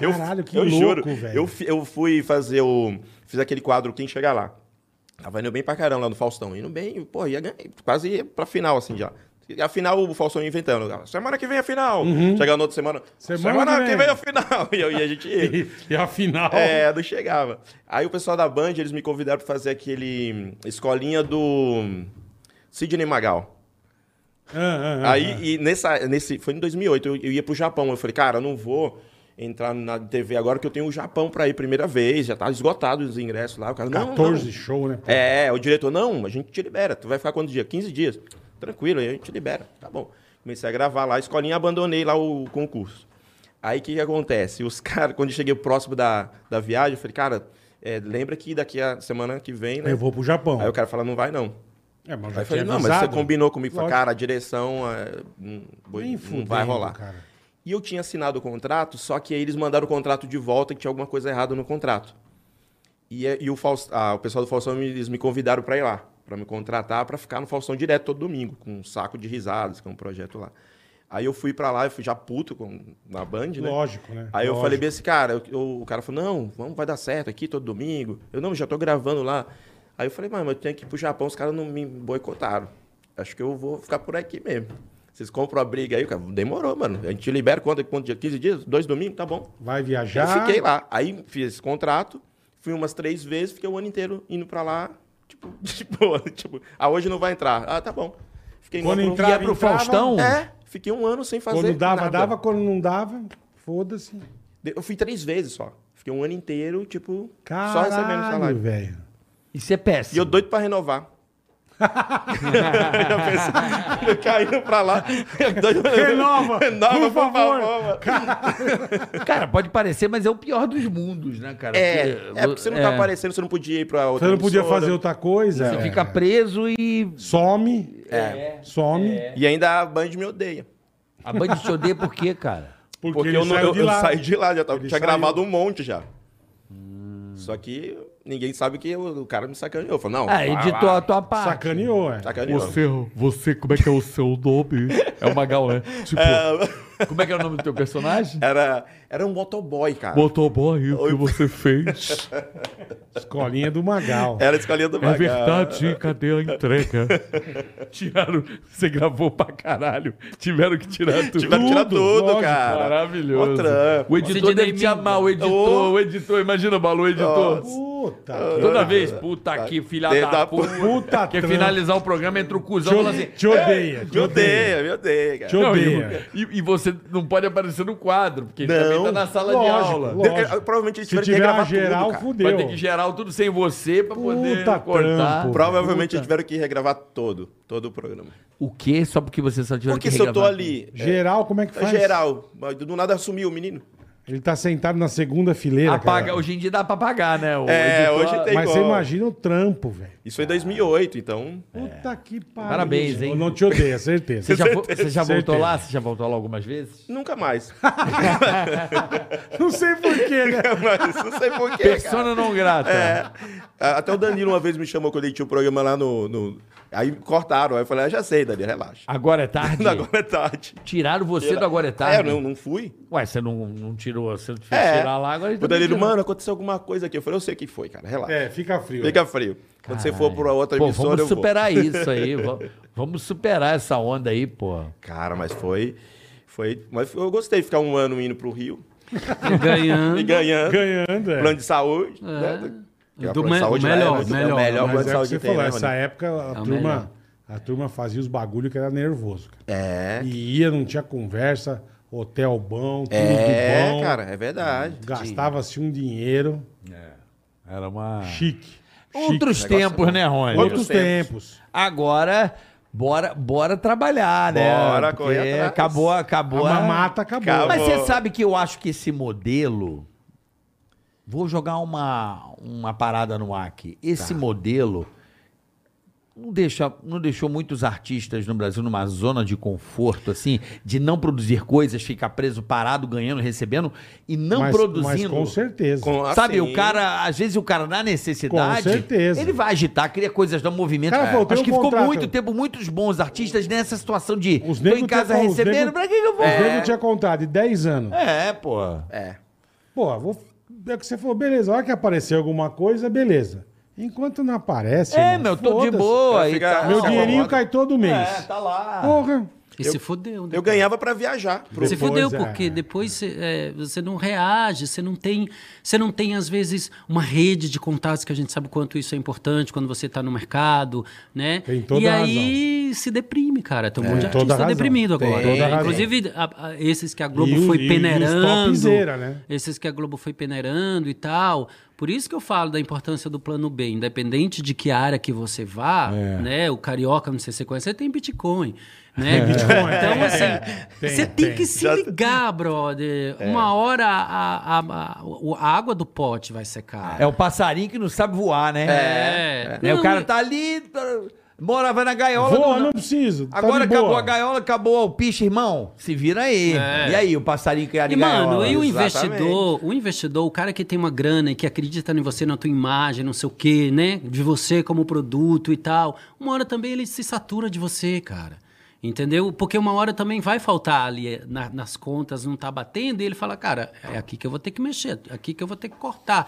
Speaker 6: eu,
Speaker 3: Caralho, que
Speaker 6: eu
Speaker 3: louco,
Speaker 6: juro,
Speaker 3: velho.
Speaker 6: Eu, fi- eu fui fazer o. Fiz aquele quadro Quem Chega Lá. Tava indo bem pra caramba lá no Faustão. Indo bem, pô, ia ganhar, quase ia pra final, assim já. E A final, o Faustão ia inventando. Semana que vem a final. Chegava na outra semana.
Speaker 3: Uhum. Semana
Speaker 6: Semana,
Speaker 3: que
Speaker 6: que
Speaker 3: vem Então.
Speaker 6: vem a final. E, eu, e a gente ia.
Speaker 3: E, e afinal...
Speaker 6: É, não chegava. Aí o pessoal da Band, eles me convidaram pra fazer aquele. hum, Escolinha do. Sidney Magal.
Speaker 3: Ah, ah, ah, ah.
Speaker 6: Aí, e nessa, nesse, foi em 2008, eu, eu ia pro Japão. Eu falei, cara, eu não vou entrar na TV agora que eu tenho o Japão pra ir primeira vez. Já tá esgotado os ingressos lá. O cara, não,
Speaker 3: 14
Speaker 6: não.
Speaker 3: show, né? pô?
Speaker 6: É, o diretor, não, a gente te libera. Tu vai ficar quantos dias? 15 dias. Tranquilo, aí a gente te libera. Tá bom. Comecei a gravar lá, a escolinha, abandonei lá o concurso. Aí o que, que acontece? Os caras, quando eu cheguei próximo da, da viagem, eu falei, cara, é, lembra que daqui a semana que vem, né?
Speaker 3: Eu vou pro Japão.
Speaker 6: Aí o cara fala, não vai não.
Speaker 3: É, mas
Speaker 6: Aí
Speaker 3: já
Speaker 6: eu
Speaker 3: tinha
Speaker 6: falei, não, mas você
Speaker 3: avisado.
Speaker 6: combinou comigo. Falei,
Speaker 3: Lógico.
Speaker 6: cara, a direção é, não, boi-
Speaker 3: Nem
Speaker 6: não
Speaker 3: fudendo,
Speaker 6: vai rolar.
Speaker 3: cara.
Speaker 6: E eu tinha assinado o contrato, só que aí eles mandaram o contrato de volta que tinha alguma coisa errada no contrato. E, é- e o, Faust, ah, o pessoal do Faustão, me- eles me convidaram pra ir lá, pra me contratar, pra ficar no Faustão direto todo domingo, com um saco de risadas, que é um projeto lá. Aí eu fui pra lá, eu fui já puto com, na Band, né?
Speaker 3: Lógic, né?
Speaker 6: Aí eu
Speaker 3: Lógico.
Speaker 6: falei bem assim, cara, eu- eu- o cara falou, não, vamos, vai dar certo aqui todo domingo. Eu, não, já tô gravando lá. Aí eu falei, mas eu tenho que ir pro Japão, os caras não me boicotaram. Acho que eu vou ficar por aqui mesmo. Vocês compram a briga aí, o cara, demorou, mano. A gente libera quanto, quanto dia? 15 dias? Dois domingos? Tá bom.
Speaker 3: Vai
Speaker 6: Já
Speaker 3: viajar.
Speaker 6: eu fiquei lá. Aí fiz esse contrato, fui umas três vezes, fiquei o ano inteiro indo pra lá, tipo, de boa. Tipo, ah, hoje não vai entrar. Ah, tá bom. Fiquei
Speaker 3: Quando
Speaker 6: lá pro-
Speaker 3: entrava,
Speaker 4: Ia pro
Speaker 3: entrava.
Speaker 4: Faustão?
Speaker 6: É, fiquei um ano sem fazer
Speaker 3: Quando dava,
Speaker 6: nada.
Speaker 3: dava. Quando não dava, foda-se.
Speaker 6: De- Eu fui três vezes só. Fiquei um ano inteiro, tipo, só recebendo
Speaker 3: Caralho,
Speaker 6: salário.
Speaker 3: velho.
Speaker 4: Isso é péssimo.
Speaker 6: E eu doido pra renovar. Já pensei, Caindo pra lá.
Speaker 3: Renova,
Speaker 6: Renova,
Speaker 3: por
Speaker 6: por
Speaker 3: favor.
Speaker 6: favor.
Speaker 4: Cara, pode parecer, mas é o pior dos mundos, né, cara?
Speaker 6: É, é porque
Speaker 4: você
Speaker 6: você não tá aparecendo, você não podia ir pra outra
Speaker 3: Você não podia
Speaker 6: emissora.
Speaker 3: fazer outra coisa. é.
Speaker 4: fica preso e
Speaker 3: Some.
Speaker 6: É.
Speaker 3: Some.
Speaker 5: É.
Speaker 6: E ainda a Band me odeia.
Speaker 4: a Band te odeia por quê, cara?
Speaker 3: Porque,
Speaker 6: Porque
Speaker 3: ele
Speaker 6: eu, não,
Speaker 3: saiu
Speaker 6: eu,
Speaker 3: de
Speaker 6: eu
Speaker 3: lá.
Speaker 6: saí de lá, já tava,
Speaker 3: Ele
Speaker 6: tinha
Speaker 3: saiu.
Speaker 6: gravado um monte já. Só que ninguém sabe que eu- o cara me sacaneou. Falou, não,
Speaker 4: Ah,
Speaker 6: vai,
Speaker 4: editou a
Speaker 6: vai.
Speaker 4: tua parte.
Speaker 3: Sacaneou, é.
Speaker 6: Sacaneou.
Speaker 5: você, como é que é o seu nome? É o Magal, né? Tipo, como é que é o nome do teu personagem?
Speaker 6: Era, era um motoboy, cara.
Speaker 5: Motoboy, o que você fez?
Speaker 3: Escolinha do Magal.
Speaker 6: Era a escolinha
Speaker 5: É
Speaker 6: do Magal.
Speaker 5: cadê a entrega? Tiraram, você gravou pra caralho. Tiveram que tirar tudo.
Speaker 6: Tiveram que tirar tudo,
Speaker 5: lógico,
Speaker 6: cara.
Speaker 5: Maravilhoso.
Speaker 6: Mó trampo.
Speaker 5: O editor
Speaker 7: Sidney
Speaker 5: deve te
Speaker 7: Minga.
Speaker 5: amar, o editor,
Speaker 6: Ô.
Speaker 5: o editor. Imagina, Balu, o editor.
Speaker 6: É.
Speaker 3: Puta.
Speaker 5: Toda vez, puta que filha
Speaker 6: Filha
Speaker 5: da
Speaker 6: Tá. da
Speaker 5: puta.
Speaker 3: Puta
Speaker 5: Quer
Speaker 3: trampa.
Speaker 5: finalizar o programa, entra o
Speaker 3: Te,
Speaker 5: cuzão e fala assim...
Speaker 3: o- te odeia. Te
Speaker 6: Me
Speaker 3: odeia.
Speaker 6: odeia, me odeia, cara.
Speaker 3: Te
Speaker 5: Não, e,
Speaker 3: odeia.
Speaker 5: e- e você não pode aparecer no quadro, porque ele
Speaker 6: Não.
Speaker 5: também tá na sala de
Speaker 3: Lógico,
Speaker 5: aula.
Speaker 3: lógico.
Speaker 6: Eu- eu- provavelmente eles
Speaker 3: Se
Speaker 6: tiveram que regravar
Speaker 3: tiver
Speaker 6: tudo,
Speaker 3: geral,
Speaker 6: cara.
Speaker 3: fudeu.
Speaker 5: Vai ter que gerar tudo sem você pra poder
Speaker 3: Puta
Speaker 5: cortar.
Speaker 3: trampo.
Speaker 6: Provavelmente eles tiveram que regravar todo, todo o programa.
Speaker 4: O quê? Só porque você só tiver
Speaker 6: Porque
Speaker 4: que
Speaker 6: se eu tô
Speaker 4: regravar
Speaker 6: ali,
Speaker 3: Geral, como é que
Speaker 6: é,
Speaker 3: faz?
Speaker 6: geral, mas do nada sumiu o menino.
Speaker 3: Ele tá sentado na segunda fileira,
Speaker 4: Apaga,
Speaker 3: cara.
Speaker 4: hoje em dia dá pra pagar, né? O
Speaker 6: É,
Speaker 4: editor-
Speaker 6: hoje tem
Speaker 3: Mas você
Speaker 6: como.
Speaker 3: imagina o trampo, velho.
Speaker 6: Isso
Speaker 5: Ah.
Speaker 6: foi em 2008, então...
Speaker 3: Puta que pariu.
Speaker 4: Parabéns, hein?
Speaker 3: Eu não te odeia, certeza.
Speaker 4: Você já, vo- você já voltou
Speaker 3: Certeza.
Speaker 4: lá? Você já voltou lá algumas vezes?
Speaker 6: Nunca mais. tá-
Speaker 3: Não sei porquê, né?
Speaker 6: Mas não sei porquê, cara.
Speaker 4: Persona não grata.
Speaker 6: É. A- Até o Danilo uma vez me chamou quando ele tinha o programa lá no... no- Aí cortaram, aí eu falei, ah, já sei, Danilo, relaxa.
Speaker 4: Agora é tarde?
Speaker 6: Agora é tarde.
Speaker 4: Tiraram você do Agora é
Speaker 6: É, eu
Speaker 4: Tarde?
Speaker 6: não, não fui.
Speaker 4: Ué, você não, não tirou, você fez
Speaker 6: É.
Speaker 4: tirar lá, agora... tá ele
Speaker 6: O
Speaker 4: também
Speaker 6: Danilo,
Speaker 4: tirou.
Speaker 6: mano, aconteceu alguma coisa aqui. Eu falei, eu sei o que foi, cara, relaxa.
Speaker 3: É, fica frio.
Speaker 6: Fica frio. Quando você for pra outra
Speaker 4: Pô,
Speaker 6: emissora,
Speaker 4: vamos
Speaker 6: eu vou.
Speaker 4: superar isso aí, va- vamos superar essa onda aí, pô.
Speaker 6: Cara, mas foi. Foi. Mas eu gostei de ficar um ano indo pro Rio. E
Speaker 7: Ganhando.
Speaker 6: ganhando.
Speaker 3: Uhum. Ganhando, é.
Speaker 6: Plano de saúde. né? Que é
Speaker 7: Do
Speaker 6: plano
Speaker 7: me-
Speaker 6: de saúde,
Speaker 7: o melhor,
Speaker 6: né? É
Speaker 7: melhor,
Speaker 6: o melhor plano
Speaker 7: mas
Speaker 3: Mas é o que
Speaker 6: de saúde
Speaker 3: você
Speaker 6: que tem,
Speaker 3: falou,
Speaker 6: né,
Speaker 3: essa
Speaker 6: mano?
Speaker 3: época a
Speaker 7: É o
Speaker 3: turma,
Speaker 7: melhor.
Speaker 3: a turma fazia os bagulho que era nervoso, cara.
Speaker 6: É.
Speaker 3: E ia, não tinha conversa, hotel bom, tudo de bom.
Speaker 6: É, cara, é verdade.
Speaker 3: Gastava-se um dinheiro
Speaker 5: Era uma...
Speaker 3: chique.
Speaker 4: Outros
Speaker 3: chique.
Speaker 4: tempos, né, Rony?
Speaker 3: Outros
Speaker 6: Outros
Speaker 3: tempos.
Speaker 4: Agora, bora, bora trabalhar, né?
Speaker 6: Bora
Speaker 4: Porque
Speaker 6: correr atrás.
Speaker 4: Acabou, acabou.
Speaker 3: A mamata acabou.
Speaker 6: Acabou.
Speaker 4: Mas você sabe que eu acho que esse modelo. Vou jogar uma, uma parada no ar aqui.
Speaker 3: Tá.
Speaker 4: Esse modelo não, deixa, não deixou muitos artistas no Brasil numa zona de conforto, assim, de não produzir coisas, ficar preso, parado, ganhando, recebendo e não
Speaker 3: Mas- Mas
Speaker 4: produzindo.
Speaker 3: com certeza.
Speaker 6: Com- assim,
Speaker 4: Sabe, o cara, às vezes o cara na necessidade,
Speaker 3: Com certeza.
Speaker 4: ele vai agitar, cria coisas, dá movimento.
Speaker 3: Cara, falou, tem
Speaker 4: Acho
Speaker 3: um
Speaker 4: que ficou
Speaker 3: contrato.
Speaker 4: muito tempo, muitos bons artistas nessa situação de
Speaker 3: Os
Speaker 4: tô
Speaker 3: negros
Speaker 4: em casa
Speaker 3: tinha- os
Speaker 4: recebendo,
Speaker 3: negros-
Speaker 4: pra que que eu vou?
Speaker 3: Os negros tinha contado de 10 anos.
Speaker 4: É, pô.
Speaker 6: É.
Speaker 3: Pô, vou... é que você falou, beleza, a hora que aparecer alguma coisa, beleza. Enquanto não aparece.
Speaker 4: É,
Speaker 3: irmão,
Speaker 4: meu, tô de
Speaker 3: foda-se.
Speaker 4: boa.
Speaker 6: Vai
Speaker 4: e
Speaker 6: ficar-
Speaker 4: tal.
Speaker 3: Meu
Speaker 6: Não,
Speaker 3: dinheirinho
Speaker 6: incomoda.
Speaker 3: cai todo mês.
Speaker 4: É, tá lá.
Speaker 3: Porra.
Speaker 7: E se fodeu, né?
Speaker 6: Eu ganhava pra viajar. Pro...
Speaker 7: se
Speaker 3: Depois,
Speaker 7: fudeu,
Speaker 3: é.
Speaker 7: porque depois cê, é, você não reage, você não tem, você não tem às vezes uma rede de contatos que a gente sabe o quanto isso é importante quando você está no mercado, né?
Speaker 3: Tem toda
Speaker 7: e
Speaker 3: a É,
Speaker 7: aí se deprime, cara. Tem um monte de
Speaker 3: toda a
Speaker 7: artista
Speaker 3: razão.
Speaker 7: deprimido
Speaker 3: Tem
Speaker 7: agora.
Speaker 3: toda a razão.
Speaker 7: Inclusive a- a- esses que a Globo
Speaker 3: E o-
Speaker 7: foi
Speaker 3: e os
Speaker 7: peneirando,
Speaker 3: topzera, né?
Speaker 7: esses que a Globo foi peneirando e tal. Por isso que eu falo da importância do plano B, independente de que área que você vá,
Speaker 3: É.
Speaker 7: né? O carioca, não sei se você conhece, você tem Bitcoin, né?
Speaker 3: Bitcoin, é. tem,
Speaker 7: Então assim,
Speaker 3: tem, tem,
Speaker 7: você tem,
Speaker 3: tem. É.
Speaker 7: que se ligar, brother. Uma hora a, a, a- o- a água do pote vai secar.
Speaker 4: É o passarinho que não sabe voar, né?
Speaker 7: É.
Speaker 4: Né, O
Speaker 7: Não,
Speaker 4: cara
Speaker 7: e-
Speaker 4: tá ali, tá- morava na gaiola.
Speaker 3: Voa,
Speaker 4: do-
Speaker 3: não preciso. tá
Speaker 4: Agora
Speaker 3: de boa.
Speaker 4: acabou a gaiola, acabou o alpiste, irmão. Se vira aí. E aí, o passarinho que é de
Speaker 7: E, mano,
Speaker 4: gaiola?
Speaker 7: e o
Speaker 6: Exatamente.
Speaker 7: investidor, o investidor, o cara que tem uma grana e que acredita em você, na tua imagem, não sei o quê, né? De você como produto e tal. Uma hora também ele se satura de você, cara. Entendeu? Porque uma hora também vai faltar ali eh, na- nas contas, não tá batendo, e ele fala, cara, é aqui que eu vou ter que mexer, é aqui que eu vou ter que cortar.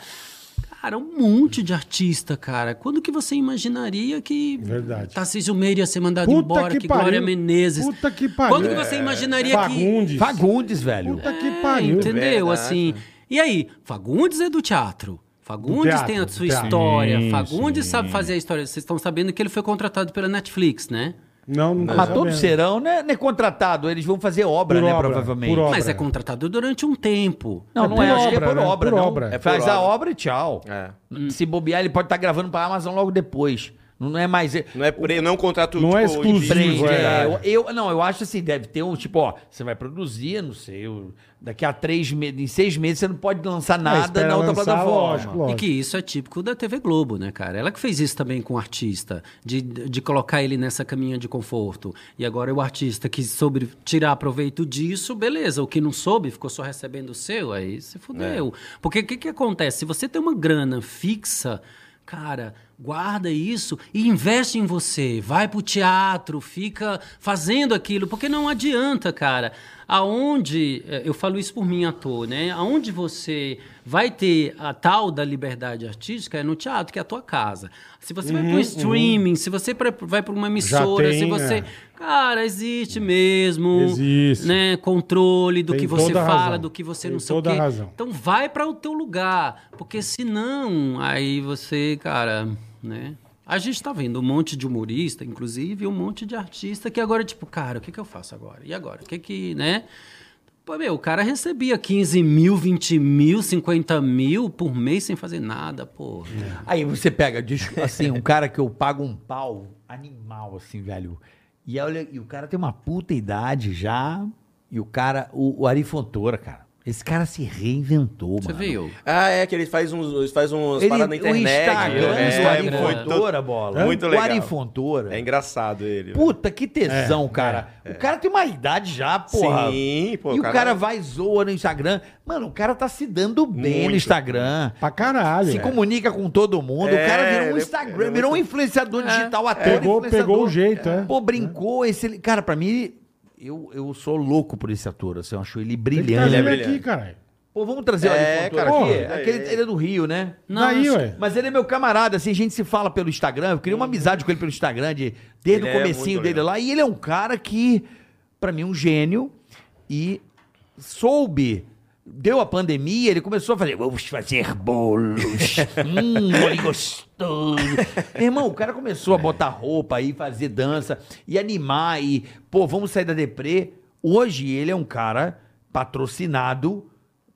Speaker 7: Cara, um monte de artista, cara. Quando que você imaginaria que
Speaker 3: Verdade.
Speaker 7: Tarcísio Meira ia ser mandado
Speaker 3: Puta
Speaker 7: embora,
Speaker 3: que
Speaker 7: que, Glória
Speaker 3: pariu.
Speaker 7: Menezes?
Speaker 3: Puta que pariu. É,
Speaker 7: Quando que você imaginaria que...
Speaker 3: Fagundes.
Speaker 4: Fagundes, velho.
Speaker 3: Puta
Speaker 7: É,
Speaker 3: que pariu.
Speaker 7: Entendeu?
Speaker 6: Verdade.
Speaker 7: Assim. E aí, Fagundes é do teatro. Fagundes
Speaker 3: Do teatro,
Speaker 7: tem a
Speaker 3: do
Speaker 7: sua
Speaker 3: teatro.
Speaker 7: história. Fagundes sabe fazer a história. Vocês estão sabendo que ele foi contratado pela Netflix, né?
Speaker 3: Não, não tô
Speaker 4: Mas
Speaker 3: sabendo.
Speaker 4: todos serão, né? Não é contratado, eles vão fazer obra,
Speaker 3: É, Por
Speaker 4: né?
Speaker 3: obra,
Speaker 4: provavelmente.
Speaker 3: por obra.
Speaker 7: Mas é contratado durante um tempo.
Speaker 4: Não,
Speaker 3: É
Speaker 4: não
Speaker 3: por
Speaker 4: é, acho que é
Speaker 3: obra,
Speaker 4: por
Speaker 3: né?
Speaker 4: obra.
Speaker 3: Por
Speaker 4: não.
Speaker 3: obra.
Speaker 6: É por
Speaker 4: Faz a
Speaker 6: obra.
Speaker 4: obra e tchau. Hum.
Speaker 6: É.
Speaker 4: tá Se bobear, ele pode estar gravando pra Amazon logo depois. Não é mais.
Speaker 6: Não é, pre... não é um contrato
Speaker 3: Não é
Speaker 6: em
Speaker 3: exclusivo,
Speaker 6: dia.
Speaker 4: Prende,
Speaker 3: é.
Speaker 4: é, eu, eu- não, eu acho assim, deve ter um, tipo, ó, você vai produzir, não sei, eu- daqui a três meses, em seis meses você não pode lançar nada
Speaker 3: É, espera
Speaker 4: na outra
Speaker 3: lançar,
Speaker 4: plataforma.
Speaker 3: lógico, lógico.
Speaker 7: E que isso é típico da TV Globo, né, cara? Ela que fez isso também com o artista, de, de colocar ele nessa caminha de conforto. E agora o artista que soube tirar proveito disso, beleza. O que não soube, ficou só recebendo o seu, aí se fudeu. Porque o que, que acontece? Se você tem uma grana fixa, cara, guarda isso e investe em você. Vai pro teatro, fica fazendo aquilo, porque não adianta, cara. Aonde, eh, eu falo isso por mim ator, né? Aonde você vai ter a tal da liberdade artística é no teatro, que é a tua casa. Se você vai pro streaming, se você pra- vai pra uma emissora,
Speaker 3: Uhum, tem,
Speaker 7: se você.
Speaker 3: é.
Speaker 7: Cara, existe mesmo.
Speaker 3: Existe.
Speaker 7: Né, controle do
Speaker 3: Tem
Speaker 7: que você
Speaker 3: toda a
Speaker 7: fala,
Speaker 3: razão.
Speaker 7: do que você
Speaker 3: Tem
Speaker 7: não sei
Speaker 3: toda
Speaker 7: o
Speaker 3: a
Speaker 7: quê.
Speaker 3: razão.
Speaker 7: Então vai para o teu lugar, porque senão aí você, cara, né? A gente tá vendo um monte de humorista, inclusive um monte de artista que agora tipo, cara, o que que eu faço agora? E agora? O que que, né? Pô, meu, o cara recebia 15 mil, 20 mil, 50 mil por mês sem fazer nada, porra.
Speaker 3: É.
Speaker 4: Aí você pega, diz- assim, um cara que eu pago um pau animal, assim, velho. E, olha, e o cara tem uma puta idade já. E o cara, o, o Ari Fontoura, cara. Esse cara se reinventou,
Speaker 7: Você
Speaker 4: mano.
Speaker 7: viu?
Speaker 6: Ah, é, que ele faz uns, ele faz uns
Speaker 4: Ele,
Speaker 6: paradas na
Speaker 4: o
Speaker 6: internet.
Speaker 4: Instagram
Speaker 6: é,
Speaker 4: do Ari
Speaker 6: é, muito-
Speaker 4: Fontoura, bola.
Speaker 6: muito
Speaker 4: O Ari
Speaker 6: legal.
Speaker 4: Fontoura.
Speaker 6: É engraçado ele.
Speaker 4: Puta, que tesão, cara. O cara tem uma idade já, porra.
Speaker 6: Sim, pô,
Speaker 4: e o cara... vai e zoa no Instagram. Mano, o cara tá se dando bem no
Speaker 6: Muito.
Speaker 4: Instagram.
Speaker 3: Pra caralho.
Speaker 4: Se
Speaker 3: é.
Speaker 4: comunica com todo mundo. o
Speaker 6: É,
Speaker 4: cara virou um
Speaker 6: ele- É.
Speaker 4: Instagram,
Speaker 6: ele é
Speaker 4: virou um
Speaker 6: muito-
Speaker 4: influenciador digital, ator
Speaker 3: Pegou-
Speaker 4: influenciador.
Speaker 3: pegou o jeito, é.
Speaker 4: Pô, brincou esse... Cara, pra mim, eu, eu sou louco por esse ator, assim, eu acho ele
Speaker 3: Tem que
Speaker 4: brilhante. né?
Speaker 3: trazer
Speaker 6: Ele é
Speaker 3: ele tá né? aqui,
Speaker 6: brilhante.
Speaker 3: caralho.
Speaker 4: Pô, vamos trazer o
Speaker 6: É,
Speaker 4: Ari Fontoura
Speaker 6: cara,
Speaker 4: aqui?
Speaker 6: porra.
Speaker 4: Aquele- ele é do Rio, né?
Speaker 7: Não,
Speaker 3: Daí,
Speaker 7: acho-
Speaker 3: ué.
Speaker 4: Mas ele é meu camarada, assim, a gente se fala pelo Instagram, eu queria uma amizade com ele pelo Instagram, de- desde o
Speaker 6: Ele é
Speaker 4: comecinho
Speaker 6: muito
Speaker 4: dele
Speaker 6: legal.
Speaker 4: lá. E ele é um cara que, pra mim, é um gênio e soube. Deu a pandemia, ele começou a fazer, vamos fazer bolos, hum, olha gostoso. Meu irmão, o cara
Speaker 6: É.
Speaker 4: começou a botar roupa aí, fazer dança, e animar, e, pô, vamos sair da deprê. Hoje ele é um cara patrocinado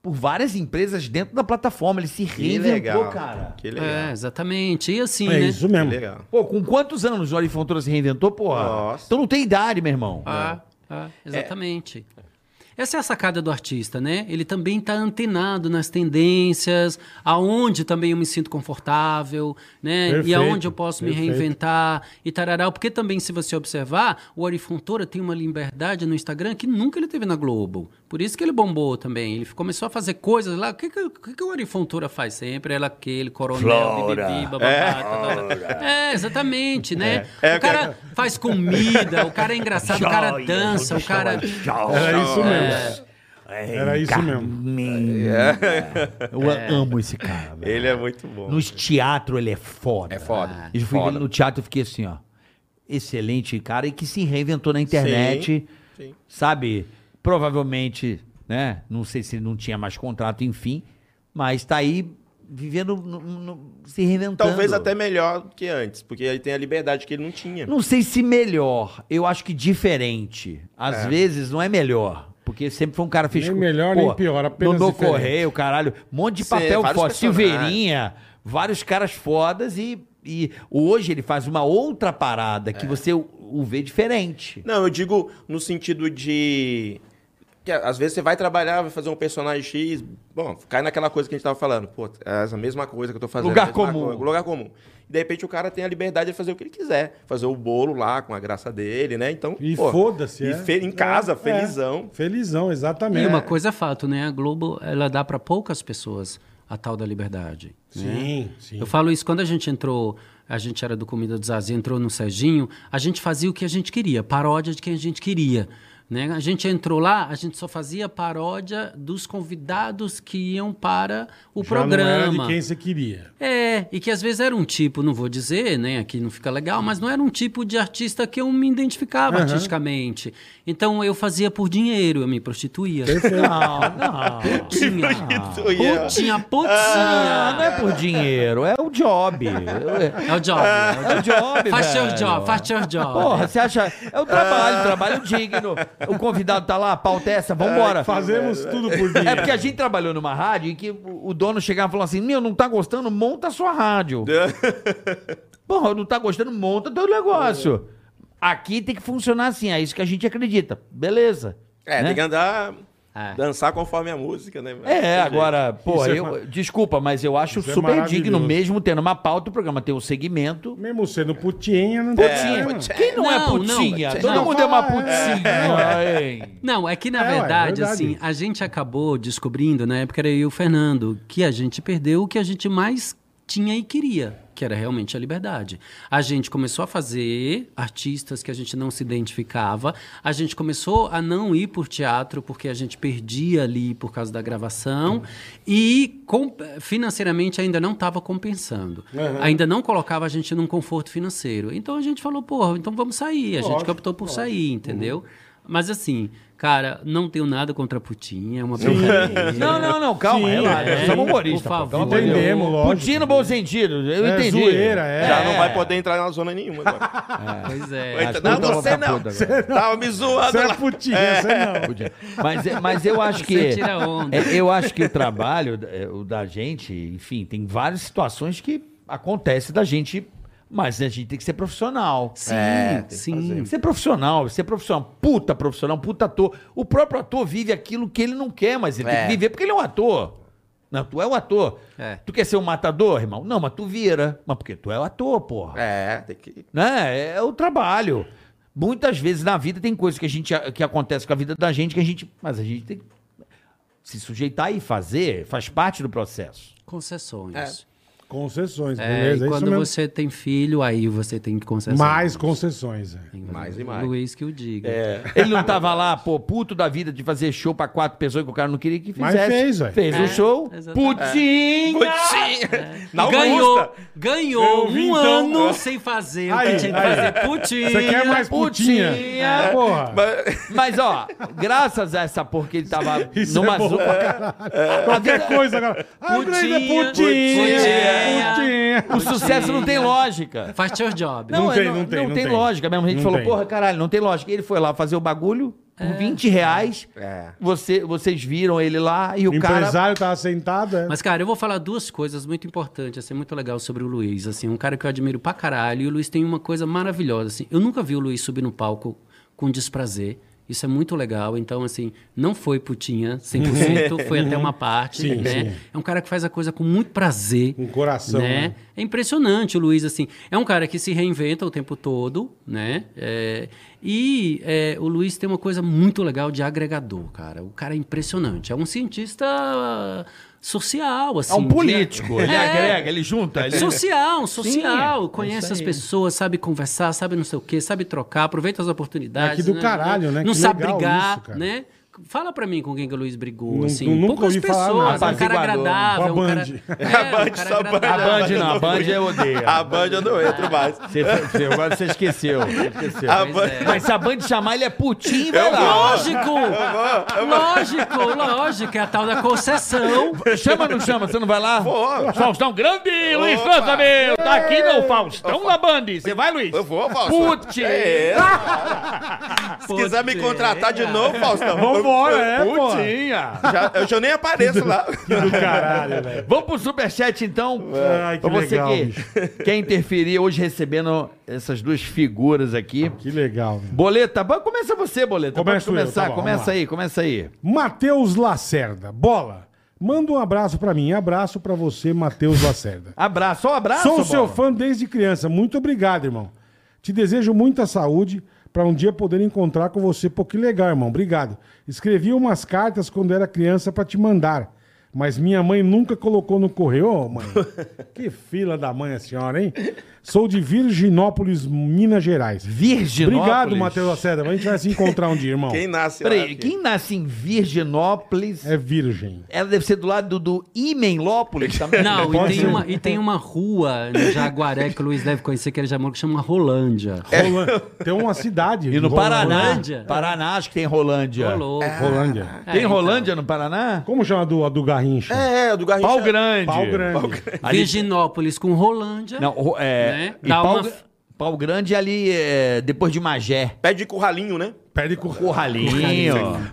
Speaker 4: por várias empresas dentro da plataforma, ele se
Speaker 6: Que
Speaker 4: reinventou,
Speaker 6: legal.
Speaker 4: cara.
Speaker 6: Que legal.
Speaker 7: É, exatamente. E assim,
Speaker 3: É
Speaker 7: né?
Speaker 3: isso
Speaker 6: Que
Speaker 3: mesmo.
Speaker 6: legal.
Speaker 4: Pô, com quantos anos o Olho Fontoura se reinventou, porra?
Speaker 6: Nossa.
Speaker 4: Então não tem idade, meu irmão.
Speaker 3: né?
Speaker 7: Ah, ah, exatamente. Essa é a sacada do artista, né? Ele também está antenado nas tendências, aonde também eu me sinto confortável, né? e
Speaker 3: Perfeito,
Speaker 7: aonde eu posso me
Speaker 3: perfeito.
Speaker 7: reinventar e tarará. Porque também, se você observar, o Ari Fontoura tem uma liberdade no Instagram que nunca ele teve na Globo. Por isso que ele bombou também. Ele começou a fazer coisas lá. O que, que, o que que o Ari Fontoura faz sempre? Era aquele coronel,
Speaker 4: Flora.
Speaker 7: bibibi, babá, tá, tá, tá. é, exatamente, né? o cara faz comida, o cara é engraçado, o cara dança, o cara.
Speaker 4: é
Speaker 3: Era É isso mesmo. Era isso mesmo.
Speaker 4: É. Eu
Speaker 6: É.
Speaker 4: amo esse cara, velho.
Speaker 6: Ele é muito bom.
Speaker 4: Nos teatros ele é foda. É
Speaker 6: foda.
Speaker 4: Eu fui ver ele
Speaker 6: Foda.
Speaker 4: no teatro e fiquei assim, ó. Excelente cara e que se reinventou na internet.
Speaker 6: Sim, sim.
Speaker 4: Sabe? Provavelmente, né? Não sei se não tinha mais contrato, enfim. Mas tá aí vivendo, no- no- se reinventando.
Speaker 6: Talvez até melhor do que antes, porque ele tem a liberdade que ele não tinha.
Speaker 4: Não sei se melhor, eu acho que diferente. Às vezes não é melhor. Porque sempre foi um cara fez.
Speaker 3: Nem melhor, nem pior, apenas
Speaker 4: Dodô
Speaker 3: diferente.
Speaker 4: Correio, caralho. Um monte de
Speaker 6: Sim,
Speaker 4: papel
Speaker 6: vários
Speaker 4: foda.
Speaker 6: personagens.
Speaker 4: Silveirinha, vários caras fodas e, e hoje ele faz uma outra parada
Speaker 3: É.
Speaker 4: que você o, o vê diferente.
Speaker 6: Não, eu digo no sentido de. Que às vezes você vai trabalhar, vai fazer um personagem X, bom, cai naquela coisa que a gente tava falando. Pô, é essa mesma coisa que eu tô fazendo. é
Speaker 4: Lugar
Speaker 6: a mesma
Speaker 4: comum.
Speaker 6: coisa, lugar comum. E de repente o cara tem a liberdade de fazer o que ele quiser. Fazer o bolo lá com a graça dele, né? Então.
Speaker 3: E
Speaker 6: pô,
Speaker 3: foda-se.
Speaker 6: E
Speaker 3: é.
Speaker 6: fe- em casa,
Speaker 3: É, é.
Speaker 6: felizão.
Speaker 3: Felizão, exatamente.
Speaker 7: E uma coisa é fato, né? A Globo, ela dá para poucas pessoas a tal da liberdade. né?
Speaker 3: Sim, sim.
Speaker 7: assim, Eu falo isso quando a gente entrou, a gente era do Comida do Zazi, entrou no Serginho, a gente fazia o que a gente queria, paródia de quem a gente queria. Né? A gente entrou lá, a gente só fazia paródia dos convidados que iam para o
Speaker 3: Já Não
Speaker 7: programa.
Speaker 3: era de quem você queria.
Speaker 7: É, e que às vezes era um tipo, não vou dizer, né, aqui não fica legal, mas não era um tipo de artista que eu me identificava artisticamente. Então eu fazia por dinheiro, eu me prostituía.
Speaker 4: Não, não.
Speaker 7: Tinha,
Speaker 6: Então, e é-
Speaker 7: putinha,
Speaker 4: Ah, não
Speaker 7: putinha.
Speaker 4: é por dinheiro, é o job. É
Speaker 7: É o job. É
Speaker 4: o job,
Speaker 7: Faz
Speaker 4: velho.
Speaker 7: your job, faz your job.
Speaker 4: Porra, você acha. É o trabalho, trabalho digno. O convidado tá lá, a pauta é essa, vambora.
Speaker 3: Fazemos tudo por dinheiro.
Speaker 4: É porque a gente trabalhou numa
Speaker 6: É.
Speaker 4: rádio e que o o dono chegava e falava assim: Meu, não tá gostando? Monta a sua rádio. Porra, não tá gostando, monta teu negócio. Aqui tem que funcionar assim, é isso que a gente acredita. Beleza.
Speaker 6: É,
Speaker 4: né?
Speaker 6: tem que andar,
Speaker 7: É.
Speaker 6: dançar conforme a música, né? Não tem
Speaker 4: É,
Speaker 6: jeito.
Speaker 4: agora, pô,
Speaker 3: Isso é
Speaker 4: eu,
Speaker 3: ma-
Speaker 4: desculpa, mas eu acho
Speaker 3: Isso é
Speaker 4: super digno,
Speaker 3: maravilhoso.
Speaker 4: mesmo tendo uma pauta, o programa ter um segmento.
Speaker 3: Mesmo sendo putinha, não tem
Speaker 6: É,
Speaker 3: problema.
Speaker 6: putz,
Speaker 4: Quem não, é
Speaker 7: Não, não,
Speaker 4: putinha?
Speaker 7: não.
Speaker 4: Todo mundo é uma
Speaker 3: Ah, é.
Speaker 4: putinha, hein?
Speaker 7: Não, é que
Speaker 3: É,
Speaker 7: na
Speaker 3: ué, é
Speaker 7: verdade,
Speaker 3: verdade.
Speaker 7: assim, a gente acabou descobrindo, na época era eu e o Fernando, que a gente perdeu o que a gente mais tinha e queria, que era realmente a liberdade. A gente começou a fazer artistas que a gente não se identificava, a gente começou a não ir por teatro porque a gente perdia ali por causa da gravação e com- financeiramente ainda não estava compensando. Ainda não colocava a gente num conforto financeiro. Então a gente falou, porra, então vamos sair. A gente que
Speaker 3: Lógico, Uhum.
Speaker 7: optou por sair, entendeu? Mas assim, cara, não tenho nada contra a putinha, é uma brincadeira.
Speaker 4: Não, não, não, calma,
Speaker 3: Sim,
Speaker 4: relaxa.
Speaker 7: é.
Speaker 4: Somos humoristas.
Speaker 7: Por
Speaker 4: pô,
Speaker 7: favor.
Speaker 4: pelo amor de Deus.
Speaker 3: Então Entendemos, lógico.
Speaker 4: Putinha no bom sentido, eu
Speaker 3: É,
Speaker 4: entendi.
Speaker 3: zoeira, é.
Speaker 6: Já não
Speaker 4: É.
Speaker 6: vai poder entrar na zona nenhuma agora.
Speaker 7: Pois é.
Speaker 6: Vai entrar- não,
Speaker 4: puta
Speaker 6: você
Speaker 4: louca
Speaker 6: não.
Speaker 4: puta
Speaker 6: Tava me zoando
Speaker 3: Você é
Speaker 6: lá.
Speaker 3: putinha, você não.
Speaker 4: Podia. Mas, é- mas eu acho que.
Speaker 7: Você tira onda.
Speaker 4: é, eu acho que o trabalho é, o da gente, enfim, tem várias situações que acontece da gente, mas a gente tem que ser profissional. É.
Speaker 7: Sim,
Speaker 3: É,
Speaker 7: sim.
Speaker 4: Ser profissional, ser profissional, puta profissional, puta ator. O próprio ator vive aquilo que ele não quer, mas ele tem que viver porque ele é um ator. Não, tu é um ator.
Speaker 7: É.
Speaker 4: Tu quer ser um matador, irmão? Não, mas tu vira. Mas porque tu é um ator, porra
Speaker 6: É, tem que.
Speaker 4: né? É o trabalho. Muitas vezes na vida tem coisas que a gente que acontece com a vida da gente que a gente, mas a gente tem que se sujeitar e fazer, faz parte do processo.
Speaker 7: Concessões.
Speaker 3: Concessões,
Speaker 7: É,
Speaker 3: beleza?
Speaker 7: e
Speaker 3: É isso
Speaker 7: quando
Speaker 3: mesmo.
Speaker 7: você tem filho, aí você tem que concessões.
Speaker 3: Mais concessões. é.
Speaker 6: Mais e mais.
Speaker 7: Luiz que o diga.
Speaker 4: Ele não tava lá, pô, puto da vida de fazer show pra quatro pessoas que o cara não queria que
Speaker 3: Mas
Speaker 4: fizesse.
Speaker 3: fez, É. velho.
Speaker 4: Fez
Speaker 7: É,
Speaker 4: o show.
Speaker 7: exatamente. É.
Speaker 4: Putinha!
Speaker 6: Putinha! Na
Speaker 7: ganhou,
Speaker 6: Augusta.
Speaker 7: ganhou
Speaker 3: Eu
Speaker 7: um
Speaker 3: vi, então.
Speaker 7: ano sem fazer o
Speaker 3: Aí,
Speaker 7: que tinha que
Speaker 3: aí.
Speaker 7: fazer. Putinha.
Speaker 3: Você quer mais putinha? É,
Speaker 4: putinha.
Speaker 3: Porra.
Speaker 6: Mas-
Speaker 4: Mas ó, graças a essa porra que ele tava
Speaker 3: Isso
Speaker 4: numa
Speaker 3: é bom
Speaker 4: zo-
Speaker 3: pra caralho. Qualquer coisa agora. Ah,
Speaker 7: Putinha,
Speaker 3: Brenda, putinha, putinha.
Speaker 7: putinha.
Speaker 4: O sucesso não tem lógica.
Speaker 7: Faz teu job.
Speaker 3: Não
Speaker 4: é,
Speaker 3: tem, não tem, não tem.
Speaker 4: lógica mesmo. A gente
Speaker 3: Não
Speaker 4: falou,
Speaker 3: tem.
Speaker 4: porra, caralho, não tem lógica. Ele foi lá fazer o bagulho por 20 reais.
Speaker 6: É.
Speaker 4: Você, vocês viram ele lá e o
Speaker 3: O
Speaker 4: cara.
Speaker 3: empresário tava sentado, é.
Speaker 7: Mas, cara, eu vou falar duas coisas muito importantes, assim, muito legal sobre o Luiz. Assim, um cara que eu admiro pra caralho. E o Luiz tem uma coisa maravilhosa, assim. Eu nunca vi o Luiz subir no palco com desprazer. Isso é muito legal. Então, assim, não foi putinha 100%, foi até uma parte,
Speaker 3: Sim,
Speaker 7: né?
Speaker 3: sim.
Speaker 7: É um cara que faz a coisa com muito prazer.
Speaker 4: Um
Speaker 3: Com coração, né?
Speaker 7: né? É impressionante o Luiz, assim. É um cara que se reinventa o tempo todo, né? É, e é, o Luiz tem uma coisa muito legal de agregador, cara. O cara é impressionante. É um cientista social, assim.
Speaker 4: É um
Speaker 7: de-
Speaker 4: político. Ele
Speaker 7: É.
Speaker 4: agrega, ele junta. Ele...
Speaker 7: Social,
Speaker 4: Sim,
Speaker 7: social.
Speaker 4: é
Speaker 7: Conhece
Speaker 4: isso
Speaker 7: as
Speaker 4: aí.
Speaker 7: pessoas, sabe conversar, sabe não sei o quê, sabe trocar, aproveita as oportunidades.
Speaker 3: Mas que do caralho, né?
Speaker 7: Não
Speaker 3: Que
Speaker 7: sabe
Speaker 3: legal
Speaker 7: brigar,
Speaker 3: isso, cara.
Speaker 7: né? Fala pra mim com quem que o Luiz brigou,
Speaker 3: Não-
Speaker 7: assim.
Speaker 3: nunca
Speaker 7: Poucas
Speaker 3: ouvi falar
Speaker 7: pessoas,
Speaker 4: nada.
Speaker 7: é um cara
Speaker 4: Apaziguador.
Speaker 7: agradável,
Speaker 3: Com a
Speaker 7: um cara...
Speaker 3: Band.
Speaker 7: É,
Speaker 6: A
Speaker 7: um
Speaker 6: Band,
Speaker 7: cara
Speaker 6: só a Band.
Speaker 4: A
Speaker 7: agradável.
Speaker 4: Band não, a Band eu odeio.
Speaker 6: A Band eu não entro mais.
Speaker 4: Você, você- agora você esqueceu. você esqueceu.
Speaker 6: A
Speaker 7: Pois
Speaker 6: Band.
Speaker 7: é.
Speaker 4: Mas se a Band chamar, ele é putinho, vai
Speaker 6: Eu
Speaker 3: tá.
Speaker 4: lá.
Speaker 7: Lógico! Lógico, lógico, é a tal da concessão.
Speaker 4: Chama ou não chama? Você não vai lá?
Speaker 6: Pô,
Speaker 4: Faustão grande, Luiz
Speaker 6: Opa.
Speaker 4: França, meu! Tá aqui no Faustão da Band. Você vai, Luiz?
Speaker 6: eu vou, Faustão.
Speaker 4: Putz!
Speaker 6: É isso, cara. Se quiser me contratar de novo, Faustão.
Speaker 3: Vambora, é, pô.
Speaker 4: Putinha!
Speaker 6: Já, eu já nem apareço lá.
Speaker 3: Do caralho, velho.
Speaker 4: Vamos pro superchat então.
Speaker 3: Ai, que
Speaker 4: Pra você
Speaker 3: legal,
Speaker 4: que quer interferir hoje recebendo essas duas figuras aqui.
Speaker 3: Que legal, velho.
Speaker 4: Boleta, ba- começa você, Boleta.
Speaker 3: Começo
Speaker 4: Pode começar,
Speaker 3: eu, tá bom, vamos
Speaker 4: começa
Speaker 3: lá.
Speaker 4: aí, começa aí.
Speaker 3: Matheus Lacerda. Bola. Manda um abraço pra mim. Abraço pra você, Matheus Lacerda.
Speaker 4: Abraço, só um abraço.
Speaker 3: Sou seu
Speaker 4: Bola.
Speaker 3: fã desde criança. Muito obrigado, irmão. Te desejo muita saúde para um dia poder encontrar com você. Pô, que legal, irmão. Obrigado. Escrevi umas cartas quando era criança para te mandar. Mas minha mãe nunca colocou no correio. Ô, mãe. que fila da mãe a senhora, hein? Sou de Virginópolis, Minas Gerais.
Speaker 4: Virginópolis.
Speaker 3: Obrigado, Matheus Lacerda. A gente vai se encontrar um dia, irmão.
Speaker 6: Quem nasce lá,
Speaker 4: Peraí,
Speaker 6: filho?
Speaker 4: quem nasce em Virginópolis,
Speaker 3: É virgem.
Speaker 4: ela deve ser do lado do Imenlópolis também.
Speaker 7: Não, e
Speaker 3: Pode ser.
Speaker 7: tem, uma, e tem uma rua em Jaguaré que o Luiz deve conhecer, que ele já mora, que chama Rolândia.
Speaker 3: Rolan- Tem uma cidade.
Speaker 4: E no
Speaker 3: Rolan-
Speaker 4: Paraná.
Speaker 7: Rolândia.
Speaker 4: Paraná, acho que tem Rolândia.
Speaker 7: Rolou.
Speaker 3: É. Rolândia.
Speaker 7: É,
Speaker 4: Tem
Speaker 7: então.
Speaker 4: Rolândia no Paraná?
Speaker 3: Como chama a do, a do Garrincha?
Speaker 6: É, é, do Garrincha.
Speaker 4: Pau Grande.
Speaker 3: Pau grande.
Speaker 4: Ali-
Speaker 7: Virginópolis com Rolândia.
Speaker 4: Não, ro- é.
Speaker 7: Né?
Speaker 4: e
Speaker 7: Dá
Speaker 4: pau,
Speaker 7: uma
Speaker 4: Gr-
Speaker 7: f-
Speaker 5: Pau Grande é ali é, depois de Magé.
Speaker 6: Pé de curralinho, né?
Speaker 3: Pede com o
Speaker 5: Corralinho.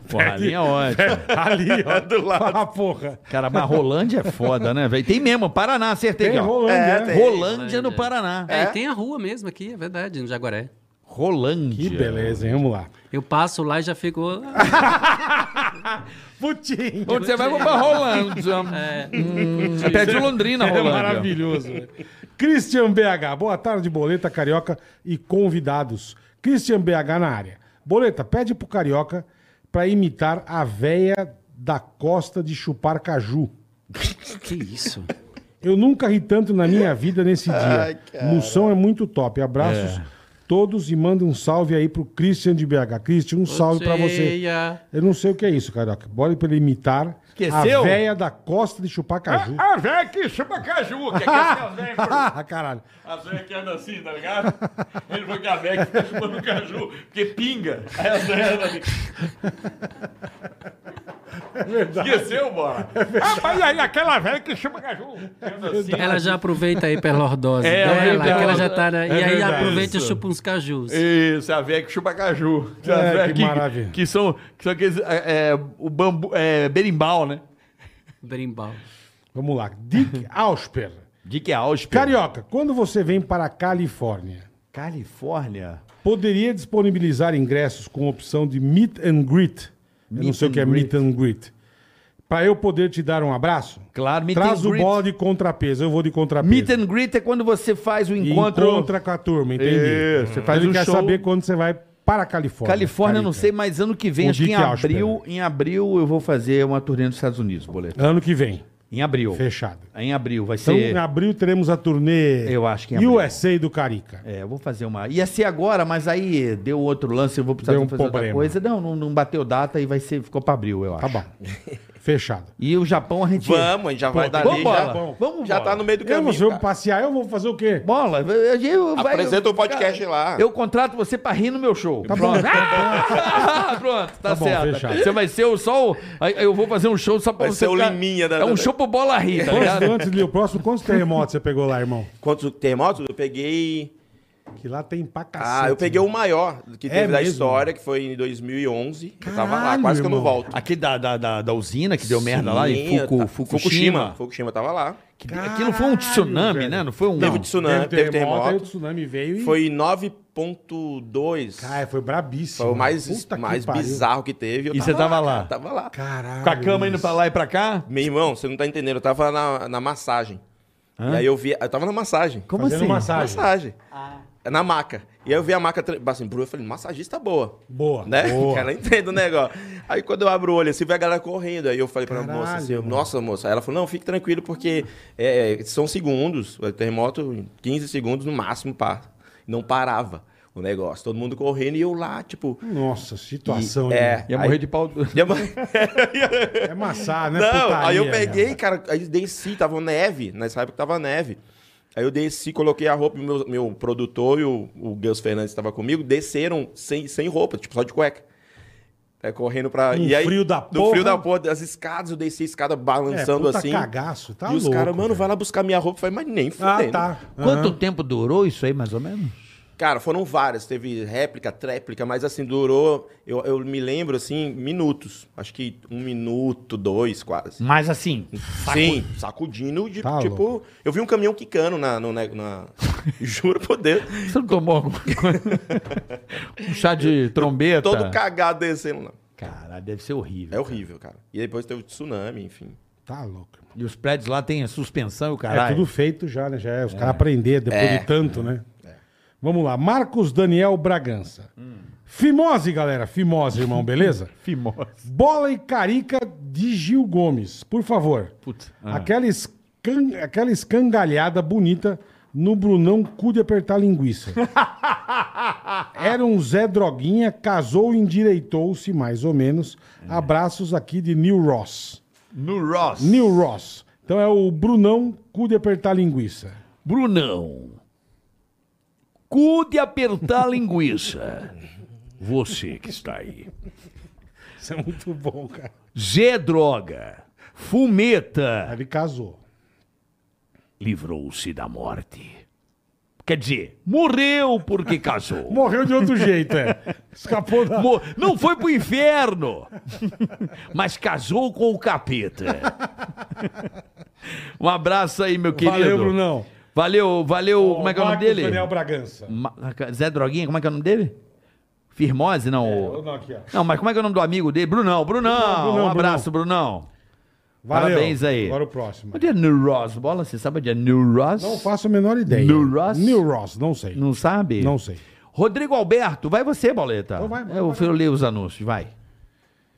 Speaker 5: Corralinho é ótimo.
Speaker 3: Ali, ó.
Speaker 6: Do lado.
Speaker 3: Ah, porra.
Speaker 5: Cara, mas Rolândia é foda, né, velho? Tem mesmo, Paraná, acertei.
Speaker 3: Tem
Speaker 5: ó.
Speaker 3: Rolândia,
Speaker 6: É,
Speaker 3: né?
Speaker 6: tem.
Speaker 5: Rolândia no Paraná.
Speaker 7: É, e tem a rua mesmo aqui, é verdade, no Jaguaré.
Speaker 5: Rolândia.
Speaker 3: Que beleza, hein? Vamos lá.
Speaker 7: Eu passo lá e já fico. "Ah,
Speaker 3: Putinho.
Speaker 4: Onde você vai, vou pra Rolândia. Hum, perto de Londrina,
Speaker 3: É
Speaker 4: Rolândia.
Speaker 3: maravilhoso. velho. Christian BH, boa tarde, Boleta, Carioca e convidados. Christian BH na área. Boleta, pede pro Carioca pra imitar a véia da costa de chupar caju.
Speaker 7: que isso?
Speaker 3: Eu nunca ri tanto na minha vida nesse dia. Moção é muito top. Abraços todos e manda um salve aí pro Christian de BH. Christian, um salve pra você.
Speaker 7: Oceia.
Speaker 3: Eu não sei o que é isso, Carioca. Bora pra ele imitar
Speaker 5: Esqueceu?
Speaker 3: a véia da costa de chupar caju.
Speaker 9: Ah, velho, que chupa caju. Que é que esse velho?
Speaker 3: Caralho.
Speaker 9: A Zé que anda assim, tá ligado? Ele foi com a Zé que fica chupando caju, porque pinga. Aí a Zé anda ali. Esqueceu, bora? Ah, mas aí aquela velha que chupa caju. que anda assim.
Speaker 7: Ela já aproveita a hiperlordose dela,
Speaker 9: verdade.
Speaker 7: que ela já tá. Na... e aí
Speaker 9: verdade.
Speaker 7: aproveita e chupa uns cajus.
Speaker 9: Isso, é a velha que chupa caju. É,
Speaker 3: É,
Speaker 9: a véia
Speaker 3: que maravilha.
Speaker 9: Que são, que são aqueles. É, é, o bambu. É, berimbau, né?
Speaker 7: Berimbau.
Speaker 3: Vamos lá. Dick Ausper.
Speaker 5: Dick Ausper.
Speaker 3: Carioca, quando você vem para a Califórnia,
Speaker 5: Califórnia.
Speaker 3: poderia disponibilizar ingressos com opção de meet and greet? Eu não
Speaker 5: Meet
Speaker 3: sei o que é
Speaker 5: and
Speaker 3: meet and greet. Para eu poder te dar um abraço?
Speaker 5: Claro, meet
Speaker 3: Traz
Speaker 5: and
Speaker 3: o
Speaker 5: greet.
Speaker 3: bola de contrapeso, eu vou de contrapeso.
Speaker 5: Meet and greet é quando você faz o
Speaker 3: E
Speaker 5: encontro.
Speaker 3: encontra com a turma, entendi. Você
Speaker 9: Isso,
Speaker 3: faz
Speaker 9: faz
Speaker 3: ele
Speaker 9: um
Speaker 3: quer
Speaker 9: show.
Speaker 3: saber quando você vai para a Califórnia.
Speaker 5: Califórnia, eu não
Speaker 3: Carica.
Speaker 5: sei, mas ano que
Speaker 3: O
Speaker 5: vem,
Speaker 3: é
Speaker 5: acho que em
Speaker 3: Dick
Speaker 5: abril,
Speaker 3: Ausper.
Speaker 5: em abril eu vou fazer uma turnê nos Estados Unidos, boleto.
Speaker 3: Ano que vem,
Speaker 5: Em abril.
Speaker 3: fechado.
Speaker 5: Em abril, vai
Speaker 3: Então,
Speaker 5: ser.
Speaker 3: em abril teremos a turnê
Speaker 5: Eu acho que em abril.
Speaker 3: USA do Carica.
Speaker 5: É, eu vou fazer uma. Ia ser agora, mas aí deu outro lance, eu vou precisar
Speaker 3: Deu um
Speaker 5: fazer outra
Speaker 3: problema.
Speaker 5: coisa. Não, não, não bateu data e vai ser. Ficou pra abril, eu acho.
Speaker 3: Tá bom. Fechado.
Speaker 5: E o Japão a gente.
Speaker 6: Vamos, a gente já vai
Speaker 5: Pô,
Speaker 6: dali. já,
Speaker 5: vamos bola,
Speaker 6: bom.
Speaker 5: vamos
Speaker 6: já
Speaker 5: bola.
Speaker 6: tá no meio do
Speaker 3: Eu não
Speaker 6: caminho.
Speaker 3: sei eu vou
Speaker 6: cara.
Speaker 3: passear, eu vou fazer o quê?
Speaker 5: Bola, eu, eu, vai-
Speaker 6: Apresenta o podcast
Speaker 5: Cara,
Speaker 6: lá.
Speaker 5: Eu contrato você pra rir no meu show.
Speaker 3: Tá bom.
Speaker 5: Ah, pronto, tá,
Speaker 3: Tá bom,
Speaker 5: certo.
Speaker 3: fechado.
Speaker 5: Você vai ser o só o. aí Eu vou fazer um show só pra
Speaker 6: Vai
Speaker 5: você.
Speaker 6: ser o
Speaker 5: ficar-
Speaker 6: Liminha da-
Speaker 5: É um show pro bola rir, tá
Speaker 3: Quantos,
Speaker 5: ligado?
Speaker 3: antes de ir o próximo, quantos terremotos você pegou lá, irmão?
Speaker 6: Quantos terremotos? Eu peguei.
Speaker 3: Que lá tem pra cacete.
Speaker 6: Ah, eu peguei
Speaker 3: né?
Speaker 6: o maior que teve da
Speaker 3: mesmo?
Speaker 6: história, que foi em 2011. que eu tava lá,
Speaker 3: Caralho,
Speaker 6: quase que eu não
Speaker 3: irmão.
Speaker 6: volto.
Speaker 5: Aqui da, da, da, da usina que deu merda lá em
Speaker 6: Sim,
Speaker 5: Fuku-
Speaker 6: tá-
Speaker 5: Fukushima.
Speaker 6: Fukushima tava lá.
Speaker 5: Que- Aquilo foi um tsunami,
Speaker 3: Caralho,
Speaker 5: né? Não foi um.
Speaker 6: Teve
Speaker 5: não.
Speaker 6: tsunami, teve
Speaker 3: aí o
Speaker 6: terremoto.
Speaker 3: tsunami veio e...
Speaker 6: Foi 9.2.
Speaker 3: Cara, Ah, foi brabíssimo.
Speaker 6: Foi o mais,
Speaker 3: Puta que
Speaker 6: mais
Speaker 3: pariu.
Speaker 6: bizarro que teve. Eu
Speaker 5: E você tava lá?
Speaker 6: cara, Tava lá.
Speaker 3: Caralho.
Speaker 5: Com a cama indo pra lá e pra cá?
Speaker 6: Meu irmão, você não tá entendendo. Eu tava na, na massagem. E aí eu vi. Eu tava na massagem.
Speaker 5: Como assim?
Speaker 3: Fazendo massagem.
Speaker 6: Massagem. É Na maca. E aí eu vi a maca tre- assim, Bruno, eu falei, massagista boa.
Speaker 3: Boa.
Speaker 6: Né?
Speaker 3: boa.
Speaker 6: O cara entende o negócio. Aí quando eu abro o olho assim, vê a galera correndo. Aí eu falei pra
Speaker 3: Caralho,
Speaker 6: moça assim,
Speaker 3: mano.
Speaker 6: nossa moça. Aí ela falou, não, fique tranquilo porque é, é, são segundos. O terremoto, em 15 segundos no máximo, pá. Não parava o negócio. Todo mundo correndo e eu lá, tipo...
Speaker 3: Nossa, situação. né?
Speaker 6: e,
Speaker 3: hein?
Speaker 6: é,
Speaker 5: Ia
Speaker 6: aí-
Speaker 5: morrer de pau.
Speaker 6: Ia mor-
Speaker 3: É massar, né?
Speaker 6: Não,
Speaker 3: Putaria,
Speaker 6: aí eu peguei,
Speaker 3: né?
Speaker 6: cara, aí desci, tava neve, nessa época tava neve. Aí eu desci, coloquei a roupa, meu, meu produtor e o, o Gus Fernandes estava comigo, desceram sem, sem roupa, tipo, só de cueca. É, correndo pra.
Speaker 3: Um
Speaker 6: e aí,
Speaker 3: frio da
Speaker 6: do
Speaker 3: porra.
Speaker 6: frio da porra, das escadas, eu desci a escada balançando
Speaker 3: É, puta
Speaker 6: assim.
Speaker 3: cagaço, tá
Speaker 6: e os
Speaker 3: louco,
Speaker 6: caras, mano,
Speaker 3: velho.
Speaker 6: vai lá buscar minha roupa. Eu falei, mas nem
Speaker 3: Ah,
Speaker 6: fudendo.
Speaker 3: tá.
Speaker 5: Quanto
Speaker 3: Aham.
Speaker 5: tempo durou isso aí, mais ou menos?
Speaker 6: Cara, foram várias. Teve réplica, tréplica, mas assim, durou. Eu, eu me lembro, assim, minutos. Acho que um minuto, dois, quase.
Speaker 5: Mas assim,
Speaker 6: Sim, sacudindo de
Speaker 3: Tá
Speaker 6: tipo.
Speaker 3: louco.
Speaker 6: Eu vi um caminhão quicando na. no ne- na- Juro por Deus.
Speaker 5: você não tomou alguma coisa? um chá de trombeta?
Speaker 3: Tá.
Speaker 6: Todo cagado descendo lá.
Speaker 5: Cara, deve ser horrível.
Speaker 6: É horrível, cara. E depois teve o tsunami, enfim.
Speaker 3: Tá louco. irmão.
Speaker 5: E os prédios lá têm a suspensão e o
Speaker 3: É
Speaker 5: caralho. É.
Speaker 3: tudo feito já, né? Já é, os caras aprender depois de tanto, né? Vamos lá. Marcos Daniel Bragança.
Speaker 5: Hum.
Speaker 3: Fimose, galera. Fimose, irmão, beleza?
Speaker 5: fimose.
Speaker 3: Bola e carica de Gil Gomes, por favor.
Speaker 5: Putz. Ah.
Speaker 3: Aquela, escan- aquela escangalhada bonita no Brunão cu de apertar linguiça. Era um Zé Droguinha, casou e endireitou-se, mais ou menos.
Speaker 5: É.
Speaker 3: Abraços aqui de Neil Ross.
Speaker 5: No Ross.
Speaker 3: Neil Ross. Então é o Brunão cu de apertar linguiça.
Speaker 4: Brunão, cu de apertar a linguiça. Você que está aí.
Speaker 3: Isso é muito bom, cara.
Speaker 4: Zé Droga, fumeta,
Speaker 3: Ele casou.
Speaker 4: livrou-se da morte. Quer dizer, morreu porque casou.
Speaker 3: Morreu de outro jeito, é. Escapou da.
Speaker 4: Mo- Não foi pro inferno, mas casou com o capeta. Um abraço aí, meu querido.
Speaker 3: Valeu, Brunão.
Speaker 4: Valeu, valeu. como é que é o nome
Speaker 3: Marcos
Speaker 4: dele?
Speaker 3: Daniel Bragança.
Speaker 4: Ma- Zé Droguinha, como é que é o nome dele? Firmose, não. o-
Speaker 3: Não, aqui, ó.
Speaker 4: Não, mas como é que é o nome do amigo dele? Brunão, Brunão.
Speaker 3: Brunão, Brunão,
Speaker 4: um abraço, Brunão.
Speaker 3: Valeu.
Speaker 4: Parabéns aí.
Speaker 3: Agora o próximo.
Speaker 4: Onde é New Ross? Bola, você sabe onde é New Ross?
Speaker 3: Não faço a menor ideia.
Speaker 4: New Ross?
Speaker 3: New Ross, não sei.
Speaker 4: Não sabe?
Speaker 3: Não sei.
Speaker 4: Rodrigo Alberto, vai você, Boleta.
Speaker 3: Então vai, vai,
Speaker 4: eu,
Speaker 3: vai.
Speaker 4: eu leio os anúncios, vai.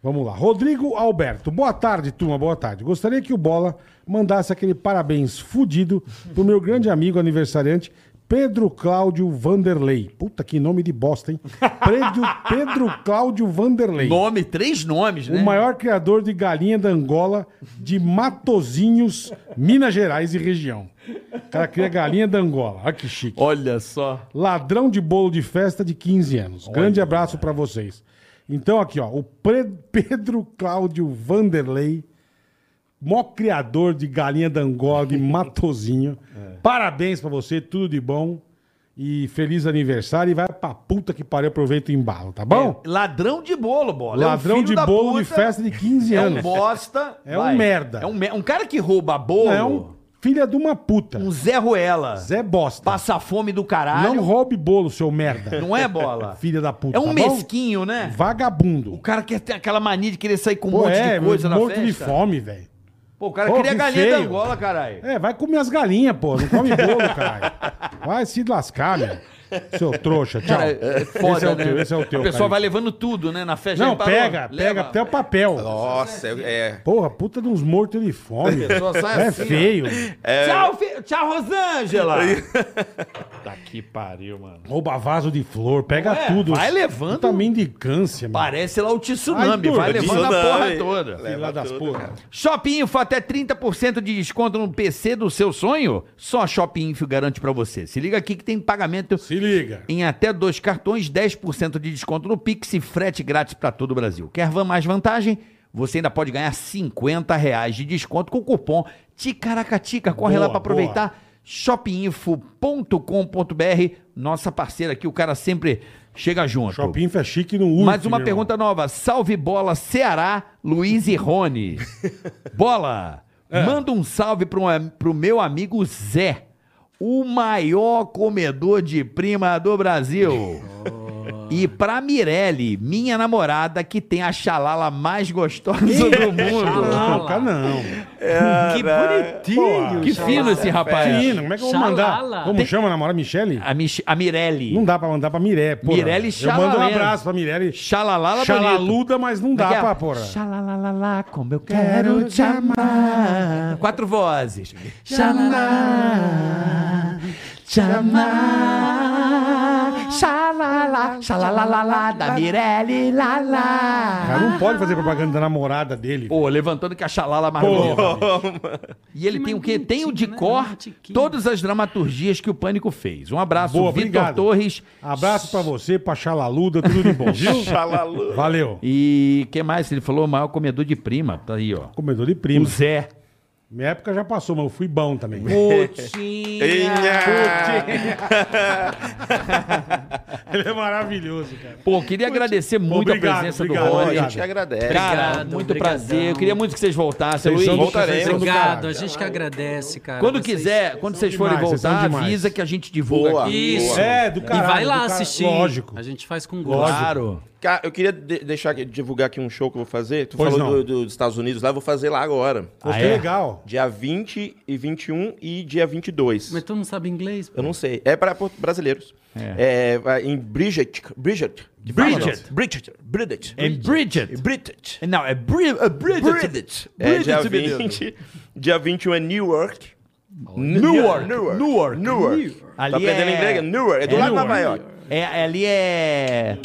Speaker 3: Vamos lá. Rodrigo Alberto. Boa tarde, turma. Boa tarde. Gostaria que o Bola mandasse aquele parabéns fudido pro meu grande amigo aniversariante, Pedro Cláudio Vanderlei. Puta que nome de bosta, hein? Pedro, Pedro Cláudio Vanderlei.
Speaker 4: Nome, três nomes, né?
Speaker 3: O maior criador de galinha da Angola, de Matozinhos, Minas Gerais e região. O cara cria galinha da Angola. Olha que chique.
Speaker 4: Olha só.
Speaker 3: Ladrão de bolo de festa de 15 anos. Grande
Speaker 4: é.
Speaker 3: abraço pra vocês. Então, aqui, ó, o Pre- Pedro Cláudio Vanderlei, mó criador de galinha da Angola, de Matozinho.
Speaker 4: É.
Speaker 3: Parabéns pra você, tudo de bom. E feliz aniversário. E vai pra puta que pariu, aproveita o embalo, tá bom?
Speaker 4: É, Ladrão de bolo, Bola. É um
Speaker 3: Ladrão
Speaker 4: filho
Speaker 3: de
Speaker 4: da
Speaker 3: bolo de
Speaker 4: puta,
Speaker 3: festa de 15
Speaker 4: É um
Speaker 3: anos.
Speaker 4: bosta.
Speaker 3: É um merda.
Speaker 4: É um, me- um cara que rouba bolo.
Speaker 3: É um filha de uma puta.
Speaker 4: Um Zé Ruela.
Speaker 3: Zé Bosta.
Speaker 4: Passa fome do caralho.
Speaker 3: Não
Speaker 4: Não,
Speaker 3: roube bolo, seu merda.
Speaker 4: é, Bola?
Speaker 3: Filha da puta.
Speaker 4: é um
Speaker 3: tá bom?
Speaker 4: mesquinho, né?
Speaker 3: Vagabundo.
Speaker 4: O cara quer ter aquela mania de querer sair com um
Speaker 3: Pô,
Speaker 4: monte
Speaker 3: é,
Speaker 4: de coisa na
Speaker 3: morto
Speaker 4: festa.
Speaker 3: de fome, velho.
Speaker 4: Pô, o cara
Speaker 3: Pô,
Speaker 4: queria
Speaker 3: que
Speaker 4: galinha da
Speaker 3: feio.
Speaker 4: Angola, caralho.
Speaker 3: É, vai comer as galinhas, pô. Não come bolo, caralho. Vai se lascar, meu. Seu trouxa, tchau.
Speaker 4: Cara, é foda,
Speaker 3: esse é o
Speaker 4: né?
Speaker 3: teu, esse é o teu.
Speaker 4: a pessoa
Speaker 3: Carico.
Speaker 4: vai levando tudo, né? Na festa.
Speaker 3: Não,
Speaker 4: já reparou?
Speaker 3: pega, pega
Speaker 4: Leva.
Speaker 3: até o papel.
Speaker 6: Nossa, é.
Speaker 3: Porra, puta de uns mortos de fome.
Speaker 4: A pessoa sai
Speaker 3: É
Speaker 4: assim, ó.
Speaker 3: feio.
Speaker 4: É. Tchau, fi- tchau, Rosângela.
Speaker 9: Tá que pariu, mano.
Speaker 3: Rouba vaso de flor, pega
Speaker 4: Ué,
Speaker 3: tudo.
Speaker 4: É, vai levando.
Speaker 3: Puta mendicância, meu.
Speaker 4: Parece lá o tsunami,
Speaker 3: Ai,
Speaker 4: vai
Speaker 3: doido.
Speaker 4: levando a porra
Speaker 6: Tsunami.
Speaker 4: toda.
Speaker 6: Leva
Speaker 3: Filha das
Speaker 6: tudo,
Speaker 3: porra.
Speaker 6: cara.
Speaker 4: Shopping Info, até 30% de desconto no PC do seu sonho? Só a Shopping Info garante pra você. Se liga aqui que tem pagamento
Speaker 3: Se liga.
Speaker 4: em até dois cartões, 10% de desconto no Pix e frete grátis para todo o Brasil. Quer van mais vantagem? Você ainda pode ganhar R$ 50 reais de desconto com o cupom Ticaracatica. Corre
Speaker 3: Boa,
Speaker 4: lá para aproveitar. Shopinfo.com.br, nossa parceira aqui, o cara sempre chega junto.
Speaker 3: Shopping é chique no último.
Speaker 4: Mais uma pergunta nova. Salve bola Ceará, Luiz e Rony. bola, manda um salve pro, pro meu amigo Zé, o maior comedor de prima do Brasil. E pra Mirelle, minha namorada, que tem a xalala mais gostosa do mundo.
Speaker 3: Não, cara, não.
Speaker 4: que bonitinho. que fino esse rapaz.
Speaker 3: Menino, como é que eu vou mandar?
Speaker 7: Xalala.
Speaker 3: Como
Speaker 7: Tem-
Speaker 3: chama a namorada Michele?
Speaker 4: A, Mich a Mirelle.
Speaker 3: Não dá pra mandar pra Miré, porra.
Speaker 4: Mirelle
Speaker 3: Eu mando um
Speaker 4: Chalalena.
Speaker 3: abraço pra Mirelle.
Speaker 4: Xalalala bonito.
Speaker 3: Xalaluda, mas não dá
Speaker 4: Daqui a-
Speaker 3: pra, porra.
Speaker 4: é Xalalalala, como eu quero te amar. Quatro vozes. Xalá, xalá, xalala, xalalalala, da Mirelle,
Speaker 3: O
Speaker 4: lala.
Speaker 3: Cara, não pode fazer propaganda da namorada dele.
Speaker 4: Pô, levantando que a xalala marcou. E ele tem o quê? Tem o de
Speaker 7: né?
Speaker 4: cor,
Speaker 7: Romantiquinho.
Speaker 4: todas as dramaturgias que o Pânico fez. Um abraço,
Speaker 3: Boa,
Speaker 4: Vitor
Speaker 3: obrigado.
Speaker 4: Torres.
Speaker 3: Abraço pra você, pra Xalaluda, tudo de bom, viu?
Speaker 6: Xalalu.
Speaker 3: Valeu.
Speaker 4: E que mais? Ele falou o maior comedor de prima. Tá aí, ó.
Speaker 3: Comedor de
Speaker 4: O
Speaker 3: primo.
Speaker 4: Zé.
Speaker 3: Minha época já passou, mas eu fui bom também.
Speaker 6: Inha.
Speaker 3: Ele é maravilhoso, cara.
Speaker 4: Pô, queria agradecer muito
Speaker 3: Obrigado,
Speaker 4: a presença
Speaker 3: obrigado.
Speaker 4: do
Speaker 6: Pô,
Speaker 4: Rony.
Speaker 6: a
Speaker 3: Obrigado.
Speaker 6: gente que agradece.
Speaker 4: Cara,
Speaker 7: Obrigado,
Speaker 4: muito
Speaker 7: obrigadão.
Speaker 4: prazer. Eu queria muito que vocês voltassem,
Speaker 3: Vocês
Speaker 4: Luiz.
Speaker 3: são do-
Speaker 6: voltaremos.
Speaker 3: vocês são do
Speaker 7: Obrigado,
Speaker 3: caralho.
Speaker 7: a gente que agradece, cara.
Speaker 4: Quando
Speaker 7: Vocês-
Speaker 4: quiser, quando vocês forem
Speaker 3: demais, vocês são
Speaker 4: voltar,
Speaker 3: demais.
Speaker 4: avisa que a gente divulga
Speaker 6: Boa.
Speaker 4: aqui.
Speaker 7: Isso.
Speaker 3: É, do
Speaker 7: e
Speaker 3: caralho.
Speaker 7: vai
Speaker 3: do
Speaker 7: lá
Speaker 3: cara-
Speaker 7: assistir.
Speaker 3: Lógico.
Speaker 7: A gente faz com gosto.
Speaker 4: Claro.
Speaker 6: Cara, eu queria de- deixar aqui, divulgar aqui um show que eu vou fazer. Tu
Speaker 3: Pois
Speaker 6: falou
Speaker 3: não.
Speaker 6: do- do- dos Estados Unidos lá, eu vou fazer lá agora.
Speaker 3: Pô,
Speaker 4: Ah,
Speaker 3: que
Speaker 4: é?
Speaker 3: legal.
Speaker 6: Dia 20 e 21 e dia 22.
Speaker 7: Mas tu não sabe inglês? pô?
Speaker 6: Eu não sei. É para brasileiros. É. vai em Bridget. Bridget.
Speaker 4: Bridget.
Speaker 6: Bridget. Bridget.
Speaker 4: É Bridget.
Speaker 6: Bridget.
Speaker 4: Não, é Bri é Bridget.
Speaker 6: Bridget. É, dia 20. Dia 21 é Newark.
Speaker 4: Newark.
Speaker 6: Newark.
Speaker 4: Newark.
Speaker 6: Newark.
Speaker 4: Ali
Speaker 6: tá aprendendo
Speaker 4: é-
Speaker 6: inglês? Newark. É do
Speaker 4: é
Speaker 6: lado de Nova
Speaker 4: Newark.
Speaker 6: York.
Speaker 4: É, ali é...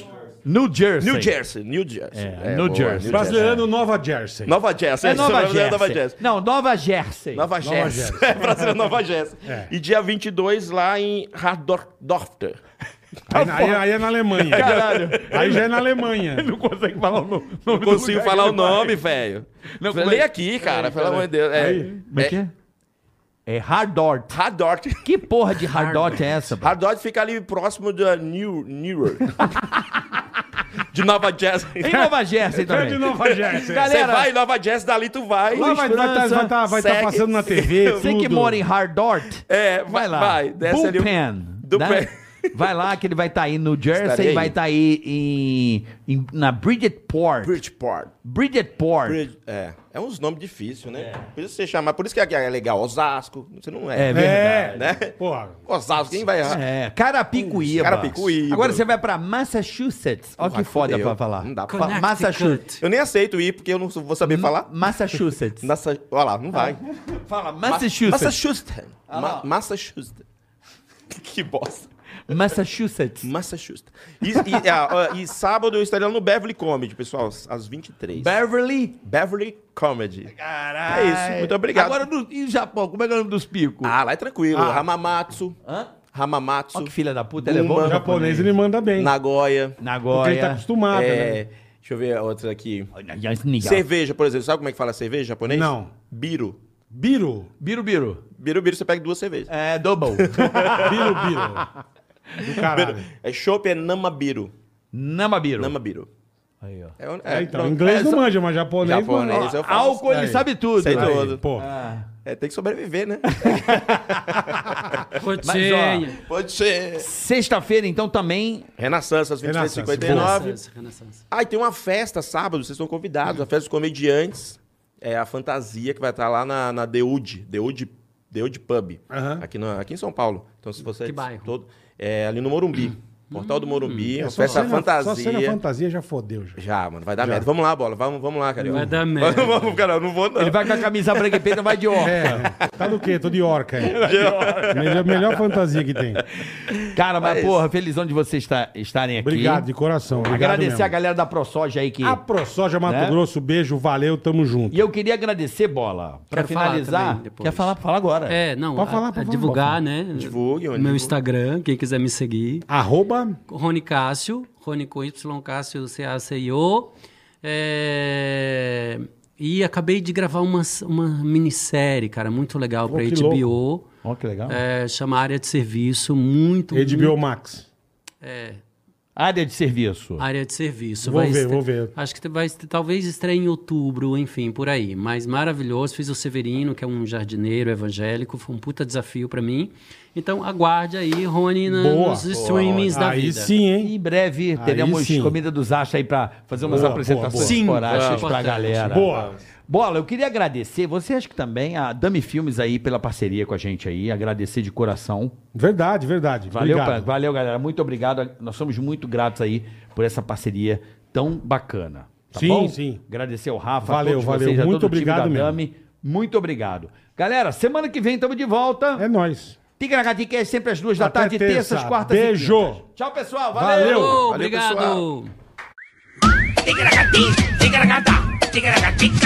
Speaker 4: New Jersey.
Speaker 6: New Jersey. New Jersey.
Speaker 4: É, New Jersey.
Speaker 3: Brasileirano Nova Jersey.
Speaker 6: Nova Jersey.
Speaker 4: É
Speaker 6: isso,
Speaker 4: Nova
Speaker 6: brasileiro
Speaker 4: Jersey.
Speaker 6: é Nova Jersey.
Speaker 4: Não, Nova Jersey.
Speaker 6: Nova Jersey. É brasileiro Nova Jersey.
Speaker 3: É.
Speaker 6: E dia 22 lá em Hardorfter.
Speaker 3: Aí, aí- aí é na Alemanha.
Speaker 4: Caralho.
Speaker 3: Aí já é na Alemanha.
Speaker 4: Não consegue falar o nome.
Speaker 6: Não consigo falar o nome, velho.
Speaker 4: Não,
Speaker 6: Lê
Speaker 4: como é-
Speaker 6: aqui, cara, pelo amor de Deus. É,
Speaker 3: Aí,
Speaker 4: Como é que é? É Hardort.
Speaker 6: Hadort.
Speaker 4: Que porra de Hardort é essa, bro?
Speaker 6: Hadort fica ali próximo da New Newer. De Nova Jazz.
Speaker 4: Em Nova Jersey
Speaker 3: É
Speaker 4: também.
Speaker 3: de Nova Jersey.
Speaker 6: Você
Speaker 4: Galera,
Speaker 6: vai, Nova Jazz, dali tu vai.
Speaker 3: Lá vai estar
Speaker 4: França,
Speaker 6: segue.
Speaker 3: passando na TV.
Speaker 4: você que
Speaker 3: tudo.
Speaker 4: mora em Hardort,
Speaker 6: É,
Speaker 4: vai lá.
Speaker 6: Vai, desce ali. o-
Speaker 4: Bullpen,
Speaker 6: Do
Speaker 4: né?
Speaker 6: pé.
Speaker 4: Vai lá que ele vai estar aí no
Speaker 6: Estarei
Speaker 4: Jersey,
Speaker 6: aí.
Speaker 4: vai estar aí em, em- na Bridgetport.
Speaker 6: Bridgeport.
Speaker 4: Bridgetport.
Speaker 6: Brid- É, é uns nomes difíceis, né? Por isso você chama, por isso que é legal, Osasco. Você não é.
Speaker 4: É. É
Speaker 3: É,
Speaker 6: Né?
Speaker 3: Porra.
Speaker 6: Osasco, quem vai errar?
Speaker 4: É, Carapicuíba.
Speaker 6: Carapicuíba.
Speaker 4: Agora você vai pra Massachusetts. Olha que
Speaker 6: Vai,
Speaker 4: foda
Speaker 6: fudeu.
Speaker 4: pra falar.
Speaker 6: Não dá pra
Speaker 4: Fa-
Speaker 6: falar.
Speaker 4: Massachusetts.
Speaker 6: Eu nem aceito ir, porque eu não vou saber falar.
Speaker 4: Massachusetts. Ah.
Speaker 6: Nessa... Olha lá, não vai.
Speaker 4: Fala Massachusetts.
Speaker 6: Massachusetts.
Speaker 4: Ah.
Speaker 6: Ma- Massachusetts. Que bosta.
Speaker 4: Massachusetts.
Speaker 6: Massachusetts. E, e- ah, ah, e sábado eu estarei lá no Beverly Comedy, pessoal, às às 23.
Speaker 4: Beverly.
Speaker 6: Beverly Comedy.
Speaker 4: Caralho.
Speaker 6: É isso, muito obrigado.
Speaker 4: Agora no, e o Japão, como é que é o nome dos picos?
Speaker 6: Ah, lá é tranquilo. Hamamatsu.
Speaker 4: Hã?
Speaker 6: Hamamatsu.
Speaker 4: Ó que filha da puta, ele é
Speaker 6: Uma-
Speaker 4: bom no
Speaker 3: O japonês ele manda bem.
Speaker 6: Nagoya.
Speaker 3: Porque ele tá
Speaker 4: Nagoya.
Speaker 3: acostumado,
Speaker 6: É,
Speaker 3: né?
Speaker 6: Deixa eu ver a outra aqui.
Speaker 4: Cerve-
Speaker 6: Cerveja, por exemplo. Sabe como é que fala cerveja em japonês?
Speaker 3: Não.
Speaker 6: Biro.
Speaker 3: Biro.
Speaker 4: Biru Biru.
Speaker 6: Biro, biro, você pega duas cervejas.
Speaker 4: É, double.
Speaker 3: Biro, Biro. Do caralho.
Speaker 6: É chopp, é namabiro.
Speaker 4: Namabiru.
Speaker 6: Namabiro.
Speaker 4: Aí, ó.
Speaker 6: É, é,
Speaker 3: É, então,
Speaker 6: pronto.
Speaker 3: inglês
Speaker 6: É,
Speaker 3: não
Speaker 6: só-
Speaker 3: manja, mas japonês,
Speaker 6: Japonês,
Speaker 3: manja.
Speaker 6: eu falo.
Speaker 4: Álcool, ele
Speaker 3: Aí.
Speaker 4: sabe tudo.
Speaker 6: Sei
Speaker 4: Aí.
Speaker 6: tudo.
Speaker 3: Aí, Pô,
Speaker 6: É, tem que sobreviver, né?
Speaker 7: Cotinha.
Speaker 6: Pode ser.
Speaker 4: Sexta-feira, então, também.
Speaker 6: Renaissance, às
Speaker 3: Renaissance,
Speaker 6: 23h59.
Speaker 7: Renaissance, Renaissance.
Speaker 6: Ah, e tem uma festa sábado, vocês estão convidados. A festa dos comediantes. É a fantasia que vai estar lá na, na Deude. Deude, Deude Pub.
Speaker 3: Aham.
Speaker 6: Aqui, na- aqui em São Paulo. Então, se você...
Speaker 7: Que bairro?
Speaker 6: Todo, é ali no Morumbi. Portal do Morumbi.
Speaker 3: é
Speaker 6: uma
Speaker 3: só
Speaker 6: festa
Speaker 3: cena- Só cena
Speaker 6: fantasia.
Speaker 3: fantasia já fodeu, já.
Speaker 6: Já, mano, vai dar merda. Vamos lá, bola. Vamos, vamos lá, cara.
Speaker 7: Vai dar merda.
Speaker 6: Vamos, vamos, cara. Eu não vou, não.
Speaker 4: Ele vai com a camisa branca e preta, vai de ó.
Speaker 3: É, tá do quê? Tô de orca, é. melhor, melhor fantasia que tem.
Speaker 4: Cara, mas, porra, felizão de vocês esta- estarem aqui.
Speaker 3: Obrigado, de coração. Obrigado
Speaker 4: Agradecer
Speaker 3: mesmo.
Speaker 4: a galera da ProSoja aí que.
Speaker 3: A ProSoja Mato
Speaker 4: Né?
Speaker 3: Grosso, beijo, valeu, tamo junto.
Speaker 4: E eu queria agradecer, Bola, pra
Speaker 7: Quero falar
Speaker 4: finalizar.
Speaker 7: também depois.
Speaker 4: Quer falar? Fala agora.
Speaker 7: É, não,
Speaker 3: Pode
Speaker 7: a-
Speaker 3: falar,
Speaker 7: a
Speaker 3: pode falar,
Speaker 7: divulgar,
Speaker 3: pode
Speaker 7: né?
Speaker 6: Divulgue, onde
Speaker 7: Meu
Speaker 6: divulga?
Speaker 7: Instagram, quem quiser me seguir.
Speaker 3: Arroba
Speaker 7: Rony Cássio, Rony com Y, Cássio C-A-C-I-O. É, E acabei de gravar uma, uma minissérie, cara, muito legal pra
Speaker 3: que
Speaker 7: HBO.
Speaker 4: Ó, que legal.
Speaker 7: É, chama Área de Serviço, muito,
Speaker 3: HBO Max.
Speaker 4: Área de serviço.
Speaker 7: área de serviço.
Speaker 3: Vou ver,
Speaker 7: estre-
Speaker 3: vou ver.
Speaker 7: Acho que vai, estre- talvez estreie em outubro, enfim, por aí. Mas maravilhoso. Fiz o Severino, que é um jardineiro evangélico. Foi um puta desafio pra mim. Então, aguarde aí, Rony, na-
Speaker 3: Boa.
Speaker 7: nos streamings da
Speaker 3: Aí
Speaker 7: vida.
Speaker 3: sim, hein?
Speaker 4: Em breve teremos
Speaker 3: sim.
Speaker 4: comida dos Acha aí pra fazer umas
Speaker 3: Boa, boa,
Speaker 4: apresentações
Speaker 3: boa.
Speaker 7: Sim,
Speaker 4: corachas
Speaker 7: boa.
Speaker 4: pra galera.
Speaker 3: Boa.
Speaker 4: Bola, eu queria agradecer, você acha que também a Dami Filmes aí pela parceria com a gente aí, agradecer de coração.
Speaker 3: Verdade, verdade.
Speaker 4: Valeu, pra-
Speaker 3: Obrigado.
Speaker 4: valeu galera, muito obrigado. Nós somos muito gratos aí por essa parceria tão bacana. tá
Speaker 3: Sim,
Speaker 4: bom?
Speaker 3: sim.
Speaker 4: Agradecer ao Rafa,
Speaker 3: Valeu, valeu.
Speaker 4: a
Speaker 3: Muito
Speaker 4: todo o time
Speaker 3: obrigado
Speaker 4: da
Speaker 3: mesmo.
Speaker 4: Dami. Muito obrigado. Galera, semana que vem estamos de volta.
Speaker 3: É nóis.
Speaker 4: Ticaracati que é sempre às duas da
Speaker 3: Até
Speaker 4: tarde,
Speaker 3: terça.
Speaker 4: terças, quartas
Speaker 3: Beijo.
Speaker 4: e quintas. Tchau, pessoal.
Speaker 3: Valeu.
Speaker 7: Ô,
Speaker 6: Valeu,
Speaker 7: obrigado.
Speaker 6: pessoal.
Speaker 2: Ticaracati, ticaracatá, ticaracati,